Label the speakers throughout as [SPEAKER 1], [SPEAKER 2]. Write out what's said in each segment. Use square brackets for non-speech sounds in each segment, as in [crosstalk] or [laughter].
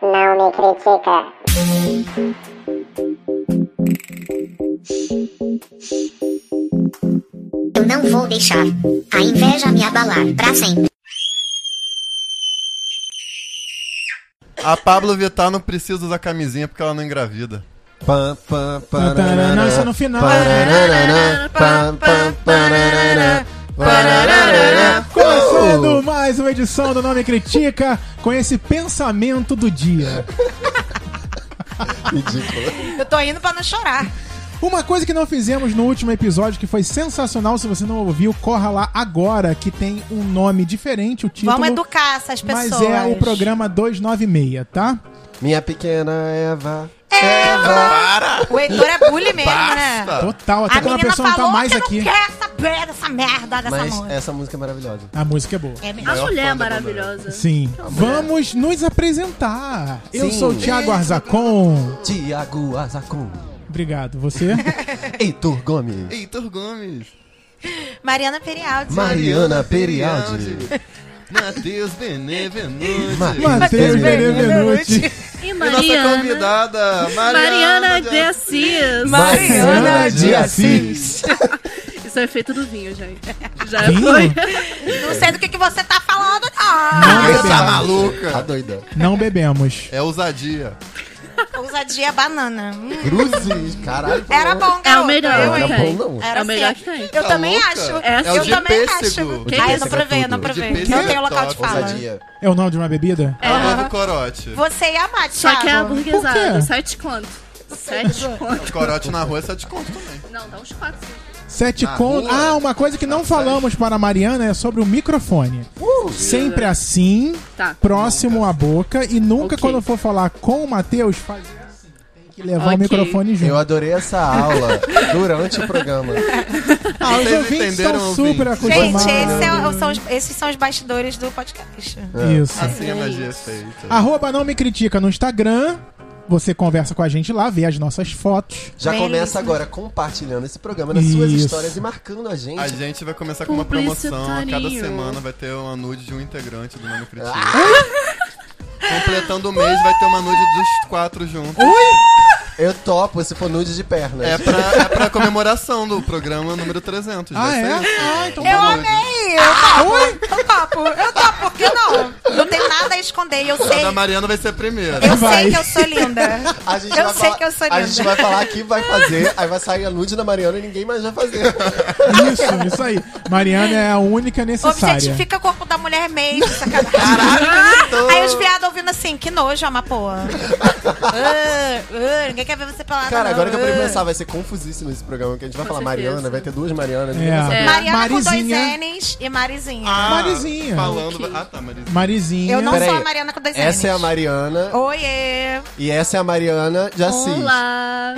[SPEAKER 1] não me critica.
[SPEAKER 2] Eu não vou deixar a inveja me abalar pra sempre.
[SPEAKER 3] A Pablo Vittar não precisa usar camisinha porque ela não engravida.
[SPEAKER 4] Pam, pam,
[SPEAKER 5] Tarará, Não, isso é no final.
[SPEAKER 4] Parararara, pam, pam, pararara, pararara.
[SPEAKER 5] Começando mais uma edição do Nome Critica com esse pensamento do dia.
[SPEAKER 4] Ridículo.
[SPEAKER 6] Eu tô indo pra não chorar.
[SPEAKER 5] Uma coisa que não fizemos no último episódio que foi sensacional, se você não ouviu, corra lá agora que tem um nome diferente, o título.
[SPEAKER 6] Vamos educar essas
[SPEAKER 5] mas
[SPEAKER 6] pessoas.
[SPEAKER 5] é o programa 296, tá?
[SPEAKER 4] Minha pequena Eva.
[SPEAKER 6] É, O Heitor é bully mesmo, né?
[SPEAKER 3] Basta!
[SPEAKER 5] Total, até
[SPEAKER 6] A
[SPEAKER 5] quando a
[SPEAKER 6] menina
[SPEAKER 5] pessoa não
[SPEAKER 6] falou
[SPEAKER 5] tá mais
[SPEAKER 6] que
[SPEAKER 5] aqui.
[SPEAKER 6] não quer saber dessa merda dessa
[SPEAKER 4] Mas
[SPEAKER 6] música.
[SPEAKER 4] essa música é maravilhosa.
[SPEAKER 5] A música é boa.
[SPEAKER 6] É mesmo.
[SPEAKER 7] A mulher é
[SPEAKER 4] fã da banda.
[SPEAKER 7] maravilhosa.
[SPEAKER 5] Sim. Vamos nos apresentar. Eu
[SPEAKER 4] Sim.
[SPEAKER 5] sou o Thiago Arzacon.
[SPEAKER 4] Tiago Azacum.
[SPEAKER 5] Obrigado,
[SPEAKER 6] [laughs]
[SPEAKER 5] você.
[SPEAKER 4] Heitor Gomes.
[SPEAKER 3] Heitor Gomes.
[SPEAKER 6] Mariana Perialdi.
[SPEAKER 4] Mariana Perialdi.
[SPEAKER 3] Matheus Benevenuti.
[SPEAKER 4] Matheus
[SPEAKER 5] Matheus
[SPEAKER 6] Benevenuti.
[SPEAKER 5] Benevenuti.
[SPEAKER 7] E
[SPEAKER 3] E nossa
[SPEAKER 7] Mariana.
[SPEAKER 3] convidada, Mariana.
[SPEAKER 7] Mariana de Assis.
[SPEAKER 6] Mariana
[SPEAKER 5] de Assis.
[SPEAKER 7] Isso é efeito do vinho, gente. [laughs] Já foi.
[SPEAKER 5] Vinho?
[SPEAKER 3] é.
[SPEAKER 6] Não sei do que, que você tá falando,
[SPEAKER 5] Não
[SPEAKER 6] não.
[SPEAKER 3] Você tá
[SPEAKER 5] bebemos.
[SPEAKER 4] Tá
[SPEAKER 3] maluca?
[SPEAKER 4] doida.
[SPEAKER 5] Não bebemos.
[SPEAKER 3] É ousadia.
[SPEAKER 6] Ousadia banana. Hum.
[SPEAKER 4] Cruzes, caralho.
[SPEAKER 6] Era bom, garoto.
[SPEAKER 7] É o melhor
[SPEAKER 6] Eu,
[SPEAKER 4] Não era
[SPEAKER 7] que tem.
[SPEAKER 4] bom, não.
[SPEAKER 6] Era
[SPEAKER 7] É o melhor
[SPEAKER 6] sim.
[SPEAKER 7] que tem.
[SPEAKER 6] Eu
[SPEAKER 3] Tá
[SPEAKER 6] também
[SPEAKER 3] louca?
[SPEAKER 6] acho.
[SPEAKER 7] É
[SPEAKER 6] eu
[SPEAKER 3] de
[SPEAKER 6] também
[SPEAKER 3] pêssego.
[SPEAKER 6] acho.
[SPEAKER 7] Que
[SPEAKER 6] Ah, eu
[SPEAKER 7] isso,
[SPEAKER 6] não
[SPEAKER 4] é
[SPEAKER 6] provei, eu
[SPEAKER 4] tudo.
[SPEAKER 6] não
[SPEAKER 4] O de
[SPEAKER 6] provei.
[SPEAKER 3] pêssego
[SPEAKER 6] Não
[SPEAKER 3] é
[SPEAKER 6] tenho local de
[SPEAKER 3] top.
[SPEAKER 6] fala.
[SPEAKER 4] Ousadia.
[SPEAKER 5] É o nome de uma bebida?
[SPEAKER 7] É.
[SPEAKER 3] Ela do corote.
[SPEAKER 6] Você e a Mati,
[SPEAKER 7] Só que é
[SPEAKER 6] Thiago.
[SPEAKER 5] Por quê?
[SPEAKER 7] hamburguesada. Sete conto. Sete conto.
[SPEAKER 3] Corote na rua é só de conto também.
[SPEAKER 7] Não, dá uns quatro. cinco.
[SPEAKER 5] Sete
[SPEAKER 3] Na
[SPEAKER 5] conto.
[SPEAKER 3] rua?
[SPEAKER 5] Ah, uma coisa que não falamos para a Mariana é sobre o microfone.
[SPEAKER 3] Uh, é.
[SPEAKER 5] Sempre assim,
[SPEAKER 7] Tá.
[SPEAKER 5] próximo à boca e nunca
[SPEAKER 7] Ok.
[SPEAKER 5] quando for falar com o Matheus, fazer assim. Tem que levar o
[SPEAKER 7] Ok.
[SPEAKER 5] microfone junto.
[SPEAKER 4] Eu adorei essa aula durante
[SPEAKER 5] [laughs]
[SPEAKER 4] o programa.
[SPEAKER 5] Ah, os
[SPEAKER 3] Vocês
[SPEAKER 5] ouvintes
[SPEAKER 3] entenderam,
[SPEAKER 5] estão super
[SPEAKER 3] ouvintes?
[SPEAKER 5] acostumados.
[SPEAKER 6] Gente, esse é o- são os- esses são os bastidores do podcast.
[SPEAKER 5] Isso.
[SPEAKER 3] Assim a magia é feita.
[SPEAKER 5] Arroba não me critica no Instagram. Você conversa com a gente lá, vê as nossas fotos.
[SPEAKER 4] Já
[SPEAKER 6] Belíssimo.
[SPEAKER 4] começa agora compartilhando esse programa nas suas
[SPEAKER 5] Isso.
[SPEAKER 4] histórias e marcando a gente.
[SPEAKER 3] A gente vai começar com uma promoção. A cada
[SPEAKER 7] Publicitarinho.
[SPEAKER 3] semana vai ter uma nude de um integrante do Nome Critica.
[SPEAKER 5] Ah!
[SPEAKER 3] [laughs] Completando o mês, vai ter uma nude dos quatro juntos.
[SPEAKER 5] Uh!
[SPEAKER 4] Eu topo se for nude de pernas.
[SPEAKER 3] É pra, é pra comemoração do programa número 300.
[SPEAKER 5] Ah,
[SPEAKER 3] vai
[SPEAKER 5] é?
[SPEAKER 3] ser isso.
[SPEAKER 5] Ah, então
[SPEAKER 3] Uma
[SPEAKER 6] Eu
[SPEAKER 3] nude.
[SPEAKER 6] amei! Eu topo! Eu topo! Eu topo, por que não? Não tenho nada a esconder, eu
[SPEAKER 3] A
[SPEAKER 6] sei.
[SPEAKER 3] da Mariana vai ser a primeira.
[SPEAKER 6] Eu
[SPEAKER 5] Vai.
[SPEAKER 6] sei que eu sou
[SPEAKER 4] [laughs]
[SPEAKER 6] linda.
[SPEAKER 4] A gente
[SPEAKER 6] Eu
[SPEAKER 4] vai
[SPEAKER 6] sei
[SPEAKER 4] falar-
[SPEAKER 6] que eu sou
[SPEAKER 4] A gente
[SPEAKER 6] linda.
[SPEAKER 4] vai falar que vai fazer, aí vai sair a nude da Mariana e ninguém mais vai fazer.
[SPEAKER 5] Isso, isso aí. Mariana é a única necessária.
[SPEAKER 6] Objetifica o corpo da mulher mesmo, sacanagem. Aí os viados ouvindo assim, que nojo,
[SPEAKER 4] [laughs]
[SPEAKER 6] Amapoa. Uh, uh, ninguém quer ver você pelada.
[SPEAKER 4] Cara,
[SPEAKER 6] não.
[SPEAKER 4] agora que eu parei de
[SPEAKER 6] Ah.
[SPEAKER 4] pensar, vai ser confusíssimo esse programa, que a gente vai
[SPEAKER 7] Com
[SPEAKER 4] falar
[SPEAKER 7] certeza.
[SPEAKER 4] Mariana, vai ter duas Marianas. né? ninguém
[SPEAKER 5] É.
[SPEAKER 4] vai saber.
[SPEAKER 7] É.
[SPEAKER 6] Uh. Mariana
[SPEAKER 5] Marizinha.
[SPEAKER 6] com dois N's e Marizinha.
[SPEAKER 3] Ah,
[SPEAKER 5] Marizinha.
[SPEAKER 3] Falando.
[SPEAKER 7] Ok.
[SPEAKER 3] Ah, tá, Marizinha.
[SPEAKER 5] Marizinha.
[SPEAKER 6] eu não
[SPEAKER 4] Peraí.
[SPEAKER 6] sou a Mariana com dois N's.
[SPEAKER 4] Essa é a Mariana
[SPEAKER 6] Oiê!
[SPEAKER 4] e essa é a Mariana de Assis.
[SPEAKER 7] Olá.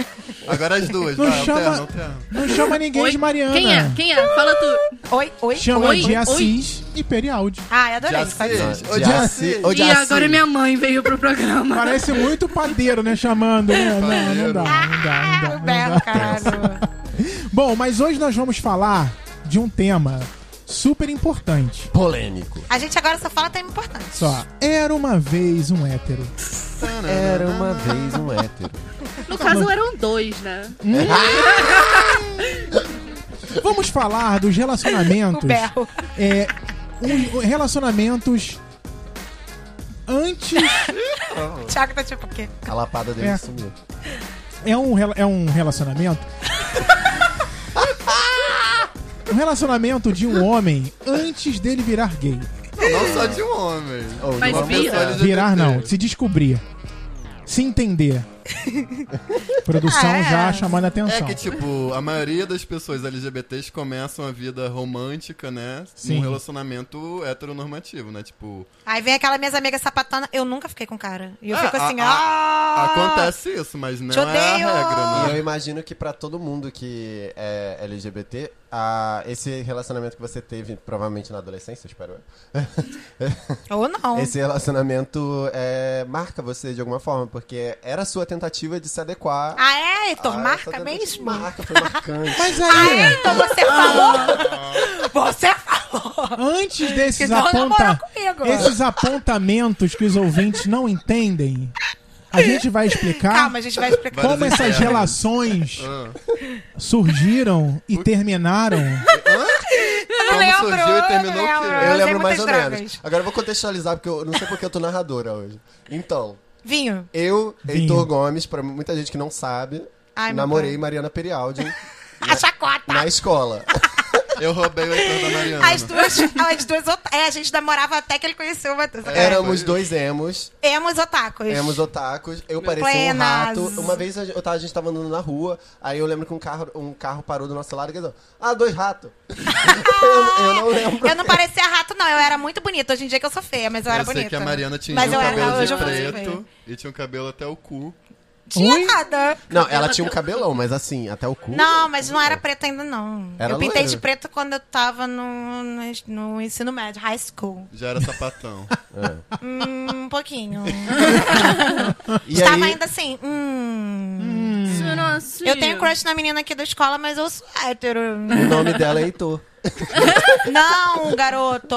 [SPEAKER 3] Agora as duas.
[SPEAKER 5] Não
[SPEAKER 3] vai, um
[SPEAKER 5] chama-
[SPEAKER 3] alterna, alterna.
[SPEAKER 5] Não chama ninguém
[SPEAKER 7] Oi.
[SPEAKER 5] de Mariana.
[SPEAKER 7] Quem é? Quem é? Fala tu.
[SPEAKER 6] Oi, oi,
[SPEAKER 5] Chama
[SPEAKER 7] Oi,
[SPEAKER 5] de
[SPEAKER 7] oi.
[SPEAKER 5] Assis e Perialdi.
[SPEAKER 6] Ah, eu adorei.
[SPEAKER 3] Já
[SPEAKER 6] isso, faz-
[SPEAKER 3] sei. Ô,
[SPEAKER 4] De
[SPEAKER 3] já
[SPEAKER 4] Assis.
[SPEAKER 3] sei.
[SPEAKER 4] Ô, de
[SPEAKER 7] E
[SPEAKER 4] Assis.
[SPEAKER 7] agora é minha mãe veio pro programa.
[SPEAKER 5] Parece muito padeiro, né? Chamando. né? Não, não dá, não dá, não dá.
[SPEAKER 6] Ah, o Belo, caralho.
[SPEAKER 5] Bom, mas hoje nós vamos falar de um tema super importante.
[SPEAKER 4] Polêmico.
[SPEAKER 6] A gente agora só fala tema importante.
[SPEAKER 5] Só, era uma vez um hétero.
[SPEAKER 4] Era uma vez um hétero.
[SPEAKER 7] No
[SPEAKER 5] tá
[SPEAKER 7] caso eram dois, né?
[SPEAKER 5] Vamos falar dos
[SPEAKER 7] [laughs]
[SPEAKER 5] relacionamentos.
[SPEAKER 6] O
[SPEAKER 7] Um
[SPEAKER 6] berro.
[SPEAKER 5] É, um- relacionamentos antes
[SPEAKER 6] O [laughs] Thiago tá tipo o quê?
[SPEAKER 4] A lapada dele
[SPEAKER 5] É.
[SPEAKER 4] sumiu.
[SPEAKER 5] é um, rela- é um
[SPEAKER 7] [laughs]
[SPEAKER 5] relacionamento. Um relacionamento de um homem antes dele virar gay.
[SPEAKER 3] Não só de um homem.
[SPEAKER 4] Ou de
[SPEAKER 7] Mas
[SPEAKER 4] uma
[SPEAKER 7] vira.
[SPEAKER 4] pessoa de-
[SPEAKER 5] Virar não, se descobrir. Se entender. Produção
[SPEAKER 6] Ah, é.
[SPEAKER 5] já chamando a
[SPEAKER 3] É
[SPEAKER 5] atenção.
[SPEAKER 3] que, tipo, a maioria das pessoas LGBTs começam a vida romântica, né?
[SPEAKER 5] Sim.
[SPEAKER 3] Num relacionamento heteronormativo, né? Tipo,
[SPEAKER 6] Aí vem aquela minhas amigas sapatona. Eu nunca fiquei com cara. E eu
[SPEAKER 3] Ah,
[SPEAKER 6] fico assim,
[SPEAKER 3] a-
[SPEAKER 6] ah!
[SPEAKER 3] acontece isso, mas não
[SPEAKER 6] Te
[SPEAKER 3] é a
[SPEAKER 6] odeio!
[SPEAKER 3] regra,
[SPEAKER 4] E
[SPEAKER 6] [laughs]
[SPEAKER 4] eu
[SPEAKER 3] né?
[SPEAKER 4] imagino que pra todo mundo que é LGBT, a- esse relacionamento que você teve, provavelmente na adolescência, espero eu.
[SPEAKER 6] Ou não.
[SPEAKER 4] [laughs] Esse relacionamento é, marca você de alguma forma, porque era a sua tentativa de se adequar.
[SPEAKER 6] Ah, é, Heitor?
[SPEAKER 4] a essa
[SPEAKER 6] marca
[SPEAKER 4] tentativa-
[SPEAKER 6] mesmo? [laughs] é?
[SPEAKER 4] Marca, foi marcante.
[SPEAKER 5] Mas aí,
[SPEAKER 3] [laughs]
[SPEAKER 6] Então você falou? você falou? pô.
[SPEAKER 5] Antes desses,
[SPEAKER 6] senão namora
[SPEAKER 5] aponta...
[SPEAKER 6] comigo.
[SPEAKER 5] esses apontamentos que os ouvintes não entendem, a gente vai
[SPEAKER 3] Ah.
[SPEAKER 5] explicar
[SPEAKER 6] Calma, a gente vai explicar.
[SPEAKER 3] Vai
[SPEAKER 5] como
[SPEAKER 3] Vários
[SPEAKER 5] essas
[SPEAKER 3] infernos.
[SPEAKER 5] relações surgiram e terminaram.
[SPEAKER 6] Eu
[SPEAKER 3] Como surgiu e terminou o quê? é
[SPEAKER 4] Eu
[SPEAKER 6] usei
[SPEAKER 4] lembro mais
[SPEAKER 6] muitas
[SPEAKER 4] ou
[SPEAKER 6] drogas.
[SPEAKER 4] menos. Agora eu vou contextualizar, porque eu não sei porque eu tô narradora hoje. Então,
[SPEAKER 6] Vinho.
[SPEAKER 4] eu,
[SPEAKER 5] Vinho.
[SPEAKER 4] Heitor Gomes, pra muita gente que não sabe,
[SPEAKER 6] Ai, meu
[SPEAKER 4] namorei
[SPEAKER 6] pai. [laughs]
[SPEAKER 4] Mariana Perialdi
[SPEAKER 6] A chacota.
[SPEAKER 4] na escola.
[SPEAKER 3] Eu roubei o Heitor da Mariana.
[SPEAKER 6] As duas, as duas ot- É, a gente namorava até que ele conheceu o Matheus.
[SPEAKER 4] Éramos dois emos,
[SPEAKER 6] Emos otakus.
[SPEAKER 4] emos otakus. Eu parecia um
[SPEAKER 6] Plenas.
[SPEAKER 4] rato. Uma vez a gente, eu tava- a gente tava andando na rua, aí eu lembro que um carro, um carro parou do nosso lado e disse, ah, dois
[SPEAKER 6] [laughs]
[SPEAKER 4] ratos. [laughs] eu, eu não lembro.
[SPEAKER 6] Eu não parecia rato, não. Eu era muito bonita. Hoje em dia que eu sou feia, mas eu, era
[SPEAKER 3] eu
[SPEAKER 6] bonita.
[SPEAKER 3] sei que a Mariana tinha
[SPEAKER 6] Mas
[SPEAKER 3] um
[SPEAKER 6] eu era-
[SPEAKER 3] cabelo
[SPEAKER 6] hoje
[SPEAKER 3] de
[SPEAKER 6] eu não sou feia.
[SPEAKER 3] preto e tinha um cabelo até o cu.
[SPEAKER 6] Tinha
[SPEAKER 5] Ui.
[SPEAKER 6] nada.
[SPEAKER 4] Não, ela tinha um cabelão, mas assim, até o cu.
[SPEAKER 6] Não, mas não era preto ainda, não.
[SPEAKER 4] Era
[SPEAKER 6] eu pintei
[SPEAKER 4] loira.
[SPEAKER 6] de preto quando eu tava no, no, no ensino médio, high school.
[SPEAKER 3] Já era
[SPEAKER 6] [laughs]
[SPEAKER 3] sapatão.
[SPEAKER 6] Hum, um
[SPEAKER 4] [laughs]
[SPEAKER 6] pouquinho.
[SPEAKER 4] E
[SPEAKER 6] Estava
[SPEAKER 4] aí,
[SPEAKER 6] ainda assim, hum.
[SPEAKER 7] é Nossa,
[SPEAKER 6] Eu tenho crush na menina aqui da escola, mas eu sou hétero.
[SPEAKER 4] o nome dela é Heitor.
[SPEAKER 6] não, garoto.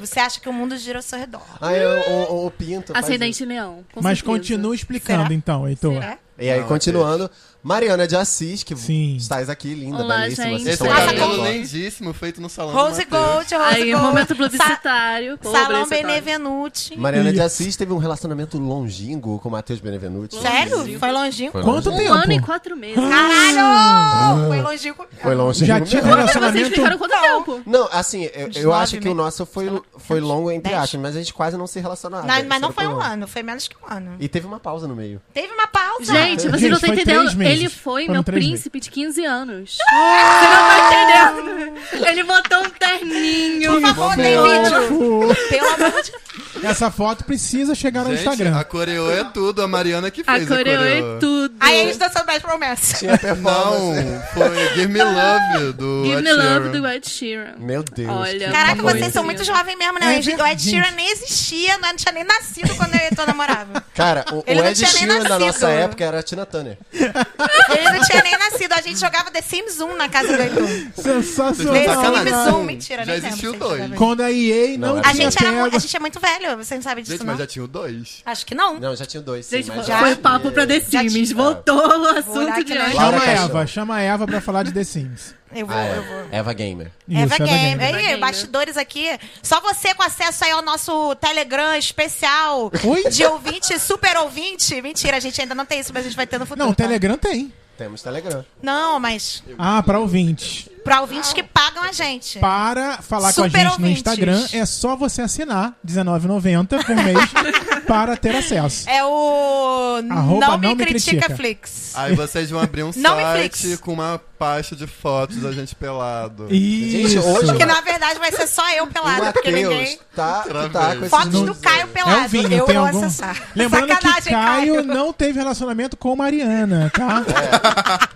[SPEAKER 6] Você acha que o mundo gira ao seu redor.
[SPEAKER 4] Aí Ah, é, o, o, o Pinto. faz
[SPEAKER 7] Ascendente leão. com
[SPEAKER 5] Mas
[SPEAKER 7] certeza.
[SPEAKER 5] continua explicando
[SPEAKER 6] Será?
[SPEAKER 5] então, Heitor.
[SPEAKER 6] Será?
[SPEAKER 4] E aí,
[SPEAKER 3] Não,
[SPEAKER 4] continuando, Mariana de Assis, que
[SPEAKER 5] Sim.
[SPEAKER 4] estás aqui, linda,
[SPEAKER 7] Olá,
[SPEAKER 4] belíssima.
[SPEAKER 7] gente.
[SPEAKER 4] vocês
[SPEAKER 3] Esse
[SPEAKER 4] estão
[SPEAKER 6] Nossa,
[SPEAKER 4] lindos
[SPEAKER 3] cabelo
[SPEAKER 4] agora.
[SPEAKER 3] lindíssimo, feito no salão
[SPEAKER 6] é Rose
[SPEAKER 3] do Matheus.
[SPEAKER 6] Gold, Rose
[SPEAKER 7] Aí,
[SPEAKER 6] Gold.
[SPEAKER 7] momento
[SPEAKER 6] Sa-
[SPEAKER 7] publicitário. Pô,
[SPEAKER 6] Salão
[SPEAKER 7] publicitário.
[SPEAKER 6] Benevenuti.
[SPEAKER 4] Mariana de
[SPEAKER 5] Isso.
[SPEAKER 4] Assis teve um relacionamento longínquo com o Matheus Benevenuti.
[SPEAKER 6] Sério? Foi longinho?
[SPEAKER 4] Foi
[SPEAKER 5] Quanto
[SPEAKER 4] longe.
[SPEAKER 7] Um ano e
[SPEAKER 5] tempo?
[SPEAKER 7] quatro meses.
[SPEAKER 6] Caralho! Foi longinho.
[SPEAKER 4] Ah. Foi longe.
[SPEAKER 5] Já tive
[SPEAKER 7] Vocês
[SPEAKER 5] relacionamento.
[SPEAKER 7] ficaram quanto tempo?
[SPEAKER 4] Não, assim, eu, eu
[SPEAKER 6] nove
[SPEAKER 4] acho que o
[SPEAKER 6] meses.
[SPEAKER 4] nosso foi, foi longo entre
[SPEAKER 6] Dez.
[SPEAKER 4] aspas, mas a gente quase não se relacionava.
[SPEAKER 6] Não, mas
[SPEAKER 4] Isso
[SPEAKER 6] não
[SPEAKER 4] era
[SPEAKER 6] foi
[SPEAKER 4] por
[SPEAKER 6] um
[SPEAKER 4] lá.
[SPEAKER 6] ano, foi menos que um ano.
[SPEAKER 4] E teve uma pausa no meio.
[SPEAKER 6] Teve uma pausa.
[SPEAKER 7] Gente, vocês não
[SPEAKER 5] Gente,
[SPEAKER 7] estão
[SPEAKER 5] foi três
[SPEAKER 7] entendendo.
[SPEAKER 5] meses.
[SPEAKER 7] Ele foi
[SPEAKER 5] Foram
[SPEAKER 7] meu
[SPEAKER 5] três
[SPEAKER 7] príncipe de 15 anos.
[SPEAKER 6] Ah!
[SPEAKER 7] Você não tá entendendo. Ele botou um terninho.
[SPEAKER 6] Por favor, tem vídeo. Pelo amor de Deus.
[SPEAKER 5] Essa foto precisa chegar no
[SPEAKER 3] Gente,
[SPEAKER 5] um Instagram.
[SPEAKER 3] a coreô é tudo, a Mariana que
[SPEAKER 7] A
[SPEAKER 3] fez a
[SPEAKER 7] coreô
[SPEAKER 3] coreô.
[SPEAKER 7] é tudo.
[SPEAKER 6] Aí eles dançando Bad Romance.
[SPEAKER 4] Tinha performance.
[SPEAKER 3] Não, é. foi Give Me Love do
[SPEAKER 7] Give
[SPEAKER 3] Ed
[SPEAKER 7] me love
[SPEAKER 3] Sheeran.
[SPEAKER 7] do Ed Sheeran.
[SPEAKER 4] Meu Deus.
[SPEAKER 7] Olha,
[SPEAKER 4] que
[SPEAKER 6] Caraca,
[SPEAKER 4] coisa.
[SPEAKER 6] vocês são muito jovens mesmo,
[SPEAKER 5] É
[SPEAKER 6] né? o Ed
[SPEAKER 5] verdade.
[SPEAKER 6] Sheeran nem existia, não tinha nem nascido quando eu e tu namorava.
[SPEAKER 4] Cara, o,
[SPEAKER 6] Ele
[SPEAKER 4] o
[SPEAKER 6] não
[SPEAKER 4] Ed
[SPEAKER 6] tinha nem
[SPEAKER 4] Sheeran da
[SPEAKER 6] nascido.
[SPEAKER 4] nossa época era a Tina Turner.
[SPEAKER 6] Ele não tinha nem nascido, a gente jogava The Sims 1 na casa do Edu. The
[SPEAKER 5] Sensacional.
[SPEAKER 3] sacanagem.
[SPEAKER 6] Sims 1, mentira,
[SPEAKER 3] Já
[SPEAKER 6] nem lembro. se
[SPEAKER 3] existiu
[SPEAKER 6] a gente jogava
[SPEAKER 3] dois.
[SPEAKER 6] isso.
[SPEAKER 5] Quando a EA não,
[SPEAKER 4] Não,
[SPEAKER 6] A
[SPEAKER 5] tinha
[SPEAKER 6] gente, era, mu- a
[SPEAKER 5] pego.
[SPEAKER 6] gente é muito velho, você não sabe disso,
[SPEAKER 3] Gente,
[SPEAKER 6] não?
[SPEAKER 3] mas já tinha o dois.
[SPEAKER 6] Acho que não.
[SPEAKER 4] Não, já é. tinha dois. sim,
[SPEAKER 7] Gente,
[SPEAKER 4] mas
[SPEAKER 6] já-
[SPEAKER 7] foi
[SPEAKER 4] que-
[SPEAKER 7] papo pra The Sims. Voltou o assunto
[SPEAKER 6] olhar
[SPEAKER 7] de
[SPEAKER 6] que
[SPEAKER 7] antes.
[SPEAKER 6] não
[SPEAKER 5] Chama
[SPEAKER 4] Laura
[SPEAKER 5] a
[SPEAKER 4] Caixão.
[SPEAKER 5] Eva, chama a Eva pra falar de The Sims.
[SPEAKER 6] Eu vou,
[SPEAKER 4] Ah,
[SPEAKER 6] eu vou.
[SPEAKER 4] é. Eva Gamer.
[SPEAKER 5] Isso,
[SPEAKER 6] Eva
[SPEAKER 3] é
[SPEAKER 6] Game.
[SPEAKER 5] Gamer.
[SPEAKER 6] Aí,
[SPEAKER 7] Gamer.
[SPEAKER 6] bastidores aqui. Só você com acesso aí ao nosso Telegram especial
[SPEAKER 5] Oi?
[SPEAKER 6] de ouvinte, super ouvinte. Mentira, a gente ainda não tem isso, mas a gente vai ter no futuro.
[SPEAKER 5] Não, o
[SPEAKER 6] tá?
[SPEAKER 5] Telegram tem.
[SPEAKER 4] Temos Telegram.
[SPEAKER 6] Não, mas
[SPEAKER 5] Ah, pra ouvintes.
[SPEAKER 6] pra ouvintes que pagam a gente.
[SPEAKER 5] Para falar com a
[SPEAKER 6] É. Super
[SPEAKER 5] gente no
[SPEAKER 6] ouvintes.
[SPEAKER 5] Instagram, é só você assinar R$19,90 por mês para ter acesso.
[SPEAKER 6] É o
[SPEAKER 5] Arroba
[SPEAKER 6] Não Me
[SPEAKER 5] Não Me
[SPEAKER 6] Critica,
[SPEAKER 5] Critica.
[SPEAKER 6] Flix.
[SPEAKER 3] Aí vocês vão abrir um
[SPEAKER 6] [laughs] Não me
[SPEAKER 3] site
[SPEAKER 6] flex.
[SPEAKER 3] com uma pasta de fotos da gente pelado.
[SPEAKER 5] Isso.
[SPEAKER 4] Gente, hoje-
[SPEAKER 6] Que na verdade vai ser só eu
[SPEAKER 4] O
[SPEAKER 3] Um
[SPEAKER 6] pelada, porque
[SPEAKER 4] Matheus
[SPEAKER 6] ninguém.
[SPEAKER 4] tá,
[SPEAKER 3] Travei.
[SPEAKER 4] tá com esses
[SPEAKER 6] Fotos
[SPEAKER 4] nomes
[SPEAKER 6] do Caio
[SPEAKER 4] aí.
[SPEAKER 5] É o
[SPEAKER 6] pelado.
[SPEAKER 5] vinho,
[SPEAKER 6] eu
[SPEAKER 5] tem
[SPEAKER 6] vou
[SPEAKER 5] algum?
[SPEAKER 6] acessar.
[SPEAKER 5] Lembrando que
[SPEAKER 6] Sacanagem,
[SPEAKER 5] Caio, não teve relacionamento com Mariana, tá?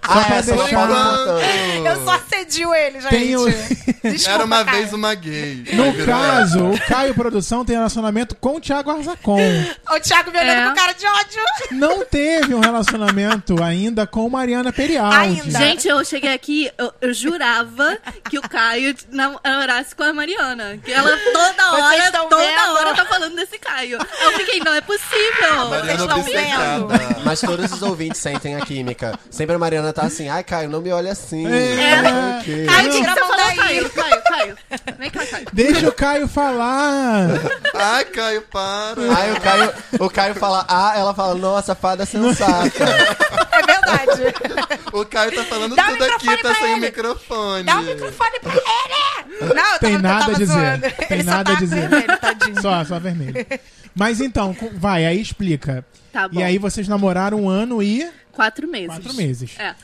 [SPEAKER 4] Ah,
[SPEAKER 5] pra
[SPEAKER 4] essa é uma
[SPEAKER 5] deixar-
[SPEAKER 4] foto importante.
[SPEAKER 6] [laughs] Eu só assedio ele, gente.
[SPEAKER 5] Tem o- [laughs]
[SPEAKER 6] Desculpa,
[SPEAKER 3] Era uma
[SPEAKER 6] Caio.
[SPEAKER 3] vez um- uma gay. Aí
[SPEAKER 5] No
[SPEAKER 3] virou
[SPEAKER 5] caso, o Caio Produção tem relacionamento com o Thiago Arzacon.
[SPEAKER 6] O Thiago me olhando
[SPEAKER 7] É.
[SPEAKER 6] com cara de ódio.
[SPEAKER 5] Não teve um relacionamento ainda com Mariana Perialdi.
[SPEAKER 6] Ainda.
[SPEAKER 7] Gente, eu cheguei aqui, eu, eu jurava que o Caio namorasse com a Mariana. Que ela toda
[SPEAKER 6] Vocês
[SPEAKER 7] hora,
[SPEAKER 6] estão
[SPEAKER 7] toda
[SPEAKER 6] vendo?
[SPEAKER 7] hora tá falando desse Caio. Eu fiquei, não é
[SPEAKER 6] Vocês
[SPEAKER 7] possível.
[SPEAKER 3] Mariana
[SPEAKER 6] estão
[SPEAKER 3] obcecada.
[SPEAKER 4] Mas todos os ouvintes sentem a química. Sempre a Mariana tá assim, ai, Caio, não me olha assim.
[SPEAKER 5] É.
[SPEAKER 4] Não sei o quê.
[SPEAKER 6] Ai,
[SPEAKER 7] O que que
[SPEAKER 6] tira
[SPEAKER 7] você
[SPEAKER 6] a mão
[SPEAKER 7] falou,
[SPEAKER 6] daí.
[SPEAKER 7] Caio? Caio, Caio. Vem cá, Caio.
[SPEAKER 5] Deixa o Caio falar.
[SPEAKER 3] Ai, Caio, para.
[SPEAKER 4] Ai, o Caio, o Caio fala, ah, ela fala, nossa, fada sensata.
[SPEAKER 6] É verdade.
[SPEAKER 3] [laughs] O Caio tá falando
[SPEAKER 6] Dá o
[SPEAKER 3] tudo aqui,
[SPEAKER 6] microfone
[SPEAKER 3] tá
[SPEAKER 6] pra
[SPEAKER 3] sem o
[SPEAKER 6] ele.
[SPEAKER 3] microfone.
[SPEAKER 6] Dá o microfone pra ele. Não, eu
[SPEAKER 5] Tem
[SPEAKER 6] tava, eu
[SPEAKER 5] nada
[SPEAKER 6] tava
[SPEAKER 5] a dizer.
[SPEAKER 6] zoando.
[SPEAKER 5] Tem
[SPEAKER 6] ele
[SPEAKER 5] nada
[SPEAKER 6] só
[SPEAKER 5] a
[SPEAKER 6] tá
[SPEAKER 5] dizer.
[SPEAKER 6] vermelho, tadinho.
[SPEAKER 5] Só, só vermelho. Mas então, com- vai, aí explica.
[SPEAKER 7] Tá bom.
[SPEAKER 5] E aí vocês namoraram um ano e
[SPEAKER 7] Quatro meses.
[SPEAKER 5] quatro meses.
[SPEAKER 7] É.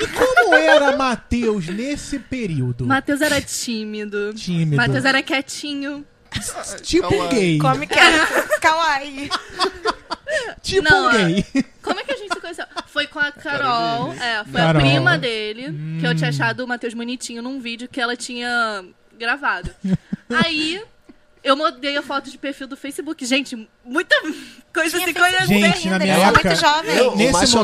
[SPEAKER 5] E como era Matheus nesse período?
[SPEAKER 7] Matheus era tímido.
[SPEAKER 5] Tímido.
[SPEAKER 7] Matheus era quietinho.
[SPEAKER 5] Tipo um
[SPEAKER 3] Kawaii.
[SPEAKER 5] gay.
[SPEAKER 6] Come que é. Kawaii.
[SPEAKER 5] Tipo
[SPEAKER 7] Não,
[SPEAKER 5] um gay. [laughs]
[SPEAKER 7] Como é que a gente se conheceu? Foi com a Carol. É, foi
[SPEAKER 5] Carol. Hum.
[SPEAKER 7] a prima dele, que eu tinha achado o Matheus bonitinho num vídeo que ela tinha gravado. Aí. Eu mudei a foto de perfil do Facebook. Gente, muita coisa se conhecendo.
[SPEAKER 5] Gente, na minha
[SPEAKER 7] é
[SPEAKER 6] Eles são
[SPEAKER 5] época-
[SPEAKER 6] muito jovens.
[SPEAKER 4] Eu- O mais
[SPEAKER 5] Nesse
[SPEAKER 4] chocante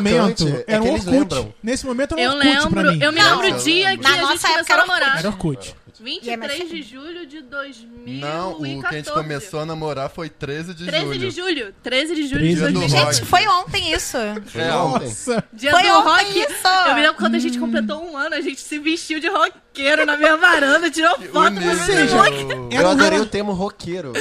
[SPEAKER 5] momento,
[SPEAKER 4] é que
[SPEAKER 5] era um
[SPEAKER 4] eles
[SPEAKER 5] Orkut.
[SPEAKER 4] lembram.
[SPEAKER 5] Nesse momento era um
[SPEAKER 7] Eu
[SPEAKER 5] Orkut pra
[SPEAKER 7] lembro,
[SPEAKER 5] mim.
[SPEAKER 7] eu me
[SPEAKER 6] Não,
[SPEAKER 7] lembro o dia que
[SPEAKER 6] na
[SPEAKER 7] a gente
[SPEAKER 6] nossa época
[SPEAKER 7] começou a
[SPEAKER 6] era
[SPEAKER 7] namorar.
[SPEAKER 5] Era Orkut.
[SPEAKER 4] idade.
[SPEAKER 7] 23 de julho de 2014.
[SPEAKER 3] Não, o que a gente começou a namorar foi 13 de
[SPEAKER 7] 13
[SPEAKER 3] julho.
[SPEAKER 7] de julho. 13 de julho
[SPEAKER 5] 13
[SPEAKER 7] de
[SPEAKER 5] de
[SPEAKER 7] 2014.
[SPEAKER 3] julho.
[SPEAKER 6] Gente, foi ontem isso.
[SPEAKER 4] Foi É, ontem.
[SPEAKER 5] Nossa!
[SPEAKER 7] Dia
[SPEAKER 6] Foi
[SPEAKER 7] do
[SPEAKER 6] ontem
[SPEAKER 7] rock.
[SPEAKER 6] isso!
[SPEAKER 7] Eu me lembro quando a gente completou um ano, a gente se vestiu de roqueiro na minha varanda, tirou foto
[SPEAKER 3] O nível-
[SPEAKER 7] mas-
[SPEAKER 5] Era
[SPEAKER 4] Eu
[SPEAKER 5] um
[SPEAKER 4] adorei
[SPEAKER 5] rela-
[SPEAKER 4] o termo roqueiro.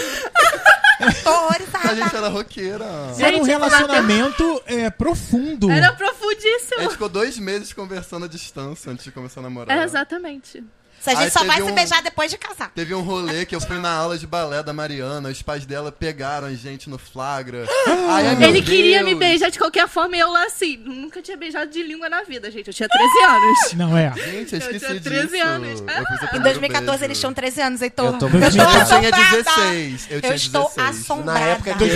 [SPEAKER 6] Tô
[SPEAKER 3] A
[SPEAKER 6] horrorizada.
[SPEAKER 3] gente era roqueira.
[SPEAKER 5] Era um
[SPEAKER 7] Gente,
[SPEAKER 5] relacionamento tipo, é, profundo.
[SPEAKER 7] Era
[SPEAKER 3] A
[SPEAKER 7] profundíssimo.
[SPEAKER 3] gente ficou dois meses conversando à distância antes de começar a namorar.
[SPEAKER 7] É, exatamente.
[SPEAKER 6] Se a gente
[SPEAKER 3] Aí
[SPEAKER 6] só
[SPEAKER 3] teve
[SPEAKER 6] vai se
[SPEAKER 3] um-
[SPEAKER 6] beijar depois de casar.
[SPEAKER 3] Teve um rolê que eu fui na aula de balé da Mariana, os pais dela pegaram a gente no flagra. Ai, ai, meu
[SPEAKER 7] Ele queria
[SPEAKER 3] Deus.
[SPEAKER 7] me beijar de qualquer forma e eu lá assim, nunca tinha beijado de língua na vida, gente. Eu tinha 13
[SPEAKER 5] [laughs]
[SPEAKER 7] anos.
[SPEAKER 5] Não é.
[SPEAKER 3] Gente, eu
[SPEAKER 7] Eu
[SPEAKER 3] esqueci
[SPEAKER 7] tinha 13
[SPEAKER 3] disso.
[SPEAKER 7] anos.
[SPEAKER 3] Eu fiz o
[SPEAKER 7] Ah.
[SPEAKER 6] Em
[SPEAKER 3] primeiro
[SPEAKER 6] 2014
[SPEAKER 3] beijo.
[SPEAKER 6] eles tinham 13 anos, Heitor.
[SPEAKER 4] Eu tô-
[SPEAKER 6] eu assim. estou
[SPEAKER 5] Eu
[SPEAKER 3] tinha
[SPEAKER 6] assombrada.
[SPEAKER 3] 16, eu tinha
[SPEAKER 6] estou
[SPEAKER 3] 16.
[SPEAKER 4] Na época que
[SPEAKER 6] assombrada.
[SPEAKER 4] eu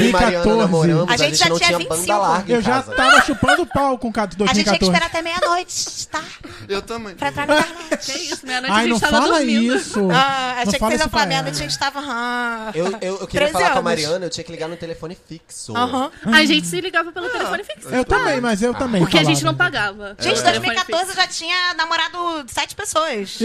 [SPEAKER 4] e Mariana
[SPEAKER 5] 2014.
[SPEAKER 4] namoramos,
[SPEAKER 6] A
[SPEAKER 4] a
[SPEAKER 6] gente
[SPEAKER 4] gente
[SPEAKER 6] já
[SPEAKER 4] não
[SPEAKER 6] tinha
[SPEAKER 4] tinha
[SPEAKER 6] 25.
[SPEAKER 4] banda larga em
[SPEAKER 5] Eu já
[SPEAKER 4] casa.
[SPEAKER 5] tava chupando pau com o Cato
[SPEAKER 6] A gente tinha que
[SPEAKER 5] 2014.
[SPEAKER 6] esperar até meia-noite, tá?
[SPEAKER 3] Eu também.
[SPEAKER 6] Pra entrar no
[SPEAKER 7] Que
[SPEAKER 6] internet.
[SPEAKER 7] isso, minha noite a
[SPEAKER 5] Ai,
[SPEAKER 7] gente
[SPEAKER 5] não
[SPEAKER 7] tava
[SPEAKER 5] fala
[SPEAKER 7] dormindo.
[SPEAKER 5] isso.
[SPEAKER 6] Ah,
[SPEAKER 5] [laughs] Não
[SPEAKER 6] achei
[SPEAKER 5] fala
[SPEAKER 6] que vocês iam
[SPEAKER 5] isso pra
[SPEAKER 6] falar merda, a
[SPEAKER 5] ela.
[SPEAKER 6] gente tava. ah,
[SPEAKER 4] Eu, eu, eu queria
[SPEAKER 6] 13
[SPEAKER 4] falar com a
[SPEAKER 6] anos.
[SPEAKER 4] Mariana, eu tinha que ligar no telefone fixo.
[SPEAKER 6] Aham.
[SPEAKER 7] A gente se ligava pelo telefone fixo.
[SPEAKER 5] Eu também, mas eu também.
[SPEAKER 7] Porque a gente não
[SPEAKER 5] Ah. falava.
[SPEAKER 7] pagava.
[SPEAKER 6] Gente,
[SPEAKER 7] É.
[SPEAKER 6] 2014 já tinha namorado
[SPEAKER 5] [laughs]
[SPEAKER 6] sete pessoas.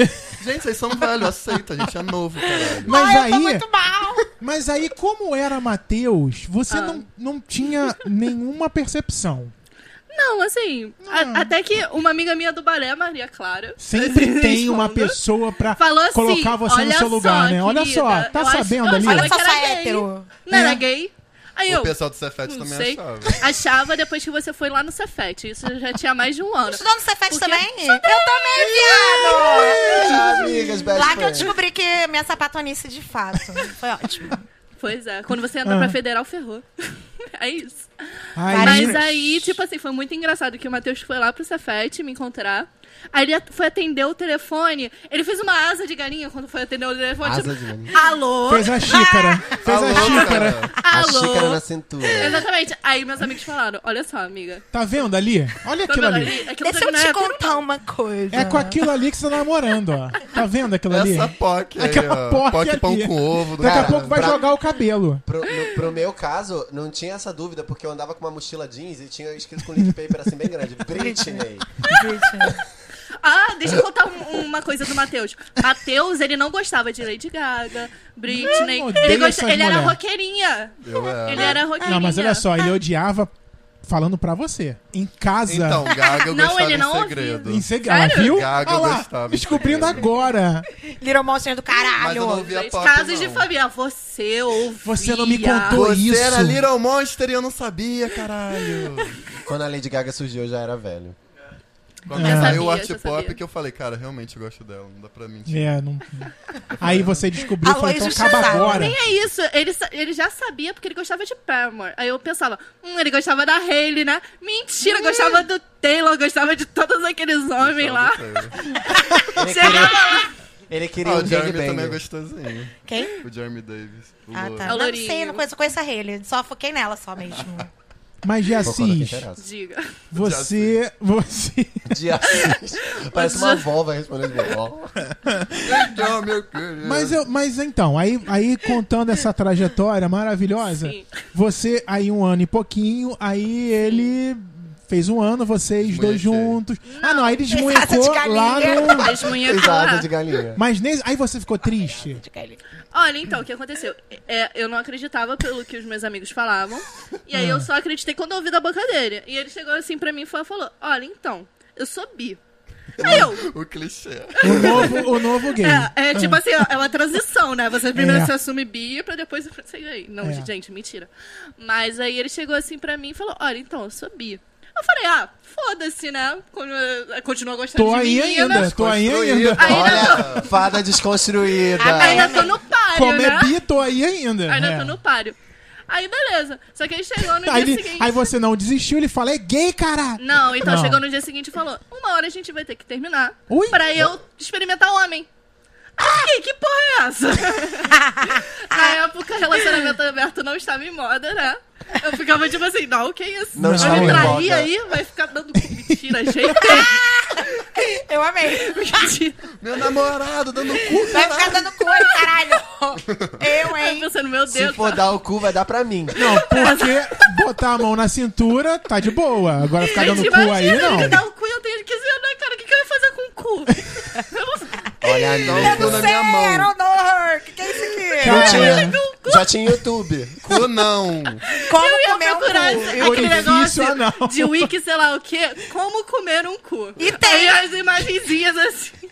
[SPEAKER 3] Gente, vocês são velhos, aceita, a gente é novo, caralho.
[SPEAKER 7] Ah,
[SPEAKER 5] Mas
[SPEAKER 6] Ai, eu tô
[SPEAKER 5] aí,
[SPEAKER 6] muito mal.
[SPEAKER 5] mas aí, como era Matheus, você
[SPEAKER 7] Ah.
[SPEAKER 5] não, não
[SPEAKER 7] [laughs]
[SPEAKER 5] tinha nenhuma percepção.
[SPEAKER 7] Não, assim,
[SPEAKER 6] Hum.
[SPEAKER 7] a- até que uma amiga minha do balé, a Maria Clara.
[SPEAKER 5] Sempre tem uma
[SPEAKER 7] respondo,
[SPEAKER 5] pessoa pra
[SPEAKER 7] Falou assim,
[SPEAKER 5] colocar você
[SPEAKER 7] olha
[SPEAKER 5] no seu lugar,
[SPEAKER 7] só,
[SPEAKER 5] né? Olha
[SPEAKER 7] querida,
[SPEAKER 5] só, tá
[SPEAKER 7] eu acho-
[SPEAKER 5] sabendo
[SPEAKER 7] eu
[SPEAKER 5] ali?
[SPEAKER 7] achava
[SPEAKER 6] Olha só,
[SPEAKER 7] que era
[SPEAKER 6] só
[SPEAKER 7] gay,
[SPEAKER 6] hétero.
[SPEAKER 7] Não era
[SPEAKER 5] É.
[SPEAKER 7] gay. Aí eu,
[SPEAKER 3] O pessoal do Cefete
[SPEAKER 7] não
[SPEAKER 3] também
[SPEAKER 7] sei,
[SPEAKER 3] achava.
[SPEAKER 7] achava depois que você foi lá no Cefete. Isso já tinha mais de um ano.
[SPEAKER 6] Estudou no Cefet
[SPEAKER 7] Porque-
[SPEAKER 6] também? Eu também, viado!
[SPEAKER 4] Amigas, best
[SPEAKER 6] É Lá que eu
[SPEAKER 4] friends.
[SPEAKER 6] descobri que minha sapatonice de fato. Foi ótimo.
[SPEAKER 7] Pois é, quando você entra
[SPEAKER 5] Ah.
[SPEAKER 7] pra federal, ferrou. [laughs] é isso.
[SPEAKER 5] Aí,
[SPEAKER 7] Mas aí, tipo assim, foi muito engraçado que o Matheus foi lá pro Cefete me encontrar. Aí ele at- foi atender o telefone. Ele fez uma asa de galinha quando foi atender o telefone.
[SPEAKER 4] Asa
[SPEAKER 7] tipo,
[SPEAKER 4] de galinha.
[SPEAKER 7] [laughs] Alô?
[SPEAKER 5] fez a
[SPEAKER 7] [laughs]
[SPEAKER 5] xícara. Fez a
[SPEAKER 3] Alô,
[SPEAKER 5] xícara.
[SPEAKER 3] Tá cara.
[SPEAKER 4] A
[SPEAKER 7] Alô?
[SPEAKER 4] xícara na cintura.
[SPEAKER 7] Exatamente. Aí meus amigos falaram: olha só, amiga.
[SPEAKER 5] Tá vendo ali? Olha
[SPEAKER 7] Tá
[SPEAKER 5] aquilo
[SPEAKER 7] vendo
[SPEAKER 5] ali.
[SPEAKER 7] ali? Aquilo
[SPEAKER 6] Deixa eu
[SPEAKER 7] não
[SPEAKER 6] te
[SPEAKER 7] é
[SPEAKER 6] contar uma coisa.
[SPEAKER 5] É com aquilo ali que você tá namorando, ó. Tá vendo aquilo
[SPEAKER 7] É
[SPEAKER 5] ali?
[SPEAKER 3] Essa POC aí, ó.
[SPEAKER 5] Aquela POC
[SPEAKER 3] POC pão
[SPEAKER 5] é ali.
[SPEAKER 3] com ovo. do
[SPEAKER 5] Daqui a
[SPEAKER 3] caralho.
[SPEAKER 5] pouco vai
[SPEAKER 4] pra-
[SPEAKER 5] jogar o cabelo.
[SPEAKER 4] Pro, no- pro meu caso, não tinha essa dúvida, porque eu andava com uma mochila jeans e tinha escrito com link paper assim bem grande. Britney.
[SPEAKER 7] Ah, deixa eu contar um- uma coisa do Matheus. Matheus, ele não gostava de Lady Gaga, Britney.
[SPEAKER 5] Eu odeio
[SPEAKER 7] Ele, gosta...
[SPEAKER 5] essas
[SPEAKER 7] ele era
[SPEAKER 5] mulher.
[SPEAKER 7] roqueirinha.
[SPEAKER 3] Eu era.
[SPEAKER 7] Ele era roqueirinha.
[SPEAKER 5] Não, mas olha só, ele odiava falando pra você. Em casa.
[SPEAKER 3] Então, Gaga eu
[SPEAKER 7] Não,
[SPEAKER 3] gostava
[SPEAKER 7] ele
[SPEAKER 3] em
[SPEAKER 7] não ouvia.
[SPEAKER 3] segredo.
[SPEAKER 5] em seg...
[SPEAKER 7] Sério?
[SPEAKER 5] Ah, viu?
[SPEAKER 3] Gaga, eu
[SPEAKER 5] Olha lá,
[SPEAKER 3] gostava. É.
[SPEAKER 5] descobrindo agora.
[SPEAKER 6] Little Monster do
[SPEAKER 3] Mas eu não
[SPEAKER 6] caralho.
[SPEAKER 3] ouvia
[SPEAKER 7] Gente,
[SPEAKER 3] POC,
[SPEAKER 7] casos
[SPEAKER 3] não.
[SPEAKER 7] de família. Você ouvia.
[SPEAKER 5] Você não me contou.
[SPEAKER 3] Você
[SPEAKER 5] é Isso.
[SPEAKER 3] era Little Monster e eu não sabia, caralho.
[SPEAKER 4] Quando a Lady Gaga surgiu, eu já era velho.
[SPEAKER 3] Quando
[SPEAKER 7] Eu
[SPEAKER 3] saiu o
[SPEAKER 7] sabia,
[SPEAKER 3] Art
[SPEAKER 7] eu
[SPEAKER 3] Pop
[SPEAKER 7] sabia.
[SPEAKER 3] que eu falei, cara, realmente eu gosto dela, não dá pra mentir.
[SPEAKER 5] É, não... Aí você descobriu e falou,
[SPEAKER 6] Aloysio
[SPEAKER 5] então acaba
[SPEAKER 6] Chazal,
[SPEAKER 5] agora.
[SPEAKER 7] Nem é isso. Ele, sa- ele já sabia porque ele gostava de Paramore. Aí eu pensava, hum, ele gostava da Hailey, né? Mentira, gostava do Taylor, gostava de todos aqueles homens lá.
[SPEAKER 4] Ele queria, ele queria
[SPEAKER 3] Ah,
[SPEAKER 4] um
[SPEAKER 3] o
[SPEAKER 4] Big
[SPEAKER 3] Jeremy também é
[SPEAKER 4] Bang.
[SPEAKER 3] gostosinho.
[SPEAKER 6] Quem?
[SPEAKER 3] O Jeremy Davis. o
[SPEAKER 6] Ah,
[SPEAKER 3] louro.
[SPEAKER 6] tá. Não,
[SPEAKER 7] Lourinho.
[SPEAKER 6] sei, não conheço, conheço a Haley. Só foquei nela só mesmo.
[SPEAKER 5] Mas de
[SPEAKER 4] Pô, quando é que
[SPEAKER 5] Assis,
[SPEAKER 4] interessa?
[SPEAKER 7] Diga.
[SPEAKER 5] você. Você.
[SPEAKER 4] De Assis. Parece uma avó vai responder de vovó.
[SPEAKER 3] Ah, meu querido.
[SPEAKER 5] Mas, eu, mas então, aí, aí contando essa trajetória maravilhosa,
[SPEAKER 7] Sim.
[SPEAKER 5] você aí um ano e pouquinho, aí ele fez um ano, vocês dois
[SPEAKER 3] Desmunhequei.
[SPEAKER 5] juntos. ah, não, aí ele desmunhecou
[SPEAKER 6] Fez asa de
[SPEAKER 5] lá
[SPEAKER 6] galinha.
[SPEAKER 5] no.
[SPEAKER 7] Desmunhecou
[SPEAKER 4] Exato,
[SPEAKER 7] lá.
[SPEAKER 4] de galinha.
[SPEAKER 5] Mas nesse, aí você ficou
[SPEAKER 7] [laughs]
[SPEAKER 5] triste.
[SPEAKER 7] Olha, então, o que aconteceu? É, eu não acreditava pelo que os meus amigos falavam. E aí eu só acreditei quando eu ouvi da boca dele. E ele chegou assim pra mim e falou- falou: Olha, então, eu sou bi. Aí eu.
[SPEAKER 3] O clichê.
[SPEAKER 5] O novo, o novo gay.
[SPEAKER 7] É, é tipo assim, ó, é uma transição, né? Você primeiro
[SPEAKER 5] Ah. É.
[SPEAKER 7] se assume bi pra depois você gay. Não,
[SPEAKER 5] É.
[SPEAKER 7] gente, mentira. Mas aí ele chegou assim pra mim e falou: Olha, então, eu sou bi. Eu falei, ah, foda-se, né? Con- eh, Continua gostando
[SPEAKER 5] Tô
[SPEAKER 7] de
[SPEAKER 5] aí
[SPEAKER 7] menina.
[SPEAKER 5] ainda, tô aí
[SPEAKER 3] Construído.
[SPEAKER 5] ainda.
[SPEAKER 7] Ainda
[SPEAKER 4] Olha, fada desconstruída.
[SPEAKER 7] Ainda tô no páreo,
[SPEAKER 5] Como
[SPEAKER 7] né?
[SPEAKER 5] é bi, tô aí ainda.
[SPEAKER 7] Ainda
[SPEAKER 5] É.
[SPEAKER 7] tô no páreo. Aí beleza. Só que aí chegou no
[SPEAKER 5] Aí,
[SPEAKER 7] dia
[SPEAKER 5] ele-
[SPEAKER 7] seguinte.
[SPEAKER 5] aí você não desistiu, ele fala, é gay, cara!
[SPEAKER 7] Não, então
[SPEAKER 5] Não.
[SPEAKER 7] chegou no dia seguinte e falou: Uma hora a gente vai ter que terminar
[SPEAKER 5] Ui.
[SPEAKER 7] pra eu experimentar homem. Ai, que porra
[SPEAKER 5] [laughs]
[SPEAKER 7] é essa? Na época, relacionamento aberto não estava em moda, né? Eu ficava tipo assim, não, que isso?
[SPEAKER 4] Não
[SPEAKER 7] vai
[SPEAKER 4] estava
[SPEAKER 7] me
[SPEAKER 4] em
[SPEAKER 7] trair
[SPEAKER 4] moda.
[SPEAKER 7] aí, vai ficar dando com mentira,
[SPEAKER 5] [laughs]
[SPEAKER 7] gente.
[SPEAKER 6] Eu amei.
[SPEAKER 3] Meu namorado dando cu.
[SPEAKER 6] Vai ficar dando cu aí, caralho. Eu,
[SPEAKER 7] Aí
[SPEAKER 6] hein?
[SPEAKER 7] pensando, meu
[SPEAKER 4] Se
[SPEAKER 7] Deus.
[SPEAKER 4] for dar o cu, vai dar pra mim.
[SPEAKER 5] Não, porque botar a mão na cintura tá de boa. Agora ficar dando
[SPEAKER 7] Gente,
[SPEAKER 5] cu aí,
[SPEAKER 7] imagina, ele um
[SPEAKER 5] não. [laughs]
[SPEAKER 7] dá o cu e eu tenho 15 anos, cara, o que, que eu ia fazer com o cu? Eu não-
[SPEAKER 4] olha ali.
[SPEAKER 3] Dá o cu na minha mão.
[SPEAKER 6] Zero Nor, que que é isso
[SPEAKER 7] um
[SPEAKER 6] aqui?
[SPEAKER 5] Cara,
[SPEAKER 4] Já tinha YouTube.
[SPEAKER 3] Cu não.
[SPEAKER 6] Como
[SPEAKER 7] Eu ia
[SPEAKER 6] comer um
[SPEAKER 7] procurar
[SPEAKER 6] cu?
[SPEAKER 7] esse-
[SPEAKER 5] Eu
[SPEAKER 7] aquele
[SPEAKER 5] difícil,
[SPEAKER 7] negócio
[SPEAKER 5] ah, não.
[SPEAKER 7] de wiki, sei lá o quê, como comer um cu.
[SPEAKER 6] E tem.
[SPEAKER 7] Aí as imagenzinhas assim.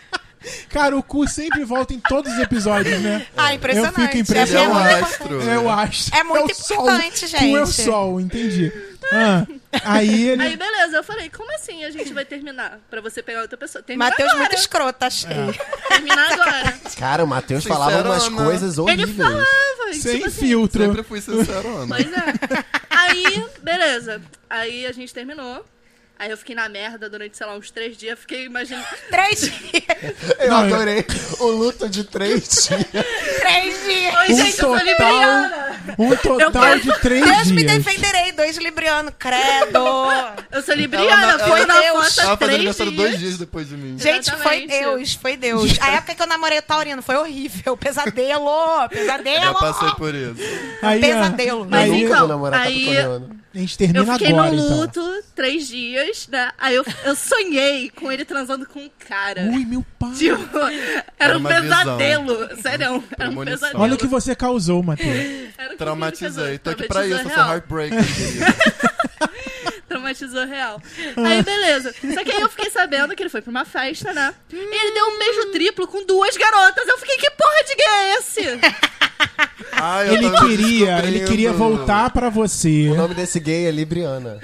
[SPEAKER 5] cara, o cu sempre volta em todos os episódios, né?
[SPEAKER 6] Ah, impressionante.
[SPEAKER 5] Eu fico
[SPEAKER 3] Ele é um
[SPEAKER 5] impressionado.
[SPEAKER 6] muito
[SPEAKER 3] astro.
[SPEAKER 5] Eu acho.
[SPEAKER 6] né? É muito
[SPEAKER 5] o sol.
[SPEAKER 6] importante,
[SPEAKER 5] Cu é o
[SPEAKER 6] gente.
[SPEAKER 5] sol, entendi. Ah, aí ele.
[SPEAKER 7] Aí tipo beleza, eu falei, como assim a gente vai terminar? Pra você pegar outra pessoa. Termina
[SPEAKER 6] Matheus
[SPEAKER 7] agora.
[SPEAKER 6] muito escroto, achei.
[SPEAKER 5] É.
[SPEAKER 7] Termina
[SPEAKER 5] [laughs]
[SPEAKER 7] agora.
[SPEAKER 4] Cara, o Matheus falava umas
[SPEAKER 3] Sincerona.
[SPEAKER 4] coisas
[SPEAKER 7] Ele
[SPEAKER 4] horríveis.
[SPEAKER 7] falava. e,
[SPEAKER 5] sem
[SPEAKER 7] tipo assim,
[SPEAKER 5] filtro.
[SPEAKER 3] Sempre fui sincero,
[SPEAKER 7] Pois é. Aí, beleza. Aí a gente terminou. Aí eu fiquei na merda durante, sei lá, uns três dias. Fiquei imaginando.
[SPEAKER 6] Três
[SPEAKER 5] [laughs]
[SPEAKER 6] dias.
[SPEAKER 4] Eu
[SPEAKER 5] Não, eu-
[SPEAKER 4] adorei o luto de
[SPEAKER 5] [laughs]
[SPEAKER 4] três dias.
[SPEAKER 6] Três dias.
[SPEAKER 7] Oi,
[SPEAKER 5] Um
[SPEAKER 7] gente, eu sou
[SPEAKER 5] total-
[SPEAKER 7] libriana.
[SPEAKER 5] Um total de três
[SPEAKER 6] Deus me
[SPEAKER 5] dias.
[SPEAKER 6] defenderei. Dois libriano, credo.
[SPEAKER 7] Eu sou libriana,
[SPEAKER 3] Ela-
[SPEAKER 7] foi
[SPEAKER 3] ela-
[SPEAKER 7] na
[SPEAKER 6] ela-
[SPEAKER 7] fossa
[SPEAKER 3] Tava fazendo
[SPEAKER 7] três
[SPEAKER 3] aniversário
[SPEAKER 7] dias.
[SPEAKER 3] dois dias depois de mim.
[SPEAKER 6] Gente, foi
[SPEAKER 7] Exatamente.
[SPEAKER 6] Deus, foi Deus. A época que eu namorei o Taurino foi horrível. Pesadelo, pesadelo.
[SPEAKER 3] Já passei por isso.
[SPEAKER 5] Aí,
[SPEAKER 6] Pesadelo.
[SPEAKER 5] ah,
[SPEAKER 7] Mas
[SPEAKER 5] aí
[SPEAKER 7] então, aí-
[SPEAKER 4] coreano.
[SPEAKER 5] a gente
[SPEAKER 7] Eu
[SPEAKER 5] termina
[SPEAKER 7] fiquei
[SPEAKER 5] agora,
[SPEAKER 7] no
[SPEAKER 5] então.
[SPEAKER 7] luto três dias, né? Aí eu, eu sonhei com ele transando com um cara.
[SPEAKER 5] Ui, meu pai.
[SPEAKER 7] Tipo, era
[SPEAKER 3] Era
[SPEAKER 7] um
[SPEAKER 3] uma visão.
[SPEAKER 7] pesadelo. Sério, era um
[SPEAKER 3] Premonição.
[SPEAKER 7] pesadelo.
[SPEAKER 5] Olha o que você causou, Matheus.
[SPEAKER 7] Era o que
[SPEAKER 3] Traumatizei.
[SPEAKER 7] ele
[SPEAKER 3] Tô aqui
[SPEAKER 7] causou.
[SPEAKER 3] pra isso, eu
[SPEAKER 7] Traumatizou
[SPEAKER 3] sou
[SPEAKER 7] real.
[SPEAKER 3] heartbreaker. querido.
[SPEAKER 7] Traumatizou real. Aí, beleza. Só que aí eu fiquei sabendo que ele foi pra uma festa, né? E ele deu um beijo triplo com duas garotas. Eu fiquei, que porra de gay é esse?
[SPEAKER 3] Ai, eu
[SPEAKER 5] Ele
[SPEAKER 3] tava
[SPEAKER 5] queria, ele
[SPEAKER 3] descobrindo.
[SPEAKER 5] queria voltar pra você.
[SPEAKER 4] O nome desse gay é Libriana.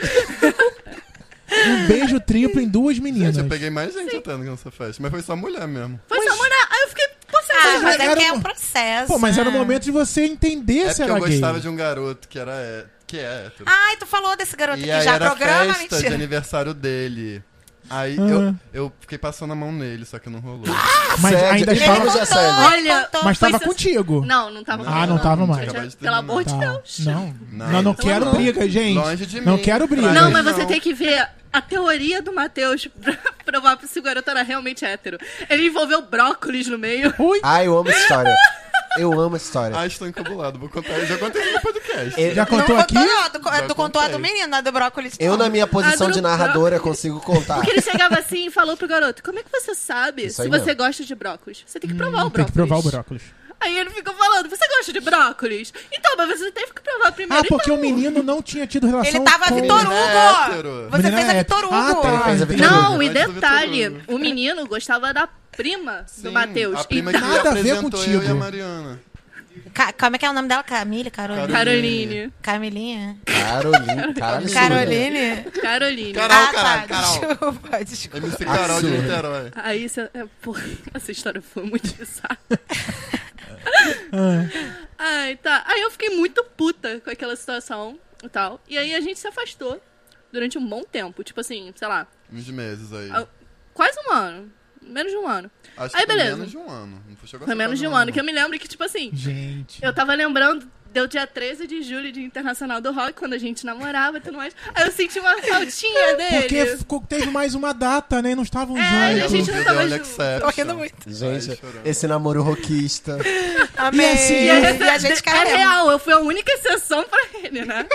[SPEAKER 5] Um beijo triplo em duas meninas.
[SPEAKER 3] Gente, eu peguei mais gente até nessa festa, mas foi só mulher mesmo.
[SPEAKER 7] Foi só mulher. Aí eu fiquei, pô,
[SPEAKER 6] Ah,
[SPEAKER 7] sério,
[SPEAKER 6] mas
[SPEAKER 5] Era
[SPEAKER 6] é que é
[SPEAKER 5] um-
[SPEAKER 6] um processo.
[SPEAKER 5] Pô, mas era o
[SPEAKER 6] né?
[SPEAKER 5] momento de você entender
[SPEAKER 3] É
[SPEAKER 5] se
[SPEAKER 3] porque eu
[SPEAKER 5] era gay.
[SPEAKER 3] gostava de um garoto que era é- que é hétero.
[SPEAKER 6] Ai, tu falou desse garoto
[SPEAKER 3] E
[SPEAKER 6] aqui
[SPEAKER 3] aí
[SPEAKER 6] já.
[SPEAKER 3] era
[SPEAKER 6] Programa,
[SPEAKER 3] festa de
[SPEAKER 6] mentira.
[SPEAKER 3] aniversário dele. Aí
[SPEAKER 5] Uhum.
[SPEAKER 3] eu, eu fiquei passando a mão nele, só que não rolou.
[SPEAKER 7] Ah!
[SPEAKER 5] Mas
[SPEAKER 4] Sede,
[SPEAKER 5] ainda
[SPEAKER 4] ele
[SPEAKER 5] estava-
[SPEAKER 4] não já sede.
[SPEAKER 7] Olha,
[SPEAKER 6] contou.
[SPEAKER 5] Mas
[SPEAKER 7] Foi
[SPEAKER 5] tava
[SPEAKER 7] sens-
[SPEAKER 5] contigo.
[SPEAKER 7] Não, não tava
[SPEAKER 5] Ah, não tava mais.
[SPEAKER 7] Gente,
[SPEAKER 3] Acabei de
[SPEAKER 7] Pelo amor de
[SPEAKER 5] Tá.
[SPEAKER 7] Deus.
[SPEAKER 5] Não,
[SPEAKER 3] Não,
[SPEAKER 5] não, não,
[SPEAKER 3] não,
[SPEAKER 5] quero
[SPEAKER 7] não.
[SPEAKER 5] briga, gente.
[SPEAKER 3] Longe de
[SPEAKER 5] Não
[SPEAKER 3] mim.
[SPEAKER 5] quero briga.
[SPEAKER 7] Não, mas você
[SPEAKER 3] Não.
[SPEAKER 7] tem que ver a teoria do Matheus [laughs] pra provar se o garoto era realmente hétero. Ele envolveu brócolis no meio.
[SPEAKER 5] Ui,
[SPEAKER 4] Ai, eu amo essa história. Eu amo essa história.
[SPEAKER 3] Ai, estou encabulado. Vou contar. Eu já contei isso no podcast.
[SPEAKER 4] Eu-
[SPEAKER 5] já
[SPEAKER 6] Não
[SPEAKER 5] contou
[SPEAKER 6] contou,
[SPEAKER 5] aqui?
[SPEAKER 6] não. Tu,
[SPEAKER 3] Já
[SPEAKER 6] tu contou a do
[SPEAKER 3] contei.
[SPEAKER 6] menino, a do brócolis.
[SPEAKER 4] Eu, na minha posição
[SPEAKER 7] Adoro
[SPEAKER 4] de narradora, consigo contar.
[SPEAKER 7] Porque ele chegava assim e falou pro garoto: Como é que você sabe
[SPEAKER 4] Isso
[SPEAKER 7] se
[SPEAKER 4] aí
[SPEAKER 7] você
[SPEAKER 4] mesmo.
[SPEAKER 7] gosta de brócolis? Você tem que provar o
[SPEAKER 5] Hum, Tem
[SPEAKER 7] brócolis.
[SPEAKER 5] que provar o brócolis.
[SPEAKER 7] Aí ele ficou falando: Você gosta de brócolis? Então, mas você teve que provar primeiro.
[SPEAKER 5] Ah, porque
[SPEAKER 7] então.
[SPEAKER 5] o menino não tinha tido relação
[SPEAKER 6] Ele tava
[SPEAKER 5] com...
[SPEAKER 6] Vitor
[SPEAKER 3] Menina é hétero.
[SPEAKER 6] Hugo. Você
[SPEAKER 5] Menina
[SPEAKER 6] fez a
[SPEAKER 5] hétero.
[SPEAKER 6] Vitor Hugo.
[SPEAKER 5] Ah, tá.
[SPEAKER 4] Ele fez a Vitor Hugo.
[SPEAKER 7] Não, e
[SPEAKER 3] Antes do Vitor
[SPEAKER 7] detalhe:
[SPEAKER 3] Hugo.
[SPEAKER 7] O menino gostava da prima do
[SPEAKER 3] Sim,
[SPEAKER 7] Então, Matheus.
[SPEAKER 3] A prima
[SPEAKER 7] E-
[SPEAKER 3] que
[SPEAKER 5] Nada a ver
[SPEAKER 3] apresentou eu e
[SPEAKER 5] contigo.
[SPEAKER 3] a Mariana.
[SPEAKER 6] Ca- Como é que é o nome dela? Camille? Carolina?
[SPEAKER 7] Caroline.
[SPEAKER 6] Camilinha?
[SPEAKER 4] Caroline. Caralho, isso é-
[SPEAKER 6] Caroline?
[SPEAKER 7] Caroline.
[SPEAKER 3] Caralho,
[SPEAKER 6] ah,
[SPEAKER 3] caralho,
[SPEAKER 6] tá.
[SPEAKER 3] Carol.
[SPEAKER 6] Desculpa, desculpa.
[SPEAKER 3] MC Carol de
[SPEAKER 4] Absurdo.
[SPEAKER 3] Niterói.
[SPEAKER 7] Aí, cê- é, porra, [laughs] essa história foi muito [laughs] bizarra. Ai, tá. Aí eu fiquei muito puta com aquela situação e tal. E aí a gente se afastou durante um bom tempo. Tipo assim, sei lá,
[SPEAKER 3] Uns meses aí.
[SPEAKER 7] Ah, quase um ano. Menos de um ano.
[SPEAKER 3] Acho
[SPEAKER 7] aí,
[SPEAKER 3] que foi
[SPEAKER 7] beleza.
[SPEAKER 3] menos de um ano. Não chegou a
[SPEAKER 7] Foi
[SPEAKER 3] ser
[SPEAKER 7] menos
[SPEAKER 3] quase
[SPEAKER 7] de um ano. Que eu me lembro que, tipo assim,
[SPEAKER 5] Gente.
[SPEAKER 7] eu tava lembrando. Deu dia 13 de julho, Dia Internacional do Rock, quando a gente namorava e tudo mais. Aí eu senti uma faltinha dele.
[SPEAKER 5] Porque ficou- teve mais uma data, né? Não estavam
[SPEAKER 7] Ai,
[SPEAKER 3] Aí
[SPEAKER 7] a
[SPEAKER 3] eu
[SPEAKER 5] juntos.
[SPEAKER 7] gente
[SPEAKER 3] vi
[SPEAKER 7] não
[SPEAKER 3] o
[SPEAKER 7] tava
[SPEAKER 3] The Only
[SPEAKER 7] junto.
[SPEAKER 3] Exception.
[SPEAKER 6] Tô rindo muito.
[SPEAKER 4] Gente,
[SPEAKER 3] Ai, chorando.
[SPEAKER 4] esse namoro roquista.
[SPEAKER 6] Amei.
[SPEAKER 5] E assim,
[SPEAKER 6] E a gente
[SPEAKER 7] é
[SPEAKER 6] caramba.
[SPEAKER 7] real, eu fui a única exceção pra ele, né?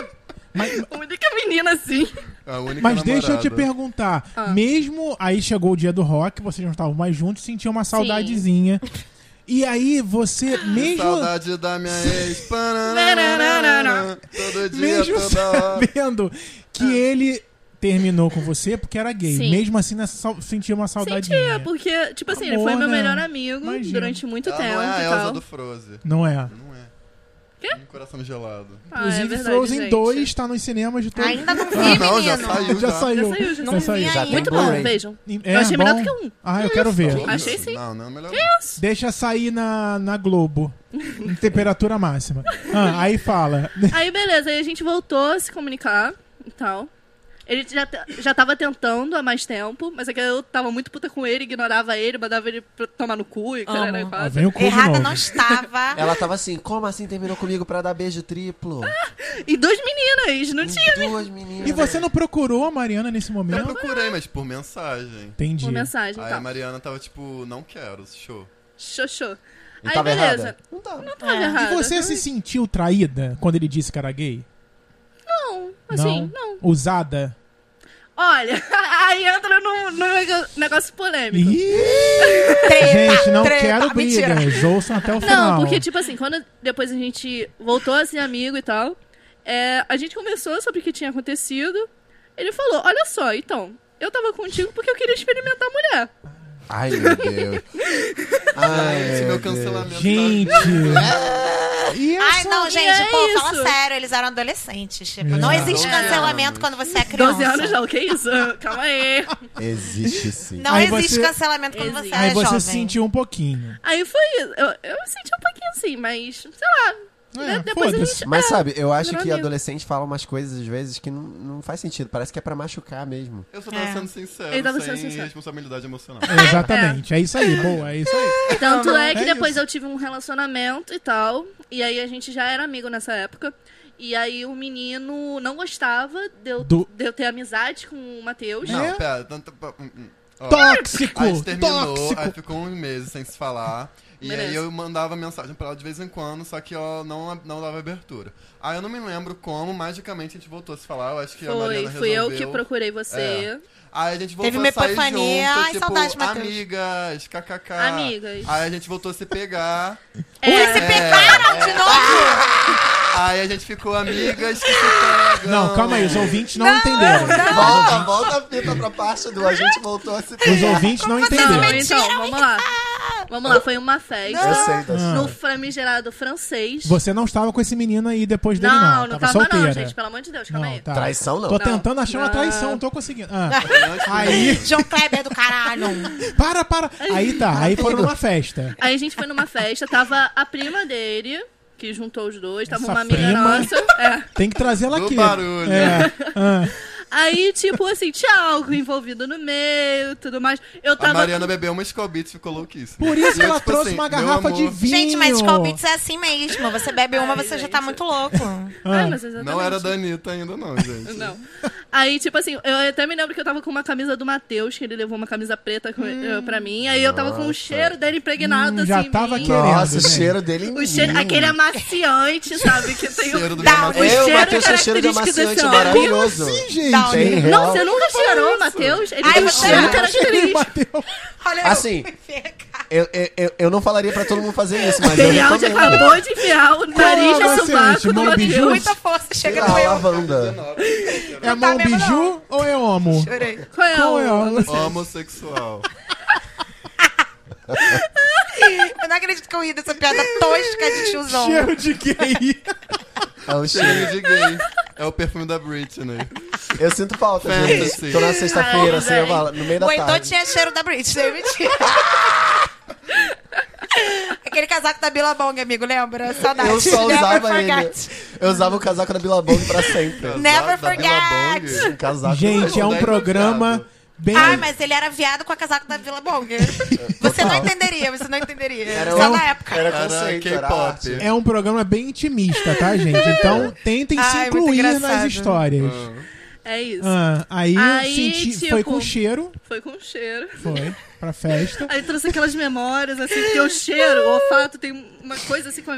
[SPEAKER 5] Mas,
[SPEAKER 7] A única menina, assim.
[SPEAKER 3] A única
[SPEAKER 5] mas deixa eu te
[SPEAKER 3] namorada.
[SPEAKER 5] perguntar. Mesmo aí chegou o dia do rock, vocês não estavam mais juntos, sentia uma saudadezinha. E
[SPEAKER 3] [laughs]
[SPEAKER 5] aí você mesmo...
[SPEAKER 3] Saudade da minha ex.
[SPEAKER 7] Nananana.
[SPEAKER 3] Todo dia,
[SPEAKER 5] mesmo
[SPEAKER 3] toda hora. É.
[SPEAKER 5] sabendo que ele terminou com você porque era gay.
[SPEAKER 7] Sim.
[SPEAKER 5] Mesmo assim, nessa sal- sentia uma saudadinha.
[SPEAKER 7] Sentia, porque, tipo assim, ele
[SPEAKER 5] Amor,
[SPEAKER 7] foi meu
[SPEAKER 5] né?
[SPEAKER 7] melhor amigo
[SPEAKER 5] Imagina.
[SPEAKER 7] durante muito
[SPEAKER 3] Ela
[SPEAKER 7] tempo
[SPEAKER 3] não é a
[SPEAKER 7] e
[SPEAKER 3] Elsa
[SPEAKER 7] tal.
[SPEAKER 3] do Frozen.
[SPEAKER 5] Não é?
[SPEAKER 3] Não é.
[SPEAKER 7] Quê?
[SPEAKER 3] Um coração gelado.
[SPEAKER 7] Ah, é
[SPEAKER 5] Inclusive,
[SPEAKER 7] verdade,
[SPEAKER 5] Frozen
[SPEAKER 7] gente.
[SPEAKER 5] 2 tá nos cinemas de todo
[SPEAKER 6] Ainda não vi,
[SPEAKER 3] Ah, não, já
[SPEAKER 6] menino.
[SPEAKER 3] saiu.
[SPEAKER 5] Já
[SPEAKER 3] já.
[SPEAKER 5] saiu.
[SPEAKER 7] Já saiu, já.
[SPEAKER 6] Não vi
[SPEAKER 4] Já
[SPEAKER 6] ainda.
[SPEAKER 4] tem
[SPEAKER 7] Muito bom,
[SPEAKER 4] Blu-ray.
[SPEAKER 7] vejam.
[SPEAKER 5] É,
[SPEAKER 7] eu achei melhor do que
[SPEAKER 5] bom?
[SPEAKER 7] um.
[SPEAKER 5] Ah, eu quero ver.
[SPEAKER 3] Não,
[SPEAKER 7] Achei
[SPEAKER 3] não,
[SPEAKER 7] sim.
[SPEAKER 3] Não, não, melhor.
[SPEAKER 5] Deixa sair na, na Globo. [laughs] Em temperatura máxima. Ah, aí
[SPEAKER 7] [laughs]
[SPEAKER 5] fala.
[SPEAKER 7] Aí, beleza, aí a gente voltou a se comunicar e tal. Ele já, te- já tava tentando há mais tempo, mas é que eu tava muito puta com ele, ignorava ele, mandava ele pra tomar no cu e caralho, e
[SPEAKER 5] Ah,
[SPEAKER 7] quatro.
[SPEAKER 5] vem o cu de
[SPEAKER 6] Errada
[SPEAKER 5] novo.
[SPEAKER 6] não estava.
[SPEAKER 4] Ela tava assim, como assim terminou comigo pra dar beijo triplo?
[SPEAKER 7] E duas meninas,
[SPEAKER 3] Hum.
[SPEAKER 7] não tinha
[SPEAKER 4] Duas meninas.
[SPEAKER 5] E você não procurou a Mariana nesse
[SPEAKER 3] Eu
[SPEAKER 5] momento?
[SPEAKER 3] procurei, mas por mensagem.
[SPEAKER 5] Entendi.
[SPEAKER 7] uma mensagem e
[SPEAKER 3] Aí a
[SPEAKER 7] tal.
[SPEAKER 3] Mariana tava tipo, não quero, show.
[SPEAKER 7] Xoxô.
[SPEAKER 4] E
[SPEAKER 7] Aí,
[SPEAKER 4] tava
[SPEAKER 7] beleza.
[SPEAKER 4] errada? Não tava.
[SPEAKER 7] Não tava errado.
[SPEAKER 5] É. E você se sentiu traída quando ele disse que era gay?
[SPEAKER 7] assim, Não, assim, não.
[SPEAKER 5] Usada?
[SPEAKER 7] Olha, [laughs] aí entra num, num neg- negócio polêmico.
[SPEAKER 5] Gente, não
[SPEAKER 6] treta,
[SPEAKER 5] quero
[SPEAKER 6] mentira.
[SPEAKER 5] brigas. Ouçam até o final.
[SPEAKER 7] Não, porque, tipo assim, quando depois a gente voltou a ser amigo e tal, é, a gente conversou sobre o que tinha acontecido. Ele falou: Olha só, então, eu tava contigo porque eu queria experimentar a mulher.
[SPEAKER 4] Ai, meu Deus. Ai,
[SPEAKER 3] Esse
[SPEAKER 4] meu
[SPEAKER 3] meu
[SPEAKER 4] Deus.
[SPEAKER 3] cancelamento.
[SPEAKER 5] É,
[SPEAKER 3] tá-
[SPEAKER 5] Gente. [laughs] E
[SPEAKER 6] Ai,
[SPEAKER 5] essa-
[SPEAKER 6] não, gente,
[SPEAKER 7] é
[SPEAKER 6] pô, fala
[SPEAKER 7] isso.
[SPEAKER 6] sério, eles eram adolescentes. Tipo, não
[SPEAKER 5] É.
[SPEAKER 6] existe
[SPEAKER 3] 12
[SPEAKER 6] cancelamento quando você é criança.
[SPEAKER 7] 12 anos não, que isso? Ah, Calma aí.
[SPEAKER 4] Existe sim.
[SPEAKER 6] Não
[SPEAKER 5] Aí
[SPEAKER 6] existe
[SPEAKER 5] você-
[SPEAKER 6] cancelamento quando você
[SPEAKER 7] Existe.
[SPEAKER 5] Aí
[SPEAKER 6] é
[SPEAKER 5] você
[SPEAKER 6] jovem.
[SPEAKER 5] sentiu um pouquinho.
[SPEAKER 7] Aí foi isso. Eu, eu senti um pouquinho assim, mas, sei lá.
[SPEAKER 5] É,
[SPEAKER 7] né, depois a [laughs]
[SPEAKER 5] foda-se.
[SPEAKER 7] gente.
[SPEAKER 4] Mas
[SPEAKER 7] é,
[SPEAKER 4] sabe, eu acho
[SPEAKER 7] virou
[SPEAKER 4] que
[SPEAKER 7] amigo.
[SPEAKER 4] adolescente fala umas coisas às vezes que não, não faz sentido. Parece que é pra machucar mesmo.
[SPEAKER 3] Eu só tava
[SPEAKER 6] É.
[SPEAKER 3] sendo sincero,
[SPEAKER 7] Ele tava
[SPEAKER 3] sem
[SPEAKER 7] sendo sincero.
[SPEAKER 3] responsabilidade emocional.
[SPEAKER 5] Exatamente. É isso aí, boa. É isso aí.
[SPEAKER 7] Tanto é que
[SPEAKER 5] é
[SPEAKER 7] depois eu tive um relacionamento e tal. E aí a gente já era amigo nessa época. E aí o menino não gostava de eu,
[SPEAKER 5] Do-
[SPEAKER 7] de eu ter amizade com o Matheus.
[SPEAKER 5] É.
[SPEAKER 3] Não, pera. Tanto, pa- hum, hum. Ó,
[SPEAKER 5] Tóxico!
[SPEAKER 3] Aí a gente terminou,
[SPEAKER 5] Tóxico!
[SPEAKER 3] aí ficou um mês sem se falar. E
[SPEAKER 7] Beleza.
[SPEAKER 3] aí eu mandava mensagem pra ela de vez em quando, só que ela não, não dava abertura. Aí eu não me lembro como, magicamente a gente voltou a se falar. Eu acho que a
[SPEAKER 7] Foi,
[SPEAKER 3] Mariana
[SPEAKER 7] fui eu que
[SPEAKER 3] resolveu.
[SPEAKER 7] procurei você.
[SPEAKER 3] Aí a gente voltou
[SPEAKER 6] Teve uma
[SPEAKER 3] a sair
[SPEAKER 6] epifania.
[SPEAKER 3] junto,
[SPEAKER 6] Ai,
[SPEAKER 3] tipo,
[SPEAKER 6] saudade, Matheus.
[SPEAKER 3] amigas, kkk.
[SPEAKER 7] Amigas.
[SPEAKER 3] Aí a gente voltou a se pegar.
[SPEAKER 7] É.
[SPEAKER 3] É,
[SPEAKER 6] Pegaram de novo!
[SPEAKER 3] aí a gente ficou amigas que se pegam.
[SPEAKER 5] Não, calma aí, os ouvintes não, entenderam.
[SPEAKER 4] [laughs] Volta, volta a fita pra parte do a gente voltou a se
[SPEAKER 5] Os ouvintes não entenderam.
[SPEAKER 7] Não, então, vamos lá. Vamos lá, foi uma festa.
[SPEAKER 4] Eu sei, tá
[SPEAKER 7] No famigerado francês.
[SPEAKER 5] Você não estava com esse menino aí depois dele,
[SPEAKER 7] Não,
[SPEAKER 5] não. tava
[SPEAKER 7] não tava
[SPEAKER 5] solteira.
[SPEAKER 7] não, gente. Pelo amor de Deus, calma
[SPEAKER 5] Não,
[SPEAKER 7] aí.
[SPEAKER 5] tá.
[SPEAKER 4] Traição não.
[SPEAKER 5] Tô
[SPEAKER 7] Não.
[SPEAKER 5] tentando achar uma
[SPEAKER 7] Não.
[SPEAKER 5] traição, não tô conseguindo. Ah,
[SPEAKER 3] Antes,
[SPEAKER 5] aí,
[SPEAKER 6] João Kleber é do caralho.
[SPEAKER 5] [laughs] para, para. Aí tá, aí foram numa festa.
[SPEAKER 7] Aí a gente foi numa festa, tava a prima dele, que juntou os dois, tava
[SPEAKER 5] Essa
[SPEAKER 7] uma amiga
[SPEAKER 5] prima.
[SPEAKER 7] nossa. É.
[SPEAKER 5] Tem que trazer ela
[SPEAKER 3] Do
[SPEAKER 5] aqui.
[SPEAKER 3] barulho.
[SPEAKER 5] É. Ah,
[SPEAKER 7] Aí, tipo assim, tinha algo envolvido no meio tudo mais. Eu
[SPEAKER 3] a
[SPEAKER 7] tava.
[SPEAKER 3] Mariana bebeu uma Scobit e ficou louquíssima.
[SPEAKER 5] É. por isso
[SPEAKER 3] E eu,
[SPEAKER 5] ela
[SPEAKER 3] tipo
[SPEAKER 5] trouxe
[SPEAKER 3] assim,
[SPEAKER 5] uma
[SPEAKER 3] meu
[SPEAKER 5] garrafa
[SPEAKER 3] amor,
[SPEAKER 5] de vinho.
[SPEAKER 6] Gente, mas Skull Beats é assim mesmo. Você bebe uma, você já tá muito louco.
[SPEAKER 7] Ai, mas exatamente.
[SPEAKER 3] Não era da Anitta ainda não, gente.
[SPEAKER 7] [laughs] Não. Aí, tipo assim, eu até me lembro que eu tava com uma camisa do Matheus, que ele levou uma camisa preta com, eh, pra mim. Aí eu tava com o cheiro dele impregnado,
[SPEAKER 5] Hum,
[SPEAKER 7] assim.
[SPEAKER 5] já
[SPEAKER 7] em
[SPEAKER 5] tava
[SPEAKER 7] mim.
[SPEAKER 5] querendo,
[SPEAKER 4] Nossa, o
[SPEAKER 5] gente.
[SPEAKER 4] cheiro dele é em
[SPEAKER 7] O cheiro,
[SPEAKER 4] mim.
[SPEAKER 7] aquele é amaciante, sabe? Que tem o.
[SPEAKER 3] Cheiro do
[SPEAKER 6] Dá
[SPEAKER 3] meu
[SPEAKER 6] um
[SPEAKER 3] amor.
[SPEAKER 7] [laughs]
[SPEAKER 4] Eu,
[SPEAKER 7] cheiro
[SPEAKER 4] Matheus, tem cheiro de
[SPEAKER 7] característico desse
[SPEAKER 4] amaciante
[SPEAKER 7] homem.
[SPEAKER 4] maravilhoso.
[SPEAKER 5] Sim, gente.
[SPEAKER 6] Não,
[SPEAKER 4] Tem
[SPEAKER 7] Não,
[SPEAKER 4] real.
[SPEAKER 7] você nunca cheirou, Matheus? Ele
[SPEAKER 6] Ai,
[SPEAKER 7] tem um
[SPEAKER 6] você
[SPEAKER 7] cheiro
[SPEAKER 6] não.
[SPEAKER 7] característico.
[SPEAKER 5] É. Mateus.
[SPEAKER 6] Olha
[SPEAKER 4] Assim, eu, eu, eu, eu não falaria pra todo mundo fazer isso, mas eu
[SPEAKER 7] Serial de
[SPEAKER 4] recomendo.
[SPEAKER 7] acabou de enfiar o nariz
[SPEAKER 5] é o
[SPEAKER 7] e o
[SPEAKER 5] amaciante?
[SPEAKER 7] sovaco do
[SPEAKER 5] Moby
[SPEAKER 7] Matheus.
[SPEAKER 5] Juice?
[SPEAKER 6] Muita força,
[SPEAKER 4] Sei
[SPEAKER 6] chega
[SPEAKER 4] lá,
[SPEAKER 6] no eu.
[SPEAKER 4] lavanda.
[SPEAKER 5] É
[SPEAKER 6] tá
[SPEAKER 5] mão
[SPEAKER 6] mesmo,
[SPEAKER 5] biju ou é homo?
[SPEAKER 6] Chorei.
[SPEAKER 7] Qual é
[SPEAKER 5] Qual
[SPEAKER 7] o-
[SPEAKER 5] é homo?
[SPEAKER 3] Homossexual.
[SPEAKER 6] Eu não acredito que eu ri dessa piada tosca de tiozão.
[SPEAKER 5] Cheiro de gay.
[SPEAKER 4] É o cheiro.
[SPEAKER 3] Cheiro de gay. É o perfume da Britney.
[SPEAKER 4] Eu sinto falta, gente.
[SPEAKER 3] Fantasy.
[SPEAKER 4] Tô na sexta-feira,
[SPEAKER 7] Ai,
[SPEAKER 4] assim, eu
[SPEAKER 7] velho.
[SPEAKER 4] falo, no meio da
[SPEAKER 6] O
[SPEAKER 7] então
[SPEAKER 6] Heitor
[SPEAKER 4] tarde.
[SPEAKER 6] então tinha cheiro da Britney, né?
[SPEAKER 4] [laughs]
[SPEAKER 6] mentira. Aquele casaco da Billabong, amigo, lembra? Saudade.
[SPEAKER 4] Eu só
[SPEAKER 6] Never
[SPEAKER 4] usava ele.
[SPEAKER 6] forgot.
[SPEAKER 4] Eu usava o casaco da Billabong pra sempre.
[SPEAKER 6] Never
[SPEAKER 3] Da Vila
[SPEAKER 6] forget.
[SPEAKER 3] Bong.
[SPEAKER 4] Um casaco.
[SPEAKER 5] Gente, é um
[SPEAKER 3] Daí
[SPEAKER 5] programa
[SPEAKER 3] foi
[SPEAKER 5] bem.
[SPEAKER 6] Ah, mas ele era viado com a casaco da Vila Bong. Você não
[SPEAKER 4] Total.
[SPEAKER 6] entenderia, você não entenderia.
[SPEAKER 4] Era
[SPEAKER 6] Só
[SPEAKER 4] um-
[SPEAKER 6] na época.
[SPEAKER 4] Era
[SPEAKER 3] Era
[SPEAKER 4] conceito, era
[SPEAKER 3] K-pop.
[SPEAKER 4] arte.
[SPEAKER 5] É um programa bem intimista, tá, gente? Então tentem se
[SPEAKER 6] Ai, muito
[SPEAKER 5] incluir nas
[SPEAKER 6] engraçado.
[SPEAKER 5] histórias.
[SPEAKER 7] É isso.
[SPEAKER 5] Ah, aí
[SPEAKER 7] Aí,
[SPEAKER 5] senti,
[SPEAKER 7] tipo-
[SPEAKER 5] foi com cheiro,
[SPEAKER 7] Foi com cheiro.
[SPEAKER 5] foi, pra festa.
[SPEAKER 7] Aí trouxe aquelas memórias, assim, porque o cheiro, o olfato, tem uma coisa assim com a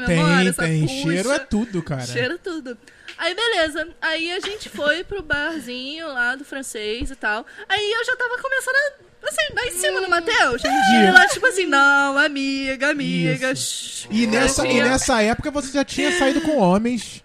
[SPEAKER 5] Tem,
[SPEAKER 7] memória, sabe?
[SPEAKER 5] tem.
[SPEAKER 7] Puxa.
[SPEAKER 5] Cheiro é tudo, cara.
[SPEAKER 7] Cheiro é tudo. Aí, beleza. Aí a gente foi pro barzinho lá do francês e tal. Aí eu já tava começando a, assim, lá em cima
[SPEAKER 6] Hum.
[SPEAKER 7] do Matheus. E ele lá, tipo assim, não, amiga, amiga. shh.
[SPEAKER 5] E nessa, e
[SPEAKER 7] é Cheiro.
[SPEAKER 5] nessa época você já tinha saído com homens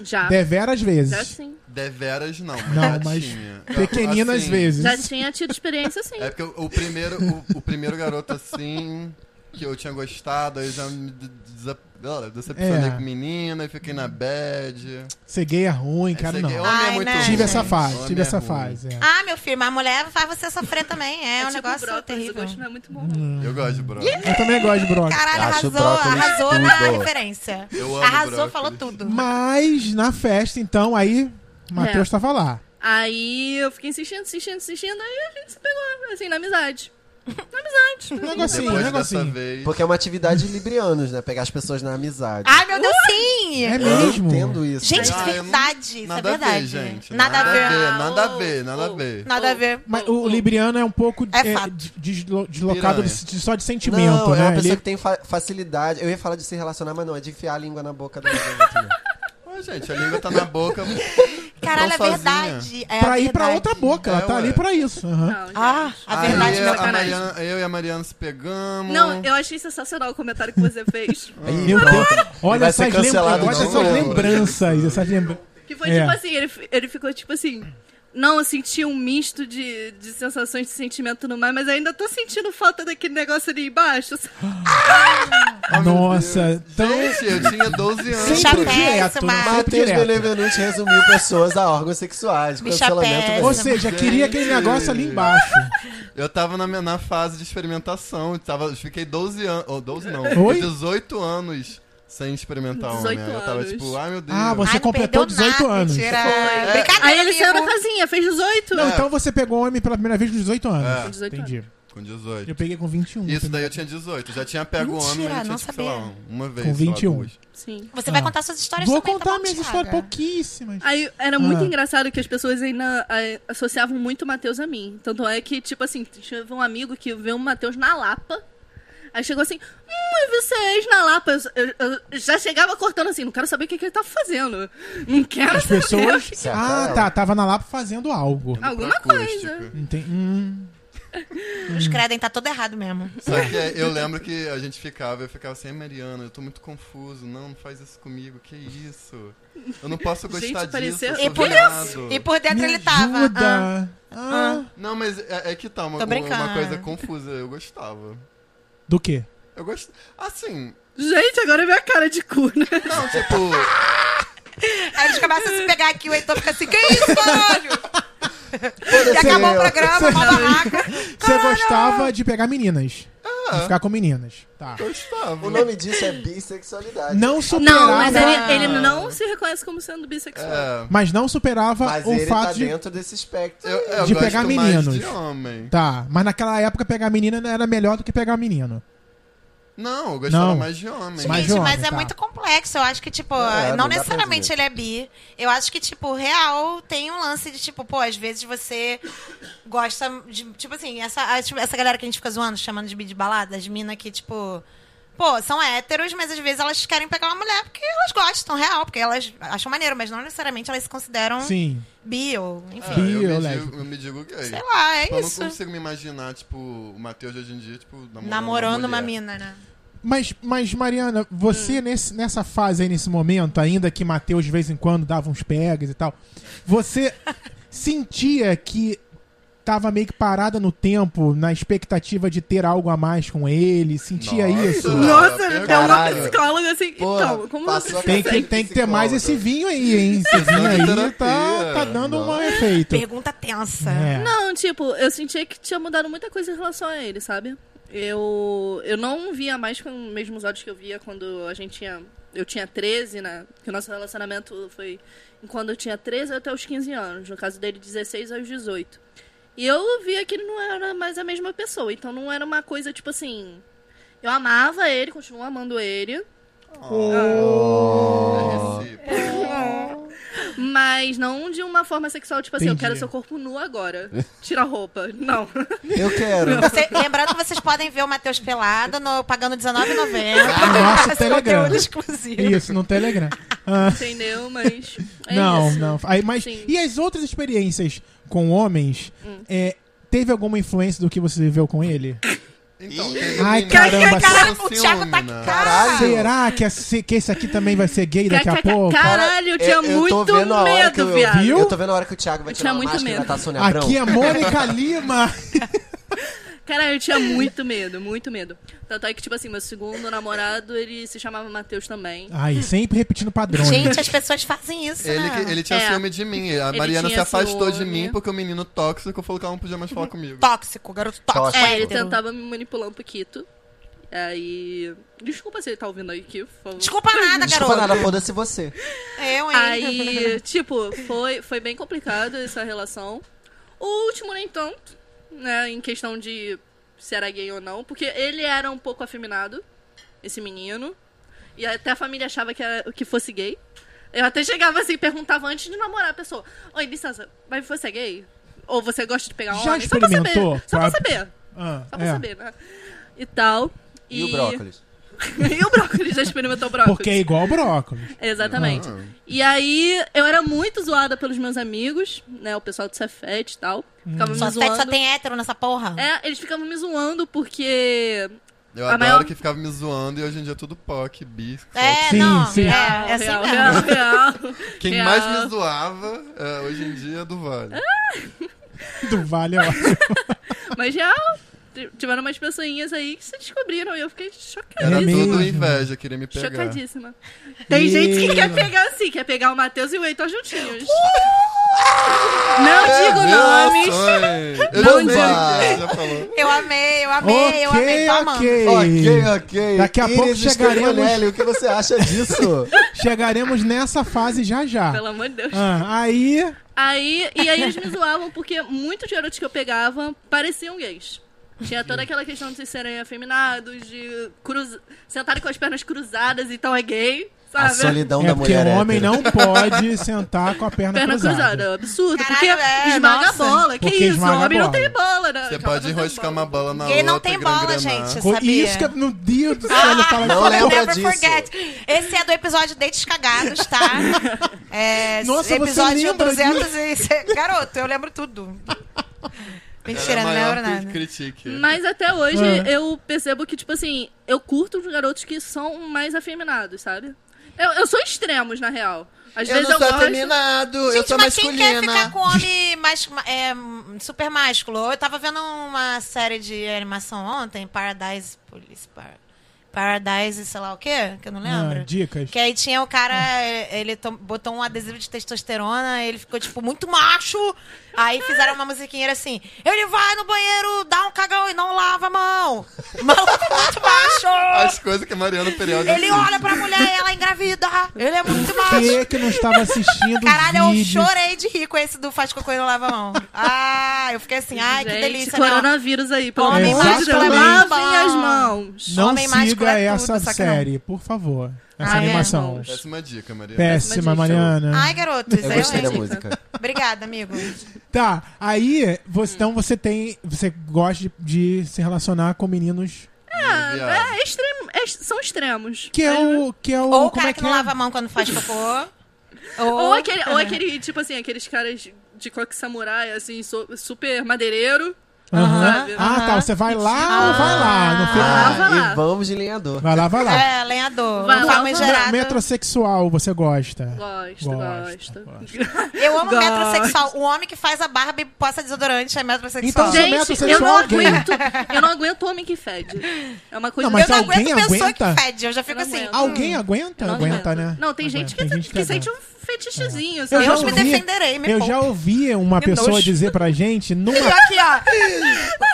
[SPEAKER 7] Já.
[SPEAKER 5] deveras
[SPEAKER 7] Já
[SPEAKER 5] vezes.
[SPEAKER 7] sim.
[SPEAKER 3] Deveras não, mas
[SPEAKER 5] Não,
[SPEAKER 3] já
[SPEAKER 5] mas
[SPEAKER 3] tinha.
[SPEAKER 5] pequeninas
[SPEAKER 3] Assim,
[SPEAKER 5] vezes.
[SPEAKER 7] Já tinha tido experiência, sim.
[SPEAKER 3] É porque o, o primeiro, o, o primeiro garoto assim, que eu tinha gostado, aí já me de- desa- olha, decepcionei
[SPEAKER 5] É.
[SPEAKER 3] com menina e fiquei na bad.
[SPEAKER 5] Ser gay é ruim, cara,
[SPEAKER 3] Esse
[SPEAKER 5] não.
[SPEAKER 3] aqui-
[SPEAKER 6] Ah,
[SPEAKER 3] homem é
[SPEAKER 6] Ai,
[SPEAKER 3] muito
[SPEAKER 6] né,
[SPEAKER 3] ruim.
[SPEAKER 5] Tive essa
[SPEAKER 3] Homem
[SPEAKER 5] fase, tive
[SPEAKER 3] é
[SPEAKER 5] essa
[SPEAKER 3] ruim.
[SPEAKER 5] fase. é.
[SPEAKER 6] Ah, meu filho, mas a mulher faz você sofrer também. É, um
[SPEAKER 7] tipo
[SPEAKER 6] negócio
[SPEAKER 7] brócolis,
[SPEAKER 6] terrível.
[SPEAKER 7] O gosto não é muito bom.
[SPEAKER 5] Hum.
[SPEAKER 7] não.
[SPEAKER 5] Uhum.
[SPEAKER 3] Eu gosto de brócolis.
[SPEAKER 5] Eu também gosto de broca.
[SPEAKER 6] Caralho,
[SPEAKER 4] Acho
[SPEAKER 6] arrasou,
[SPEAKER 4] brócolis
[SPEAKER 6] arrasou
[SPEAKER 4] tudo.
[SPEAKER 6] na referência.
[SPEAKER 3] Eu amo
[SPEAKER 6] Arrasou,
[SPEAKER 3] brócolis.
[SPEAKER 6] falou tudo.
[SPEAKER 5] Mas na festa, então, aí Matheus tava lá.
[SPEAKER 7] Aí eu fiquei insistindo, insistindo, insistindo. Aí a gente se pegou, assim, na amizade.
[SPEAKER 5] [laughs]
[SPEAKER 7] Na amizade.
[SPEAKER 5] Um
[SPEAKER 6] assim,
[SPEAKER 5] negocinho, um
[SPEAKER 3] Depois dessa
[SPEAKER 5] negocinho.
[SPEAKER 3] vez.
[SPEAKER 4] Porque é uma atividade de librianos, né? Pegar as pessoas na amizade.
[SPEAKER 7] Ah,
[SPEAKER 6] Ai, meu Deus, sim!
[SPEAKER 5] É
[SPEAKER 4] eu não
[SPEAKER 5] mesmo?
[SPEAKER 4] entendo isso.
[SPEAKER 6] Gente,
[SPEAKER 3] Ah, eu não-
[SPEAKER 6] verdade. Isso é
[SPEAKER 3] Nada a ver,
[SPEAKER 6] verdade.
[SPEAKER 3] gente.
[SPEAKER 6] Nada a ver.
[SPEAKER 3] Nada a
[SPEAKER 7] Ah,
[SPEAKER 3] ver,
[SPEAKER 7] oh,
[SPEAKER 3] nada a
[SPEAKER 7] oh.
[SPEAKER 3] ver.
[SPEAKER 6] Nada a ver.
[SPEAKER 5] Mas o Libriano é um pouco
[SPEAKER 6] É
[SPEAKER 5] é,
[SPEAKER 6] fato.
[SPEAKER 5] deslo- deslocado
[SPEAKER 3] Piranha.
[SPEAKER 5] de- só de sentimento,
[SPEAKER 4] não,
[SPEAKER 5] né?
[SPEAKER 4] é uma pessoa
[SPEAKER 5] Ele-
[SPEAKER 4] que tem fa- facilidade. Eu ia falar de né? se relacionar, mas não, é de enfiar a língua na boca da outra.
[SPEAKER 6] [laughs]
[SPEAKER 3] Ô, gente, a língua tá na boca.
[SPEAKER 6] Caralho, é
[SPEAKER 3] Tão
[SPEAKER 6] verdade. É a
[SPEAKER 5] então pra ir pra
[SPEAKER 6] verdade.
[SPEAKER 5] outra boca. Ela
[SPEAKER 3] É,
[SPEAKER 5] tá ali
[SPEAKER 3] ué.
[SPEAKER 5] pra isso. aham.
[SPEAKER 7] Não, gente.
[SPEAKER 6] Ah, a
[SPEAKER 3] Aí
[SPEAKER 6] verdade,
[SPEAKER 3] eu-
[SPEAKER 6] meu
[SPEAKER 3] a
[SPEAKER 7] sacanagem.
[SPEAKER 3] Mariana- Eu e a Mariana se pegamos.
[SPEAKER 6] Ah.
[SPEAKER 7] Não, eu achei sensacional o comentário que você fez.
[SPEAKER 4] Ih, pronto.
[SPEAKER 5] Olha
[SPEAKER 4] Vai ser
[SPEAKER 5] essas, lembra-
[SPEAKER 4] cancelado
[SPEAKER 5] olha
[SPEAKER 4] de
[SPEAKER 5] essas
[SPEAKER 4] novo.
[SPEAKER 5] lembranças. Essas
[SPEAKER 4] [laughs]
[SPEAKER 5] lembra...
[SPEAKER 7] Que foi
[SPEAKER 5] É.
[SPEAKER 7] tipo assim, ele, fi- ele ficou tipo assim. Não, eu senti um misto de, de sensações de sentimento no mar, mas ainda tô sentindo falta daquele negócio ali embaixo. sabe?
[SPEAKER 3] meu
[SPEAKER 5] Nossa,
[SPEAKER 3] Deus.
[SPEAKER 5] tão-
[SPEAKER 3] Gente, eu tinha 12 anos.
[SPEAKER 6] Bicha
[SPEAKER 5] Sempre
[SPEAKER 6] péssima.
[SPEAKER 5] direto, né? [laughs] Sempre
[SPEAKER 4] Matheus
[SPEAKER 5] direto.
[SPEAKER 4] Benevenuti resumiu pessoas a órgãos sexuais.
[SPEAKER 6] Bicha
[SPEAKER 4] Cancelamento
[SPEAKER 6] péssima.
[SPEAKER 5] Ou
[SPEAKER 4] mesmo.
[SPEAKER 5] seja, queria aquele negócio ali embaixo.
[SPEAKER 3] Eu tava na, minha- na fase de experimentação. eu Tava, eu fiquei 12 anos. Ou 12 não.
[SPEAKER 5] Oi?
[SPEAKER 3] fiquei 18 anos sem experimentar um.
[SPEAKER 7] 18
[SPEAKER 3] Né? Eu tava
[SPEAKER 7] anos.
[SPEAKER 3] tipo, ai meu Deus.
[SPEAKER 5] Ah, você
[SPEAKER 6] Ai, não
[SPEAKER 5] completou
[SPEAKER 6] perdeu
[SPEAKER 5] 18
[SPEAKER 6] nada,
[SPEAKER 5] anos.
[SPEAKER 6] mentira.
[SPEAKER 5] É.
[SPEAKER 6] Brincadeira,
[SPEAKER 7] Aí ele saiu da
[SPEAKER 6] amigo.
[SPEAKER 7] casinha, fez 18.
[SPEAKER 5] Não, então você pegou homem pela primeira vez com 18 anos.
[SPEAKER 7] Com 18
[SPEAKER 5] Entendi.
[SPEAKER 3] Com 18.
[SPEAKER 5] Eu peguei com 21.
[SPEAKER 3] Isso daí eu tinha 18. Já tinha pego o homem,
[SPEAKER 6] Mentira,
[SPEAKER 3] mas eu tinha,
[SPEAKER 6] não
[SPEAKER 3] tipo, sei
[SPEAKER 6] sabia.
[SPEAKER 3] lá, uma vez.
[SPEAKER 5] Com
[SPEAKER 3] sei lá,
[SPEAKER 5] 21.
[SPEAKER 3] duas.
[SPEAKER 7] Sim.
[SPEAKER 6] Você vai
[SPEAKER 5] Ah.
[SPEAKER 6] contar suas histórias
[SPEAKER 5] Vou
[SPEAKER 6] também, tá
[SPEAKER 5] contar é
[SPEAKER 6] bom,
[SPEAKER 5] minhas
[SPEAKER 6] Thiaga?
[SPEAKER 5] histórias um pouquíssimas.
[SPEAKER 7] Aí era muito
[SPEAKER 5] Ah.
[SPEAKER 7] engraçado que as pessoas ainda eh, associavam muito o Matheus a mim. Tanto é que, tipo assim, tive um amigo que viu o Matheus na Lapa. Aí chegou assim, hum, eu vi vocês na Lapa. Eu, eu- eu já chegava cortando assim, não quero saber o que, que ele tá fazendo. Não quero saber.
[SPEAKER 5] pessoas-
[SPEAKER 7] o que-
[SPEAKER 4] Certo,
[SPEAKER 5] Ah,
[SPEAKER 4] é.
[SPEAKER 5] tá. Tava na Lapa fazendo algo.
[SPEAKER 7] Alguma
[SPEAKER 3] Pra
[SPEAKER 7] coisa.
[SPEAKER 3] acústica.
[SPEAKER 5] Entendi. Hum.
[SPEAKER 6] Os credem tá todo errado mesmo.
[SPEAKER 3] Só que é, eu lembro que a gente ficava, eu ficava assim, "Ai, Mariana, eu tô muito confuso, não, não faz isso comigo, que isso? Eu não posso
[SPEAKER 7] Gente,
[SPEAKER 3] gostar disso,
[SPEAKER 7] pareceu-
[SPEAKER 3] eu
[SPEAKER 6] E
[SPEAKER 3] sou
[SPEAKER 6] por,
[SPEAKER 3] viado."
[SPEAKER 6] e por dentro
[SPEAKER 5] Me
[SPEAKER 6] ele tava. ah,
[SPEAKER 5] ajuda. Ah.
[SPEAKER 3] Não, mas é, é que tá, uma,
[SPEAKER 6] Tô brincando.
[SPEAKER 3] uma coisa confusa, eu gostava.
[SPEAKER 5] Do quê?
[SPEAKER 3] Eu gost... Assim,
[SPEAKER 7] Gente, agora é minha cara de cu, né?
[SPEAKER 3] não, tipo,
[SPEAKER 6] Aí eles começam a se pegar aqui, o Heitor fica assim, que isso, caralho? E
[SPEAKER 4] Foda-se
[SPEAKER 6] acabou o
[SPEAKER 4] eu.
[SPEAKER 6] programa, uma barraca.
[SPEAKER 5] Você gostava de pegar meninas. De ficar com meninas. Tá.
[SPEAKER 3] gostava.
[SPEAKER 4] O nome disso é bissexualidade.
[SPEAKER 5] Não superava.
[SPEAKER 7] Não, mas
[SPEAKER 6] Não.
[SPEAKER 7] ele, ele não se reconhece como sendo bissexual.
[SPEAKER 3] É,
[SPEAKER 5] mas não superava
[SPEAKER 4] Mas
[SPEAKER 5] o
[SPEAKER 4] ele
[SPEAKER 5] fato
[SPEAKER 4] tá
[SPEAKER 5] de.
[SPEAKER 4] dentro desse espectro.
[SPEAKER 3] eu, eu
[SPEAKER 5] De
[SPEAKER 3] gosto
[SPEAKER 5] pegar
[SPEAKER 3] mais
[SPEAKER 5] meninos.
[SPEAKER 3] de homem.
[SPEAKER 5] Tá, mas naquela época pegar menina não era melhor do que pegar menino.
[SPEAKER 3] Não, eu gostava
[SPEAKER 5] Não.
[SPEAKER 3] mais de homem.
[SPEAKER 5] Mas,
[SPEAKER 6] Gente, mas
[SPEAKER 5] jovem,
[SPEAKER 6] é
[SPEAKER 5] tá.
[SPEAKER 6] muito complexo. Eu acho que, tipo,
[SPEAKER 4] É,
[SPEAKER 6] não,
[SPEAKER 4] não dá pra
[SPEAKER 6] necessariamente ele
[SPEAKER 4] resumir.
[SPEAKER 6] é bi. Eu acho que, tipo, real tem um lance de, tipo, pô, às vezes você gosta de. Tipo assim, essa, a- tipo, essa galera que a gente fica zoando, chamando de bi de balada, as mina que, tipo. Pô, são héteros, mas às vezes elas querem pegar uma mulher porque elas gostam, real, porque elas acham maneiro, mas não necessariamente elas se consideram
[SPEAKER 5] Sim.
[SPEAKER 6] bi ou, enfim.
[SPEAKER 3] É,
[SPEAKER 5] Bi
[SPEAKER 3] eu,
[SPEAKER 5] ou
[SPEAKER 3] me
[SPEAKER 5] lésbica?
[SPEAKER 3] digo, eu me digo gay.
[SPEAKER 6] Sei lá, é
[SPEAKER 3] Tipo, eu
[SPEAKER 6] isso.
[SPEAKER 3] não consigo me imaginar, tipo, o Matheus de hoje em dia, tipo, namorando,
[SPEAKER 6] Namorando uma
[SPEAKER 3] mulher.
[SPEAKER 6] mina, né?
[SPEAKER 5] Mas, mas Mariana,
[SPEAKER 7] Hum.
[SPEAKER 5] você nesse, nessa fase aí, nesse momento, ainda que Matheus de vez em quando dava uns pegas e tal,
[SPEAKER 7] [laughs]
[SPEAKER 5] você sentia que tava meio que parada no tempo, na expectativa de ter algo a mais com ele? Sentia
[SPEAKER 3] Nossa.
[SPEAKER 5] isso?
[SPEAKER 7] Nossa,
[SPEAKER 3] Caralho.
[SPEAKER 7] é uma
[SPEAKER 4] Caralho.
[SPEAKER 7] psicóloga assim.
[SPEAKER 4] Porra,
[SPEAKER 7] então, como
[SPEAKER 4] passou
[SPEAKER 7] você
[SPEAKER 4] a
[SPEAKER 5] Tem
[SPEAKER 4] cabeça
[SPEAKER 5] que,
[SPEAKER 4] de
[SPEAKER 5] tem que ter mais esse
[SPEAKER 4] psicólogo.
[SPEAKER 5] vinho aí, hein? Esse vinho
[SPEAKER 3] de
[SPEAKER 5] aí
[SPEAKER 3] terapia.
[SPEAKER 5] tá, tá dando um efeito.
[SPEAKER 6] Pergunta tensa.
[SPEAKER 5] É.
[SPEAKER 7] Não, tipo, eu sentia que tinha mudado muita coisa em relação a ele, sabe? Eu, eu não via mais com os mesmos olhos que eu via quando a gente tinha. Eu tinha 13, né? Que o nosso relacionamento foi quando eu tinha 13 até os 15 anos. No caso dele, 16 aos 18. E eu via que ele não era mais a mesma pessoa. Então não era uma coisa, tipo assim. Eu amava ele, continuo amando ele.
[SPEAKER 3] É recíproco.
[SPEAKER 7] Mas não de uma forma sexual, tipo assim,
[SPEAKER 5] Entendi.
[SPEAKER 7] eu quero seu corpo nu agora. Tira a roupa. Não. [laughs]
[SPEAKER 4] Eu quero.
[SPEAKER 6] Você- lembrando que vocês podem ver o Matheus pelado no pagando R$19,90.
[SPEAKER 5] Nosso
[SPEAKER 6] Esse
[SPEAKER 5] Telegram.
[SPEAKER 6] conteúdo exclusivo.
[SPEAKER 5] Isso, no Telegram. Ah.
[SPEAKER 7] Entendeu? Mas. É
[SPEAKER 5] não,
[SPEAKER 7] isso.
[SPEAKER 5] não. Aí, mas,
[SPEAKER 7] Sim. Hum.
[SPEAKER 5] e as outras experiências com homens? é, teve alguma influência do que você viveu com ele?
[SPEAKER 3] Então,
[SPEAKER 4] Ih,
[SPEAKER 3] teve
[SPEAKER 5] ai,
[SPEAKER 3] menina-
[SPEAKER 5] caramba.
[SPEAKER 6] Cara, o
[SPEAKER 3] Ciúme,
[SPEAKER 6] Thiago tá
[SPEAKER 3] né?
[SPEAKER 4] Caralho.
[SPEAKER 5] Será que esse, que esse aqui também vai ser gay daqui a
[SPEAKER 7] Ca- ca-
[SPEAKER 5] pouco?
[SPEAKER 7] Caralho, eu tinha
[SPEAKER 4] eu- eu tô
[SPEAKER 7] muito
[SPEAKER 4] vendo a hora que
[SPEAKER 7] medo,
[SPEAKER 4] eu-
[SPEAKER 7] viado.
[SPEAKER 5] Viu?
[SPEAKER 4] Eu tô vendo a hora que o Thiago vai
[SPEAKER 7] Eu
[SPEAKER 4] tirar
[SPEAKER 7] tinha
[SPEAKER 4] a
[SPEAKER 7] muito
[SPEAKER 4] máscara e
[SPEAKER 7] medo.
[SPEAKER 4] vai tá estar a Sônia Abrão.
[SPEAKER 5] Aqui é Mônica Lima.
[SPEAKER 7] Caralho, eu tinha muito medo, muito medo. Tanto é que, tipo assim, meu segundo namorado, ele se chamava Matheus também.
[SPEAKER 5] Ai, sempre repetindo padrões.
[SPEAKER 6] Gente, as pessoas fazem isso,
[SPEAKER 3] Ele,
[SPEAKER 6] né?
[SPEAKER 3] que- ele tinha
[SPEAKER 7] É.
[SPEAKER 3] ciúme de mim. A Mariana se
[SPEAKER 7] tinha
[SPEAKER 3] afastou de
[SPEAKER 7] ciúme.
[SPEAKER 3] mim porque o menino tóxico falou que ela não podia mais falar
[SPEAKER 6] Uhum.
[SPEAKER 3] comigo.
[SPEAKER 6] Tóxico, garoto tóxico.
[SPEAKER 4] Tóxico.
[SPEAKER 7] É, ele
[SPEAKER 6] hétero.
[SPEAKER 7] tentava me manipular um pouquito. Aí. Desculpa se ele tá ouvindo aí aqui, por favor.
[SPEAKER 6] Desculpa nada,
[SPEAKER 4] Desculpa
[SPEAKER 6] garoto.
[SPEAKER 4] nada, foda-se você.
[SPEAKER 6] Eu, hein?
[SPEAKER 7] Aí, tipo, foi, foi bem complicado essa relação. O último, nem tanto, né? Em questão de se era gay ou não, porque ele era um pouco afeminado, esse menino. E até a família achava que, era, que fosse gay. Eu até chegava assim, perguntava antes de namorar a pessoa: Oi, licença, mas você é gay? Ou você gosta de pegar um
[SPEAKER 5] Já
[SPEAKER 7] homem? Só pra
[SPEAKER 5] experimentou
[SPEAKER 7] saber. Só pra
[SPEAKER 5] pra-
[SPEAKER 7] saber.
[SPEAKER 5] Ah,
[SPEAKER 7] Só pra
[SPEAKER 5] é.
[SPEAKER 7] saber, né? E tal.
[SPEAKER 4] E, o brócolis?
[SPEAKER 7] [laughs] e o brócolis, já experimentou brócolis?
[SPEAKER 5] Porque é igual brócolis.
[SPEAKER 7] Exatamente.
[SPEAKER 3] Ah.
[SPEAKER 7] E aí, eu era muito zoada pelos meus amigos, né? O pessoal do Cefete e tal. Ficava me
[SPEAKER 6] Só,
[SPEAKER 7] zoando.
[SPEAKER 6] só tem hétero nessa porra.
[SPEAKER 7] É, eles ficavam me zoando porque...
[SPEAKER 3] Eu
[SPEAKER 7] A
[SPEAKER 3] adoro
[SPEAKER 7] maior-
[SPEAKER 3] que ficava me zoando e hoje em dia é tudo POC, bis.
[SPEAKER 6] É,
[SPEAKER 5] Sim,
[SPEAKER 6] não.
[SPEAKER 5] sim.
[SPEAKER 6] É,
[SPEAKER 7] Real,
[SPEAKER 6] é assim
[SPEAKER 7] real,
[SPEAKER 6] mesmo.
[SPEAKER 7] real, real.
[SPEAKER 3] [laughs] Quem
[SPEAKER 7] Real.
[SPEAKER 3] mais me zoava é, hoje em dia é do Vale.
[SPEAKER 5] Do vale, ó.
[SPEAKER 7] Mas real, t- tiveram umas pessoinhas aí que se descobriram e eu fiquei
[SPEAKER 3] Era
[SPEAKER 5] Era
[SPEAKER 7] chocadíssima.
[SPEAKER 5] mesmo.
[SPEAKER 3] tudo inveja, queria me pegar.
[SPEAKER 7] Chocadíssima. Tem
[SPEAKER 5] Ih.
[SPEAKER 7] gente que quer pegar assim, quer pegar o Matheus e o Heitor juntinhos. Não digo nomes.
[SPEAKER 3] Revelações. Eu
[SPEAKER 7] Não
[SPEAKER 3] já sei,
[SPEAKER 4] digo.
[SPEAKER 3] já falou.
[SPEAKER 6] Eu amei, eu amei, eu amei. Tô amando.
[SPEAKER 4] Ok, ok.
[SPEAKER 5] Daqui a
[SPEAKER 4] Iris
[SPEAKER 5] pouco um chegaremos-
[SPEAKER 4] Scrivanelli, o que você acha disso?
[SPEAKER 5] [laughs] Chegaremos nessa fase já já.
[SPEAKER 7] Pelo amor de Deus.
[SPEAKER 5] Ah, aí,
[SPEAKER 7] Aí, e aí eles me zoavam porque muitos garotos que eu pegava pareciam gays. Tinha toda aquela questão de vocês serem afeminados, de cruz... sentarem com as pernas cruzadas, então é gay,
[SPEAKER 4] a
[SPEAKER 7] sabe?
[SPEAKER 4] solidão
[SPEAKER 5] é
[SPEAKER 4] da
[SPEAKER 5] porque
[SPEAKER 4] mulher
[SPEAKER 5] o homem
[SPEAKER 4] hétero.
[SPEAKER 5] não pode sentar com a perna,
[SPEAKER 7] Perna cruzada,
[SPEAKER 5] cruzada.
[SPEAKER 7] é um absurdo,
[SPEAKER 6] Caralho,
[SPEAKER 7] porque
[SPEAKER 6] é,
[SPEAKER 7] esmaga
[SPEAKER 6] nossa.
[SPEAKER 7] a bola, que
[SPEAKER 5] Porque
[SPEAKER 7] isso,
[SPEAKER 5] esmaga
[SPEAKER 7] o homem
[SPEAKER 5] a
[SPEAKER 7] não
[SPEAKER 5] bola.
[SPEAKER 7] tem bola, né?
[SPEAKER 3] Você
[SPEAKER 7] Acaba
[SPEAKER 3] pode
[SPEAKER 7] não tendo
[SPEAKER 3] enroscar
[SPEAKER 7] bola.
[SPEAKER 3] uma bola na
[SPEAKER 6] Gay
[SPEAKER 3] outra
[SPEAKER 6] não tem
[SPEAKER 3] e
[SPEAKER 6] bola,
[SPEAKER 3] gangrenar.
[SPEAKER 6] gente.
[SPEAKER 5] Co-
[SPEAKER 6] sabia?
[SPEAKER 5] né? Isso que, meu Deus do céu, ele fala
[SPEAKER 4] Não
[SPEAKER 5] fala-
[SPEAKER 4] lembra
[SPEAKER 6] Never
[SPEAKER 4] disso.
[SPEAKER 6] forget. Esse é do episódio Dentes Cagados, tá? É,
[SPEAKER 5] Nossa, você
[SPEAKER 6] episódio
[SPEAKER 5] lembra
[SPEAKER 6] 200 e... Garoto, eu lembro tudo. Mentira,
[SPEAKER 3] Era
[SPEAKER 6] não
[SPEAKER 3] É maior
[SPEAKER 6] lembro
[SPEAKER 3] que
[SPEAKER 6] nada.
[SPEAKER 3] Critique.
[SPEAKER 7] Mas até hoje
[SPEAKER 5] É.
[SPEAKER 7] eu percebo que, tipo assim, eu curto os garotos que são mais afeminados, sabe? Eu, eu sou extremos, na real. Às vezes eu gosto.
[SPEAKER 4] afeminado,
[SPEAKER 6] Gente, mas quem quer ficar com homem mais, é, super másculo? Eu tava vendo uma série de animação ontem, Paradise Police Par- Paradise, sei lá o quê, que eu não lembro.
[SPEAKER 5] Ah, dicas.
[SPEAKER 6] Que aí tinha o cara, ele to- botou um adesivo de testosterona, ele ficou, tipo, muito macho. Aí fizeram uma musiquinha era assim: ele vai no banheiro, dá um cagão e não lava a mão. Maluco muito macho!
[SPEAKER 3] As coisas que a Mariana Perialdi
[SPEAKER 6] Ele
[SPEAKER 3] assiste.
[SPEAKER 6] olha pra mulher e ela é engravida. Ele é muito macho.
[SPEAKER 5] Que que não estava assistindo
[SPEAKER 6] Caralho, eu
[SPEAKER 5] vídeos?
[SPEAKER 6] chorei de rir com esse do faz cocô e não lava a mão. Ah, eu fiquei assim, ai, que
[SPEAKER 7] Gente,
[SPEAKER 6] delícia, né?
[SPEAKER 7] coronavírus aí, pelo
[SPEAKER 6] Homem
[SPEAKER 7] amor de Deus.
[SPEAKER 5] másculo é
[SPEAKER 6] muito
[SPEAKER 7] Lavem
[SPEAKER 6] bom.
[SPEAKER 7] as mãos.
[SPEAKER 5] Não
[SPEAKER 6] Homem mágico
[SPEAKER 5] siga
[SPEAKER 6] é tudo,
[SPEAKER 5] essa
[SPEAKER 6] só que não.
[SPEAKER 5] série, por favor. Essa
[SPEAKER 7] Ah, é,
[SPEAKER 5] animação.
[SPEAKER 7] irmãos.
[SPEAKER 3] Péssima dica, Mariana.
[SPEAKER 5] Péssima,
[SPEAKER 7] Péssima dica.
[SPEAKER 5] Mariana.
[SPEAKER 6] Ai, garoto, isso
[SPEAKER 4] Eu
[SPEAKER 6] aí
[SPEAKER 4] gostei da
[SPEAKER 6] é
[SPEAKER 7] Exatamente.
[SPEAKER 4] música.
[SPEAKER 6] Obrigada, amigo.
[SPEAKER 5] Tá, aí,
[SPEAKER 6] Hum.
[SPEAKER 5] você- então você tem. Você gosta de, de se relacionar com meninos.
[SPEAKER 3] Viado.
[SPEAKER 7] É, extremo, é- são extremos.
[SPEAKER 5] Que é o. Que é o
[SPEAKER 6] Ou
[SPEAKER 5] como
[SPEAKER 6] o cara
[SPEAKER 5] é
[SPEAKER 6] que
[SPEAKER 5] que
[SPEAKER 6] não
[SPEAKER 5] é?
[SPEAKER 6] lava a mão quando faz cocô.
[SPEAKER 7] [laughs] Ou aquele, ou aquele, tipo assim, aqueles caras de coque samurai, assim, so- super madeireiro.
[SPEAKER 5] Aham.
[SPEAKER 7] sabe?
[SPEAKER 5] Ah, tá. Você vai lá ou vai lá? Não fica-
[SPEAKER 7] Ah, vai
[SPEAKER 4] Ah,
[SPEAKER 7] lá.
[SPEAKER 4] e vamos de lenhador.
[SPEAKER 5] Vai lá, vai lá.
[SPEAKER 6] É, lenhador.
[SPEAKER 7] Vai
[SPEAKER 6] um
[SPEAKER 7] lá,
[SPEAKER 6] palmo
[SPEAKER 7] vai lá.
[SPEAKER 6] gerado.
[SPEAKER 5] Metrosexual, você gosta?
[SPEAKER 7] Gosto,
[SPEAKER 5] Gosta,
[SPEAKER 7] gosto.
[SPEAKER 6] Eu amo
[SPEAKER 7] Gosto.
[SPEAKER 6] metrosexual. O homem que faz a barba e passa desodorante é metrosexual.
[SPEAKER 5] Então, gente,
[SPEAKER 7] Gente, eu não
[SPEAKER 5] metrosexual gay.
[SPEAKER 7] aguento. Eu não aguento homem que fede. É uma coisa
[SPEAKER 5] Não, mas
[SPEAKER 6] eu não
[SPEAKER 5] alguém
[SPEAKER 6] aguento pessoa
[SPEAKER 5] aguenta?
[SPEAKER 6] que fede. Eu já fico
[SPEAKER 7] não
[SPEAKER 6] assim.
[SPEAKER 7] aguento.
[SPEAKER 5] Alguém aguenta?
[SPEAKER 7] Não
[SPEAKER 5] aguenta,
[SPEAKER 7] aguento.
[SPEAKER 5] né?
[SPEAKER 7] Não, tem gente que,
[SPEAKER 5] Aguenta. Tem gente
[SPEAKER 7] que sente
[SPEAKER 5] aguenta.
[SPEAKER 7] um fetichezinho,
[SPEAKER 5] Eu
[SPEAKER 7] sabe?
[SPEAKER 5] já
[SPEAKER 6] Deus me
[SPEAKER 5] ouvi,
[SPEAKER 6] defenderei, me
[SPEAKER 5] eu
[SPEAKER 6] poupe.
[SPEAKER 5] já ouvi uma pessoa
[SPEAKER 6] nojo.
[SPEAKER 5] dizer pra gente numa.
[SPEAKER 6] E aqui, ó.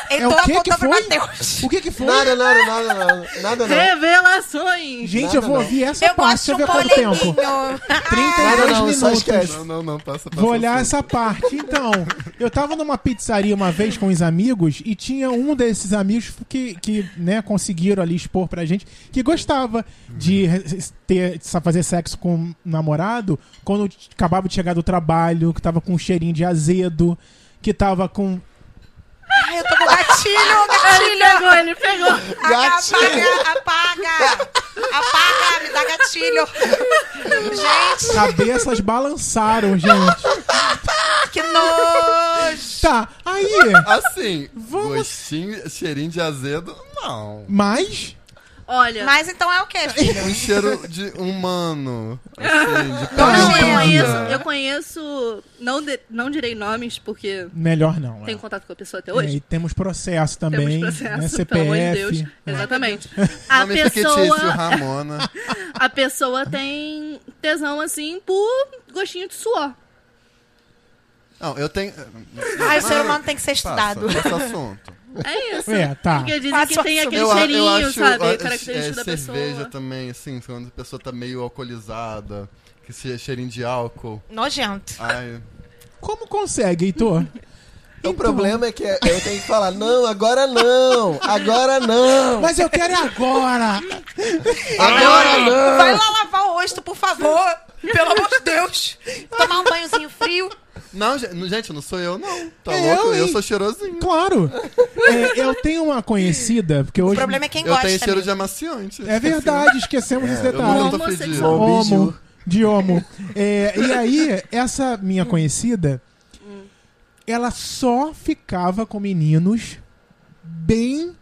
[SPEAKER 5] É
[SPEAKER 6] Então
[SPEAKER 5] o que
[SPEAKER 6] apontou
[SPEAKER 5] que
[SPEAKER 6] pra
[SPEAKER 5] foi?
[SPEAKER 6] Matheus.
[SPEAKER 5] O que que foi?
[SPEAKER 4] Nada, nada, nada, nada. Nada não.
[SPEAKER 7] Revelações!
[SPEAKER 5] Gente,
[SPEAKER 4] Nada
[SPEAKER 5] eu vou
[SPEAKER 4] não.
[SPEAKER 5] ouvir essa
[SPEAKER 6] Eu
[SPEAKER 5] parte, deixa
[SPEAKER 6] gosto
[SPEAKER 5] eu
[SPEAKER 6] de um
[SPEAKER 5] ver quanto tempo. [laughs]
[SPEAKER 6] polenguinho.
[SPEAKER 5] 32
[SPEAKER 4] Nada não, só
[SPEAKER 5] minutos.
[SPEAKER 4] esquece.
[SPEAKER 3] Não, não, não, passa, passa.
[SPEAKER 5] Vou olhar
[SPEAKER 3] assunto.
[SPEAKER 5] essa parte. Então, eu tava numa pizzaria uma vez com os amigos e tinha um desses amigos que, que né, conseguiram ali expor pra gente que gostava de re- ter, de sa- fazer sexo com um namorado quando t- acabava de chegar do trabalho, que tava com um cheirinho de azedo, que tava com.
[SPEAKER 6] Ai, eu tô com gatilho,
[SPEAKER 7] Ele
[SPEAKER 6] gatilho.
[SPEAKER 7] pegou, ele pegou.
[SPEAKER 4] Gatilho.
[SPEAKER 6] Apaga, apaga. Apaga, me dá gatilho. Gente,
[SPEAKER 5] Cabeças balançaram, gente.
[SPEAKER 6] que nojo.
[SPEAKER 5] Tá, aí.
[SPEAKER 3] Assim,
[SPEAKER 5] Vamos-
[SPEAKER 3] gostinho, cheirinho de azedo, não.
[SPEAKER 5] Mas.
[SPEAKER 7] Olha,
[SPEAKER 6] Mas então é o quê, filho?
[SPEAKER 3] Um cheiro de humano. Assim, de
[SPEAKER 7] não, é
[SPEAKER 5] Mas
[SPEAKER 7] um eu
[SPEAKER 5] entenda.
[SPEAKER 7] conheço, eu conheço, não, de- não direi nomes, porque
[SPEAKER 5] Melhor não. é.
[SPEAKER 7] tenho contato com a pessoa até
[SPEAKER 5] É,
[SPEAKER 7] hoje.
[SPEAKER 5] e temos processo também.
[SPEAKER 7] Temos
[SPEAKER 5] né,
[SPEAKER 7] processo,
[SPEAKER 5] CPF.
[SPEAKER 7] pelo amor de Deus.
[SPEAKER 5] né?
[SPEAKER 3] [laughs]
[SPEAKER 7] Exatamente. A
[SPEAKER 3] Homem fictício,
[SPEAKER 7] pessoa,
[SPEAKER 3] Ramona.
[SPEAKER 7] a pessoa tem tesão, assim, por gostinho de suor.
[SPEAKER 3] Não, eu tenho.
[SPEAKER 6] Ai, o ser humano tem que ser estudado.
[SPEAKER 3] Passa, passa assunto.
[SPEAKER 7] É isso.
[SPEAKER 5] É, tá.
[SPEAKER 7] Porque dizem
[SPEAKER 6] Ah,
[SPEAKER 7] que
[SPEAKER 6] só-
[SPEAKER 7] tem
[SPEAKER 6] só-
[SPEAKER 7] aquele
[SPEAKER 3] a-
[SPEAKER 7] cheirinho, sabe?
[SPEAKER 3] a-
[SPEAKER 7] característico
[SPEAKER 3] é,
[SPEAKER 7] da
[SPEAKER 3] cerveja
[SPEAKER 7] pessoa.
[SPEAKER 3] também, assim, quando a pessoa tá meio alcoolizada, que se cheirinho de álcool.
[SPEAKER 6] Nojento.
[SPEAKER 3] Ai,
[SPEAKER 5] Como consegue, Heitor? Então,
[SPEAKER 4] O problema é que eu tenho que falar, não, agora não, agora não,
[SPEAKER 5] Mas eu quero é agora!
[SPEAKER 4] agora não.
[SPEAKER 6] Vai lá lavar o rosto, por favor. Pelo amor de Deus. Tomar um banhozinho frio.
[SPEAKER 3] Não, ge- não, gente, não sou eu, não. Tá
[SPEAKER 5] É
[SPEAKER 3] louco?
[SPEAKER 5] eu,
[SPEAKER 3] Eu
[SPEAKER 5] hein?
[SPEAKER 3] sou cheirosinho.
[SPEAKER 5] Claro. É, eu tenho uma conhecida, porque hoje...
[SPEAKER 6] O problema é quem
[SPEAKER 3] Eu
[SPEAKER 6] gosta.
[SPEAKER 3] tenho cheiro
[SPEAKER 6] amigo.
[SPEAKER 3] de amaciante.
[SPEAKER 5] É verdade, esquecemos esse
[SPEAKER 3] Eu não
[SPEAKER 5] detalhe.
[SPEAKER 3] tô fedido.
[SPEAKER 7] Homossexual.
[SPEAKER 5] Homo, de homo. É, e aí, essa minha conhecida, ela só ficava com meninos bem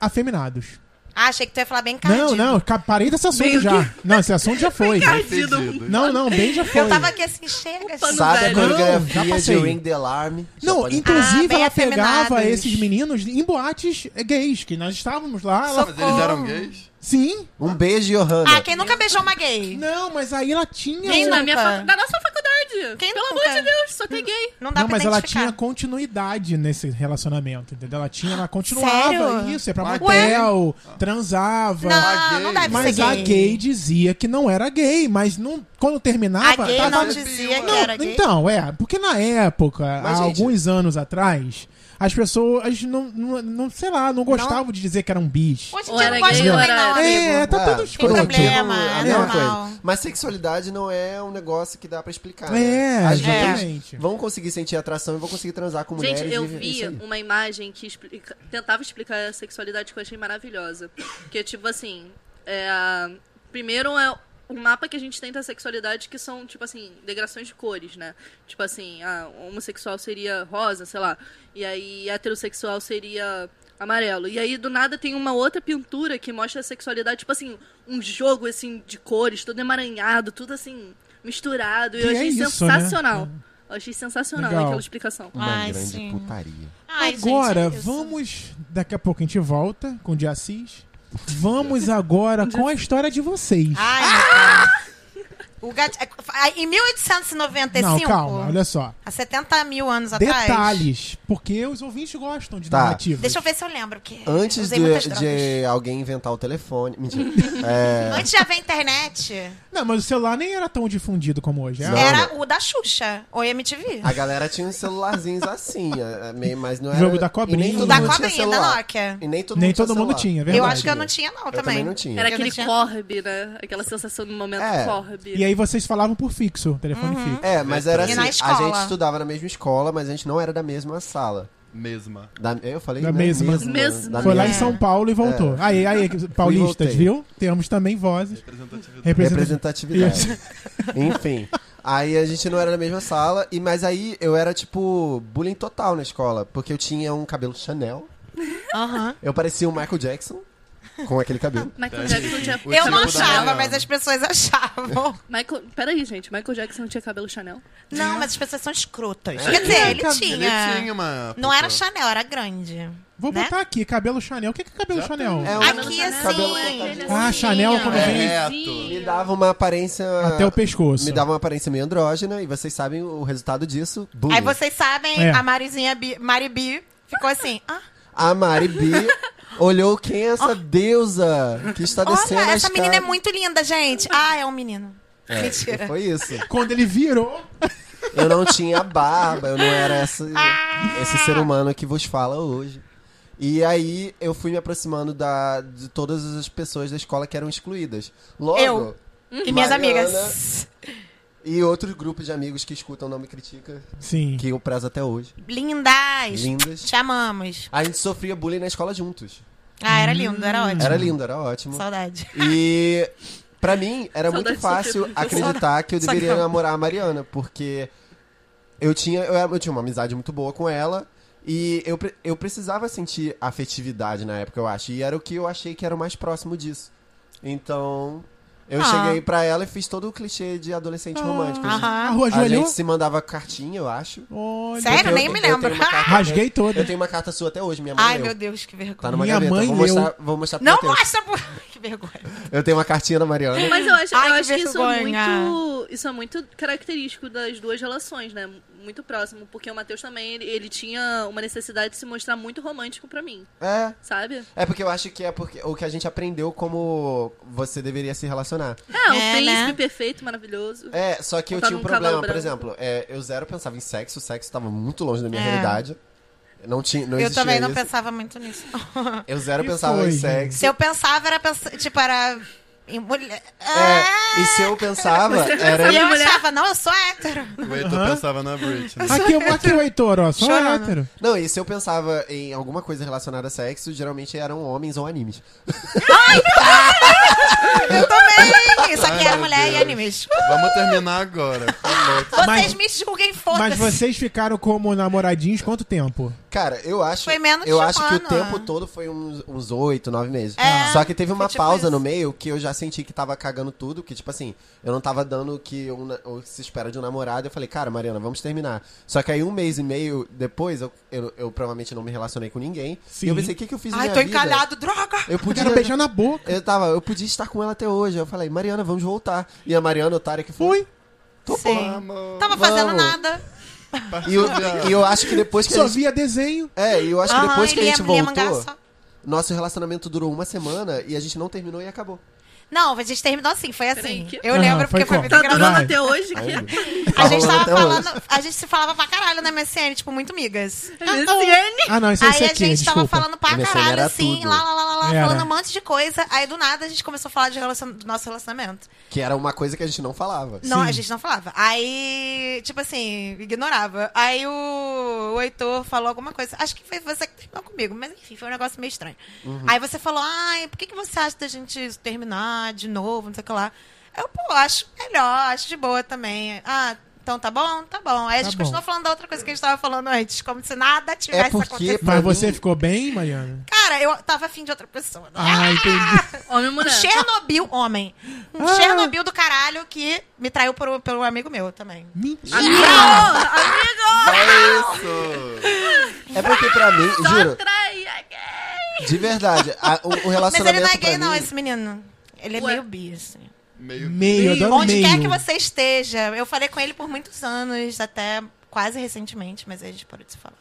[SPEAKER 5] afeminados.
[SPEAKER 6] Ah, achei que tu ia falar bem
[SPEAKER 5] Não,
[SPEAKER 6] cardido.
[SPEAKER 5] não, ca- parei desse assunto
[SPEAKER 7] Bem o
[SPEAKER 5] já. Não, esse assunto já foi.
[SPEAKER 7] Perdido.
[SPEAKER 3] Fedido.
[SPEAKER 5] Não, não, bem já foi.
[SPEAKER 6] Eu tava aqui assim, chega.
[SPEAKER 7] Opa,
[SPEAKER 6] gente.
[SPEAKER 7] Sabe a
[SPEAKER 4] Sabe a
[SPEAKER 7] Não,
[SPEAKER 5] coreografia já
[SPEAKER 4] coreografia de
[SPEAKER 5] passei. de
[SPEAKER 4] Ring
[SPEAKER 5] Ring
[SPEAKER 4] the Alarm?
[SPEAKER 5] Não, então- inclusive
[SPEAKER 6] Ah, bem
[SPEAKER 5] ela pegava
[SPEAKER 6] afeminados.
[SPEAKER 5] esses meninos em boates eh, gays, que nós estávamos lá. Ela...
[SPEAKER 6] Só-
[SPEAKER 3] Mas eles eram gays?
[SPEAKER 5] Sim.
[SPEAKER 4] Um beijo, Johanna.
[SPEAKER 6] Ah, quem nunca beijou uma gay?
[SPEAKER 5] Não, mas aí ela tinha.
[SPEAKER 6] Quem
[SPEAKER 5] um-
[SPEAKER 7] Na, minha
[SPEAKER 6] nunca?
[SPEAKER 7] facu- na nossa faculdade.
[SPEAKER 6] Quem
[SPEAKER 7] Pelo
[SPEAKER 6] nunca?
[SPEAKER 7] amor de Deus, só tem gay.
[SPEAKER 6] Não dá
[SPEAKER 5] Não,
[SPEAKER 6] pra
[SPEAKER 5] mas ela
[SPEAKER 6] identificar.
[SPEAKER 5] tinha continuidade nesse relacionamento, entendeu? Ela tinha, ela continuava.
[SPEAKER 6] Ah, Sério?
[SPEAKER 5] Isso, ia pra
[SPEAKER 3] Ué?
[SPEAKER 5] motel, transava.
[SPEAKER 6] Ah, Não, não deve
[SPEAKER 5] Mas
[SPEAKER 6] ser
[SPEAKER 5] a
[SPEAKER 6] gay.
[SPEAKER 5] gay dizia que não era gay, mas não, quando terminava.
[SPEAKER 6] A gay
[SPEAKER 5] tava-
[SPEAKER 6] não
[SPEAKER 3] Não,
[SPEAKER 6] dizia que
[SPEAKER 3] não,
[SPEAKER 6] era gay.
[SPEAKER 5] Então, é, porque na época,
[SPEAKER 4] Mas,
[SPEAKER 5] há
[SPEAKER 4] gente-
[SPEAKER 5] alguns anos atrás, as pessoas não, não, não- sei lá, não gostavam de dizer que era um bicho.
[SPEAKER 6] Hoje em
[SPEAKER 7] Ou
[SPEAKER 6] dia
[SPEAKER 7] era
[SPEAKER 6] não gosta
[SPEAKER 7] gay, ou
[SPEAKER 6] também,
[SPEAKER 7] era-
[SPEAKER 6] não,
[SPEAKER 5] É,
[SPEAKER 4] Ah,
[SPEAKER 6] amigo.
[SPEAKER 5] tá tudo escroto.
[SPEAKER 6] problema, é normal.
[SPEAKER 4] Mas sexualidade não é um negócio que dá pra explicar.
[SPEAKER 5] É,
[SPEAKER 4] né? As duas
[SPEAKER 5] exatamente.
[SPEAKER 4] vão conseguir sentir atração e vão conseguir transar com mulheres.
[SPEAKER 7] Gente, eu
[SPEAKER 4] e-
[SPEAKER 7] vi
[SPEAKER 4] isso
[SPEAKER 6] um-
[SPEAKER 4] aí.
[SPEAKER 7] uma imagem que explica- tentava explicar a sexualidade que eu achei maravilhosa. Que é tipo assim. é, Primeiro é o mapa que a gente tem da sexualidade que são, tipo assim, degradações de cores, né? Tipo assim, ah, homossexual seria rosa, sei lá. E aí heterossexual seria amarelo. E aí do nada tem uma outra pintura que mostra a sexualidade, tipo assim, um jogo assim de cores, tudo emaranhado, tudo assim, misturado. E eu
[SPEAKER 5] Que é
[SPEAKER 7] achei
[SPEAKER 5] isso, né?
[SPEAKER 7] sensacional. Eu achei sensacional
[SPEAKER 5] Legal.
[SPEAKER 7] aquela explicação.
[SPEAKER 4] Uma
[SPEAKER 6] Ai,
[SPEAKER 4] grande
[SPEAKER 6] sim.
[SPEAKER 4] putaria.
[SPEAKER 6] Ai, Ah, gente,
[SPEAKER 5] agora,
[SPEAKER 6] isso.
[SPEAKER 5] vamos. Daqui a pouco a gente volta com o de Assis.
[SPEAKER 6] [laughs]
[SPEAKER 5] Vamos agora com a história de vocês.
[SPEAKER 6] Ai,
[SPEAKER 5] Ah!
[SPEAKER 6] meu Deus. o gat... ah, Em 1895,
[SPEAKER 5] Não, calma, olha só.
[SPEAKER 6] há 70 mil anos atrás.
[SPEAKER 5] Detalhes, porque os ouvintes gostam de
[SPEAKER 4] Tá.
[SPEAKER 5] narrativas.
[SPEAKER 6] Deixa eu ver se eu lembro. Porque
[SPEAKER 4] Antes
[SPEAKER 6] usei muitas
[SPEAKER 4] de,
[SPEAKER 6] drogas.
[SPEAKER 4] de alguém inventar o telefone.
[SPEAKER 6] [laughs]
[SPEAKER 4] Mentira. É,
[SPEAKER 6] Antes já veio a internet.
[SPEAKER 5] Não, mas o celular nem era tão difundido como hoje.
[SPEAKER 4] Não.
[SPEAKER 5] Era
[SPEAKER 6] Era o da Xuxa, ou MTV.
[SPEAKER 4] a galera tinha uns celularzinhos assim, é, é, meio- mas não era.
[SPEAKER 5] Jogo da cobrinha.
[SPEAKER 4] E nem todo
[SPEAKER 5] Da
[SPEAKER 4] mundo tinha
[SPEAKER 6] cobrinha, da
[SPEAKER 4] celular.
[SPEAKER 6] Nokia.
[SPEAKER 4] E nem todo
[SPEAKER 5] Nem
[SPEAKER 4] mundo
[SPEAKER 5] todo mundo
[SPEAKER 4] celular.
[SPEAKER 5] tinha, é verdade.
[SPEAKER 6] eu acho que eu não tinha, não,
[SPEAKER 4] Eu
[SPEAKER 6] também.
[SPEAKER 4] também não tinha.
[SPEAKER 7] Era
[SPEAKER 6] Eu
[SPEAKER 7] aquele
[SPEAKER 6] não tinha.
[SPEAKER 7] corbe, né? Aquela sensação do momento
[SPEAKER 4] É.
[SPEAKER 7] corbe.
[SPEAKER 5] E aí vocês falavam por fixo, telefone
[SPEAKER 6] Uhum.
[SPEAKER 5] fixo.
[SPEAKER 4] É, mas era
[SPEAKER 6] E
[SPEAKER 4] assim,
[SPEAKER 6] na
[SPEAKER 4] a
[SPEAKER 6] escola.
[SPEAKER 4] gente estudava na mesma escola, mas a gente não era da mesma sala.
[SPEAKER 3] Mesma.
[SPEAKER 4] Da, eu falei
[SPEAKER 5] Da
[SPEAKER 4] né?
[SPEAKER 5] mesma.
[SPEAKER 7] Mesma.
[SPEAKER 4] Da
[SPEAKER 5] Foi lá em
[SPEAKER 4] mesma.
[SPEAKER 5] São Paulo e voltou. Aí,
[SPEAKER 4] [laughs]
[SPEAKER 5] aí, paulistas,
[SPEAKER 4] É. voltei.
[SPEAKER 5] viu? Temos também vozes.
[SPEAKER 3] Representatividade.
[SPEAKER 5] Representatividade.
[SPEAKER 4] Representatividade. [laughs] Enfim. Aí a gente não era na mesma sala, e mas aí eu era tipo bullying total na escola, porque eu tinha um cabelo Chanel,
[SPEAKER 6] Aham.
[SPEAKER 4] eu parecia o Michael Jackson com
[SPEAKER 6] [laughs]
[SPEAKER 4] aquele cabelo.
[SPEAKER 7] Michael Jackson tinha.
[SPEAKER 3] O
[SPEAKER 6] Eu não
[SPEAKER 3] tipo da
[SPEAKER 6] achava,
[SPEAKER 3] Mariana.
[SPEAKER 6] mas as pessoas achavam.
[SPEAKER 7] Michael... Peraí, gente. Michael Jackson tinha cabelo Chanel.
[SPEAKER 6] Não, mas as pessoas são escrotas. Quer dizer, ele tinha.
[SPEAKER 3] Ele tinha uma.
[SPEAKER 6] Não era Chanel, era grande.
[SPEAKER 5] Vou
[SPEAKER 6] Né?
[SPEAKER 5] botar aqui, cabelo Chanel. O que que é cabelo Chanel?
[SPEAKER 4] É um
[SPEAKER 6] Aqui
[SPEAKER 7] Chanel.
[SPEAKER 4] cabelo
[SPEAKER 6] assim.
[SPEAKER 4] cortadinho.
[SPEAKER 5] Ah, Chanel, quando vem-
[SPEAKER 4] me dava uma aparência
[SPEAKER 5] Até o pescoço.
[SPEAKER 4] É. me dava uma aparência meio andrógena e vocês sabem o resultado disso, bullying.
[SPEAKER 6] Aí vocês sabem,
[SPEAKER 5] É.
[SPEAKER 6] a Marizinha Bi, Mari Bi ficou assim. Ah,
[SPEAKER 4] A
[SPEAKER 6] [laughs]
[SPEAKER 4] Mari B olhou quem é essa deusa que está descendo
[SPEAKER 6] Oh. olha,
[SPEAKER 4] a
[SPEAKER 6] essa menina é
[SPEAKER 4] escada?"
[SPEAKER 6] muito linda, gente. Ah, é um menino.
[SPEAKER 4] É,
[SPEAKER 6] Mentira.
[SPEAKER 4] Foi isso.
[SPEAKER 5] Quando ele virou.
[SPEAKER 4] Eu não tinha barba, eu não era essa- esse ser humano que vos fala hoje. E aí eu fui me aproximando da, de todas as pessoas da escola que eram excluídas. Logo,
[SPEAKER 6] Eu. E minhas
[SPEAKER 4] Mariana
[SPEAKER 6] amigas.
[SPEAKER 4] E outros grupos de amigos que escutam Não Me Critica,
[SPEAKER 5] Sim.
[SPEAKER 4] que eu prezo até hoje.
[SPEAKER 6] Lindas.
[SPEAKER 4] Lindas.
[SPEAKER 6] Te amamos.
[SPEAKER 4] A gente sofria bullying na escola juntos.
[SPEAKER 6] Ah, era lindo, era ótimo.
[SPEAKER 4] Era lindo, era ótimo.
[SPEAKER 6] Saudade.
[SPEAKER 4] E pra mim era
[SPEAKER 7] Saudade
[SPEAKER 4] muito
[SPEAKER 7] de sofrer
[SPEAKER 4] fácil
[SPEAKER 7] bullying.
[SPEAKER 4] acreditar que eu
[SPEAKER 6] Saudade.
[SPEAKER 4] deveria namorar a Mariana, porque eu tinha, eu, era- eu tinha uma amizade muito boa com ela e eu, pre- eu precisava sentir afetividade na época, eu acho, e era o que eu achei que era o mais próximo disso. Então, eu
[SPEAKER 6] Ah.
[SPEAKER 4] cheguei pra ela e fiz todo o clichê de adolescente romântico. A gente-
[SPEAKER 5] Ah,
[SPEAKER 6] Aham.
[SPEAKER 5] rua
[SPEAKER 4] A
[SPEAKER 5] ajoelhou?
[SPEAKER 4] gente se mandava cartinha, eu
[SPEAKER 5] Hum.
[SPEAKER 4] acho.
[SPEAKER 5] Olha.
[SPEAKER 6] Sério?
[SPEAKER 4] Eu-
[SPEAKER 6] Nem
[SPEAKER 4] eu
[SPEAKER 6] me
[SPEAKER 4] tenho
[SPEAKER 6] lembro. [laughs]
[SPEAKER 4] uma carta-
[SPEAKER 5] Rasguei toda.
[SPEAKER 4] Eu tenho uma carta sua até hoje, minha mãe
[SPEAKER 6] Ai,
[SPEAKER 4] leu.
[SPEAKER 6] meu Deus, que vergonha.
[SPEAKER 4] Tá numa
[SPEAKER 5] Minha
[SPEAKER 4] gaveta,
[SPEAKER 5] mãe
[SPEAKER 4] vou
[SPEAKER 5] leu.
[SPEAKER 4] mostar, vou mostrar pra
[SPEAKER 6] Não
[SPEAKER 4] vocês.
[SPEAKER 6] mostra por... [laughs] Que vergonha.
[SPEAKER 4] Eu tenho uma cartinha da Mariana.
[SPEAKER 7] Mas eu acho,
[SPEAKER 6] Ai,
[SPEAKER 7] eu
[SPEAKER 6] que
[SPEAKER 7] acho que isso é
[SPEAKER 6] vergonha.
[SPEAKER 7] muito. Isso é muito característico das duas relações, né? Muito próximo. Porque o Matheus também, ele, ele tinha uma necessidade de se mostrar muito romântico pra mim,
[SPEAKER 4] É,
[SPEAKER 7] sabe?
[SPEAKER 4] É porque eu acho que é porque o que a gente aprendeu como você deveria se relacionar.
[SPEAKER 7] É, o
[SPEAKER 6] É,
[SPEAKER 7] príncipe
[SPEAKER 6] né?
[SPEAKER 7] perfeito, maravilhoso.
[SPEAKER 4] É, só que eu
[SPEAKER 7] Tá
[SPEAKER 4] tinha um
[SPEAKER 7] num cavalo
[SPEAKER 4] problema, por
[SPEAKER 7] branco.
[SPEAKER 4] exemplo, é, eu zero pensava em sexo, o sexo tava muito longe da minha
[SPEAKER 6] É.
[SPEAKER 4] realidade. Não tinha, não
[SPEAKER 6] Eu
[SPEAKER 4] existia
[SPEAKER 6] também não
[SPEAKER 4] isso.
[SPEAKER 6] pensava muito nisso. [laughs]
[SPEAKER 4] Eu zero
[SPEAKER 5] E
[SPEAKER 4] pensava
[SPEAKER 5] foi,
[SPEAKER 4] em
[SPEAKER 5] gente?
[SPEAKER 4] sexo.
[SPEAKER 6] Se eu pensava, era pens- tipo, era E mulher-
[SPEAKER 4] É, e se eu pensava, era.
[SPEAKER 6] E eu
[SPEAKER 7] mulher-
[SPEAKER 6] achava, não, eu sou hétero. [laughs]
[SPEAKER 3] O Heitor pensava na Britney.
[SPEAKER 5] Aqui, é o- aqui é o Heitor, ó. Só um
[SPEAKER 6] Chorando.
[SPEAKER 5] hétero.
[SPEAKER 4] Não, e se eu pensava em alguma coisa relacionada a sexo, geralmente eram homens ou animes.
[SPEAKER 6] Eu também. Só
[SPEAKER 3] Ai,
[SPEAKER 6] que era
[SPEAKER 3] meu
[SPEAKER 6] mulher e
[SPEAKER 3] Deus.
[SPEAKER 6] animes.
[SPEAKER 3] Vamos terminar agora. Tá
[SPEAKER 5] Mas-
[SPEAKER 6] Vocês me julguem,
[SPEAKER 5] Mas
[SPEAKER 6] foda-se.
[SPEAKER 5] vocês ficaram como namoradinhos quanto tempo?
[SPEAKER 4] Cara, eu acho.
[SPEAKER 6] Foi menos
[SPEAKER 4] Eu
[SPEAKER 6] de um
[SPEAKER 4] acho que o
[SPEAKER 6] ano,
[SPEAKER 4] tempo
[SPEAKER 6] né?
[SPEAKER 4] todo foi uns uns oito, nove meses.
[SPEAKER 6] É,
[SPEAKER 4] Só que teve uma
[SPEAKER 6] foi tipo
[SPEAKER 4] pausa
[SPEAKER 6] isso.
[SPEAKER 4] no meio que eu já senti que tava cagando tudo, que tipo assim, eu não tava dando o que um na- o que se espera de um namorado. Eu falei, cara, Mariana, vamos terminar. Só que aí um mês e meio depois, eu, eu, eu provavelmente não me relacionei com ninguém. E
[SPEAKER 5] Sim.
[SPEAKER 4] eu pensei, o que, que eu fiz na
[SPEAKER 6] Ai,
[SPEAKER 4] minha
[SPEAKER 6] tô
[SPEAKER 4] vida?
[SPEAKER 6] encalhado, droga.
[SPEAKER 4] Eu
[SPEAKER 5] Eu
[SPEAKER 4] podia
[SPEAKER 5] quero beijar na boca.
[SPEAKER 4] Eu tava, eu podia estar com ela até hoje. Eu falei, Mariana, vamos voltar. E a Mariana, otária, que foi.
[SPEAKER 5] Fui.
[SPEAKER 6] Sim.
[SPEAKER 3] Amor,
[SPEAKER 6] Tava fazendo
[SPEAKER 4] Vamos.
[SPEAKER 6] nada.
[SPEAKER 4] E eu, e eu acho que depois que a
[SPEAKER 5] Só
[SPEAKER 4] gente,
[SPEAKER 5] via desenho.
[SPEAKER 4] É, e eu acho que
[SPEAKER 6] Aham,
[SPEAKER 4] depois
[SPEAKER 6] e
[SPEAKER 4] que a gente
[SPEAKER 6] lia- lia mangá
[SPEAKER 4] voltou,
[SPEAKER 6] só.
[SPEAKER 4] nosso relacionamento durou uma semana e a gente não terminou e acabou.
[SPEAKER 6] Não, a gente terminou assim, foi assim.
[SPEAKER 7] Peraí, que-
[SPEAKER 6] Eu
[SPEAKER 5] Aham,
[SPEAKER 6] lembro
[SPEAKER 5] foi
[SPEAKER 6] porque foi
[SPEAKER 5] como?
[SPEAKER 6] muito
[SPEAKER 7] Tá
[SPEAKER 6] engraçado.
[SPEAKER 7] durando até hoje?
[SPEAKER 4] Ainda.
[SPEAKER 7] Que...
[SPEAKER 4] Tá
[SPEAKER 6] A gente
[SPEAKER 4] rolando
[SPEAKER 6] tava
[SPEAKER 4] até hoje.
[SPEAKER 6] falando. A gente se falava pra caralho na MSN, tipo, muito
[SPEAKER 7] [laughs]
[SPEAKER 6] migas.
[SPEAKER 7] Luciane!
[SPEAKER 5] Ah, não, isso é
[SPEAKER 6] Aí
[SPEAKER 5] isso
[SPEAKER 6] a
[SPEAKER 5] aqui,
[SPEAKER 6] gente
[SPEAKER 5] desculpa.
[SPEAKER 6] tava falando pra
[SPEAKER 4] MSN
[SPEAKER 6] caralho,
[SPEAKER 4] era
[SPEAKER 6] assim,
[SPEAKER 4] tudo.
[SPEAKER 6] lá, lá, lá, lá,
[SPEAKER 5] Era.
[SPEAKER 6] falando um monte de coisa. Aí do nada a gente começou a falar de relacion... do nosso relacionamento.
[SPEAKER 4] Que era uma coisa que a gente não falava.
[SPEAKER 6] Não,
[SPEAKER 5] Sim.
[SPEAKER 6] a gente não falava. Aí, tipo assim, ignorava. Aí o, o Heitor falou alguma coisa. Acho que foi você que terminou comigo, mas enfim, foi um negócio meio estranho.
[SPEAKER 5] Uhum.
[SPEAKER 6] Aí você falou, ai, por que, que você acha da gente terminar de novo, não sei o que lá. Eu, pô, acho melhor, acho de boa também. Ah, então tá bom? Tá bom. Aí a
[SPEAKER 5] Tá
[SPEAKER 6] gente
[SPEAKER 5] bom.
[SPEAKER 6] continuou falando da outra coisa que a gente tava falando antes, como se nada tivesse
[SPEAKER 4] É porque-
[SPEAKER 6] acontecido.
[SPEAKER 5] Mas
[SPEAKER 4] pra
[SPEAKER 5] você
[SPEAKER 4] mim-
[SPEAKER 5] ficou bem, Mariana?
[SPEAKER 6] Cara, eu tava afim de outra pessoa. né?
[SPEAKER 5] Ah, entendi.
[SPEAKER 7] [laughs] Homem e
[SPEAKER 6] Um
[SPEAKER 7] mulher.
[SPEAKER 6] Chernobyl, homem. Um
[SPEAKER 5] Ah.
[SPEAKER 6] Chernobyl do caralho que me traiu por, um, pelo amigo meu também.
[SPEAKER 5] Mentira!
[SPEAKER 3] É isso.
[SPEAKER 4] É porque pra mim,
[SPEAKER 7] Só
[SPEAKER 4] juro,
[SPEAKER 7] trai a gay.
[SPEAKER 4] de verdade, a- o, o
[SPEAKER 6] Mas ele
[SPEAKER 4] relacionamento
[SPEAKER 6] não é gay,
[SPEAKER 4] pra
[SPEAKER 6] não,
[SPEAKER 4] mim...
[SPEAKER 6] esse menino. Ele é
[SPEAKER 7] Ué.
[SPEAKER 6] meio bi, assim.
[SPEAKER 3] Meio...
[SPEAKER 5] Meio, eu adoro
[SPEAKER 6] Onde
[SPEAKER 5] meio.
[SPEAKER 6] quer que você esteja. Eu falei com ele por muitos anos, até quase recentemente, mas aí a gente parou de se falar.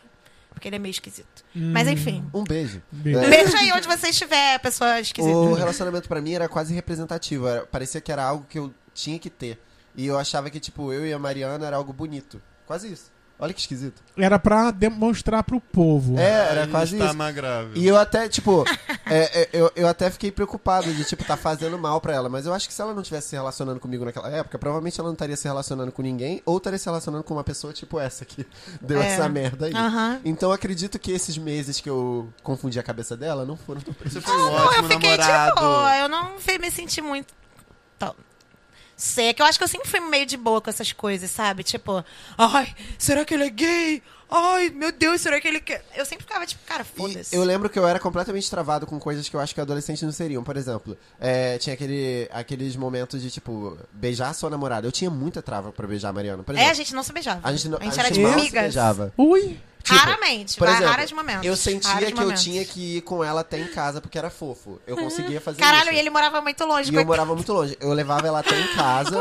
[SPEAKER 6] Porque ele é meio esquisito. Mas enfim.
[SPEAKER 4] Um beijo.
[SPEAKER 5] Beijo.
[SPEAKER 4] É,
[SPEAKER 6] Beijo aí onde você estiver, pessoa esquisita.
[SPEAKER 4] o relacionamento pra mim era quase representativo. era- parecia que era algo que eu tinha que ter. E eu achava que, tipo, eu e a Mariana era algo bonito. Quase isso. Olha que esquisito.
[SPEAKER 5] Era pra demonstrar pro povo.
[SPEAKER 4] É,
[SPEAKER 3] A
[SPEAKER 4] era
[SPEAKER 3] gente
[SPEAKER 4] quase
[SPEAKER 3] tá
[SPEAKER 4] isso.
[SPEAKER 3] mais grave.
[SPEAKER 4] E eu até, tipo, é, é, eu, eu até fiquei preocupado de, tipo, tá fazendo mal pra ela. Mas eu acho que se ela não estivesse se relacionando comigo naquela época, provavelmente ela não estaria se relacionando com ninguém ou estaria se relacionando com uma pessoa tipo essa que [laughs] deu
[SPEAKER 6] É.
[SPEAKER 4] essa merda aí.
[SPEAKER 6] Aham.
[SPEAKER 4] Então eu acredito que esses meses que eu confundi a cabeça dela não foram tão
[SPEAKER 3] Você foi um
[SPEAKER 6] Não, eu
[SPEAKER 3] ótimo
[SPEAKER 6] fiquei
[SPEAKER 3] namorado.
[SPEAKER 6] de boa. Eu não fui me sentir muito. Então, sei, é que eu acho que eu sempre fui meio de boa com essas coisas, sabe? Tipo, ai, será que ele é gay? Ai, meu Deus, será que ele quer. Eu sempre ficava tipo, cara,
[SPEAKER 4] E
[SPEAKER 6] foda-se.
[SPEAKER 4] eu lembro que eu era completamente travado com coisas que eu acho que adolescentes não seriam. Por exemplo, é, tinha aquele, aqueles momentos de, tipo, beijar sua namorada. Eu tinha muita trava pra beijar a Mariana. Por
[SPEAKER 6] É,
[SPEAKER 4] exemplo,
[SPEAKER 6] a gente não se beijava.
[SPEAKER 4] a gente, não-
[SPEAKER 6] era tipo
[SPEAKER 4] mal se
[SPEAKER 6] amigas.
[SPEAKER 4] beijava.
[SPEAKER 5] Ui!
[SPEAKER 4] Tipo,
[SPEAKER 6] Raramente,
[SPEAKER 4] por
[SPEAKER 6] vai-
[SPEAKER 4] exemplo,
[SPEAKER 6] raros momentos.
[SPEAKER 4] Eu sentia
[SPEAKER 6] raros
[SPEAKER 4] que eu
[SPEAKER 6] momentos.
[SPEAKER 4] tinha que ir com ela até em casa porque era fofo. Eu conseguia fazer
[SPEAKER 6] Uhum. Caralho,
[SPEAKER 4] isso.
[SPEAKER 6] e ele morava muito longe.
[SPEAKER 4] E eu
[SPEAKER 6] coitado.
[SPEAKER 4] morava muito longe. Eu levava ela
[SPEAKER 6] [laughs]
[SPEAKER 4] até em casa.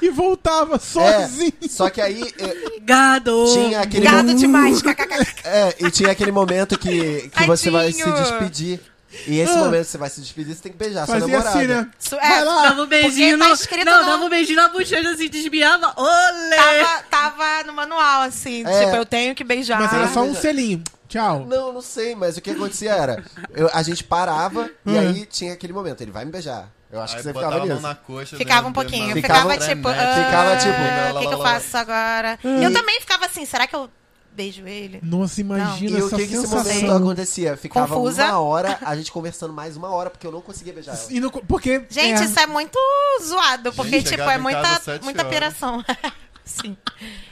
[SPEAKER 5] E voltava
[SPEAKER 4] É,
[SPEAKER 5] sozinho.
[SPEAKER 4] só que aí eh,
[SPEAKER 7] Gado!
[SPEAKER 4] tinha aquele
[SPEAKER 6] Uhum. Gado
[SPEAKER 4] mo-
[SPEAKER 6] demais, kkk.
[SPEAKER 4] [laughs] é, e tinha aquele momento que, que você vai se
[SPEAKER 6] Tadinho.
[SPEAKER 4] despedir. E esse
[SPEAKER 5] Ah.
[SPEAKER 4] momento que você vai se despedir, você tem que beijar sua
[SPEAKER 5] Fazia
[SPEAKER 4] namorada.
[SPEAKER 5] assim, né?
[SPEAKER 6] Isso
[SPEAKER 5] Vai
[SPEAKER 6] é,
[SPEAKER 5] lá.
[SPEAKER 7] Dava um beijinho
[SPEAKER 6] tá
[SPEAKER 7] no...
[SPEAKER 6] escrito
[SPEAKER 7] não,
[SPEAKER 6] no-
[SPEAKER 7] dava um beijinho na bochecha, se desviava. Olê!
[SPEAKER 6] tava, tava no manual, assim.
[SPEAKER 4] É.
[SPEAKER 6] Tipo, eu tenho que beijar.
[SPEAKER 5] Mas era só um
[SPEAKER 4] já-
[SPEAKER 5] selinho. Tchau.
[SPEAKER 4] Não, não sei, mas o que acontecia era, eu- a gente parava
[SPEAKER 5] Uhum.
[SPEAKER 4] e aí tinha aquele momento, ele vai me beijar. Eu acho
[SPEAKER 3] Aí
[SPEAKER 4] que você
[SPEAKER 3] botava
[SPEAKER 4] ficava
[SPEAKER 3] a mão
[SPEAKER 4] nisso.
[SPEAKER 3] na coxa.
[SPEAKER 6] Ficava um
[SPEAKER 3] dentro de
[SPEAKER 6] pouquinho.
[SPEAKER 3] uma-
[SPEAKER 6] Eu
[SPEAKER 4] Ficava-
[SPEAKER 6] ficava, tipo.
[SPEAKER 3] frenética.
[SPEAKER 4] Ficava, tipo,
[SPEAKER 6] "Ah, O que, que
[SPEAKER 3] lá,
[SPEAKER 6] eu
[SPEAKER 3] lá, lá, lá."
[SPEAKER 6] faço agora?
[SPEAKER 4] Hum.
[SPEAKER 6] E eu também ficava assim, será que eu beijo ele?
[SPEAKER 5] Nossa, imagina
[SPEAKER 4] E o
[SPEAKER 5] essa
[SPEAKER 4] que, que esse momento
[SPEAKER 5] sensação.
[SPEAKER 4] acontecia? Ficava
[SPEAKER 6] Confusa.
[SPEAKER 4] uma hora, a gente conversando mais uma hora, porque eu não conseguia beijar ela.
[SPEAKER 5] E não co- porque.
[SPEAKER 6] Gente,
[SPEAKER 5] é,
[SPEAKER 6] isso é muito zoado, porque,
[SPEAKER 3] Gente,
[SPEAKER 6] tipo,
[SPEAKER 3] chegava
[SPEAKER 6] é
[SPEAKER 3] em
[SPEAKER 6] muita,
[SPEAKER 3] casa sete
[SPEAKER 6] muita
[SPEAKER 3] horas.
[SPEAKER 6] piração. [laughs] Sim.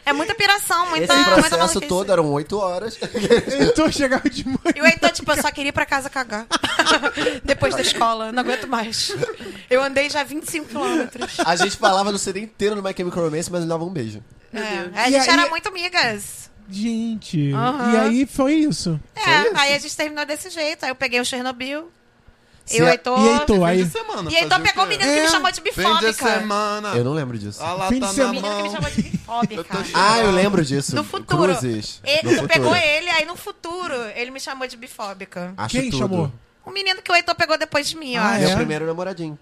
[SPEAKER 6] É muita piração, muita.
[SPEAKER 4] Esse
[SPEAKER 6] muita
[SPEAKER 4] processo
[SPEAKER 6] maluquice.
[SPEAKER 4] todo eram oito horas. [laughs]
[SPEAKER 5] Heitor chegava de manhã.
[SPEAKER 6] E o Heitor, tipo, eu só queria ir pra casa cagar. [laughs] Depois da escola, não aguento mais. Eu andei já 25 quilômetros.
[SPEAKER 4] A gente falava no CD inteiro no My Chemical Romance, mas ele dava um beijo.
[SPEAKER 6] É, a
[SPEAKER 5] E
[SPEAKER 6] gente
[SPEAKER 5] aí-
[SPEAKER 6] era muito amigas.
[SPEAKER 5] Gente.
[SPEAKER 6] Aham.
[SPEAKER 5] E aí foi isso.
[SPEAKER 6] É,
[SPEAKER 4] isso?
[SPEAKER 6] aí a gente terminou desse jeito. Aí eu peguei o Chernobyl.
[SPEAKER 4] Se
[SPEAKER 6] eu,
[SPEAKER 4] a-
[SPEAKER 6] Heitor.
[SPEAKER 5] e Heitor, aí-
[SPEAKER 3] Fim de semana.
[SPEAKER 6] E Heitor
[SPEAKER 3] fazia
[SPEAKER 6] pegou o
[SPEAKER 3] quê?
[SPEAKER 6] menino que me
[SPEAKER 5] É.
[SPEAKER 6] chamou de
[SPEAKER 3] Fim de
[SPEAKER 6] bifóbica.
[SPEAKER 3] semana.
[SPEAKER 4] Eu não lembro disso.
[SPEAKER 3] Ah, lá
[SPEAKER 5] Fim de
[SPEAKER 3] tá na
[SPEAKER 5] semana.
[SPEAKER 6] O menino que me
[SPEAKER 3] mão.
[SPEAKER 6] chamou de
[SPEAKER 3] Eu
[SPEAKER 6] bifóbica.
[SPEAKER 3] tô
[SPEAKER 4] Ah, eu lembro disso.
[SPEAKER 6] Do futuro.
[SPEAKER 4] Cruzes.
[SPEAKER 6] E-
[SPEAKER 4] Do
[SPEAKER 6] tu pegou ele, aí no futuro ele me chamou de bifóbica.
[SPEAKER 4] Acho
[SPEAKER 5] Quem
[SPEAKER 4] tudo.
[SPEAKER 5] chamou?
[SPEAKER 6] O menino que o Heitor pegou depois de mim, ó.
[SPEAKER 5] Ah,
[SPEAKER 4] Meu
[SPEAKER 5] é?
[SPEAKER 4] primeiro namoradinho.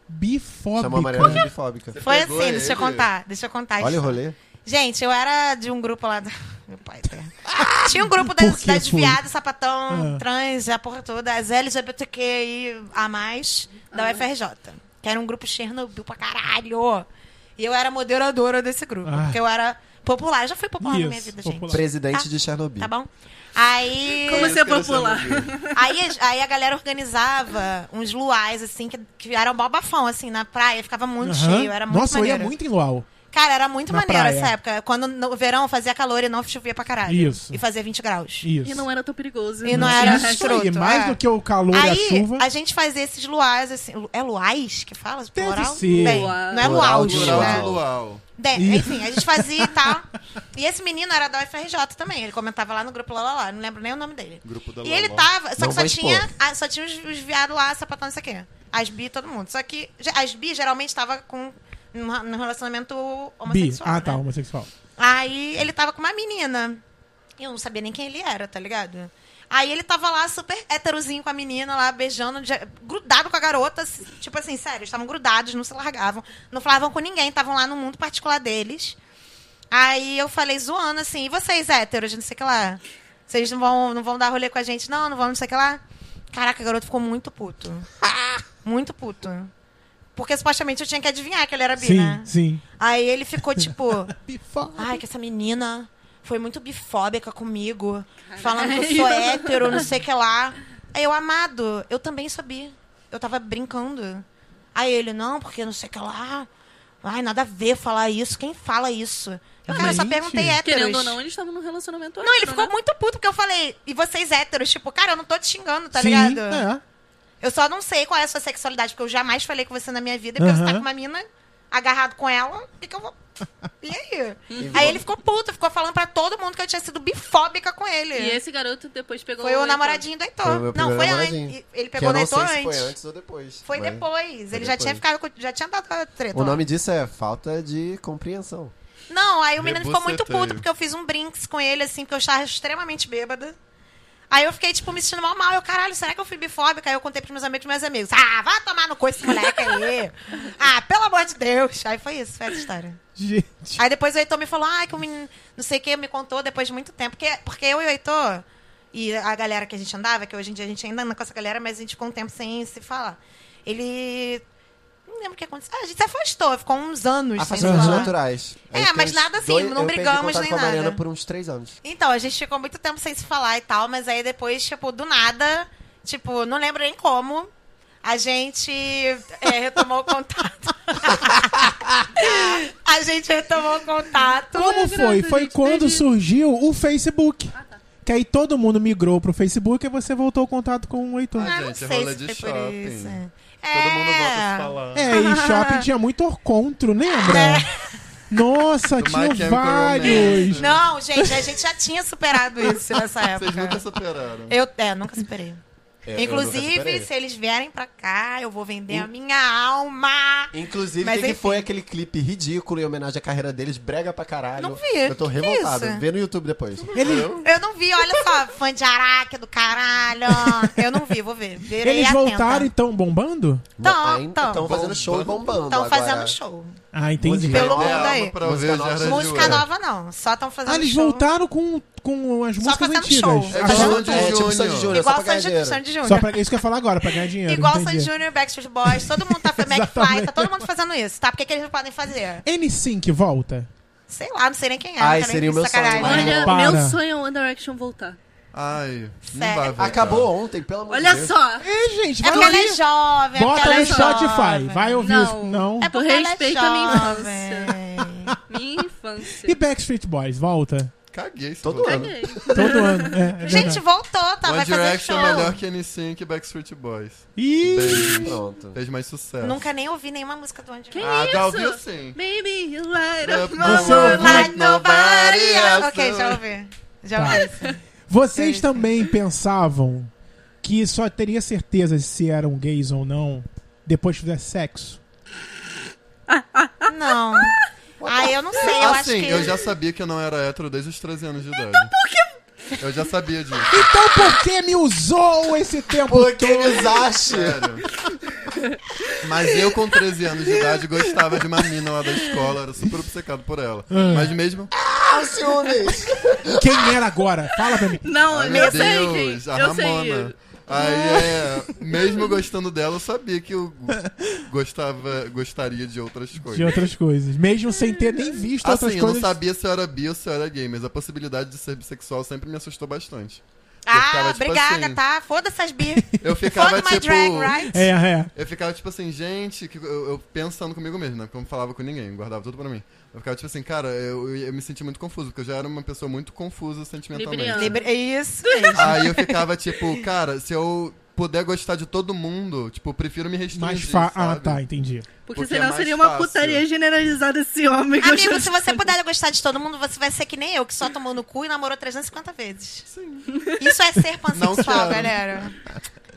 [SPEAKER 4] Chamou a Mariana
[SPEAKER 5] Bifóbica.
[SPEAKER 4] de bifóbica.
[SPEAKER 6] Foi Tá
[SPEAKER 3] Pegou
[SPEAKER 6] assim, deixa
[SPEAKER 3] ele.
[SPEAKER 6] eu contar. Deixa eu contar.
[SPEAKER 4] Olha o
[SPEAKER 6] isso.
[SPEAKER 4] rolê.
[SPEAKER 6] Gente, eu era de um grupo lá. do- [laughs] Meu pai, tá.
[SPEAKER 5] [laughs]
[SPEAKER 6] Tinha um grupo das,
[SPEAKER 5] Por que
[SPEAKER 6] das
[SPEAKER 5] foi?
[SPEAKER 6] viadas, sapatão,
[SPEAKER 5] Ah.
[SPEAKER 6] trans, a porra toda, as LGBTQI a mais da UFRJ. que era um grupo Chernobyl pra caralho. E eu era moderadora desse grupo,
[SPEAKER 5] Ah.
[SPEAKER 6] porque eu era popular. Eu já fui popular na minha
[SPEAKER 5] Isso,
[SPEAKER 6] vida,
[SPEAKER 5] popular.
[SPEAKER 6] gente.
[SPEAKER 4] Presidente
[SPEAKER 6] Tá.
[SPEAKER 4] de Chernobyl.
[SPEAKER 6] Tá bom? Aí.
[SPEAKER 7] Como você é popular.
[SPEAKER 6] Aí, a- aí a galera organizava uns luais, assim, que, que era um babafão, assim, na praia. Ficava muito
[SPEAKER 5] Aham.
[SPEAKER 6] cheio, era muito
[SPEAKER 5] Nossa,
[SPEAKER 6] maneiro.
[SPEAKER 5] eu ia muito em Luau.
[SPEAKER 6] Cara, era muito
[SPEAKER 5] na
[SPEAKER 6] maneiro
[SPEAKER 5] praia.
[SPEAKER 6] essa época. Quando no verão fazia calor e não chovia pra caralho.
[SPEAKER 5] Isso.
[SPEAKER 6] E fazia 20 graus.
[SPEAKER 5] Isso.
[SPEAKER 7] E não era tão perigoso.
[SPEAKER 6] E não era
[SPEAKER 5] Isso aí,
[SPEAKER 6] escroto,
[SPEAKER 5] mais
[SPEAKER 6] é.
[SPEAKER 5] do que o calor e a
[SPEAKER 6] Aí,
[SPEAKER 5] chuva.
[SPEAKER 6] a gente fazia esses luais, assim. lu- É luais que fala?
[SPEAKER 5] Deve
[SPEAKER 6] plural?
[SPEAKER 5] ser.
[SPEAKER 6] Bem,
[SPEAKER 7] Luau.
[SPEAKER 6] não é
[SPEAKER 4] Plural
[SPEAKER 6] luau,
[SPEAKER 4] de
[SPEAKER 3] Plural de
[SPEAKER 6] né?
[SPEAKER 4] luau.
[SPEAKER 3] luau.
[SPEAKER 6] De-
[SPEAKER 5] Ih.
[SPEAKER 6] enfim, a gente fazia e
[SPEAKER 5] [laughs]
[SPEAKER 6] tal. E esse menino era da UFRJ também. Ele comentava lá no grupo lá, lá, lá. Não lembro nem o nome dele.
[SPEAKER 3] Grupo da
[SPEAKER 6] E ele
[SPEAKER 3] Loló.
[SPEAKER 6] tava. Só
[SPEAKER 4] Não
[SPEAKER 6] que só
[SPEAKER 4] vou
[SPEAKER 6] tinha,
[SPEAKER 4] expor.
[SPEAKER 6] ah, só tinha os, os viados lá, sapatão, isso aqui. As bi, todo mundo. Só que ge- as bi geralmente tava com. num ra- num relacionamento
[SPEAKER 5] Bi.
[SPEAKER 6] homossexual.
[SPEAKER 5] Ah, tá,
[SPEAKER 6] né?
[SPEAKER 5] homossexual.
[SPEAKER 6] Aí ele tava com uma menina. Eu não sabia nem quem ele era, tá ligado? Aí ele tava lá super héterozinho com a menina lá, beijando, já- grudado com a garota. assim, Tipo assim, sério, eles estavam grudados, não se largavam. Não falavam com ninguém, estavam lá no mundo particular deles. Aí eu falei, zoando assim, e vocês héteros, não sei o que lá? Vocês não vão, não vão dar rolê com a gente, não? Não vão, não sei o que lá? Caraca, o garoto ficou muito puto. Muito puto. Porque supostamente eu tinha que adivinhar que ele era bi,
[SPEAKER 5] Sim,
[SPEAKER 6] né?
[SPEAKER 5] sim.
[SPEAKER 6] Aí ele ficou tipo.
[SPEAKER 5] Bifó.
[SPEAKER 6] Ai, que essa menina foi muito bifóbica comigo. Falando que eu sou hétero, não sei o que lá. Aí eu, amado, eu também sou bi. Eu tava brincando. Aí ele, não, porque não sei o que lá. Ai, nada a ver falar isso. Quem fala isso? Eu, cara, eu só
[SPEAKER 5] Gente.
[SPEAKER 6] perguntei héteros.
[SPEAKER 7] Querendo ou não, eles estavam num relacionamento
[SPEAKER 6] Não, ele
[SPEAKER 7] hétero,
[SPEAKER 6] ficou
[SPEAKER 7] né?
[SPEAKER 6] muito puto porque eu falei, e vocês héteros? Tipo, cara, eu não tô te xingando, tá
[SPEAKER 5] sim,
[SPEAKER 6] ligado?
[SPEAKER 5] é.
[SPEAKER 6] Eu só não sei qual é a sua sexualidade, porque eu jamais falei com você na minha vida, porque você tá
[SPEAKER 5] Aham.
[SPEAKER 6] com uma mina agarrado com ela, o que, que eu vou. E
[SPEAKER 4] [laughs]
[SPEAKER 6] aí?
[SPEAKER 4] virou-
[SPEAKER 6] aí ele ficou puto, ficou falando pra todo mundo que eu tinha sido bifóbica com ele.
[SPEAKER 7] E esse garoto depois pegou
[SPEAKER 6] Foi o
[SPEAKER 7] Heitor.
[SPEAKER 6] namoradinho do Heitor.
[SPEAKER 4] Foi o
[SPEAKER 6] não,
[SPEAKER 4] meu primeiro
[SPEAKER 6] foi
[SPEAKER 4] namoradinho.
[SPEAKER 6] antes. Ele
[SPEAKER 4] Que
[SPEAKER 6] pegou no
[SPEAKER 4] eu não
[SPEAKER 6] Heitor
[SPEAKER 4] sei se foi
[SPEAKER 6] antes.
[SPEAKER 4] antes ou depois.
[SPEAKER 6] Foi
[SPEAKER 4] mas-
[SPEAKER 6] depois. Ele
[SPEAKER 4] Foi
[SPEAKER 6] já
[SPEAKER 4] depois.
[SPEAKER 6] tinha ficado. com- Já tinha dado a treta.
[SPEAKER 4] O
[SPEAKER 6] lá.
[SPEAKER 4] nome disso é falta de compreensão.
[SPEAKER 6] Não, aí o menino ficou muito
[SPEAKER 3] Rebuceteio.
[SPEAKER 6] puto porque eu fiz um brinks com ele, assim, porque eu estava extremamente bêbada. Aí eu fiquei, tipo, me sentindo mal, mal. Eu, caralho, será que eu fui bifóbica? Aí eu contei pros meus amigos, meus amigos. Ah, vai tomar no cu esse moleque aí. ah, pelo amor de Deus. Aí foi isso, foi essa história.
[SPEAKER 5] Gente.
[SPEAKER 6] Aí depois o Heitor me falou, ah, que o menino, não sei o que, me contou depois de muito tempo. Porque, porque eu e o Heitor, e a galera que a gente andava, que hoje em dia a gente ainda anda com essa galera, mas a gente ficou um tempo sem se falar. Ele... Não lembro o que aconteceu. Ah, a gente se afastou, ficou uns anos sem se
[SPEAKER 4] Afastamentos
[SPEAKER 6] falar.
[SPEAKER 4] naturais.
[SPEAKER 6] É,
[SPEAKER 4] Aí tem
[SPEAKER 6] mas
[SPEAKER 4] uns
[SPEAKER 6] nada assim, não
[SPEAKER 4] eu perdi
[SPEAKER 6] brigamos
[SPEAKER 4] contato
[SPEAKER 6] nem
[SPEAKER 4] com a Mariana
[SPEAKER 6] nada.
[SPEAKER 4] por uns três anos.
[SPEAKER 6] Então, a gente ficou muito tempo sem se falar e tal, mas aí depois, tipo, do nada, tipo, não lembro nem como, a gente é, retomou
[SPEAKER 5] [laughs]
[SPEAKER 6] o contato. a gente retomou o contato. Ah,
[SPEAKER 5] Como foi?
[SPEAKER 7] gente,
[SPEAKER 5] Foi quando
[SPEAKER 7] entendi.
[SPEAKER 5] surgiu o Facebook.
[SPEAKER 6] tá.
[SPEAKER 5] Que aí todo mundo migrou pro Facebook e você voltou ao contato com o Heitor.
[SPEAKER 6] Ah, não
[SPEAKER 3] Gente, é
[SPEAKER 6] sei
[SPEAKER 3] rolê
[SPEAKER 6] se
[SPEAKER 3] de
[SPEAKER 6] foi por
[SPEAKER 3] shopping. né?
[SPEAKER 6] isso.
[SPEAKER 3] Todo mundo volta a
[SPEAKER 6] É.
[SPEAKER 3] se falar.
[SPEAKER 5] É,
[SPEAKER 6] [laughs]
[SPEAKER 5] e shopping tinha muito orcontro, lembra? Nossa,
[SPEAKER 3] Do
[SPEAKER 5] tinha
[SPEAKER 3] My Chemical
[SPEAKER 5] vários.
[SPEAKER 3] Romance.
[SPEAKER 6] Não, gente, a gente já tinha superado isso nessa época.
[SPEAKER 3] né? Vocês nunca superaram.
[SPEAKER 6] Eu, é, nunca superei.
[SPEAKER 4] Eu- eu nunca
[SPEAKER 6] Inclusive,
[SPEAKER 4] superei.
[SPEAKER 6] se eles vierem pra cá, eu vou vender a minha alma.
[SPEAKER 4] Inclusive, o
[SPEAKER 6] Mas
[SPEAKER 4] que, que
[SPEAKER 6] enfim.
[SPEAKER 4] foi aquele clipe ridículo em homenagem à carreira deles, brega pra caralho.
[SPEAKER 6] Não vi.
[SPEAKER 4] Eu tô
[SPEAKER 6] Que é
[SPEAKER 4] revoltado.
[SPEAKER 6] isso?
[SPEAKER 4] Vê no YouTube depois.
[SPEAKER 5] Ele-
[SPEAKER 6] Eu não vi, olha só, fã de Araque do caralho. Eu não vi, vou ver. Virei
[SPEAKER 5] Eles
[SPEAKER 6] atenta.
[SPEAKER 5] voltaram e tão bombando?
[SPEAKER 6] Tão, tão.
[SPEAKER 4] Estão fazendo show e bombando.
[SPEAKER 6] Estão
[SPEAKER 4] agora.
[SPEAKER 6] tá. fazendo show.
[SPEAKER 5] Ah, entendi.
[SPEAKER 4] Música
[SPEAKER 6] Pelo
[SPEAKER 4] nova.
[SPEAKER 6] mundo
[SPEAKER 3] Minha
[SPEAKER 6] aí.
[SPEAKER 3] alma pra
[SPEAKER 4] Música
[SPEAKER 3] ver
[SPEAKER 4] nova.
[SPEAKER 3] Gerard
[SPEAKER 6] Música
[SPEAKER 4] é.
[SPEAKER 3] Joura.
[SPEAKER 6] nova não, só estão fazendo
[SPEAKER 5] Ah, eles
[SPEAKER 6] show.
[SPEAKER 5] voltaram com, com as
[SPEAKER 6] Só
[SPEAKER 5] músicas
[SPEAKER 6] fazendo
[SPEAKER 5] antigas.
[SPEAKER 6] show.
[SPEAKER 3] É
[SPEAKER 6] Fazendo
[SPEAKER 3] igual o de
[SPEAKER 6] show.
[SPEAKER 4] É, tipo Sandy
[SPEAKER 3] Júnior.
[SPEAKER 4] Júnior, só
[SPEAKER 6] Igual
[SPEAKER 4] pra ganhar
[SPEAKER 6] Sandy,
[SPEAKER 4] dinheiro.
[SPEAKER 6] Sandy
[SPEAKER 5] Só
[SPEAKER 6] Júnior.
[SPEAKER 5] pra, isso que eu ia falar agora, pra ganhar dinheiro.
[SPEAKER 6] Igual Sandy
[SPEAKER 5] entendi.
[SPEAKER 6] Júnior, Backstreet Boys, todo
[SPEAKER 5] [laughs]
[SPEAKER 6] mundo tá fazendo McFly,
[SPEAKER 5] Exatamente.
[SPEAKER 6] tá todo mundo fazendo isso, tá? Por que, que eles não podem fazer?
[SPEAKER 5] N5 volta.
[SPEAKER 6] Sei lá, não sei nem quem é.
[SPEAKER 4] Ai,
[SPEAKER 6] cara,
[SPEAKER 4] seria o meu
[SPEAKER 6] sacanagem.
[SPEAKER 4] sonho. né?
[SPEAKER 7] Olha,
[SPEAKER 5] Para.
[SPEAKER 7] meu sonho é o One Direction voltar.
[SPEAKER 3] Ai, não
[SPEAKER 6] Sério.
[SPEAKER 3] vai voltar.
[SPEAKER 4] Acabou ontem, pelo amor de
[SPEAKER 7] Olha
[SPEAKER 4] Deus.
[SPEAKER 7] só.
[SPEAKER 5] É, gente,
[SPEAKER 6] É
[SPEAKER 5] vai
[SPEAKER 6] porque ela é
[SPEAKER 5] ouvir.
[SPEAKER 6] jovem, é porque
[SPEAKER 5] Bota
[SPEAKER 6] ela é
[SPEAKER 5] no Spotify.
[SPEAKER 6] jovem.
[SPEAKER 5] Vai ouvir.
[SPEAKER 7] Não.
[SPEAKER 5] Os... Não.
[SPEAKER 6] É porque ela é
[SPEAKER 7] Respeita a minha
[SPEAKER 6] jovem.
[SPEAKER 7] Minha infância.
[SPEAKER 5] E Backstreet Boys,
[SPEAKER 6] [laughs]
[SPEAKER 5] volta.
[SPEAKER 3] Caguei se
[SPEAKER 4] Todo
[SPEAKER 3] voltar.
[SPEAKER 4] ano.
[SPEAKER 7] Caguei.
[SPEAKER 5] Todo ano. É, é
[SPEAKER 6] Gente,
[SPEAKER 5] verdade.
[SPEAKER 6] voltou, tá?
[SPEAKER 3] One
[SPEAKER 6] Vai fazer
[SPEAKER 3] Direction
[SPEAKER 6] show.
[SPEAKER 3] é melhor que N5 e Backstreet Boys.
[SPEAKER 5] Ih,
[SPEAKER 3] Fez,
[SPEAKER 4] Pronto.
[SPEAKER 3] fez mais sucesso.
[SPEAKER 6] Nunca nem ouvi nenhuma música do One
[SPEAKER 7] Que
[SPEAKER 6] Direction.
[SPEAKER 3] Ah,
[SPEAKER 7] isso?
[SPEAKER 3] já ouviu sim. É
[SPEAKER 7] Baby, you light up my
[SPEAKER 5] Você
[SPEAKER 7] world.
[SPEAKER 5] ouviu?
[SPEAKER 6] Like nobody else. Ok, já ouvi. Já
[SPEAKER 5] Tá.
[SPEAKER 6] ouvi.
[SPEAKER 5] vocês
[SPEAKER 3] [laughs]
[SPEAKER 5] também pensavam que só teria certeza se eram gays ou não depois que fizer sexo?
[SPEAKER 6] [laughs] Não. Ah, eu não sei, eu acho
[SPEAKER 3] Tá. assim,
[SPEAKER 6] que...
[SPEAKER 3] eu já sabia que eu não era hétero desde os 13 anos de idade. Então por que... Eu já sabia disso,
[SPEAKER 5] Então por que me usou esse tempo
[SPEAKER 4] Porque
[SPEAKER 5] todo?
[SPEAKER 4] eles acham.
[SPEAKER 3] sério. Mas eu com 13 anos de idade gostava de uma mina lá da escola, era super obcecado por ela. Mas mesmo...
[SPEAKER 4] Ah, os ciúmes.
[SPEAKER 5] Quem era agora? Fala pra mim.
[SPEAKER 7] Não,
[SPEAKER 3] Ai,
[SPEAKER 7] eu
[SPEAKER 3] meu
[SPEAKER 7] sei
[SPEAKER 3] Deus,
[SPEAKER 7] quem.
[SPEAKER 3] a
[SPEAKER 7] Eu
[SPEAKER 3] Ramona.
[SPEAKER 7] sei.
[SPEAKER 3] Aí, é, mesmo gostando dela, eu sabia que eu gostava, gostaria de outras coisas.
[SPEAKER 5] De outras coisas. Mesmo sem ter nem visto outras
[SPEAKER 3] Assim, eu não
[SPEAKER 5] coisas.
[SPEAKER 3] sabia se eu era bi ou se eu era gay, mas a possibilidade de ser bissexual sempre me assustou bastante. Eu
[SPEAKER 6] Ah,
[SPEAKER 3] ficava, tipo
[SPEAKER 6] obrigada,
[SPEAKER 3] assim,
[SPEAKER 6] tá? Foda-se as bi.
[SPEAKER 3] Eu
[SPEAKER 6] Foda
[SPEAKER 3] ficava
[SPEAKER 6] my
[SPEAKER 3] tipo.
[SPEAKER 6] drag, right?
[SPEAKER 5] É, é.
[SPEAKER 3] Eu ficava tipo assim, gente, que eu, eu pensando comigo mesmo, né? Porque eu não falava com ninguém, guardava tudo pra mim. Eu ficava tipo assim, cara, eu, eu me senti muito confuso, porque eu já era uma pessoa muito confusa sentimentalmente.
[SPEAKER 7] Libriana.
[SPEAKER 6] Libra- é Isso.
[SPEAKER 3] Aí eu ficava tipo, cara, se eu puder gostar de todo mundo, tipo, eu prefiro me restringir.
[SPEAKER 5] Mais fa... Ah,
[SPEAKER 3] sabe?
[SPEAKER 5] tá, entendi.
[SPEAKER 7] Porque,
[SPEAKER 3] Porque é
[SPEAKER 7] senão
[SPEAKER 3] mais
[SPEAKER 7] seria uma
[SPEAKER 3] fácil.
[SPEAKER 7] putaria generalizada esse homem.
[SPEAKER 6] Amigo, se você puder gostar de todo mundo, você vai ser que nem eu, que só tomou no cu e namorou 350 vezes. Sim. Isso é ser pansexual,
[SPEAKER 3] quero.
[SPEAKER 6] galera.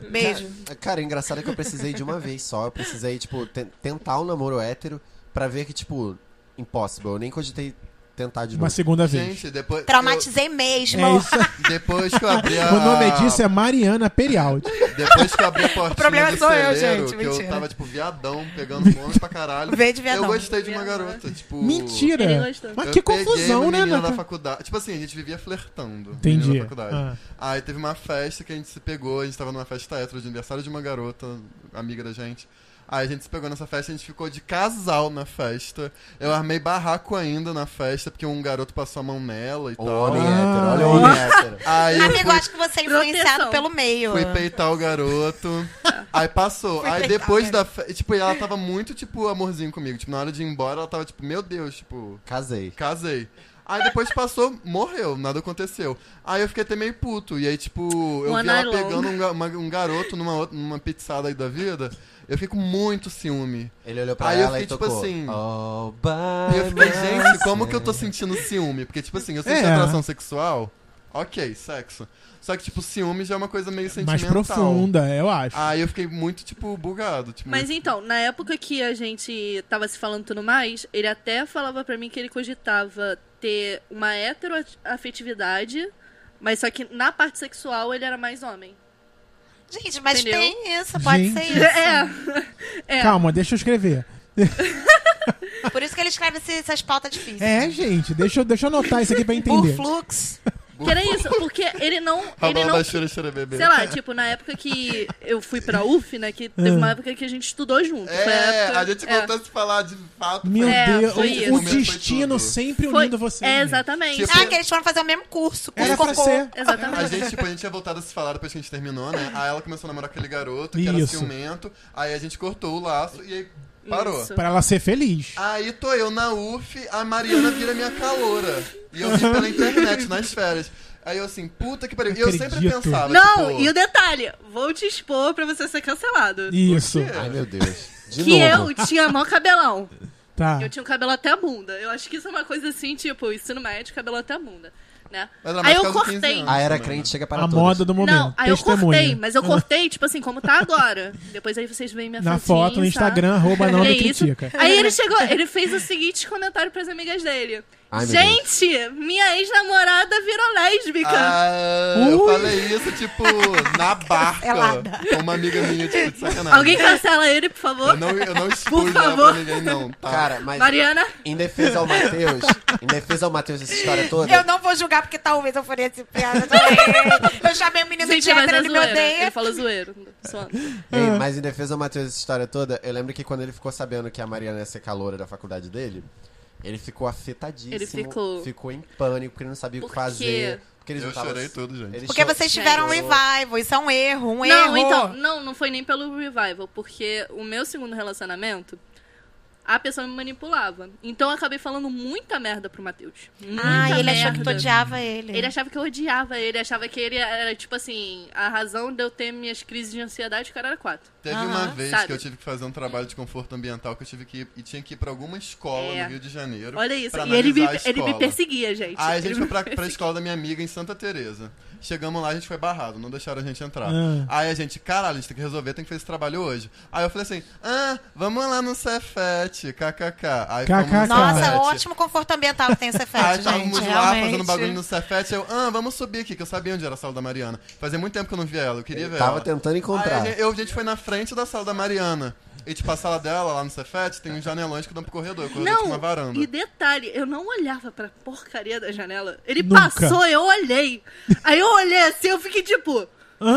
[SPEAKER 6] Beijo.
[SPEAKER 4] Cara, o engraçado é que eu precisei de uma vez só. Eu precisei, tipo, te- tentar um namoro hétero pra ver que, tipo, impossible. Eu nem cogitei tentar de novo.
[SPEAKER 5] Uma segunda vez.
[SPEAKER 3] Gente, depois.
[SPEAKER 6] Traumatizei mesmo.
[SPEAKER 5] É isso.
[SPEAKER 3] eu- depois que eu abri a.
[SPEAKER 5] [laughs] O nome disso é Mariana Perialdi.
[SPEAKER 3] Uh. Depois que eu
[SPEAKER 6] [laughs]
[SPEAKER 3] abri a portinha
[SPEAKER 6] problema
[SPEAKER 3] do
[SPEAKER 6] sou eu,
[SPEAKER 3] celeiro,
[SPEAKER 6] gente,
[SPEAKER 3] que eu
[SPEAKER 6] mentira.
[SPEAKER 3] tava, tipo, viadão, pegando fome pra caralho.
[SPEAKER 6] Verde viadão.
[SPEAKER 3] Eu gostei de uma garota, tipo...
[SPEAKER 5] Mentira.
[SPEAKER 7] Ele gostou.
[SPEAKER 5] Mas
[SPEAKER 3] eu
[SPEAKER 5] que
[SPEAKER 3] peguei
[SPEAKER 5] confusão,
[SPEAKER 3] uma
[SPEAKER 5] né,
[SPEAKER 3] menina
[SPEAKER 5] Natan?
[SPEAKER 3] da faculdade. Tipo assim, a gente vivia flertando.
[SPEAKER 5] Entendi.
[SPEAKER 3] menina Da faculdade.
[SPEAKER 5] Ah.
[SPEAKER 3] Aí teve uma festa que a gente se pegou, a gente tava numa festa hétero de aniversário de uma garota, amiga da gente. Aí a gente se pegou nessa festa, a gente ficou de casal na festa. Eu armei barraco ainda na festa, porque um garoto passou a mão nela e
[SPEAKER 4] O
[SPEAKER 3] tal.
[SPEAKER 5] Ah!
[SPEAKER 4] homem hétero, olha o homem hétero.
[SPEAKER 3] Aí eu
[SPEAKER 6] Amigo,
[SPEAKER 3] fui-
[SPEAKER 6] acho que você é influenciado
[SPEAKER 7] Proteção.
[SPEAKER 6] pelo meio.
[SPEAKER 7] Ah.
[SPEAKER 3] Fui peitar o
[SPEAKER 7] [laughs]
[SPEAKER 3] garoto. aí passou.
[SPEAKER 6] Fui
[SPEAKER 3] aí
[SPEAKER 6] peitar
[SPEAKER 7] né?
[SPEAKER 3] depois
[SPEAKER 6] o
[SPEAKER 3] da. fe- Tipo, ela tava muito, tipo, amorzinho comigo. Tipo, na hora de ir embora, ela tava, tipo, meu Deus, tipo,
[SPEAKER 4] Casei.
[SPEAKER 3] casei. Aí depois passou, morreu, nada aconteceu. Aí eu fiquei até meio puto. E aí, tipo, eu
[SPEAKER 7] One
[SPEAKER 3] vi ela
[SPEAKER 7] night long.
[SPEAKER 3] pegando um, ga- uma- um garoto numa, outra- numa pizzada aí da vida. Eu fiquei com muito ciúme.
[SPEAKER 4] Ele olhou pra
[SPEAKER 3] Aí eu
[SPEAKER 4] ela e
[SPEAKER 3] fiquei,
[SPEAKER 4] tocou.
[SPEAKER 3] tipo assim,
[SPEAKER 4] Oh,
[SPEAKER 3] E eu fiquei, gente,
[SPEAKER 4] bye, é."
[SPEAKER 3] como que eu tô sentindo ciúme? Porque, tipo assim, eu senti
[SPEAKER 5] É.
[SPEAKER 3] atração sexual, ok, sexo. Só que, tipo, ciúme já é uma coisa meio
[SPEAKER 5] Mais
[SPEAKER 3] sentimental. Ah.
[SPEAKER 5] profunda, eu acho.
[SPEAKER 3] Aí eu fiquei muito, tipo, bugado. Tipo,
[SPEAKER 7] Mas então, na época que a gente tava se falando tudo mais, ele até falava pra mim que ele cogitava ter uma heteroafetividade, mas só que na parte sexual ele era mais homem.
[SPEAKER 6] Gente, mas
[SPEAKER 7] Entendeu?
[SPEAKER 6] tem isso, pode
[SPEAKER 5] Gente.
[SPEAKER 6] ser isso.
[SPEAKER 7] [laughs] É, é.
[SPEAKER 5] Calma, deixa eu escrever.
[SPEAKER 6] Por isso que ele escreve esse- essas pautas difíceis.
[SPEAKER 5] É, gente, deixa eu, deixa eu anotar isso aqui pra
[SPEAKER 6] Por
[SPEAKER 5] entender.
[SPEAKER 6] fluxo.
[SPEAKER 7] que era isso, porque
[SPEAKER 3] [laughs]
[SPEAKER 7] ele não, ele não
[SPEAKER 3] Rababa, chora, chora, bebê.
[SPEAKER 7] Sei lá, tipo, na época que eu fui pra UF, né? Que teve uma época que a gente estudou junto. Foi a,
[SPEAKER 3] É,
[SPEAKER 7] época,
[SPEAKER 3] a gente
[SPEAKER 7] é.
[SPEAKER 3] voltou a se falar de fato.
[SPEAKER 5] Meu
[SPEAKER 7] É,
[SPEAKER 5] Deus,
[SPEAKER 7] foi
[SPEAKER 5] o-
[SPEAKER 7] isso.
[SPEAKER 5] o,
[SPEAKER 3] Foi tudo.
[SPEAKER 5] destino sempre
[SPEAKER 7] Foi-
[SPEAKER 5] unindo você.
[SPEAKER 7] É,
[SPEAKER 5] né?
[SPEAKER 7] exatamente. Um
[SPEAKER 3] Tipo,
[SPEAKER 6] Ah, que eles foram fazer o mesmo curso. curso
[SPEAKER 5] Era pra
[SPEAKER 6] cocô.
[SPEAKER 5] ser.
[SPEAKER 3] A
[SPEAKER 7] Exatamente.
[SPEAKER 3] gente, tipo, a gente tinha voltado a se falar depois que a gente terminou, né? Aí ela começou a namorar aquele garoto que era
[SPEAKER 5] Isso.
[SPEAKER 3] ciumento. Aí a gente cortou o laço e aí parou. Tipo,
[SPEAKER 7] Isso.
[SPEAKER 5] Pra ela ser feliz.
[SPEAKER 3] Aí tô eu na UF, a Mariana vira minha caloura. E eu vi pela
[SPEAKER 5] [laughs]
[SPEAKER 3] internet, nas férias. Aí eu assim, puta que pariu. E eu sempre
[SPEAKER 5] Acredito.
[SPEAKER 3] pensava,
[SPEAKER 7] Não,
[SPEAKER 3] tipo...
[SPEAKER 7] e o detalhe, vou te expor pra você ser cancelado.
[SPEAKER 5] Isso.
[SPEAKER 4] Ai, meu Deus. De
[SPEAKER 7] que
[SPEAKER 4] novo.
[SPEAKER 7] eu tinha mó cabelão.
[SPEAKER 5] Tá.
[SPEAKER 7] Eu tinha um cabelo até a bunda. Eu acho que isso é uma coisa assim, tipo, ensino médio, cabelo até a bunda. Né?
[SPEAKER 3] Mas era mais
[SPEAKER 7] Aí
[SPEAKER 3] por
[SPEAKER 7] eu
[SPEAKER 3] causa dos 15
[SPEAKER 7] cortei.
[SPEAKER 3] anos.
[SPEAKER 4] A era crente chega para
[SPEAKER 5] A
[SPEAKER 4] todos.
[SPEAKER 5] moda do momento.
[SPEAKER 7] Não, aí eu
[SPEAKER 5] Testemunha. Uhum.
[SPEAKER 7] cortei, mas eu cortei, tipo assim, como tá agora. Depois aí vocês veem minha
[SPEAKER 5] Na
[SPEAKER 7] fotinha,
[SPEAKER 5] foto, no
[SPEAKER 7] sabe?
[SPEAKER 5] Instagram, arroba não
[SPEAKER 7] [laughs] É
[SPEAKER 5] me
[SPEAKER 7] isso.
[SPEAKER 5] critica.
[SPEAKER 7] Aí ele chegou, ele fez o seguinte comentário pras amigas dele.
[SPEAKER 4] Ai, meu
[SPEAKER 7] Gente, minha ex-namorada virou lésbica.
[SPEAKER 3] Ah, eu
[SPEAKER 5] Ui.
[SPEAKER 3] falei isso, tipo,
[SPEAKER 7] [laughs]
[SPEAKER 3] na barca.
[SPEAKER 6] Cancelada.
[SPEAKER 3] Com uma amiga minha, tipo, de sacanagem.
[SPEAKER 7] Alguém cancela ele, por favor.
[SPEAKER 3] Eu não, eu não expus
[SPEAKER 7] Por
[SPEAKER 3] ela
[SPEAKER 7] favor.
[SPEAKER 3] pra ninguém, não, tá?
[SPEAKER 4] Cara, mas
[SPEAKER 7] Mariana,
[SPEAKER 4] em defesa ao Matheus, em defesa ao Matheus essa história toda,
[SPEAKER 6] Eu não vou julgar, porque talvez eu faria essa piada também. Eu chamei o menino
[SPEAKER 7] gente,
[SPEAKER 6] de
[SPEAKER 7] mas
[SPEAKER 6] hétero,
[SPEAKER 7] é
[SPEAKER 6] ele me
[SPEAKER 7] zoeiro. Ele
[SPEAKER 6] odeia.
[SPEAKER 7] falou zoeiro. zoando.
[SPEAKER 6] Ah.
[SPEAKER 4] Ei, mas em defesa do Matheus, essa história toda, eu lembro que quando ele ficou sabendo que a Mariana ia ser caloura da faculdade dele, ele ficou afetadíssimo.
[SPEAKER 7] Ele ficou-
[SPEAKER 4] Ficou em pânico, porque ele não sabia o
[SPEAKER 7] Por
[SPEAKER 4] que
[SPEAKER 7] quê?
[SPEAKER 4] fazer. Porque eles
[SPEAKER 3] Eu
[SPEAKER 4] não tavam-
[SPEAKER 3] chorei tudo, gente.
[SPEAKER 4] Eles
[SPEAKER 6] Porque
[SPEAKER 4] cho-
[SPEAKER 6] vocês tiveram um revival, isso é um erro, um erro.
[SPEAKER 7] Não, então, não, não foi nem pelo revival, porque o meu segundo relacionamento, a pessoa me manipulava. Então eu acabei falando muita merda pro Matheus. Muita
[SPEAKER 6] Ah, ele
[SPEAKER 7] merda.
[SPEAKER 6] achou que tu odiava ele.
[SPEAKER 7] Ele achava que eu odiava ele, achava que ele era, tipo assim, a razão de eu ter minhas crises de ansiedade, o cara era quatro.
[SPEAKER 3] Teve
[SPEAKER 6] Aham,
[SPEAKER 3] uma vez
[SPEAKER 7] sabe.
[SPEAKER 3] que eu tive que fazer um trabalho de conforto ambiental que eu tive que ir, e tinha que ir pra alguma escola
[SPEAKER 7] É.
[SPEAKER 3] no Rio de Janeiro.
[SPEAKER 7] Olha isso.
[SPEAKER 3] pra
[SPEAKER 7] E ele me,
[SPEAKER 3] analisar a
[SPEAKER 7] ele me
[SPEAKER 3] escola.
[SPEAKER 7] perseguia, gente.
[SPEAKER 3] Aí a
[SPEAKER 7] Ele
[SPEAKER 3] gente
[SPEAKER 7] me
[SPEAKER 3] foi
[SPEAKER 7] [laughs]
[SPEAKER 3] pra, pra
[SPEAKER 7] perseguia.
[SPEAKER 3] escola da minha amiga em Santa Teresa. Chegamos lá, a gente foi barrado, não deixaram a gente entrar.
[SPEAKER 5] Ah.
[SPEAKER 3] Aí a gente, caralho, a gente tem que resolver, tem que fazer esse trabalho hoje. Aí eu falei assim, ah, vamos lá no Cefete, kkk. Aí fomos no
[SPEAKER 5] KKK.
[SPEAKER 6] Nossa,
[SPEAKER 7] é um
[SPEAKER 3] Cefete.
[SPEAKER 6] ótimo conforto ambiental que tem esse
[SPEAKER 5] [laughs]
[SPEAKER 3] Aí
[SPEAKER 5] tá
[SPEAKER 6] efeito,
[SPEAKER 3] estávamos
[SPEAKER 6] gente.
[SPEAKER 3] lá
[SPEAKER 6] realmente.
[SPEAKER 3] fazendo bagulho no Cefete, eu, ah, vamos subir aqui, que eu sabia onde era a sala da Mariana. Fazia muito tempo que eu não via ela, eu queria ver
[SPEAKER 4] É, Tava
[SPEAKER 3] ela.
[SPEAKER 4] tentando
[SPEAKER 3] Aí
[SPEAKER 4] encontrar.
[SPEAKER 3] a gente, eu- a gente foi na frente da sala da Mariana. E, tipo, a sala dela, lá no Cefete, tem uns janelões que dão pro corredor. O corredor
[SPEAKER 7] Não,
[SPEAKER 3] tinha uma varanda.
[SPEAKER 7] e detalhe, eu não olhava pra porcaria da janela. Ele
[SPEAKER 5] Nunca.
[SPEAKER 7] passou, eu olhei. Aí eu olhei assim, eu fiquei tipo...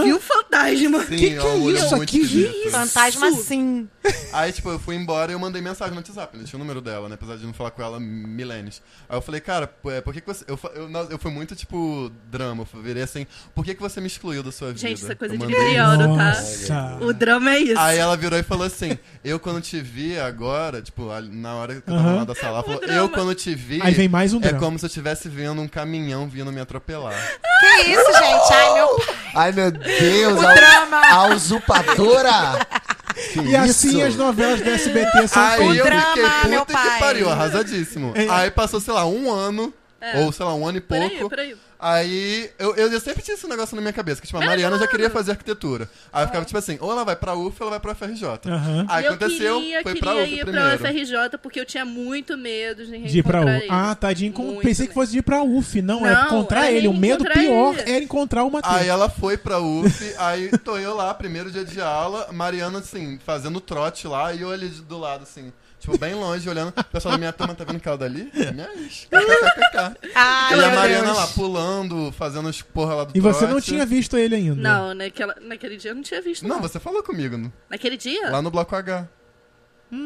[SPEAKER 7] viu fantasma.
[SPEAKER 3] Sim,
[SPEAKER 5] Que que
[SPEAKER 3] um
[SPEAKER 5] é
[SPEAKER 3] olho
[SPEAKER 5] isso
[SPEAKER 3] muito
[SPEAKER 5] aqui,
[SPEAKER 3] esquisito.
[SPEAKER 5] gente?
[SPEAKER 6] Fantasma sim.
[SPEAKER 3] Aí, tipo, eu fui embora e eu mandei mensagem no WhatsApp, né? Deixei o número dela, né? Apesar de não falar com ela milênios. Aí eu falei, cara, pô, é, por que, que você. Eu, fa- eu, na- eu fui muito, tipo, drama. Eu virei assim, por que, que você me excluiu da sua vida?
[SPEAKER 7] Gente, isso é coisa
[SPEAKER 3] eu
[SPEAKER 7] de
[SPEAKER 3] mandei-
[SPEAKER 7] crioulo, tá?
[SPEAKER 5] Nossa.
[SPEAKER 7] O drama é isso.
[SPEAKER 3] Aí ela virou e falou assim: Eu quando te vi agora, tipo, ali- na hora que eu tava
[SPEAKER 5] Aham.
[SPEAKER 3] lá da sala, ela falou,
[SPEAKER 7] drama.
[SPEAKER 3] eu quando te vi.
[SPEAKER 5] Aí vem mais um
[SPEAKER 3] É
[SPEAKER 5] drama.
[SPEAKER 3] como se eu estivesse vendo um caminhão vindo me atropelar.
[SPEAKER 6] Que isso, gente? Ai, meu pai.
[SPEAKER 7] [laughs]
[SPEAKER 4] Ai, meu Deus,
[SPEAKER 6] O
[SPEAKER 4] a,
[SPEAKER 6] drama.
[SPEAKER 4] [laughs] a usurpadora! Que
[SPEAKER 5] E assim
[SPEAKER 4] isso?
[SPEAKER 5] as novelas do SBT são
[SPEAKER 3] Aí eu
[SPEAKER 5] feitas.
[SPEAKER 6] drama,
[SPEAKER 3] fiquei
[SPEAKER 6] meu
[SPEAKER 3] puta
[SPEAKER 6] pai.
[SPEAKER 3] que pariu, arrasadíssimo. Aí passou, sei lá, um ano. Ou, sei lá, um ano e
[SPEAKER 7] Por
[SPEAKER 3] pouco.
[SPEAKER 7] aí, por aí.
[SPEAKER 3] Aí, eu, eu sempre tinha esse negócio na minha cabeça, que tipo, a Mariana já queria fazer arquitetura. Aí eu ficava tipo assim, ou ela vai pra UF ou ela vai pra FRJ.
[SPEAKER 5] Aham.
[SPEAKER 3] Aí
[SPEAKER 7] eu
[SPEAKER 3] aconteceu,
[SPEAKER 7] queria,
[SPEAKER 3] foi
[SPEAKER 7] queria
[SPEAKER 3] pra UF
[SPEAKER 7] ir
[SPEAKER 3] primeiro.
[SPEAKER 7] pra UFRJ porque eu tinha muito medo de
[SPEAKER 5] De ir pra
[SPEAKER 7] reencontrar
[SPEAKER 5] UF.
[SPEAKER 7] ele.
[SPEAKER 5] Ah, tadinho. Com...
[SPEAKER 7] Muito
[SPEAKER 5] Pensei que
[SPEAKER 7] medo.
[SPEAKER 5] fosse de ir pra UF. Não, é
[SPEAKER 7] Não,
[SPEAKER 5] encontrar
[SPEAKER 7] era
[SPEAKER 5] ele. O
[SPEAKER 7] nem
[SPEAKER 5] medo
[SPEAKER 7] encontrar
[SPEAKER 5] pior
[SPEAKER 7] ele.
[SPEAKER 5] era encontrar o Matheus.
[SPEAKER 3] Aí ela foi pra UF, aí tô eu lá, primeiro dia de aula, Mariana, assim, fazendo trote lá, e eu ali de- do lado, assim, tipo, bem longe, olhando. O pessoal da minha turma tá vendo aquela dali? É minha
[SPEAKER 7] [laughs]
[SPEAKER 3] ex. KKKK.
[SPEAKER 6] Ai,
[SPEAKER 3] e a
[SPEAKER 6] meu
[SPEAKER 3] Mariana
[SPEAKER 6] Deus.
[SPEAKER 3] lá, pulando, fazendo as porra lá do
[SPEAKER 5] E você não
[SPEAKER 3] trote.
[SPEAKER 5] tinha visto ele ainda.
[SPEAKER 7] assim. Não, naquela, naquele dia eu não tinha visto.
[SPEAKER 3] Não,
[SPEAKER 7] não.
[SPEAKER 3] você falou comigo, não?
[SPEAKER 7] Naquele dia?
[SPEAKER 3] Lá no Bloco H.
[SPEAKER 7] eu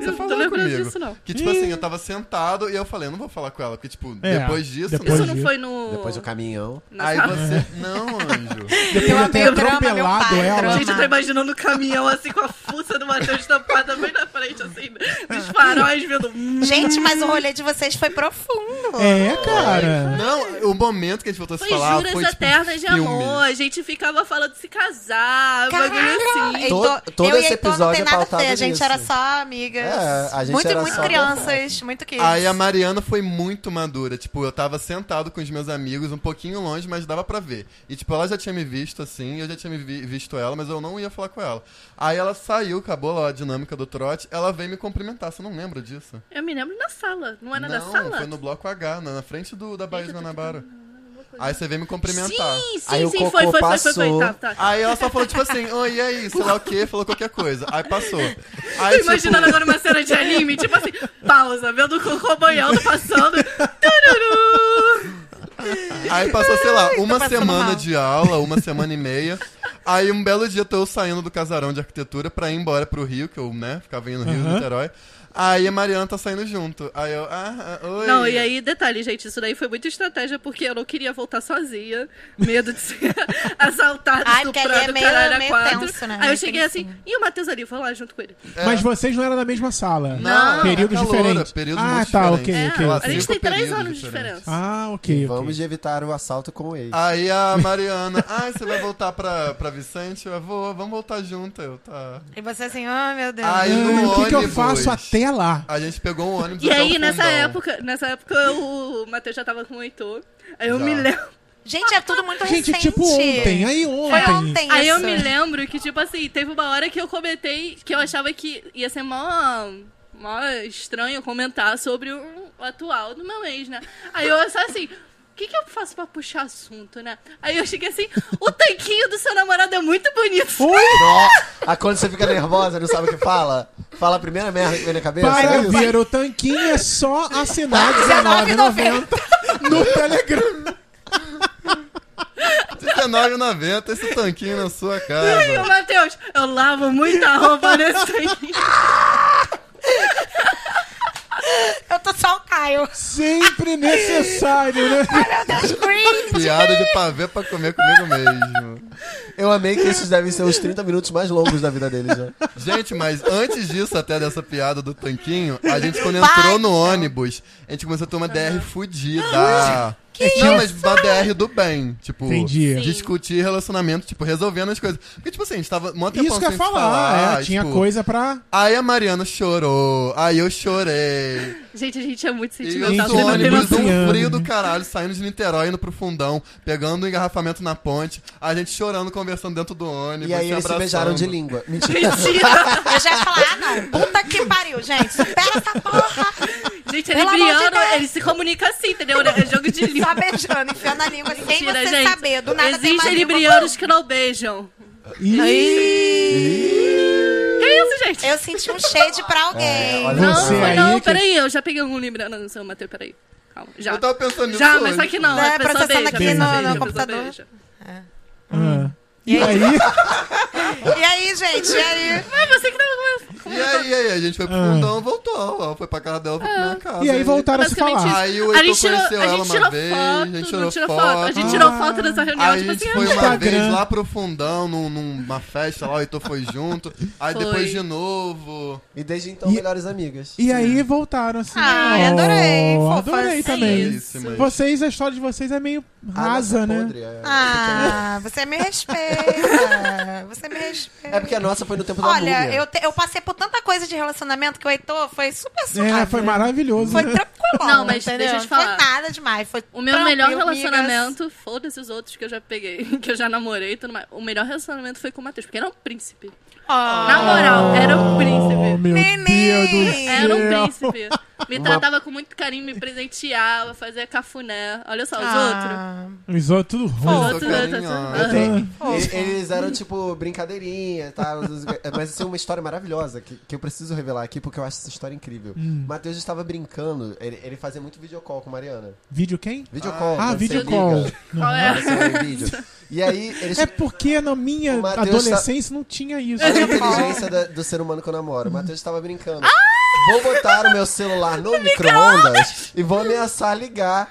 [SPEAKER 3] Você
[SPEAKER 7] não
[SPEAKER 3] falou
[SPEAKER 7] tô lembrando
[SPEAKER 3] comigo.
[SPEAKER 7] disso, não.
[SPEAKER 3] Que, tipo assim, eu tava sentado e eu falei, eu não vou falar com ela, porque, tipo,
[SPEAKER 5] É,
[SPEAKER 3] depois disso.
[SPEAKER 5] depois
[SPEAKER 7] Isso
[SPEAKER 3] né?
[SPEAKER 5] Hoje.
[SPEAKER 7] não foi no.
[SPEAKER 4] Depois do caminhão.
[SPEAKER 7] na
[SPEAKER 3] Aí
[SPEAKER 7] sala?
[SPEAKER 3] você. Não, anjo.
[SPEAKER 7] [laughs]
[SPEAKER 5] Depois eu ter
[SPEAKER 6] meu drama, meu
[SPEAKER 5] atropelado
[SPEAKER 6] pai,
[SPEAKER 5] ela.
[SPEAKER 6] drama.
[SPEAKER 7] Gente, eu tô imaginando o caminhão assim com a fuça do Matheus tampada bem na frente, assim, dos faróis vendo. hum.
[SPEAKER 6] Gente, mas o rolê de vocês foi profundo.
[SPEAKER 5] É, cara.
[SPEAKER 3] Não, o momento que a gente voltou a se
[SPEAKER 7] Foi
[SPEAKER 3] falar.
[SPEAKER 7] juras
[SPEAKER 3] foi, tipo,
[SPEAKER 7] eternas de
[SPEAKER 3] filme.
[SPEAKER 7] amor. A gente ficava falando de se casar, um bagulho
[SPEAKER 6] Caralho!
[SPEAKER 7] assim.
[SPEAKER 6] Heitor-
[SPEAKER 4] Todo- todo
[SPEAKER 6] Então, eu
[SPEAKER 4] esse
[SPEAKER 6] e Heitor não
[SPEAKER 4] episódio
[SPEAKER 6] tem
[SPEAKER 4] é
[SPEAKER 6] nada a
[SPEAKER 4] pautado
[SPEAKER 6] ver, a gente
[SPEAKER 4] nisso.
[SPEAKER 6] era só amigas.
[SPEAKER 4] É, a gente
[SPEAKER 6] muito,
[SPEAKER 4] era
[SPEAKER 6] muito
[SPEAKER 4] só
[SPEAKER 6] crianças,
[SPEAKER 4] bofete.
[SPEAKER 6] muito kids.
[SPEAKER 3] Aí a Mariana foi muito madura. Tipo, eu tava sentado com os meus amigos, um pouquinho longe, mas dava pra ver. E, tipo, ela já tinha me visto assim, eu já tinha me vi- visto ela, mas eu não ia falar com ela. Aí ela saiu, acabou lá a dinâmica do trote, ela veio me cumprimentar. Você não lembra disso?
[SPEAKER 7] Eu me lembro na sala. Não era na
[SPEAKER 3] não,
[SPEAKER 7] sala?
[SPEAKER 3] foi no bloco H, na, na frente do, da Baía de Guanabara. Aí você veio me cumprimentar.
[SPEAKER 7] Sim, sim,
[SPEAKER 4] Aí o
[SPEAKER 7] sim,
[SPEAKER 4] cocô
[SPEAKER 7] foi, foi, foi, foi, foi,
[SPEAKER 4] passou.
[SPEAKER 7] tá, tá.
[SPEAKER 3] Aí ela só falou, tipo assim, oi, e aí, sei lá o quê, falou qualquer coisa. Aí tipo, passou.
[SPEAKER 7] [laughs]
[SPEAKER 3] Aí,
[SPEAKER 7] Tô imaginando agora uma cena de anime, tipo assim, pausa, vendo o cocô banhando, passando.
[SPEAKER 3] tipo,
[SPEAKER 7] Tururu.
[SPEAKER 3] aí passou, sei lá,
[SPEAKER 7] tá
[SPEAKER 3] uma
[SPEAKER 6] passando
[SPEAKER 3] semana
[SPEAKER 6] mal.
[SPEAKER 3] de aula, uma semana e meia. Aí um belo dia tô eu saindo do casarão de arquitetura pra ir embora pro Rio, que eu, né, ficava indo no Rio,
[SPEAKER 5] Aham.
[SPEAKER 3] Niterói. Aí a Mariana tá saindo junto. Aí eu, ah, ah, oi.
[SPEAKER 7] Não, e aí, detalhe, gente, isso daí foi muita estratégia, porque eu não queria voltar sozinha, medo de ser [laughs] assaltada,
[SPEAKER 6] Ai, porque ali é
[SPEAKER 7] estuprada,
[SPEAKER 6] meio-
[SPEAKER 7] caralho, a
[SPEAKER 6] meio
[SPEAKER 7] quatro.
[SPEAKER 6] tenso, né?
[SPEAKER 7] Aí eu
[SPEAKER 6] Meio
[SPEAKER 7] cheguei assim,
[SPEAKER 6] tensinho.
[SPEAKER 7] e o Matheus ali, vou lá junto com ele.
[SPEAKER 5] Mas vocês não eram da mesma
[SPEAKER 3] É.
[SPEAKER 5] sala.
[SPEAKER 3] Não,
[SPEAKER 5] Períodos
[SPEAKER 3] é caloura,
[SPEAKER 5] diferentes.
[SPEAKER 3] períodos
[SPEAKER 5] ah,
[SPEAKER 3] muito
[SPEAKER 5] tá, ok,
[SPEAKER 3] diferentes.
[SPEAKER 7] É,
[SPEAKER 5] ok.
[SPEAKER 3] Ela
[SPEAKER 7] a gente
[SPEAKER 3] cinco
[SPEAKER 7] tem três
[SPEAKER 3] períodos
[SPEAKER 7] anos de
[SPEAKER 3] diferentes.
[SPEAKER 7] diferença.
[SPEAKER 5] Ah, ok. ok.
[SPEAKER 4] Vamos evitar o assalto com o ex.
[SPEAKER 6] Ah,
[SPEAKER 3] Aí a Mariana, ai, você vai voltar pra, pra Vicente? Eu vou, vamos voltar junto. Eu, tá.
[SPEAKER 6] E você assim, ah, meu Deus.
[SPEAKER 3] Ai,
[SPEAKER 5] Ah,
[SPEAKER 3] no
[SPEAKER 5] o que, que eu
[SPEAKER 3] ônibus.
[SPEAKER 5] faço até lá?
[SPEAKER 3] A gente pegou um ônibus
[SPEAKER 7] E
[SPEAKER 3] até
[SPEAKER 7] aí,
[SPEAKER 3] o
[SPEAKER 7] nessa
[SPEAKER 3] fundão.
[SPEAKER 7] época, nessa época, o Matheus já tava com o Heitor. Aí eu
[SPEAKER 3] Já.
[SPEAKER 7] me lembro.
[SPEAKER 6] Gente, é tudo muito
[SPEAKER 5] Gente,
[SPEAKER 6] recente.
[SPEAKER 5] tipo ontem, aí
[SPEAKER 6] Foi
[SPEAKER 5] ontem.
[SPEAKER 6] ontem
[SPEAKER 7] Aí eu
[SPEAKER 6] isso.
[SPEAKER 7] me lembro que, tipo assim, teve uma hora que eu comentei que eu achava que ia ser mó, mó estranho comentar sobre o atual do meu ex, né? Aí eu só assim. O que, que eu faço pra puxar assunto, né? Aí eu cheguei assim, o tanquinho do seu namorado é muito bonito.
[SPEAKER 4] Ah, quando você fica nervosa, não sabe o que fala? Fala a primeira merda que vem na cabeça.
[SPEAKER 5] Para
[SPEAKER 4] é isso?
[SPEAKER 5] ver o tanquinho é só assinar R$19,90
[SPEAKER 3] [laughs]
[SPEAKER 5] no Telegram.
[SPEAKER 3] 19,90 esse tanquinho na sua
[SPEAKER 7] [laughs] Aí
[SPEAKER 3] casa.
[SPEAKER 7] o Matheus, eu lavo muita roupa nesse tanquinho.
[SPEAKER 6] Eu tô só o Caio.
[SPEAKER 5] Sempre necessário, né?
[SPEAKER 6] Green.
[SPEAKER 3] Piada de pavê pra comer comigo mesmo.
[SPEAKER 4] Eu amei que esses devem ser os 30 minutos mais longos da vida deles, né?
[SPEAKER 3] Gente, mas antes disso, até dessa piada do tanquinho, a gente quando
[SPEAKER 6] Pai
[SPEAKER 3] entrou
[SPEAKER 6] do
[SPEAKER 3] no
[SPEAKER 6] céu.
[SPEAKER 3] ônibus, a gente começou a ter uma DR fudida. Não, mas uma DR do bem. Tipo,
[SPEAKER 5] Entendi. Sim.
[SPEAKER 3] discutir relacionamento, tipo, resolvendo as coisas. Porque, tipo assim, a gente tava mó tempão
[SPEAKER 5] Isso que eu
[SPEAKER 3] sem
[SPEAKER 5] ia
[SPEAKER 3] se
[SPEAKER 5] falar. é, tinha
[SPEAKER 3] tipo,
[SPEAKER 5] coisa pra...
[SPEAKER 3] Aí a Mariana chorou, aí eu chorei.
[SPEAKER 4] [laughs]
[SPEAKER 7] Gente, a gente é muito
[SPEAKER 4] Tipo,
[SPEAKER 3] E
[SPEAKER 4] tá
[SPEAKER 3] eu
[SPEAKER 7] sentimental.
[SPEAKER 3] tô
[SPEAKER 5] Gente,
[SPEAKER 7] Você não tem
[SPEAKER 5] ônibus,
[SPEAKER 3] ônibus,
[SPEAKER 7] noção.
[SPEAKER 5] noção.
[SPEAKER 4] assim,
[SPEAKER 3] um frio do caralho, saindo de Niterói, indo pro fundão, pegando o engarrafamento na ponte, a gente chorando, conversando dentro do ônibus.
[SPEAKER 4] E aí eles se
[SPEAKER 3] abraçando.
[SPEAKER 4] beijaram de língua. Mentira.
[SPEAKER 7] Mentira.
[SPEAKER 6] Eu já ia falar, ah, não. Puta que pariu, gente. Supera essa
[SPEAKER 7] [laughs]
[SPEAKER 6] porra.
[SPEAKER 7] [laughs] Gente,
[SPEAKER 6] Pelo amor de
[SPEAKER 7] Libriano,
[SPEAKER 6] Deus.
[SPEAKER 7] ele se comunica assim, entendeu? É jogo de língua.
[SPEAKER 6] Só beijando, enfiando a língua sem
[SPEAKER 7] Mentira,
[SPEAKER 6] você
[SPEAKER 7] gente.
[SPEAKER 6] saber. Do nada tem uma
[SPEAKER 7] Existem
[SPEAKER 6] língua-
[SPEAKER 7] librianos que não beijam. Que isso, gente?
[SPEAKER 6] Eu senti um shade pra alguém.
[SPEAKER 4] É, olha-
[SPEAKER 7] Não,
[SPEAKER 5] Você
[SPEAKER 7] foi
[SPEAKER 5] aí
[SPEAKER 7] não,
[SPEAKER 5] que-
[SPEAKER 7] peraí, eu já peguei um libriano. Não, seu Matheus, peraí. Calma, já.
[SPEAKER 3] Eu tava pensando nisso.
[SPEAKER 7] já, mas só
[SPEAKER 3] hoje.
[SPEAKER 7] que não,
[SPEAKER 6] Não,
[SPEAKER 7] a
[SPEAKER 6] é
[SPEAKER 7] pessoa
[SPEAKER 6] processando
[SPEAKER 7] beija.
[SPEAKER 6] aqui
[SPEAKER 7] a pessoa
[SPEAKER 6] no- no
[SPEAKER 7] beija, a pessoa
[SPEAKER 6] computador.
[SPEAKER 7] beija.
[SPEAKER 5] Ah.
[SPEAKER 6] E
[SPEAKER 5] E aí,
[SPEAKER 6] E aí, gente? E aí?
[SPEAKER 7] Mas Ah, você que tá tava com
[SPEAKER 3] E aí, aí, a gente foi pro fundão, voltou. Ela foi pra casa dela, foi pra
[SPEAKER 7] Ah.
[SPEAKER 3] minha casa.
[SPEAKER 5] Ah. e aí voltaram a se
[SPEAKER 7] Basicamente
[SPEAKER 5] falar.
[SPEAKER 7] isso.
[SPEAKER 3] Aí o
[SPEAKER 7] a
[SPEAKER 3] Heitor
[SPEAKER 7] gente tirou,
[SPEAKER 3] conheceu
[SPEAKER 7] a
[SPEAKER 3] ela
[SPEAKER 7] gente
[SPEAKER 3] uma
[SPEAKER 7] tirou
[SPEAKER 3] vez,
[SPEAKER 7] foto,
[SPEAKER 3] a gente tirou
[SPEAKER 7] não tirou
[SPEAKER 3] foto.
[SPEAKER 7] foto. A gente tirou foto dessa reunião,
[SPEAKER 3] Aí
[SPEAKER 7] tipo
[SPEAKER 3] a gente
[SPEAKER 7] assim,
[SPEAKER 3] foi
[SPEAKER 7] ah,
[SPEAKER 3] uma
[SPEAKER 5] Instagram.
[SPEAKER 3] vez lá pro fundão, num- numa festa lá, o Heitor foi junto. Aí
[SPEAKER 7] Foi.
[SPEAKER 3] depois de novo.
[SPEAKER 4] E desde então,
[SPEAKER 5] E-
[SPEAKER 4] melhores amigas.
[SPEAKER 5] E aí voltaram assim.
[SPEAKER 6] Ai, adorei,
[SPEAKER 5] Oh,
[SPEAKER 6] fofas.
[SPEAKER 5] adorei
[SPEAKER 6] É
[SPEAKER 5] também.
[SPEAKER 3] Belíssimas.
[SPEAKER 5] Vocês, a história de vocês é meio
[SPEAKER 4] A nossa
[SPEAKER 5] rasa, né?
[SPEAKER 4] podre, é.
[SPEAKER 6] Ah, você me respeita. Você me respeita.
[SPEAKER 4] É porque a nossa foi no tempo da
[SPEAKER 6] Olha,
[SPEAKER 4] múmia.
[SPEAKER 6] eu, te- eu passei por tanta coisa de relacionamento que o Heitor foi super suave.
[SPEAKER 5] É, foi maravilhoso.
[SPEAKER 6] Ah, Foi tranquilão,
[SPEAKER 7] Não, mas
[SPEAKER 6] entendeu?
[SPEAKER 7] deixa eu te
[SPEAKER 6] Foi
[SPEAKER 7] falar.
[SPEAKER 6] nada demais. Foi
[SPEAKER 3] um
[SPEAKER 7] O meu melhor
[SPEAKER 6] tranquilo, migas.
[SPEAKER 7] relacionamento, foda-se os outros que eu já peguei, [laughs] que eu já namorei e tudo mais. O melhor relacionamento foi com o Matheus, porque era um príncipe.
[SPEAKER 6] Ó,
[SPEAKER 3] Ah.
[SPEAKER 7] Na moral, era um
[SPEAKER 5] Oh,
[SPEAKER 7] príncipe.
[SPEAKER 5] meu
[SPEAKER 6] Neném!
[SPEAKER 5] Deus do céu.
[SPEAKER 7] Era um príncipe. Me tratava com muito carinho, me presenteava, fazia cafuné. Olha só, os outros.
[SPEAKER 6] ah,
[SPEAKER 5] Os outros tudo ruim.
[SPEAKER 7] Outro,
[SPEAKER 3] Sou
[SPEAKER 7] outro,
[SPEAKER 3] carinhosa.
[SPEAKER 7] outro.
[SPEAKER 4] Tem-
[SPEAKER 6] Ah.
[SPEAKER 4] e- Eles eram tipo brincadeirinha, tá? Mas assim, uma história maravilhosa que, que eu preciso revelar aqui porque eu acho essa história incrível.
[SPEAKER 5] Hum.
[SPEAKER 4] Matheus estava brincando, ele, ele fazia muito videocall com Mariana.
[SPEAKER 5] Vídeo quem?
[SPEAKER 4] Videocall.
[SPEAKER 5] Ah,
[SPEAKER 4] quando você
[SPEAKER 5] videocall.
[SPEAKER 4] liga,
[SPEAKER 7] Qual
[SPEAKER 4] quando
[SPEAKER 7] é?
[SPEAKER 4] você vê vídeo. E aí, eles
[SPEAKER 5] É porque na minha
[SPEAKER 4] O Matheus
[SPEAKER 5] adolescência não tinha isso.
[SPEAKER 4] Olha a [laughs] inteligência da- do ser humano que eu namoro. O Matheus estava brincando.
[SPEAKER 7] Ah!
[SPEAKER 4] Vou botar o meu celular no, micro-ondas e vou ameaçar ligar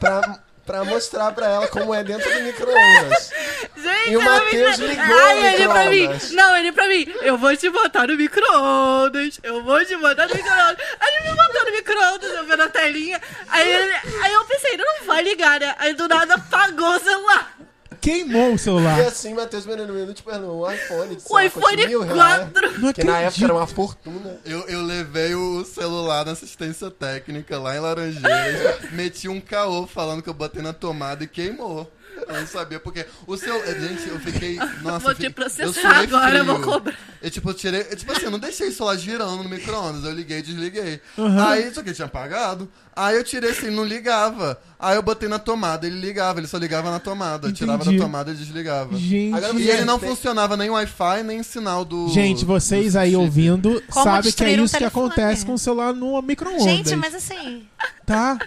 [SPEAKER 4] pra, pra mostrar pra ela como é dentro do micro-ondas.
[SPEAKER 7] Gente,
[SPEAKER 4] E o
[SPEAKER 7] ela me-
[SPEAKER 4] Matheus ligou no
[SPEAKER 7] Ai, ele pra mim.
[SPEAKER 4] micro-ondas.
[SPEAKER 7] Não, ele pra mim. Eu vou te botar no micro-ondas. Eu vou te botar no micro-ondas. Aí ele me botou no micro-ondas, eu vendo a telinha. Aí, ele- aí eu pensei, ele não vai ligar, né? Aí do nada apagou o celular.
[SPEAKER 5] Queimou o
[SPEAKER 4] E
[SPEAKER 5] celular.
[SPEAKER 4] assim, Matheus Menino Menino, tipo, era um iPhone. de, sei
[SPEAKER 7] O
[SPEAKER 4] lá, quantos
[SPEAKER 7] iPhone é
[SPEAKER 4] mil reais.
[SPEAKER 7] 4.
[SPEAKER 5] Não
[SPEAKER 4] Que na
[SPEAKER 5] acredito.
[SPEAKER 4] época era uma fortuna.
[SPEAKER 3] Eu, eu levei o celular na assistência técnica lá em
[SPEAKER 7] [laughs]
[SPEAKER 3] Laranjeiras, meti um caô falando que eu botei na tomada e queimou. Eu não sabia porque o seu, eh, gente, eu
[SPEAKER 7] [laughs]
[SPEAKER 3] fiquei, nossa,
[SPEAKER 7] Vou
[SPEAKER 3] eu
[SPEAKER 7] te
[SPEAKER 3] fiquei-
[SPEAKER 7] processar
[SPEAKER 3] eu suei
[SPEAKER 7] agora, eu vou
[SPEAKER 3] frio.
[SPEAKER 7] cobrar.
[SPEAKER 3] Eu tipo, eu tirei, eu, tipo assim, eu não deixei isso lá girando no micro-ondas, eu liguei e desliguei. Aí, só que tinha apagado. Aí eu tirei assim, não ligava. Aí eu botei na tomada, ele ligava, ele só ligava na tomada, eu tirava da
[SPEAKER 5] Entendi.
[SPEAKER 3] tomada e desligava.
[SPEAKER 5] Gente,
[SPEAKER 4] Agora
[SPEAKER 3] E ele não
[SPEAKER 4] Tem-
[SPEAKER 3] funcionava nem Wi-Fi, nem sinal do
[SPEAKER 5] gente, vocês
[SPEAKER 3] do
[SPEAKER 5] aí
[SPEAKER 3] chip.
[SPEAKER 5] ouvindo
[SPEAKER 6] Como
[SPEAKER 5] sabem que é
[SPEAKER 6] destruir um
[SPEAKER 5] isso que
[SPEAKER 6] telefone.
[SPEAKER 5] acontece com o celular no micro-ondas.
[SPEAKER 6] gente, mas assim.
[SPEAKER 5] Tá?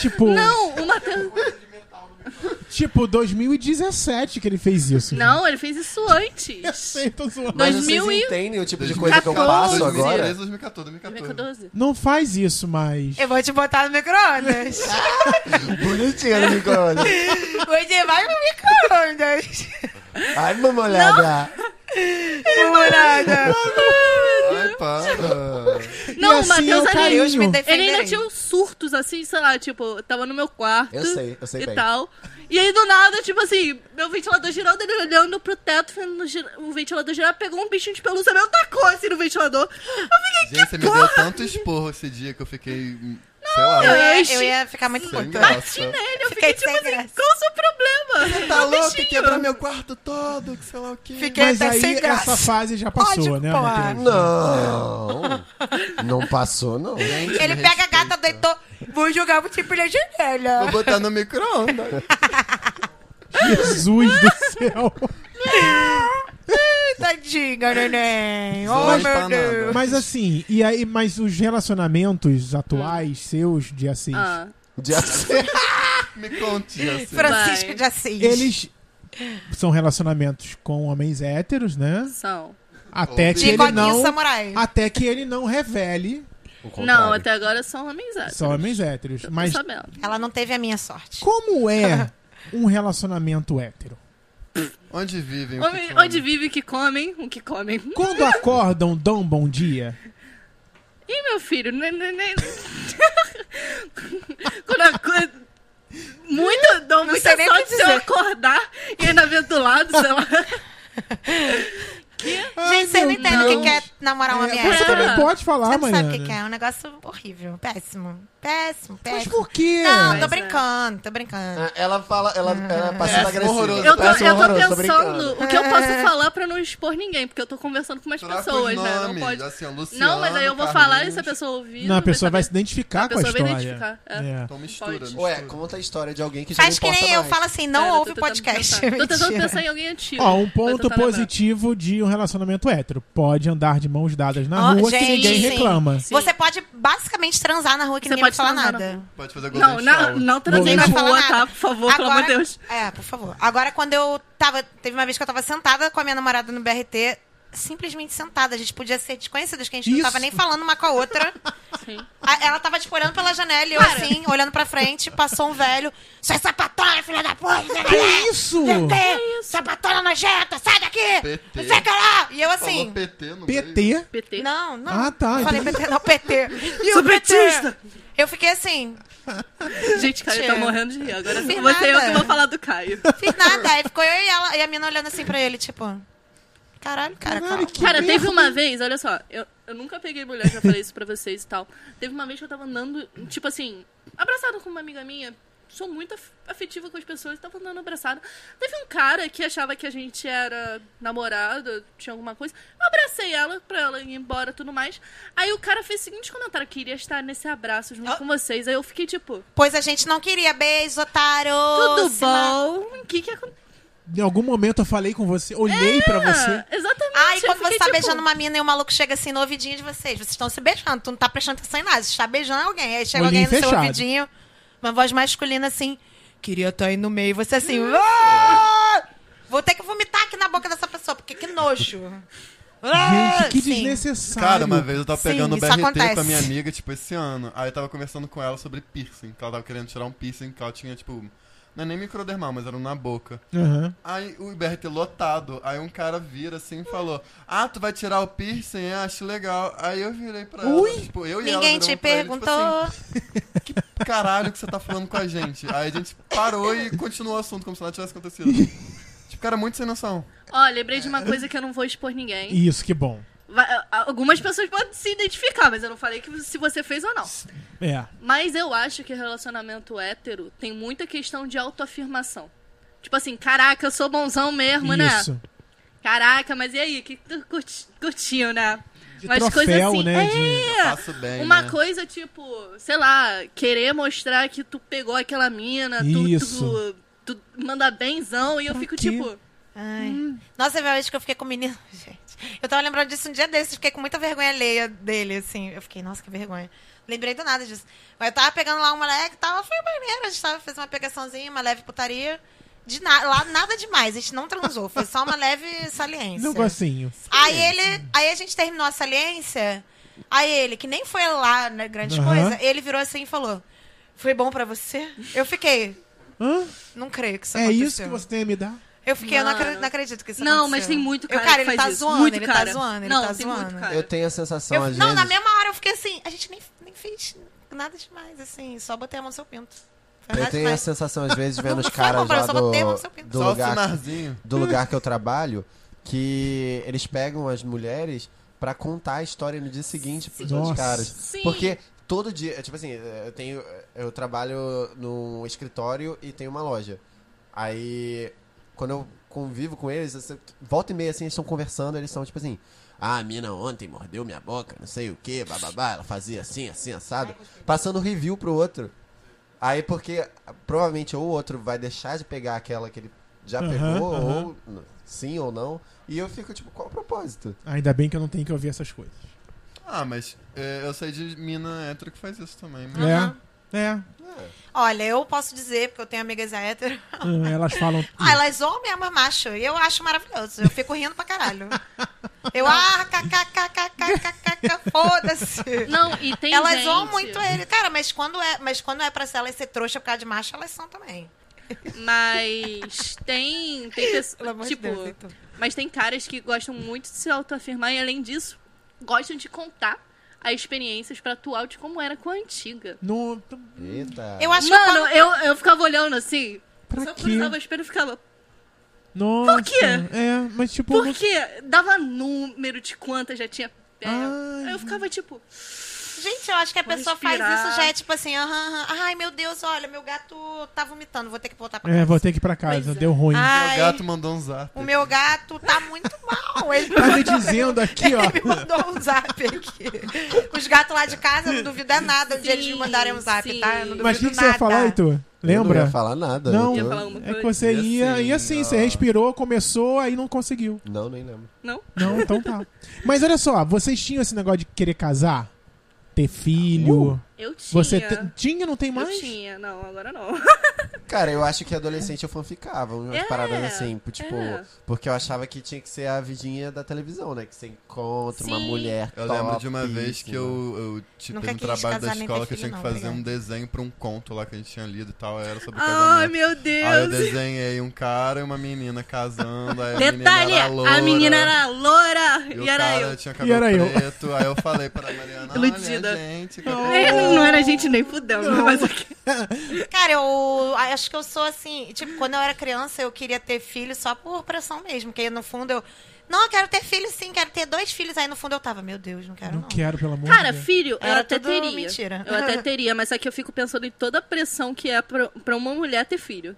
[SPEAKER 5] Tipo,
[SPEAKER 7] Não, o Matheus.
[SPEAKER 5] tipo 2017 que ele fez isso.
[SPEAKER 7] Não, ele fez
[SPEAKER 5] [laughs]
[SPEAKER 7] isso
[SPEAKER 5] Eu
[SPEAKER 7] antes.
[SPEAKER 5] sei, tô zoando.
[SPEAKER 4] Mas vocês
[SPEAKER 7] 2000 e-
[SPEAKER 4] entendem o tipo de coisa que eu passo
[SPEAKER 7] 2014.
[SPEAKER 4] agora?
[SPEAKER 3] 2013, 2014, 2014.
[SPEAKER 7] 2012.
[SPEAKER 5] Não faz isso mais.
[SPEAKER 6] Eu vou te botar no
[SPEAKER 7] [laughs]
[SPEAKER 6] micro-ondas.
[SPEAKER 4] Bonitinha no micro-ondas.
[SPEAKER 6] vou te vai no micro-ondas.
[SPEAKER 4] Ai, mamolada.
[SPEAKER 6] Namorada.
[SPEAKER 3] Ai, para.
[SPEAKER 7] Não,
[SPEAKER 5] assim
[SPEAKER 7] o Matheus
[SPEAKER 5] eu
[SPEAKER 7] ali-
[SPEAKER 5] caí.
[SPEAKER 6] Deus me
[SPEAKER 5] Ele
[SPEAKER 7] Ele ainda
[SPEAKER 6] defenderei.
[SPEAKER 7] tinha uns surtos assim, sei lá, tipo, tava no meu quarto.
[SPEAKER 4] Eu sei, eu sei
[SPEAKER 7] E
[SPEAKER 4] bem.
[SPEAKER 7] tal. E aí do nada, tipo assim, meu ventilador girando, ele olhando pro teto, vendo gi- o ventilador girar, pegou um bichinho de pelúcia meu, tacou assim no ventilador. Eu fiquei,
[SPEAKER 3] Gente, você me deu tanto esporro esse dia que eu fiquei. Sei lá.
[SPEAKER 6] Eu ia, eu ia ficar muito
[SPEAKER 3] Sem
[SPEAKER 6] puta.
[SPEAKER 3] graça.
[SPEAKER 7] nele, eu
[SPEAKER 6] Fiquei
[SPEAKER 7] fiquei,
[SPEAKER 6] sem
[SPEAKER 7] tipo assim,
[SPEAKER 6] graça.
[SPEAKER 7] qual o seu problema?
[SPEAKER 3] Tá
[SPEAKER 7] É um
[SPEAKER 3] louco,
[SPEAKER 7] bichinho.
[SPEAKER 3] quebrar meu quarto todo, que sei lá o quê.
[SPEAKER 6] Fiquei
[SPEAKER 5] Mas
[SPEAKER 6] até
[SPEAKER 5] aí
[SPEAKER 6] sem graça.
[SPEAKER 5] essa fase já passou,
[SPEAKER 6] Ótimo,
[SPEAKER 5] né,
[SPEAKER 6] pô.
[SPEAKER 5] Matheus?
[SPEAKER 4] Não. Não passou, não.
[SPEAKER 6] Ele pega a gata, deitou. Vou jogar pro tipo na janela.
[SPEAKER 3] Vou botar no micro-ondas.
[SPEAKER 5] Jesus
[SPEAKER 6] [laughs]
[SPEAKER 5] do céu.
[SPEAKER 6] Tadinha,
[SPEAKER 3] Vai
[SPEAKER 6] neném. Oh,
[SPEAKER 3] pra
[SPEAKER 6] meu Deus.
[SPEAKER 5] Mas assim, e aí, mas os relacionamentos atuais seus de assim, Assis,
[SPEAKER 7] Ah, [laughs]
[SPEAKER 4] De acerto.
[SPEAKER 3] Me conte, assim.
[SPEAKER 6] Francisco
[SPEAKER 7] Vai.
[SPEAKER 6] de Assis.
[SPEAKER 5] eles são relacionamentos com homens héteros, né?
[SPEAKER 7] são.
[SPEAKER 5] Até que
[SPEAKER 6] De
[SPEAKER 5] ele
[SPEAKER 6] Coquinho
[SPEAKER 5] não
[SPEAKER 6] Samurai.
[SPEAKER 5] até que ele não revele
[SPEAKER 4] O contrário.
[SPEAKER 7] Não, até agora são homens héteros.
[SPEAKER 5] são homens héteros,
[SPEAKER 7] Eu tô
[SPEAKER 5] mas
[SPEAKER 7] sabendo.
[SPEAKER 6] Ela não teve a minha sorte.
[SPEAKER 5] como
[SPEAKER 6] [laughs]
[SPEAKER 5] é um relacionamento hétero?
[SPEAKER 3] Onde vivem? o que
[SPEAKER 7] Homem-
[SPEAKER 3] comem?
[SPEAKER 7] onde vive o que comem, o que comem.
[SPEAKER 5] Quando acordam, dão um bom dia?
[SPEAKER 7] Ih, meu filho, né, né, né. [laughs] Quando a coisa. Muito, dou muita
[SPEAKER 6] sei nem o que
[SPEAKER 7] sorte se eu
[SPEAKER 6] dizer.
[SPEAKER 7] acordar e ainda ver do lado, sei lá.
[SPEAKER 6] Gente, você não
[SPEAKER 5] meu
[SPEAKER 6] entende o que que é namorar uma
[SPEAKER 5] É, você
[SPEAKER 6] mulher.
[SPEAKER 5] também pode falar,
[SPEAKER 6] Você não
[SPEAKER 5] Mariana.
[SPEAKER 6] sabe o que que é. É um negócio horrível. Péssimo. Péssimo,
[SPEAKER 5] Mas
[SPEAKER 6] péssimo.
[SPEAKER 5] por quê?
[SPEAKER 6] Não, tô
[SPEAKER 7] Mas é.
[SPEAKER 6] brincando, tô brincando.
[SPEAKER 4] Ah, Ela fala, ela,
[SPEAKER 6] [laughs]
[SPEAKER 4] ela passa da
[SPEAKER 3] É horroroso.
[SPEAKER 4] agressiva.
[SPEAKER 7] Eu tô,
[SPEAKER 4] Parece um
[SPEAKER 7] eu tô
[SPEAKER 4] horroroso,
[SPEAKER 7] pensando
[SPEAKER 4] brincando.
[SPEAKER 7] o que eu posso
[SPEAKER 6] É.
[SPEAKER 7] falar pra não expor ninguém, porque eu tô conversando com umas
[SPEAKER 3] Troca os
[SPEAKER 7] pessoas, né? Não
[SPEAKER 3] nomes,
[SPEAKER 7] pode.
[SPEAKER 3] assim, ó, Luciano,
[SPEAKER 7] Não, mas aí eu vou
[SPEAKER 3] Carlinhos.
[SPEAKER 7] falar e se a pessoa ouvir.
[SPEAKER 5] Não, a pessoa vai se
[SPEAKER 7] saber.
[SPEAKER 5] identificar
[SPEAKER 7] A
[SPEAKER 5] com a
[SPEAKER 7] pessoa vai
[SPEAKER 5] história.
[SPEAKER 7] identificar, é.
[SPEAKER 5] É.
[SPEAKER 3] Então mistura,
[SPEAKER 7] Pode.
[SPEAKER 3] mistura.
[SPEAKER 4] Ué, conta a história de alguém
[SPEAKER 7] Ah,
[SPEAKER 4] que já
[SPEAKER 6] Faz
[SPEAKER 4] não
[SPEAKER 6] que
[SPEAKER 4] importa
[SPEAKER 6] nem eu,
[SPEAKER 4] mais.
[SPEAKER 6] fala assim, não
[SPEAKER 7] Cara, É, eu tô
[SPEAKER 6] ouve
[SPEAKER 7] tentando
[SPEAKER 6] podcast. é
[SPEAKER 7] pensar. Tô tentando
[SPEAKER 6] Mentira.
[SPEAKER 7] pensar em alguém antigo.
[SPEAKER 5] Ó, um
[SPEAKER 7] Vou
[SPEAKER 5] ponto
[SPEAKER 7] tentar lembrar.
[SPEAKER 5] positivo de um relacionamento hétero. Pode andar de mão mãos dadas na
[SPEAKER 6] Ó,
[SPEAKER 5] rua que
[SPEAKER 6] gente,
[SPEAKER 5] ninguém
[SPEAKER 6] sim.
[SPEAKER 5] reclama.
[SPEAKER 7] Sim.
[SPEAKER 6] Você pode basicamente transar na rua que
[SPEAKER 7] Você
[SPEAKER 6] ninguém vai
[SPEAKER 7] pode
[SPEAKER 6] falar
[SPEAKER 7] transar na
[SPEAKER 6] nada.
[SPEAKER 7] rua.
[SPEAKER 3] Pode fazer golden
[SPEAKER 7] Não, não,
[SPEAKER 3] shower.
[SPEAKER 7] não transei
[SPEAKER 5] Ninguém
[SPEAKER 7] na
[SPEAKER 5] vai
[SPEAKER 6] falar
[SPEAKER 7] rua,
[SPEAKER 6] nada.
[SPEAKER 7] tá? Por favor, pelo amor de Deus.
[SPEAKER 6] É, por favor. Agora, quando eu tava. Teve uma vez que eu tava sentada com a minha namorada no BRT, simplesmente sentada. A gente podia ser desconhecidas, que a gente
[SPEAKER 5] Isso.
[SPEAKER 6] não tava nem falando uma com a outra.
[SPEAKER 7] Sim.
[SPEAKER 6] A- ela tava, tipo, olhando pela janela e eu assim, olhando pra frente, passou um velho. Sua sapatona, filha da puta!
[SPEAKER 5] Que isso?
[SPEAKER 6] PT! Sapatona nojenta, sai daqui!
[SPEAKER 3] PT.
[SPEAKER 6] Não sei o que lá! E eu
[SPEAKER 3] Falou
[SPEAKER 6] assim.
[SPEAKER 3] PT no meio.
[SPEAKER 5] PT?
[SPEAKER 7] PT.
[SPEAKER 6] Não, não.
[SPEAKER 5] Ah, tá,
[SPEAKER 6] Eu falei
[SPEAKER 5] entendi.
[SPEAKER 6] PT, não, PT. E
[SPEAKER 7] Sou
[SPEAKER 6] o PT?
[SPEAKER 7] petista.
[SPEAKER 6] Eu fiquei assim,
[SPEAKER 7] Gente, Caio tá
[SPEAKER 6] Tia.
[SPEAKER 7] morrendo de rir. Agora
[SPEAKER 6] Não fiz
[SPEAKER 7] você eu
[SPEAKER 6] nada.
[SPEAKER 7] que vou falar do Caio.
[SPEAKER 6] fiz nada. Aí ficou eu e ela, e a mina olhando assim pra ele, tipo. Caralho, cara,
[SPEAKER 5] Caralho,
[SPEAKER 6] calma.
[SPEAKER 5] que
[SPEAKER 7] Cara,
[SPEAKER 5] merda.
[SPEAKER 7] teve uma vez, olha só, eu, eu nunca peguei mulher, já falei isso pra vocês e tal. Teve uma vez que eu tava andando, tipo assim, abraçada com uma amiga minha. Sou muito af- afetiva com as pessoas, tava andando abraçada. Teve um cara que achava que a gente era namorado, tinha alguma coisa. Eu abracei ela pra ela ir embora e tudo mais. Aí o cara fez o seguinte comentário: queria estar nesse abraço junto
[SPEAKER 6] Ah.
[SPEAKER 7] com vocês. Aí eu fiquei tipo,
[SPEAKER 6] Pois a gente não queria. Beijo, otário.
[SPEAKER 7] tudo
[SPEAKER 6] Se ma-
[SPEAKER 7] bom? O que que aconteceu?
[SPEAKER 5] Em algum momento eu falei com você, olhei pra você.
[SPEAKER 7] Exatamente.
[SPEAKER 6] Ah, e
[SPEAKER 7] eu
[SPEAKER 6] quando você
[SPEAKER 7] fiquei,
[SPEAKER 6] tá
[SPEAKER 7] tipo,
[SPEAKER 6] beijando uma mina e o maluco chega assim no ouvidinho de vocês. Vocês estão se beijando, tu não tá prestando atenção em nada. Você tá beijando alguém. Aí chega
[SPEAKER 5] Olhinho
[SPEAKER 6] alguém no seu
[SPEAKER 5] fechado.
[SPEAKER 6] ouvidinho, uma voz masculina assim. Queria estar aí no meio. E você assim.
[SPEAKER 5] Hum.
[SPEAKER 6] "Ah!" Vou ter que vomitar aqui na boca dessa pessoa, porque que nojo. Ah,
[SPEAKER 5] Gente, que
[SPEAKER 6] sim.
[SPEAKER 5] desnecessário.
[SPEAKER 3] Cara, uma vez eu tava
[SPEAKER 6] Sim,
[SPEAKER 3] pegando o
[SPEAKER 6] isso
[SPEAKER 3] BRT com a
[SPEAKER 6] acontece.
[SPEAKER 3] minha amiga, tipo, esse ano. Aí eu tava conversando com ela sobre piercing, que ela tava querendo tirar um piercing que ela tinha, tipo, não é nem microdermal, mas era um na boca.
[SPEAKER 5] Aham.
[SPEAKER 3] Aí o BRT lotado, aí um cara vira assim e falou: Ah, tu vai tirar o piercing? É, acho legal. Aí eu virei pra ela,
[SPEAKER 5] Ui!
[SPEAKER 3] tipo, eu e ela.
[SPEAKER 6] Ninguém
[SPEAKER 3] viramos
[SPEAKER 6] te
[SPEAKER 3] pra ele, tipo
[SPEAKER 6] perguntou.
[SPEAKER 3] assim, caralho que você tá falando com a gente. Aí a gente parou e continuou o assunto, como se nada tivesse acontecido. tipo, cara, muito sem noção.
[SPEAKER 7] Ó, lembrei de uma coisa que eu não vou expor ninguém.
[SPEAKER 5] Isso, que bom.
[SPEAKER 7] Vai- a- algumas pessoas podem se identificar, mas eu não falei que se você fez ou não.
[SPEAKER 5] É.
[SPEAKER 7] Mas eu acho que relacionamento hétero tem muita questão de autoafirmação. Tipo assim, caraca, eu sou bonzão mesmo, né?
[SPEAKER 5] Isso.
[SPEAKER 7] Caraca, mas e aí? Que tu curti- curtiu, né?
[SPEAKER 5] De
[SPEAKER 7] Mas
[SPEAKER 5] troféu,
[SPEAKER 7] coisa assim,
[SPEAKER 5] né?
[SPEAKER 7] é,
[SPEAKER 5] de-
[SPEAKER 6] Ah,
[SPEAKER 3] Faço bem.
[SPEAKER 7] Uma
[SPEAKER 3] né?
[SPEAKER 7] coisa, tipo, sei lá, querer mostrar que tu pegou aquela mina, tu,
[SPEAKER 5] Isso.
[SPEAKER 7] tu, tu manda benzão, e eu
[SPEAKER 5] Pra
[SPEAKER 7] fico
[SPEAKER 5] quê?
[SPEAKER 7] tipo,
[SPEAKER 6] Ai. Nossa, teve uma vez que eu fiquei com o menino. [laughs] Gente, eu tava lembrando disso um dia desses, fiquei com muita vergonha alheia dele, assim. Eu fiquei, nossa, que vergonha. Lembrei do nada disso. Mas eu tava pegando lá um moleque e tal, foi maneiro. A gente tava, fez uma pegaçãozinha, uma leve putaria. De na- lá nada demais, a gente não transou, foi só uma leve saliência.
[SPEAKER 5] Um negocinho.
[SPEAKER 6] Aí ele. Aí a gente terminou a saliência. Aí ele, que nem foi lá, né, grande
[SPEAKER 5] Aham.
[SPEAKER 6] coisa, ele virou assim e falou: Foi bom pra você? Eu fiquei,
[SPEAKER 5] Hã?
[SPEAKER 6] não creio que isso
[SPEAKER 5] É
[SPEAKER 6] aconteceu.
[SPEAKER 5] isso que você tem a me dar?
[SPEAKER 6] Eu fiquei, eu não
[SPEAKER 7] Mano.
[SPEAKER 6] acredito, não acredito que isso
[SPEAKER 7] Não,
[SPEAKER 6] aconteceu.
[SPEAKER 7] mas tem muito cara
[SPEAKER 6] Eu, cara,
[SPEAKER 7] que
[SPEAKER 6] ele
[SPEAKER 7] faz
[SPEAKER 6] tá
[SPEAKER 7] isso.
[SPEAKER 6] zoando,
[SPEAKER 7] Muito
[SPEAKER 6] ele
[SPEAKER 7] cara.
[SPEAKER 6] tá zoando, ele
[SPEAKER 7] Não,
[SPEAKER 6] tá
[SPEAKER 7] tem
[SPEAKER 6] zoando.
[SPEAKER 7] muito cara.
[SPEAKER 4] Eu tenho a sensação,
[SPEAKER 6] Eu-
[SPEAKER 4] às
[SPEAKER 6] não, na
[SPEAKER 4] vezes...
[SPEAKER 6] mesma hora eu fiquei assim, a gente nem, nem fez nada demais, assim, só botei a mão no seu pinto. Foi
[SPEAKER 4] Eu
[SPEAKER 6] nada
[SPEAKER 4] tenho a
[SPEAKER 6] demais.
[SPEAKER 4] sensação,
[SPEAKER 6] [laughs]
[SPEAKER 4] às vezes, vendo os
[SPEAKER 6] Não foi
[SPEAKER 4] caras
[SPEAKER 6] comprar,
[SPEAKER 4] lá
[SPEAKER 6] só botei a mão
[SPEAKER 4] do,
[SPEAKER 6] no seu pinto.
[SPEAKER 4] do
[SPEAKER 3] Só o
[SPEAKER 4] lugar,
[SPEAKER 3] sinarzinho.
[SPEAKER 4] do lugar que eu trabalho, que eles pegam as mulheres pra contar a história no dia seguinte pros
[SPEAKER 5] Sim.
[SPEAKER 4] outros
[SPEAKER 5] Nossa.
[SPEAKER 4] caras.
[SPEAKER 7] Sim.
[SPEAKER 4] Porque todo dia, tipo assim, eu tenho. Eu trabalho num escritório e tenho uma loja. Aí, quando eu convivo com eles, assim, volta e meia assim, eles estão conversando, eles estão tipo assim. Ah, a mina ontem mordeu minha boca, não sei o que, bababá, ela fazia assim, assim, assado. Passando review pro outro. Aí porque provavelmente ou o outro vai deixar de pegar aquela que ele já
[SPEAKER 5] Aham,
[SPEAKER 4] pegou,
[SPEAKER 5] aham.
[SPEAKER 4] ou n- sim ou não. E eu fico tipo, qual o propósito?
[SPEAKER 5] Ainda bem que eu não tenho que ouvir essas coisas.
[SPEAKER 3] Ah, mas é, eu sei de mina hétero que faz isso também. Mas...
[SPEAKER 6] Aham.
[SPEAKER 5] É. É.
[SPEAKER 6] Olha, eu posso dizer, porque eu tenho amigas hétero. [laughs]
[SPEAKER 5] Ah, Elas falam.
[SPEAKER 6] Ah, elas zoam mesmo, é macho. E eu acho maravilhoso. Eu fico rindo pra caralho. Eu, ah, kkkkkkk, foda-se.
[SPEAKER 7] Não, e tem
[SPEAKER 6] elas
[SPEAKER 7] gente...
[SPEAKER 6] zoam é muito ele. Cara, mas quando é, mas quando é pra ser, elas ser trouxa por causa de macho, elas são também.
[SPEAKER 7] Mas tem, tem
[SPEAKER 6] Pelo amor
[SPEAKER 7] pessoas,
[SPEAKER 6] de
[SPEAKER 7] tipo,
[SPEAKER 6] Deus,
[SPEAKER 5] então.
[SPEAKER 6] Heitor.
[SPEAKER 7] mas tem caras que gostam muito de se autoafirmar e além disso, gostam de contar as experiências pra atual de como era com a antiga.
[SPEAKER 5] No...
[SPEAKER 4] Eita.
[SPEAKER 6] Eu acho que
[SPEAKER 7] Mano,
[SPEAKER 6] quando-
[SPEAKER 7] eu, eu ficava olhando assim,
[SPEAKER 5] Pra
[SPEAKER 7] só
[SPEAKER 5] quê?
[SPEAKER 7] cruzava o espelho e ficava,
[SPEAKER 5] Nossa.
[SPEAKER 7] quê?
[SPEAKER 5] É, mas tipo.
[SPEAKER 7] por
[SPEAKER 5] não-
[SPEAKER 7] quê? Dava número de quantas já tinha pego.
[SPEAKER 5] Ai.
[SPEAKER 7] Aí eu ficava tipo,
[SPEAKER 6] Gente, eu acho que a
[SPEAKER 7] Vou
[SPEAKER 6] pessoa
[SPEAKER 7] respirar.
[SPEAKER 6] faz isso já é tipo assim, aham, aham, ai meu Deus, olha, meu gato tá vomitando, vou ter que voltar pra casa.
[SPEAKER 5] É, vou ter que ir pra casa,
[SPEAKER 7] Pois é.
[SPEAKER 5] deu ruim.
[SPEAKER 3] O
[SPEAKER 6] Ai,
[SPEAKER 3] gato mandou um zap.
[SPEAKER 6] o meu gato tá
[SPEAKER 5] [laughs]
[SPEAKER 6] muito mal. Ele
[SPEAKER 5] Tá me
[SPEAKER 6] mandou-
[SPEAKER 5] dizendo aqui,
[SPEAKER 7] [laughs]
[SPEAKER 5] ó.
[SPEAKER 6] [laughs] Ele me mandou um zap aqui. Os gatos lá de casa, eu não duvido é nada de eles me
[SPEAKER 7] Sim,
[SPEAKER 6] mandarem um zap,
[SPEAKER 7] sim.
[SPEAKER 6] tá? Eu não duvido
[SPEAKER 5] Mas o que, que você
[SPEAKER 6] nada.
[SPEAKER 5] ia falar, então. Heitor?
[SPEAKER 4] Eu não
[SPEAKER 5] Lembra?
[SPEAKER 4] ia falar nada.
[SPEAKER 5] Não.
[SPEAKER 4] eu
[SPEAKER 7] Ia
[SPEAKER 4] tô-
[SPEAKER 7] falar alguma
[SPEAKER 5] É que
[SPEAKER 7] coisa?
[SPEAKER 5] você
[SPEAKER 3] E
[SPEAKER 5] ia,
[SPEAKER 3] assim,
[SPEAKER 5] e assim, você
[SPEAKER 3] ó.
[SPEAKER 5] respirou, começou, aí não conseguiu.
[SPEAKER 4] Não, nem lembro.
[SPEAKER 7] Não?
[SPEAKER 5] Não, então tá. Mas olha só, vocês tinham esse negócio de querer casar? Ter filho?
[SPEAKER 7] Eu Uh, tinha.
[SPEAKER 5] você te- tinha, não tem
[SPEAKER 7] Eu
[SPEAKER 5] mais?
[SPEAKER 7] tinha. Não, agora não.
[SPEAKER 4] Cara, eu acho que adolescente eu fanficava, umas
[SPEAKER 7] É,
[SPEAKER 4] paradas assim, tipo,
[SPEAKER 7] é.
[SPEAKER 4] porque eu achava que tinha que ser a vidinha da televisão, né? Que você encontra uma
[SPEAKER 7] Sim.
[SPEAKER 4] mulher
[SPEAKER 3] Eu lembro de uma
[SPEAKER 4] topíssima.
[SPEAKER 3] vez que eu, eu tive
[SPEAKER 6] Nunca
[SPEAKER 3] um
[SPEAKER 6] quis
[SPEAKER 3] trabalho da
[SPEAKER 6] casar nem ter
[SPEAKER 3] escola que eu tinha
[SPEAKER 6] filho,
[SPEAKER 3] que
[SPEAKER 6] não,
[SPEAKER 3] fazer um
[SPEAKER 6] obrigada.
[SPEAKER 3] desenho pra um conto lá que a gente tinha lido e tal, aí era sobre
[SPEAKER 7] Ai,
[SPEAKER 3] casamento.
[SPEAKER 7] meu
[SPEAKER 3] Aí eu
[SPEAKER 7] Deus.
[SPEAKER 3] desenhei um cara e uma menina casando, aí a menina
[SPEAKER 7] Detalhe,
[SPEAKER 3] era loura.
[SPEAKER 7] a menina era loura.
[SPEAKER 3] E,
[SPEAKER 7] E,
[SPEAKER 3] o
[SPEAKER 7] era
[SPEAKER 3] cara
[SPEAKER 7] eu.
[SPEAKER 3] tinha cabelo
[SPEAKER 5] era eu.
[SPEAKER 3] preto, aí eu falei pra Mariana,
[SPEAKER 7] [laughs] Iludida.
[SPEAKER 3] olha, gente... que eu
[SPEAKER 7] É,
[SPEAKER 3] tenho-
[SPEAKER 7] Não era gente nem fudendo, mas ok.
[SPEAKER 6] Cara, eu acho que eu sou assim. Tipo, quando eu era criança, eu queria ter filho só por pressão mesmo. Porque no fundo eu. Não, eu quero ter filho sim, quero ter dois filhos. Aí no fundo eu tava, meu Deus, não quero
[SPEAKER 5] Não
[SPEAKER 6] não.
[SPEAKER 5] quero, pelo amor
[SPEAKER 7] Cara,
[SPEAKER 5] de Deus.
[SPEAKER 7] filho, eu
[SPEAKER 6] Era
[SPEAKER 7] até
[SPEAKER 6] tudo
[SPEAKER 7] teria.
[SPEAKER 6] mentira.
[SPEAKER 7] Eu até teria, mas aqui eu fico pensando em toda a pressão que é pra, pra uma mulher ter filho.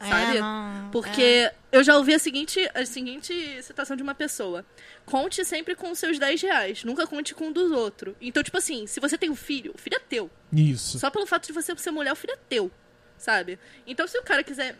[SPEAKER 6] É,
[SPEAKER 7] Sabe?
[SPEAKER 6] não,
[SPEAKER 7] Porque
[SPEAKER 6] É.
[SPEAKER 7] eu já ouvi a seguinte, a seguinte citação de uma pessoa. Conte sempre com os seus 10 reais, nunca conte com um dos outros. Então, tipo assim, se você tem um filho, o filho é teu.
[SPEAKER 5] Isso.
[SPEAKER 7] Só pelo fato de você ser mulher, o filho é teu. Sabe? Então, se o cara quiser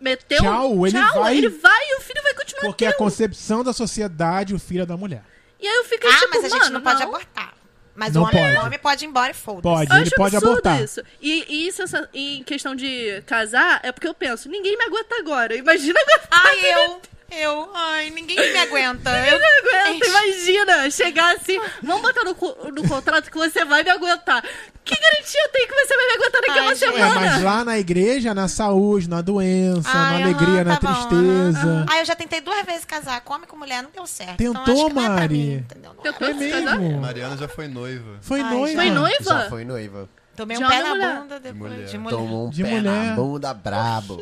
[SPEAKER 7] meter
[SPEAKER 5] Tchau,
[SPEAKER 7] um,
[SPEAKER 5] ele
[SPEAKER 7] tchau,
[SPEAKER 5] vai-
[SPEAKER 7] ele vai e o filho vai continuar
[SPEAKER 5] Porque
[SPEAKER 7] teu.
[SPEAKER 5] a concepção da sociedade, o filho é da mulher.
[SPEAKER 7] E aí eu fico
[SPEAKER 6] Ah,
[SPEAKER 7] tipo,
[SPEAKER 6] mas a gente
[SPEAKER 7] mano,
[SPEAKER 6] não pode abortar. Mas
[SPEAKER 5] Não
[SPEAKER 6] o homem,
[SPEAKER 5] pode.
[SPEAKER 6] o homem pode ir embora e foda-se.
[SPEAKER 5] Pode,
[SPEAKER 7] Eu
[SPEAKER 5] ele
[SPEAKER 7] acho
[SPEAKER 5] pode
[SPEAKER 7] absurdo
[SPEAKER 5] abortar.
[SPEAKER 7] isso. E, e isso essa- em questão de casar, é porque eu penso, ninguém me aguenta agora. Imagina [laughs] agora.
[SPEAKER 6] Ai, eu. Eu. Ai, ninguém me aguenta. Eu
[SPEAKER 7] me aguenta, imagina chegar assim, vamos botar no, co- no contrato que você vai me aguentar. Que garantia eu tenho que você vai me aguentar daqui a
[SPEAKER 6] Ai,
[SPEAKER 7] uma
[SPEAKER 6] gente.
[SPEAKER 5] É,
[SPEAKER 7] semana?
[SPEAKER 5] mas lá na igreja, na saúde, na doença,
[SPEAKER 6] Ai,
[SPEAKER 5] na é alegria,
[SPEAKER 6] aham,
[SPEAKER 5] na
[SPEAKER 6] tá bom,
[SPEAKER 5] tristeza.
[SPEAKER 6] aham. Ah, eu já tentei duas vezes casar com homem e com mulher, não deu certo. então
[SPEAKER 5] Tentou,
[SPEAKER 6] acho que não é pra
[SPEAKER 5] Mari?
[SPEAKER 6] mim, entendeu? Não é.
[SPEAKER 7] Tentou?
[SPEAKER 5] É mesmo.
[SPEAKER 3] Mariana já foi noiva.
[SPEAKER 5] Foi
[SPEAKER 6] Ai,
[SPEAKER 5] noiva.
[SPEAKER 7] Foi
[SPEAKER 4] Já
[SPEAKER 7] noiva?
[SPEAKER 4] foi noiva.
[SPEAKER 6] Tomei
[SPEAKER 7] De
[SPEAKER 6] um pé
[SPEAKER 7] homem
[SPEAKER 6] na
[SPEAKER 7] ou mulher?
[SPEAKER 6] bunda depois.
[SPEAKER 3] mulher.
[SPEAKER 6] De mulher.
[SPEAKER 4] Tomou um
[SPEAKER 5] De
[SPEAKER 4] pé na
[SPEAKER 5] mulher.
[SPEAKER 4] bunda brabo.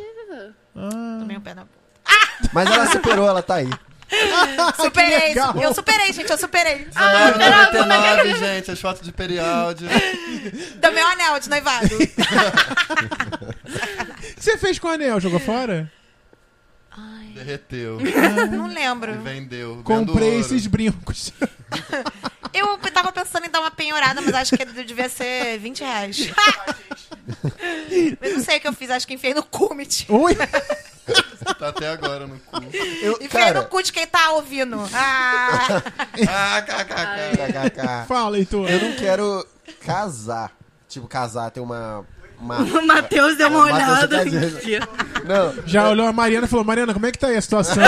[SPEAKER 5] Ah,
[SPEAKER 6] Tomei um pé na bunda.
[SPEAKER 4] Mas ela superou, ela tá aí.
[SPEAKER 6] [laughs]
[SPEAKER 4] [laughs]
[SPEAKER 6] Superei,
[SPEAKER 5] é legal.
[SPEAKER 6] eu superei, gente, eu superei.
[SPEAKER 3] Ah, 99, gente, as fotos de Perialdi.
[SPEAKER 6] Do meu um anel de noivado.
[SPEAKER 5] [laughs] Você fez com o anel, jogou fora?
[SPEAKER 7] [laughs]
[SPEAKER 3] Derreteu.
[SPEAKER 6] não lembro.
[SPEAKER 3] Vendeu. vendo
[SPEAKER 5] Comprei
[SPEAKER 3] ouro.
[SPEAKER 5] esses brincos. [laughs]
[SPEAKER 6] Eu tava pensando em dar uma penhorada, mas acho que devia ser 20
[SPEAKER 7] [laughs]
[SPEAKER 6] reais. mas não sei o que eu fiz, acho que enfiei no cu, mentira.
[SPEAKER 5] Ui!
[SPEAKER 3] Tá até agora no
[SPEAKER 5] [laughs]
[SPEAKER 3] cu.
[SPEAKER 4] Eu,
[SPEAKER 6] Enfiei no
[SPEAKER 4] cara,
[SPEAKER 6] cu de quem tá ouvindo.
[SPEAKER 7] [laughs]
[SPEAKER 6] Ah,
[SPEAKER 3] Ah, kkk.
[SPEAKER 4] kkk.
[SPEAKER 5] Fala, Heitor.
[SPEAKER 4] eu não quero casar. Tipo, casar, ter uma. uma...
[SPEAKER 7] O Matheus deu uma
[SPEAKER 4] O Matheus
[SPEAKER 7] olhada.
[SPEAKER 4] tá dizendo.
[SPEAKER 7] aqui.
[SPEAKER 4] Não,
[SPEAKER 5] Já olhou a Mariana e falou: Mariana, como é que tá aí a situação?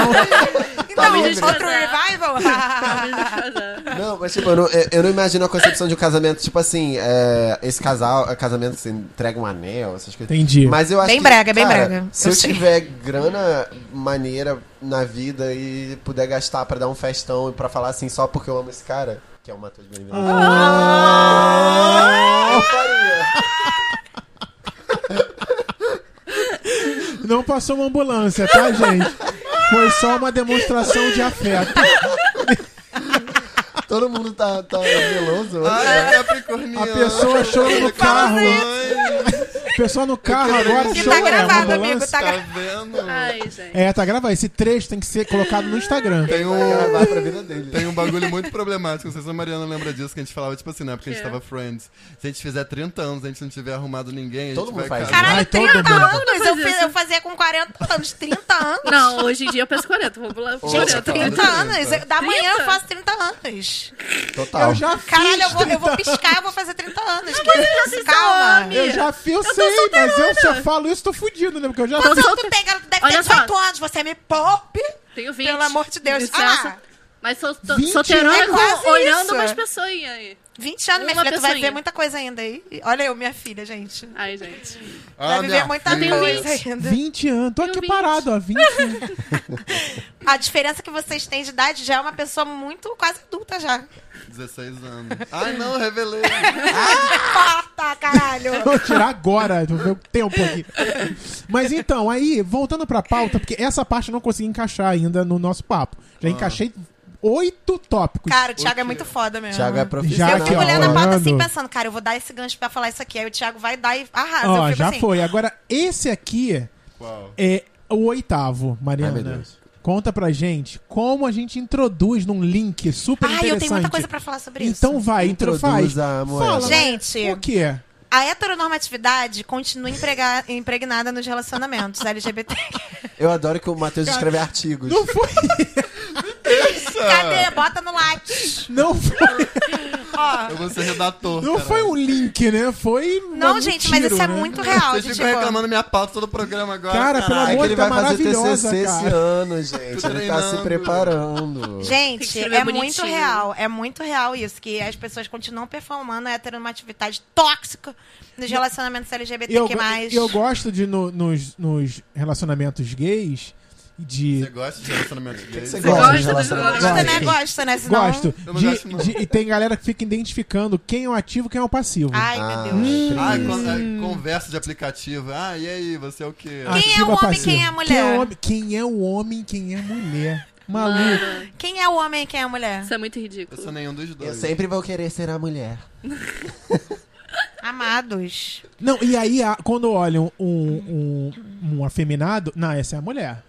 [SPEAKER 6] então,
[SPEAKER 4] livre.
[SPEAKER 6] outro revival?
[SPEAKER 7] [laughs]
[SPEAKER 6] Ah,
[SPEAKER 4] Não, mas tipo, eu não, eu- eu não imagino a concepção de um casamento, tipo assim, é, esse casal, é casamento que você entrega um anel, essas coisas.
[SPEAKER 5] Entendi.
[SPEAKER 4] Mas eu acho
[SPEAKER 6] Bem
[SPEAKER 4] que,
[SPEAKER 6] brega, bem
[SPEAKER 4] cara,
[SPEAKER 6] brega.
[SPEAKER 4] Se eu,
[SPEAKER 6] Eu sei.
[SPEAKER 4] tiver grana maneira na vida e puder gastar pra dar um festão e pra falar assim, só porque eu amo esse cara, que é o Matheus Benvenuto.
[SPEAKER 5] Ah.
[SPEAKER 4] Eu faria.
[SPEAKER 5] Não passou uma ambulância, tá, gente? Foi só uma demonstração de afeto.
[SPEAKER 4] Todo mundo tá, tá veloso. né?
[SPEAKER 6] Ah.
[SPEAKER 3] Ai, assim. Capricorniano.
[SPEAKER 5] A pessoa chorou no carro. O pessoal no carro agora
[SPEAKER 6] Que
[SPEAKER 5] chora.
[SPEAKER 6] tá gravado,
[SPEAKER 5] uma
[SPEAKER 6] amigo,
[SPEAKER 5] ambulância.
[SPEAKER 6] tá
[SPEAKER 3] Tá
[SPEAKER 6] gravado.
[SPEAKER 3] vendo?
[SPEAKER 7] Ai, gente.
[SPEAKER 5] É, tá gravado. Esse trecho tem que ser colocado no Instagram.
[SPEAKER 3] Tem
[SPEAKER 4] Vai
[SPEAKER 3] um,
[SPEAKER 4] gravar pra vida dele.
[SPEAKER 3] Tem um bagulho muito problemático. Não sei se a Mariana lembra disso, que a gente falava, tipo assim, na época que a gente
[SPEAKER 7] Que?
[SPEAKER 3] tava Friends. Se a gente fizer 30 anos e a gente não tiver arrumado ninguém, a
[SPEAKER 4] Todo
[SPEAKER 3] gente
[SPEAKER 4] mundo
[SPEAKER 3] vai
[SPEAKER 4] faz
[SPEAKER 3] casar.
[SPEAKER 6] Caralho,
[SPEAKER 5] Ai, todo
[SPEAKER 6] 30
[SPEAKER 5] mundo.
[SPEAKER 6] anos! Eu,
[SPEAKER 7] Faz
[SPEAKER 6] fiz-
[SPEAKER 7] isso.
[SPEAKER 6] eu fazia com 40 anos, 30 anos.
[SPEAKER 7] Não, hoje em dia eu penso 40. Vamos lá,
[SPEAKER 4] Ô,
[SPEAKER 7] 40.
[SPEAKER 4] Gente,
[SPEAKER 6] 30 anos. Eu- Da manhã eu
[SPEAKER 7] 30?
[SPEAKER 6] faço 30 anos.
[SPEAKER 4] Total.
[SPEAKER 5] Eu já fiz.
[SPEAKER 6] Caralho, eu vou, eu
[SPEAKER 5] 30
[SPEAKER 6] vou piscar, eu vou fazer 30 anos.
[SPEAKER 7] vocês são
[SPEAKER 6] Calma.
[SPEAKER 7] homens.
[SPEAKER 5] Eu já fiz, eu sei, mas eu se eu falo isso, tô fudido, né? Porque eu já
[SPEAKER 7] Tô
[SPEAKER 5] fiz.
[SPEAKER 6] Então
[SPEAKER 7] solteiro.
[SPEAKER 6] tu tem, cara, deve ter
[SPEAKER 7] Olha só.
[SPEAKER 6] 18 anos, você é me poupe.
[SPEAKER 7] Tenho 20.
[SPEAKER 6] Pelo amor de Deus.
[SPEAKER 7] Licença.
[SPEAKER 6] Ah,
[SPEAKER 7] Mas sou,
[SPEAKER 5] 20?
[SPEAKER 7] solteirona
[SPEAKER 6] É quase
[SPEAKER 7] com- olhando
[SPEAKER 6] isso.
[SPEAKER 7] umas pessoinhas aí.
[SPEAKER 6] 20 anos, minha
[SPEAKER 7] Uma
[SPEAKER 6] filha, tu vai
[SPEAKER 7] pessoinha.
[SPEAKER 6] ver muita coisa ainda aí. Olha eu, minha filha, gente.
[SPEAKER 7] Ai, gente.
[SPEAKER 3] Ah,
[SPEAKER 6] vai viver
[SPEAKER 3] minha
[SPEAKER 6] muita
[SPEAKER 3] filha.
[SPEAKER 7] Tenho
[SPEAKER 6] coisa
[SPEAKER 7] 20.
[SPEAKER 6] ainda.
[SPEAKER 5] 20 anos, tô aqui
[SPEAKER 7] Tenho
[SPEAKER 5] parado, ó, 20 anos.
[SPEAKER 6] A diferença que vocês têm de idade já é uma pessoa muito quase adulta já.
[SPEAKER 3] [laughs] 16 anos. Ai, não, revelei.
[SPEAKER 6] Corta, caralho.
[SPEAKER 5] Vou tirar agora, vou ver o tempo aqui. Mas então, aí, voltando pra pauta, porque essa parte eu não consegui encaixar ainda no nosso papo.
[SPEAKER 4] Ah.
[SPEAKER 5] Já encaixei oito tópicos.
[SPEAKER 6] Cara, o Thiago é muito foda mesmo.
[SPEAKER 4] Thiago é
[SPEAKER 5] Já
[SPEAKER 4] profissional.
[SPEAKER 6] Eu
[SPEAKER 5] aqui,
[SPEAKER 6] fico
[SPEAKER 5] ó,
[SPEAKER 6] olhando a pauta assim,
[SPEAKER 5] olhando.
[SPEAKER 6] pensando, cara, eu vou dar esse gancho pra falar isso aqui. Aí o Thiago vai dar e arrasa. eu
[SPEAKER 5] Ó,
[SPEAKER 6] fico
[SPEAKER 5] já
[SPEAKER 6] assim,
[SPEAKER 5] foi. Agora, esse aqui
[SPEAKER 3] Qual?
[SPEAKER 5] é o oitavo,
[SPEAKER 4] Ai, meu
[SPEAKER 5] Mariana.
[SPEAKER 4] Deus.
[SPEAKER 5] Conta pra gente como a gente introduz num link super
[SPEAKER 6] Ai,
[SPEAKER 5] interessante.
[SPEAKER 6] eu tenho muita coisa pra falar sobre
[SPEAKER 5] Então
[SPEAKER 6] isso.
[SPEAKER 5] vai, intro
[SPEAKER 4] Introduz
[SPEAKER 5] faz.
[SPEAKER 4] a moeda.
[SPEAKER 5] Fala, né?
[SPEAKER 6] Gente,
[SPEAKER 5] O é? quê?
[SPEAKER 6] A heteronormatividade continua emprega- impregnada nos relacionamentos
[SPEAKER 3] [laughs]
[SPEAKER 6] LGBT.
[SPEAKER 3] Ah.
[SPEAKER 4] Eu adoro que o Matheus escreve artigos.
[SPEAKER 5] Não foi,
[SPEAKER 6] Cadê? Bota no lápis.
[SPEAKER 5] não foi,
[SPEAKER 6] Ó.
[SPEAKER 3] Eu vou ser redator.
[SPEAKER 5] não
[SPEAKER 3] caralho.
[SPEAKER 5] foi um link, né? Foi
[SPEAKER 6] Não,
[SPEAKER 5] um
[SPEAKER 6] gente, mas
[SPEAKER 5] tiro,
[SPEAKER 6] isso é
[SPEAKER 5] né?
[SPEAKER 6] muito real.
[SPEAKER 3] Vocês
[SPEAKER 6] de,
[SPEAKER 3] ficam
[SPEAKER 6] tipo,
[SPEAKER 3] reclamando minha pauta todo o programa agora.
[SPEAKER 5] Cara, pelo
[SPEAKER 4] É
[SPEAKER 3] caralho.
[SPEAKER 4] que ele vai
[SPEAKER 5] Tá
[SPEAKER 4] fazer
[SPEAKER 5] maravilhosa,
[SPEAKER 4] TCC
[SPEAKER 5] cara.
[SPEAKER 4] esse ano, gente.
[SPEAKER 3] Tô
[SPEAKER 4] Ele tá se
[SPEAKER 3] treinando.
[SPEAKER 4] preparando.
[SPEAKER 7] Tem
[SPEAKER 6] Gente,
[SPEAKER 7] que escrever
[SPEAKER 6] é muito
[SPEAKER 7] bonitinho.
[SPEAKER 6] real. É muito real isso, que as pessoas continuam performando é a heteronormatividade tóxica nos relacionamentos
[SPEAKER 5] Eu,
[SPEAKER 6] LGBTQ+.
[SPEAKER 5] go- eu gosto de no- nos, nos relacionamentos gays de
[SPEAKER 3] Você gosta de relacionamento gay?
[SPEAKER 4] Você
[SPEAKER 7] Você
[SPEAKER 4] gosta de
[SPEAKER 7] gosta dos
[SPEAKER 4] relacionamento?
[SPEAKER 6] Gosta, né?
[SPEAKER 5] gosto.
[SPEAKER 6] Gosta, né? Senão...
[SPEAKER 5] Gosto.
[SPEAKER 3] Eu não
[SPEAKER 5] De-
[SPEAKER 3] gosto, não.
[SPEAKER 5] de- e tem galera que fica identificando quem é o ativo e quem é o passivo.
[SPEAKER 6] Ai,
[SPEAKER 4] Ah,
[SPEAKER 6] meu Deus.
[SPEAKER 5] Hum.
[SPEAKER 3] Ah,
[SPEAKER 4] preguiça.
[SPEAKER 3] con- é, conversa de aplicativo. Ah, e aí, você é o quê?
[SPEAKER 5] Ativo
[SPEAKER 6] Quem é o
[SPEAKER 5] e
[SPEAKER 6] homem,
[SPEAKER 5] passivo.
[SPEAKER 6] quem é a mulher?
[SPEAKER 5] Quem é o homem, quem é, o homem, quem é a mulher? Maluco.
[SPEAKER 7] Mano,
[SPEAKER 6] Quem é o homem e quem é a mulher?
[SPEAKER 7] isso é muito
[SPEAKER 3] Eu sou
[SPEAKER 7] ridículo.
[SPEAKER 3] nenhum dos
[SPEAKER 4] Eu
[SPEAKER 3] dois.
[SPEAKER 4] sempre vou querer ser a mulher.
[SPEAKER 6] Amados.
[SPEAKER 5] Não, e aí, a- quando olham um, um, um afeminado, não, essa é a mulher.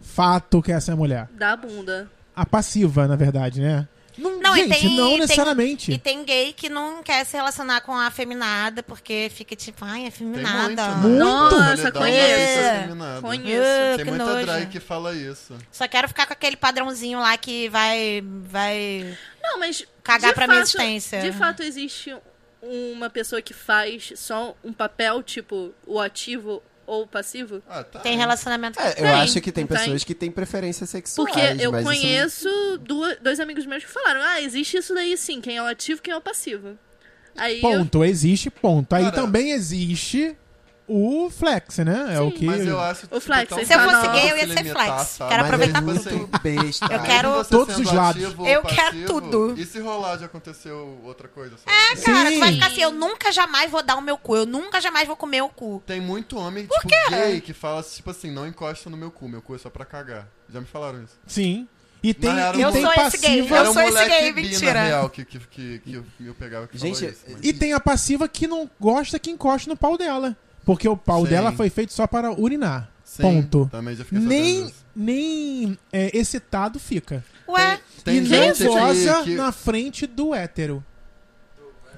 [SPEAKER 5] Fato que essa é a mulher.
[SPEAKER 7] Da bunda.
[SPEAKER 5] A passiva, na verdade, né? Não,
[SPEAKER 6] Não,
[SPEAKER 5] gente,
[SPEAKER 6] e tem,
[SPEAKER 5] não
[SPEAKER 6] tem-
[SPEAKER 5] necessariamente.
[SPEAKER 6] e tem gay que não quer se relacionar com a afeminada, porque fica tipo, ai,
[SPEAKER 3] Tem muito, né?
[SPEAKER 6] afeminada.
[SPEAKER 5] Muito.
[SPEAKER 7] Nossa,
[SPEAKER 3] Dá um
[SPEAKER 7] conheço.
[SPEAKER 3] nariz afeminado.
[SPEAKER 7] Conheço.
[SPEAKER 6] Ah,
[SPEAKER 3] É. Tem
[SPEAKER 6] que
[SPEAKER 3] muita
[SPEAKER 6] nojo.
[SPEAKER 3] drag que fala isso.
[SPEAKER 6] Só quero ficar com aquele padrãozinho lá que vai. vai...
[SPEAKER 7] Não, mas.
[SPEAKER 6] Cagar
[SPEAKER 7] de
[SPEAKER 6] pra minha
[SPEAKER 7] fato-
[SPEAKER 6] existência.
[SPEAKER 7] De fato, existe uma pessoa que faz só um papel, tipo, o ativo ou o passivo?
[SPEAKER 3] Ah, tá.
[SPEAKER 6] Tem relacionamento que
[SPEAKER 4] É, eu
[SPEAKER 7] Tem,
[SPEAKER 4] acho que tem
[SPEAKER 7] não tem?
[SPEAKER 4] pessoas que têm preferência sexual.
[SPEAKER 7] Porque eu conheço duas- dois amigos meus que falaram: ah, existe isso daí sim, quem é o ativo quem é o passivo. Aí eu-
[SPEAKER 5] Ponto, existe, ponto. Aí
[SPEAKER 3] Cara.
[SPEAKER 5] também existe o flex, né? É o que.
[SPEAKER 3] Mas eu acho tipo,
[SPEAKER 7] O flex,
[SPEAKER 3] tão
[SPEAKER 7] se eu fosse
[SPEAKER 3] fácil
[SPEAKER 7] gay,
[SPEAKER 6] eu ia
[SPEAKER 3] se
[SPEAKER 6] ser
[SPEAKER 3] limitar,
[SPEAKER 6] flex.
[SPEAKER 3] sabe?
[SPEAKER 6] Quero
[SPEAKER 4] Mas
[SPEAKER 6] aproveitar
[SPEAKER 4] é
[SPEAKER 3] tudo.
[SPEAKER 4] muito besta.
[SPEAKER 6] Eu
[SPEAKER 3] assim,
[SPEAKER 6] quero-
[SPEAKER 3] Mesmo você
[SPEAKER 5] Todos
[SPEAKER 3] sendo
[SPEAKER 5] os lados.
[SPEAKER 3] ativo ou
[SPEAKER 6] Eu quero
[SPEAKER 3] passivo,
[SPEAKER 6] tudo.
[SPEAKER 3] E se rolar de aconteceu outra coisa? É,
[SPEAKER 6] Cara, tu vai
[SPEAKER 5] Sim.
[SPEAKER 6] ficar assim, eu nunca jamais vou dar o meu cu, eu nunca jamais vou comer o cu.
[SPEAKER 3] Tem muito homem, tipo, gay que fala, tipo assim, não encosta no meu cu, meu cu é só pra cagar. Já me falaram isso.
[SPEAKER 5] Sim. E tem,
[SPEAKER 3] Mas era
[SPEAKER 5] e
[SPEAKER 3] um-
[SPEAKER 5] tem
[SPEAKER 3] Eu
[SPEAKER 6] sou esse gay,
[SPEAKER 5] passiva.
[SPEAKER 6] Eu
[SPEAKER 3] Era um
[SPEAKER 6] sou esse
[SPEAKER 3] moleque
[SPEAKER 6] gay,
[SPEAKER 3] bi,
[SPEAKER 6] mentira.
[SPEAKER 3] na real, que, que, que, que eu, que eu pegava que falou
[SPEAKER 4] Gente,
[SPEAKER 3] isso. mas-
[SPEAKER 5] E tem a passiva que não gosta que encoste no pau dela. Porque o pau
[SPEAKER 3] Sim.
[SPEAKER 5] dela foi feito só para urinar.
[SPEAKER 3] Sim, tá.
[SPEAKER 5] ponto.
[SPEAKER 3] Também já fiquei
[SPEAKER 5] Nem,
[SPEAKER 3] sabendo disso.
[SPEAKER 5] nem é, excitado fica.
[SPEAKER 6] Ué,
[SPEAKER 5] e
[SPEAKER 3] Tem
[SPEAKER 5] nem
[SPEAKER 3] gente
[SPEAKER 5] goza
[SPEAKER 3] que, que-
[SPEAKER 5] na frente do hétero.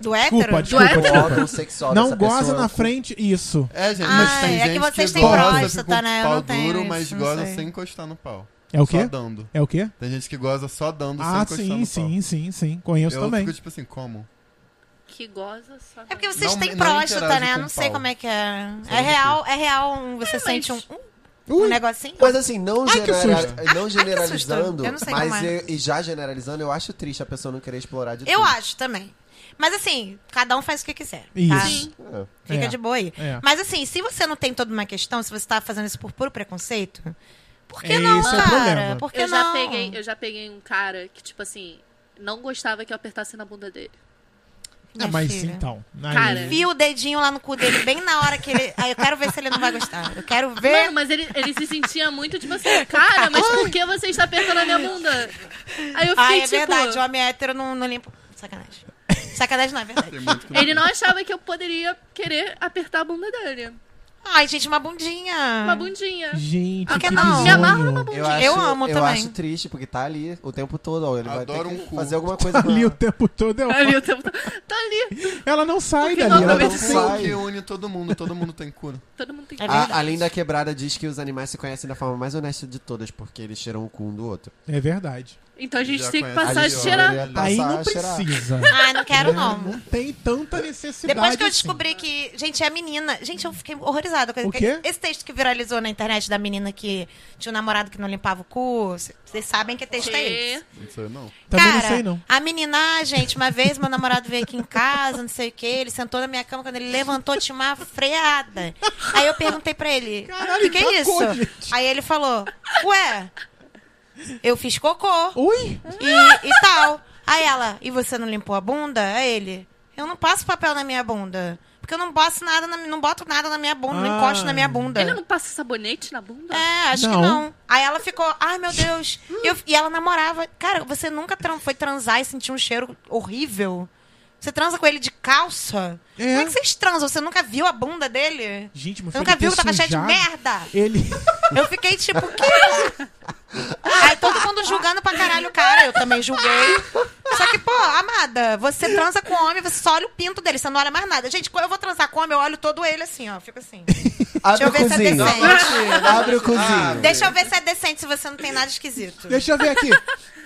[SPEAKER 6] do hétero?
[SPEAKER 5] Desculpa, desculpa,
[SPEAKER 7] hétero?
[SPEAKER 5] desculpa.
[SPEAKER 4] Órgão É sexual
[SPEAKER 5] Não
[SPEAKER 4] dessa
[SPEAKER 5] goza
[SPEAKER 4] pessoa.
[SPEAKER 5] na frente. Isso.
[SPEAKER 3] É, gente,
[SPEAKER 6] Ah,
[SPEAKER 3] mas tem
[SPEAKER 6] é que
[SPEAKER 3] gente
[SPEAKER 6] vocês têm
[SPEAKER 3] goza,
[SPEAKER 6] próstata,
[SPEAKER 3] fica com o
[SPEAKER 6] né? Eu
[SPEAKER 3] pau
[SPEAKER 6] não tenho
[SPEAKER 3] duro,
[SPEAKER 6] isso,
[SPEAKER 3] mas
[SPEAKER 6] não
[SPEAKER 3] goza
[SPEAKER 6] sei.
[SPEAKER 3] sem encostar no pau.
[SPEAKER 5] É o
[SPEAKER 3] Só é
[SPEAKER 5] quê?
[SPEAKER 3] dando.
[SPEAKER 5] É o quê?
[SPEAKER 3] Tem gente que goza só dando
[SPEAKER 5] Ah,
[SPEAKER 3] sem encostar
[SPEAKER 5] sim,
[SPEAKER 3] no pau.
[SPEAKER 5] sim, sim, sim. Conheço
[SPEAKER 3] Eu
[SPEAKER 5] também.
[SPEAKER 3] fico tipo assim, como?
[SPEAKER 7] que goza só.
[SPEAKER 6] É porque vocês
[SPEAKER 3] Não-
[SPEAKER 6] têm
[SPEAKER 3] não
[SPEAKER 6] próstata,
[SPEAKER 3] interage
[SPEAKER 6] né?
[SPEAKER 3] com
[SPEAKER 6] Não sei
[SPEAKER 3] pau.
[SPEAKER 6] como é que é. É real, é real. um- Você sente um, um, um
[SPEAKER 5] Ui.
[SPEAKER 6] negocinho?
[SPEAKER 4] Mas assim, não,
[SPEAKER 5] Ai, que
[SPEAKER 4] genera-
[SPEAKER 5] susto.
[SPEAKER 4] não generalizando,
[SPEAKER 6] Eu não sei
[SPEAKER 4] mas
[SPEAKER 6] como é.
[SPEAKER 4] eu- e já generalizando, eu acho triste a pessoa não querer explorar de
[SPEAKER 6] Eu
[SPEAKER 4] tudo.
[SPEAKER 6] acho também. Mas assim, cada um faz o que quiser. Tá?
[SPEAKER 5] Isso.
[SPEAKER 4] acho.
[SPEAKER 6] Fica
[SPEAKER 5] É.
[SPEAKER 6] de boa aí.
[SPEAKER 5] É.
[SPEAKER 6] Mas assim, se você não tem toda uma questão, se você tá fazendo isso por puro preconceito, por que
[SPEAKER 5] Esse
[SPEAKER 6] não,
[SPEAKER 5] é o
[SPEAKER 6] cara?
[SPEAKER 5] problema.
[SPEAKER 6] por que
[SPEAKER 7] Eu já,
[SPEAKER 6] não?
[SPEAKER 7] peguei, eu já peguei um cara que, tipo assim, não gostava que eu apertasse na bunda dele.
[SPEAKER 5] Ah,
[SPEAKER 6] Minha
[SPEAKER 5] mas
[SPEAKER 6] filha.
[SPEAKER 5] então. aí-
[SPEAKER 3] É.
[SPEAKER 7] Cara.
[SPEAKER 6] Enfia o dedinho lá no cu dele bem na hora que ele. Ah, eu quero ver se ele não vai gostar. Eu quero ver.
[SPEAKER 7] Mano, mas ele, ele se sentia muito, tipo assim, cara, mas por que você está apertando a minha bunda? Aí eu fiquei,
[SPEAKER 6] ah, é
[SPEAKER 7] tipo,
[SPEAKER 6] verdade. O homem hétero não, não limpa. Sacanagem. Sacanagem não, é verdade.
[SPEAKER 3] Tem muito que
[SPEAKER 7] ele não achava que eu poderia querer apertar a bunda dele.
[SPEAKER 6] Ai, gente, uma bundinha.
[SPEAKER 7] Uma bundinha.
[SPEAKER 5] Gente,
[SPEAKER 6] Por Ah, que
[SPEAKER 5] que
[SPEAKER 6] não?
[SPEAKER 5] bizonho.
[SPEAKER 7] Me amarra numa bunda.
[SPEAKER 4] Eu, acho,
[SPEAKER 6] Eu amo
[SPEAKER 4] eu
[SPEAKER 6] também.
[SPEAKER 4] acho triste, porque tá ali o tempo todo. Ó, ele vai ter
[SPEAKER 3] Adoro
[SPEAKER 4] que
[SPEAKER 3] um cu.
[SPEAKER 4] fazer alguma
[SPEAKER 5] [laughs]
[SPEAKER 4] coisa.
[SPEAKER 5] Tá Ali o
[SPEAKER 4] Com
[SPEAKER 5] tempo todo. eu-
[SPEAKER 7] Tá ali o tempo todo. Tá ali.
[SPEAKER 5] Ela não sai
[SPEAKER 7] Porque
[SPEAKER 5] dali.
[SPEAKER 7] não,
[SPEAKER 5] Ela
[SPEAKER 7] também
[SPEAKER 5] não
[SPEAKER 3] Não
[SPEAKER 7] Sim.
[SPEAKER 5] sai.
[SPEAKER 3] é que une todo mundo, todo mundo tem cu.
[SPEAKER 7] Todo mundo tem
[SPEAKER 6] É
[SPEAKER 7] que...
[SPEAKER 4] a, a Linda Quebrada diz que os animais se conhecem da forma mais honesta de todas, porque eles cheiram o cu um do outro.
[SPEAKER 5] É verdade.
[SPEAKER 7] Então a gente
[SPEAKER 3] Já
[SPEAKER 7] tem que
[SPEAKER 3] conhece.
[SPEAKER 7] passar a
[SPEAKER 3] Ali, ó,
[SPEAKER 7] cheirar.
[SPEAKER 4] Ele ia
[SPEAKER 5] Aí
[SPEAKER 4] passar
[SPEAKER 5] não
[SPEAKER 4] a cheirar.
[SPEAKER 5] precisa.
[SPEAKER 6] Ai, não quero
[SPEAKER 5] Não,
[SPEAKER 6] não.
[SPEAKER 5] não tem tanta necessidade.
[SPEAKER 6] Depois que eu
[SPEAKER 5] assim.
[SPEAKER 6] descobri que. Gente, a menina. Gente, eu fiquei horrorizada. com
[SPEAKER 5] O quê?
[SPEAKER 6] Esse texto que viralizou na internet da menina que tinha um namorado que não limpava o cu. c- Vocês sabem que texto é esse.
[SPEAKER 3] Não sei não.
[SPEAKER 5] Também
[SPEAKER 6] Cara,
[SPEAKER 5] não sei, não.
[SPEAKER 6] a menina, ah, gente, uma vez meu namorado veio aqui em casa, não sei o quê, ele sentou na minha cama, quando ele levantou, tinha uma freada. Aí eu perguntei pra ele, o que, que é isso?
[SPEAKER 5] cocô, gente.
[SPEAKER 6] Aí ele falou, ué, eu fiz cocô
[SPEAKER 5] Ui!
[SPEAKER 6] e, e tal. Aí ela, e você não limpou a bunda? Aí ele, eu não passo papel na minha bunda. Porque eu não passo nada, na, não boto nada na minha bunda, não
[SPEAKER 5] Ah.
[SPEAKER 6] encosto na minha bunda.
[SPEAKER 7] Ele não passa sabonete na bunda?
[SPEAKER 6] É, acho
[SPEAKER 5] Não.
[SPEAKER 6] que não. Aí ela ficou, ai meu Deus. E eu- e ela namorava. Cara, você nunca tran- foi transar e sentiu um cheiro horrível? Você transa com ele de calça?
[SPEAKER 5] É.
[SPEAKER 6] Como é que vocês transam? Você nunca viu a bunda dele?
[SPEAKER 5] Gente, mas
[SPEAKER 6] Você nunca
[SPEAKER 5] ele ter
[SPEAKER 6] viu que tava cheia de
[SPEAKER 5] sujado-
[SPEAKER 6] merda?
[SPEAKER 5] Ele. [laughs]
[SPEAKER 6] Eu fiquei tipo, o quê? Aí todo mundo julgando pra caralho o cara. Eu também julguei. Só que, pô, amada, você transa com homem, você só olha o pinto dele, você não olha mais nada. Gente, quando eu vou transar com homem, eu olho todo ele assim, ó. Fico assim.
[SPEAKER 4] Abre o
[SPEAKER 6] eu ver se é
[SPEAKER 4] cozinho.
[SPEAKER 6] decente.
[SPEAKER 4] Abre o cozinho.
[SPEAKER 6] Deixa eu ver se é decente, se você não tem nada esquisito.
[SPEAKER 5] Deixa eu ver
[SPEAKER 6] [laughs]
[SPEAKER 5] aqui.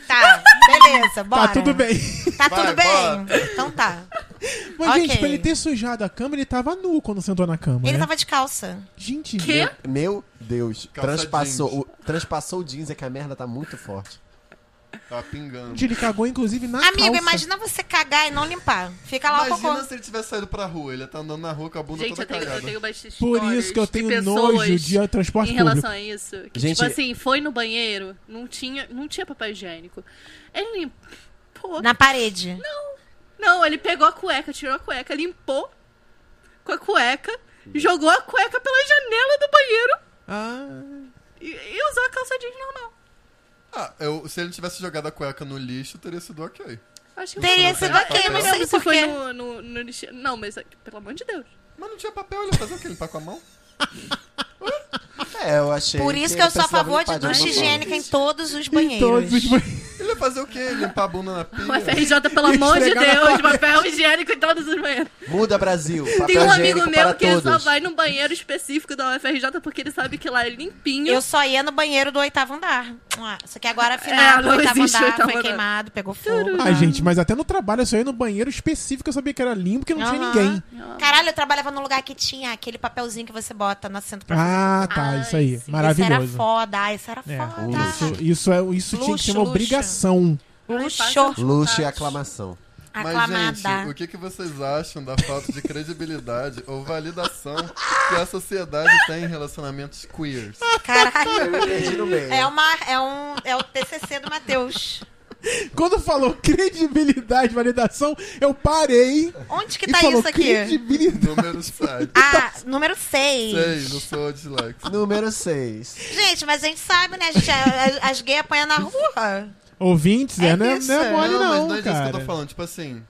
[SPEAKER 6] Tá, beleza, bora.
[SPEAKER 5] Tá tudo
[SPEAKER 6] [laughs]
[SPEAKER 5] bem.
[SPEAKER 6] Tá
[SPEAKER 3] Vai,
[SPEAKER 6] tudo bem?
[SPEAKER 3] bora.
[SPEAKER 6] Então tá.
[SPEAKER 5] Mas,
[SPEAKER 6] Ok.
[SPEAKER 5] gente, pra ele ter sujado a cama, ele tava nu quando sentou na cama.
[SPEAKER 6] Ele
[SPEAKER 5] né?
[SPEAKER 6] tava de calça.
[SPEAKER 5] Gente,
[SPEAKER 7] Quê?
[SPEAKER 4] Meu Deus,
[SPEAKER 3] Calça
[SPEAKER 4] transpassou,
[SPEAKER 3] jeans.
[SPEAKER 4] o, transpassou o jeans, é que a merda tá muito forte.
[SPEAKER 3] Tá pingando.
[SPEAKER 5] ele cagou, inclusive, na
[SPEAKER 6] Amigo,
[SPEAKER 5] calça.
[SPEAKER 6] imagina você cagar e não limpar. Fica lá o
[SPEAKER 3] Imagina
[SPEAKER 6] cocô.
[SPEAKER 3] se ele tivesse saído pra rua. Ele tá andando na rua com a bunda
[SPEAKER 7] Gente,
[SPEAKER 3] toda
[SPEAKER 7] eu tenho,
[SPEAKER 3] cagada.
[SPEAKER 7] eu tenho bastante
[SPEAKER 5] Por
[SPEAKER 7] histórias
[SPEAKER 5] isso que eu
[SPEAKER 7] de
[SPEAKER 5] tenho
[SPEAKER 7] pessoas
[SPEAKER 5] nojo de transporte
[SPEAKER 7] Em relação
[SPEAKER 5] público.
[SPEAKER 7] a isso. Que,
[SPEAKER 4] Gente-
[SPEAKER 7] Tipo assim, foi no banheiro, não tinha, não tinha papel higiênico. Ele lim- pô,
[SPEAKER 6] Na parede.
[SPEAKER 7] Não, ele pegou a cueca, tirou a cueca, limpou com a cueca, jogou a cueca pela janela do banheiro
[SPEAKER 5] Ah,
[SPEAKER 7] e, e usou a calça jeans normal.
[SPEAKER 3] Ah, eu, se ele não tivesse jogado a cueca no lixo, teria sido ok.
[SPEAKER 7] Acho que
[SPEAKER 6] Teria
[SPEAKER 7] não
[SPEAKER 6] sido
[SPEAKER 7] foi.
[SPEAKER 6] ok,
[SPEAKER 7] Eu
[SPEAKER 6] eu não
[SPEAKER 7] não lembro
[SPEAKER 6] sei
[SPEAKER 7] se foi
[SPEAKER 6] porquê.
[SPEAKER 7] no, no, no lixo. Não, mas pelo amor de Deus.
[SPEAKER 3] Mas não tinha papel, ele ia fazer o quê? Limpar com a mão?
[SPEAKER 4] É, eu achei.
[SPEAKER 6] Por isso que
[SPEAKER 4] ele
[SPEAKER 6] eu sou a
[SPEAKER 4] precisava
[SPEAKER 6] favor
[SPEAKER 4] limpar né?
[SPEAKER 6] de ducha
[SPEAKER 4] alguma forma.
[SPEAKER 6] higiênica em todos os
[SPEAKER 5] em todos os
[SPEAKER 6] banheiros.
[SPEAKER 5] banheiros.
[SPEAKER 3] Ele ia fazer o quê? Limpar a bunda na pia?
[SPEAKER 7] O FRJ,
[SPEAKER 5] [laughs]
[SPEAKER 7] pelo amor de
[SPEAKER 5] Esfregar na
[SPEAKER 7] Deus, papel higiênico em todos os banheiros.
[SPEAKER 4] Muda Brasil.
[SPEAKER 5] Tá
[SPEAKER 4] Papel
[SPEAKER 7] Tem um
[SPEAKER 4] higiênico
[SPEAKER 7] amigo meu
[SPEAKER 4] para
[SPEAKER 7] que
[SPEAKER 4] todos.
[SPEAKER 7] só vai num banheiro específico da UFRJ porque ele sabe que lá é limpinho.
[SPEAKER 6] Eu só ia no banheiro do oitavo andar. Ah, Só que agora,
[SPEAKER 7] É,
[SPEAKER 6] afinal,
[SPEAKER 7] não
[SPEAKER 6] o oitavo
[SPEAKER 7] existe
[SPEAKER 6] andar
[SPEAKER 7] oitavo
[SPEAKER 6] foi
[SPEAKER 7] andar.
[SPEAKER 6] queimado, pegou fogo.
[SPEAKER 5] Ah, gente, mas até no trabalho eu só ia no banheiro específico, eu sabia que era limpo, que não tinha
[SPEAKER 6] Aham.
[SPEAKER 5] ninguém.
[SPEAKER 6] Caralho, eu trabalhava num lugar que tinha aquele papelzinho que você bota no assento pra
[SPEAKER 5] Ah, tá,
[SPEAKER 7] Ai,
[SPEAKER 5] isso aí.
[SPEAKER 7] sim.
[SPEAKER 6] Isso era
[SPEAKER 5] Maravilhoso.
[SPEAKER 6] foda, ah, isso era
[SPEAKER 5] É,
[SPEAKER 6] foda.
[SPEAKER 5] isso, isso, é, isso tinha que ser uma
[SPEAKER 6] Luxo,
[SPEAKER 5] obrigação.
[SPEAKER 6] Luxo,
[SPEAKER 4] Luxo e aclamação.
[SPEAKER 6] aclamada.
[SPEAKER 3] Mas, gente, o que, que vocês acham da falta de credibilidade ou validação que a sociedade tem em relacionamentos queers?
[SPEAKER 4] [laughs]
[SPEAKER 6] Caralho.
[SPEAKER 4] Perdi no meio.
[SPEAKER 6] É, uma, é, um, é o TCC do Matheus.
[SPEAKER 5] Quando falou [laughs] credibilidade, validação, eu parei
[SPEAKER 6] Onde que
[SPEAKER 5] e
[SPEAKER 6] tá
[SPEAKER 5] falou
[SPEAKER 6] isso aqui?
[SPEAKER 5] credibilidade.
[SPEAKER 3] Número 7.
[SPEAKER 6] Ah, número 6.
[SPEAKER 3] Sei, não sou dislexo.
[SPEAKER 4] Número 6.
[SPEAKER 6] Gente, mas a gente sabe, né? A gente, a- a- as gays apanham na rua.
[SPEAKER 5] Ouvintes, é,
[SPEAKER 6] É
[SPEAKER 5] né?
[SPEAKER 6] isso.
[SPEAKER 5] Não é
[SPEAKER 3] mas
[SPEAKER 5] mole, não,
[SPEAKER 3] não é disso
[SPEAKER 5] cara.
[SPEAKER 3] que eu tô falando. Tipo assim,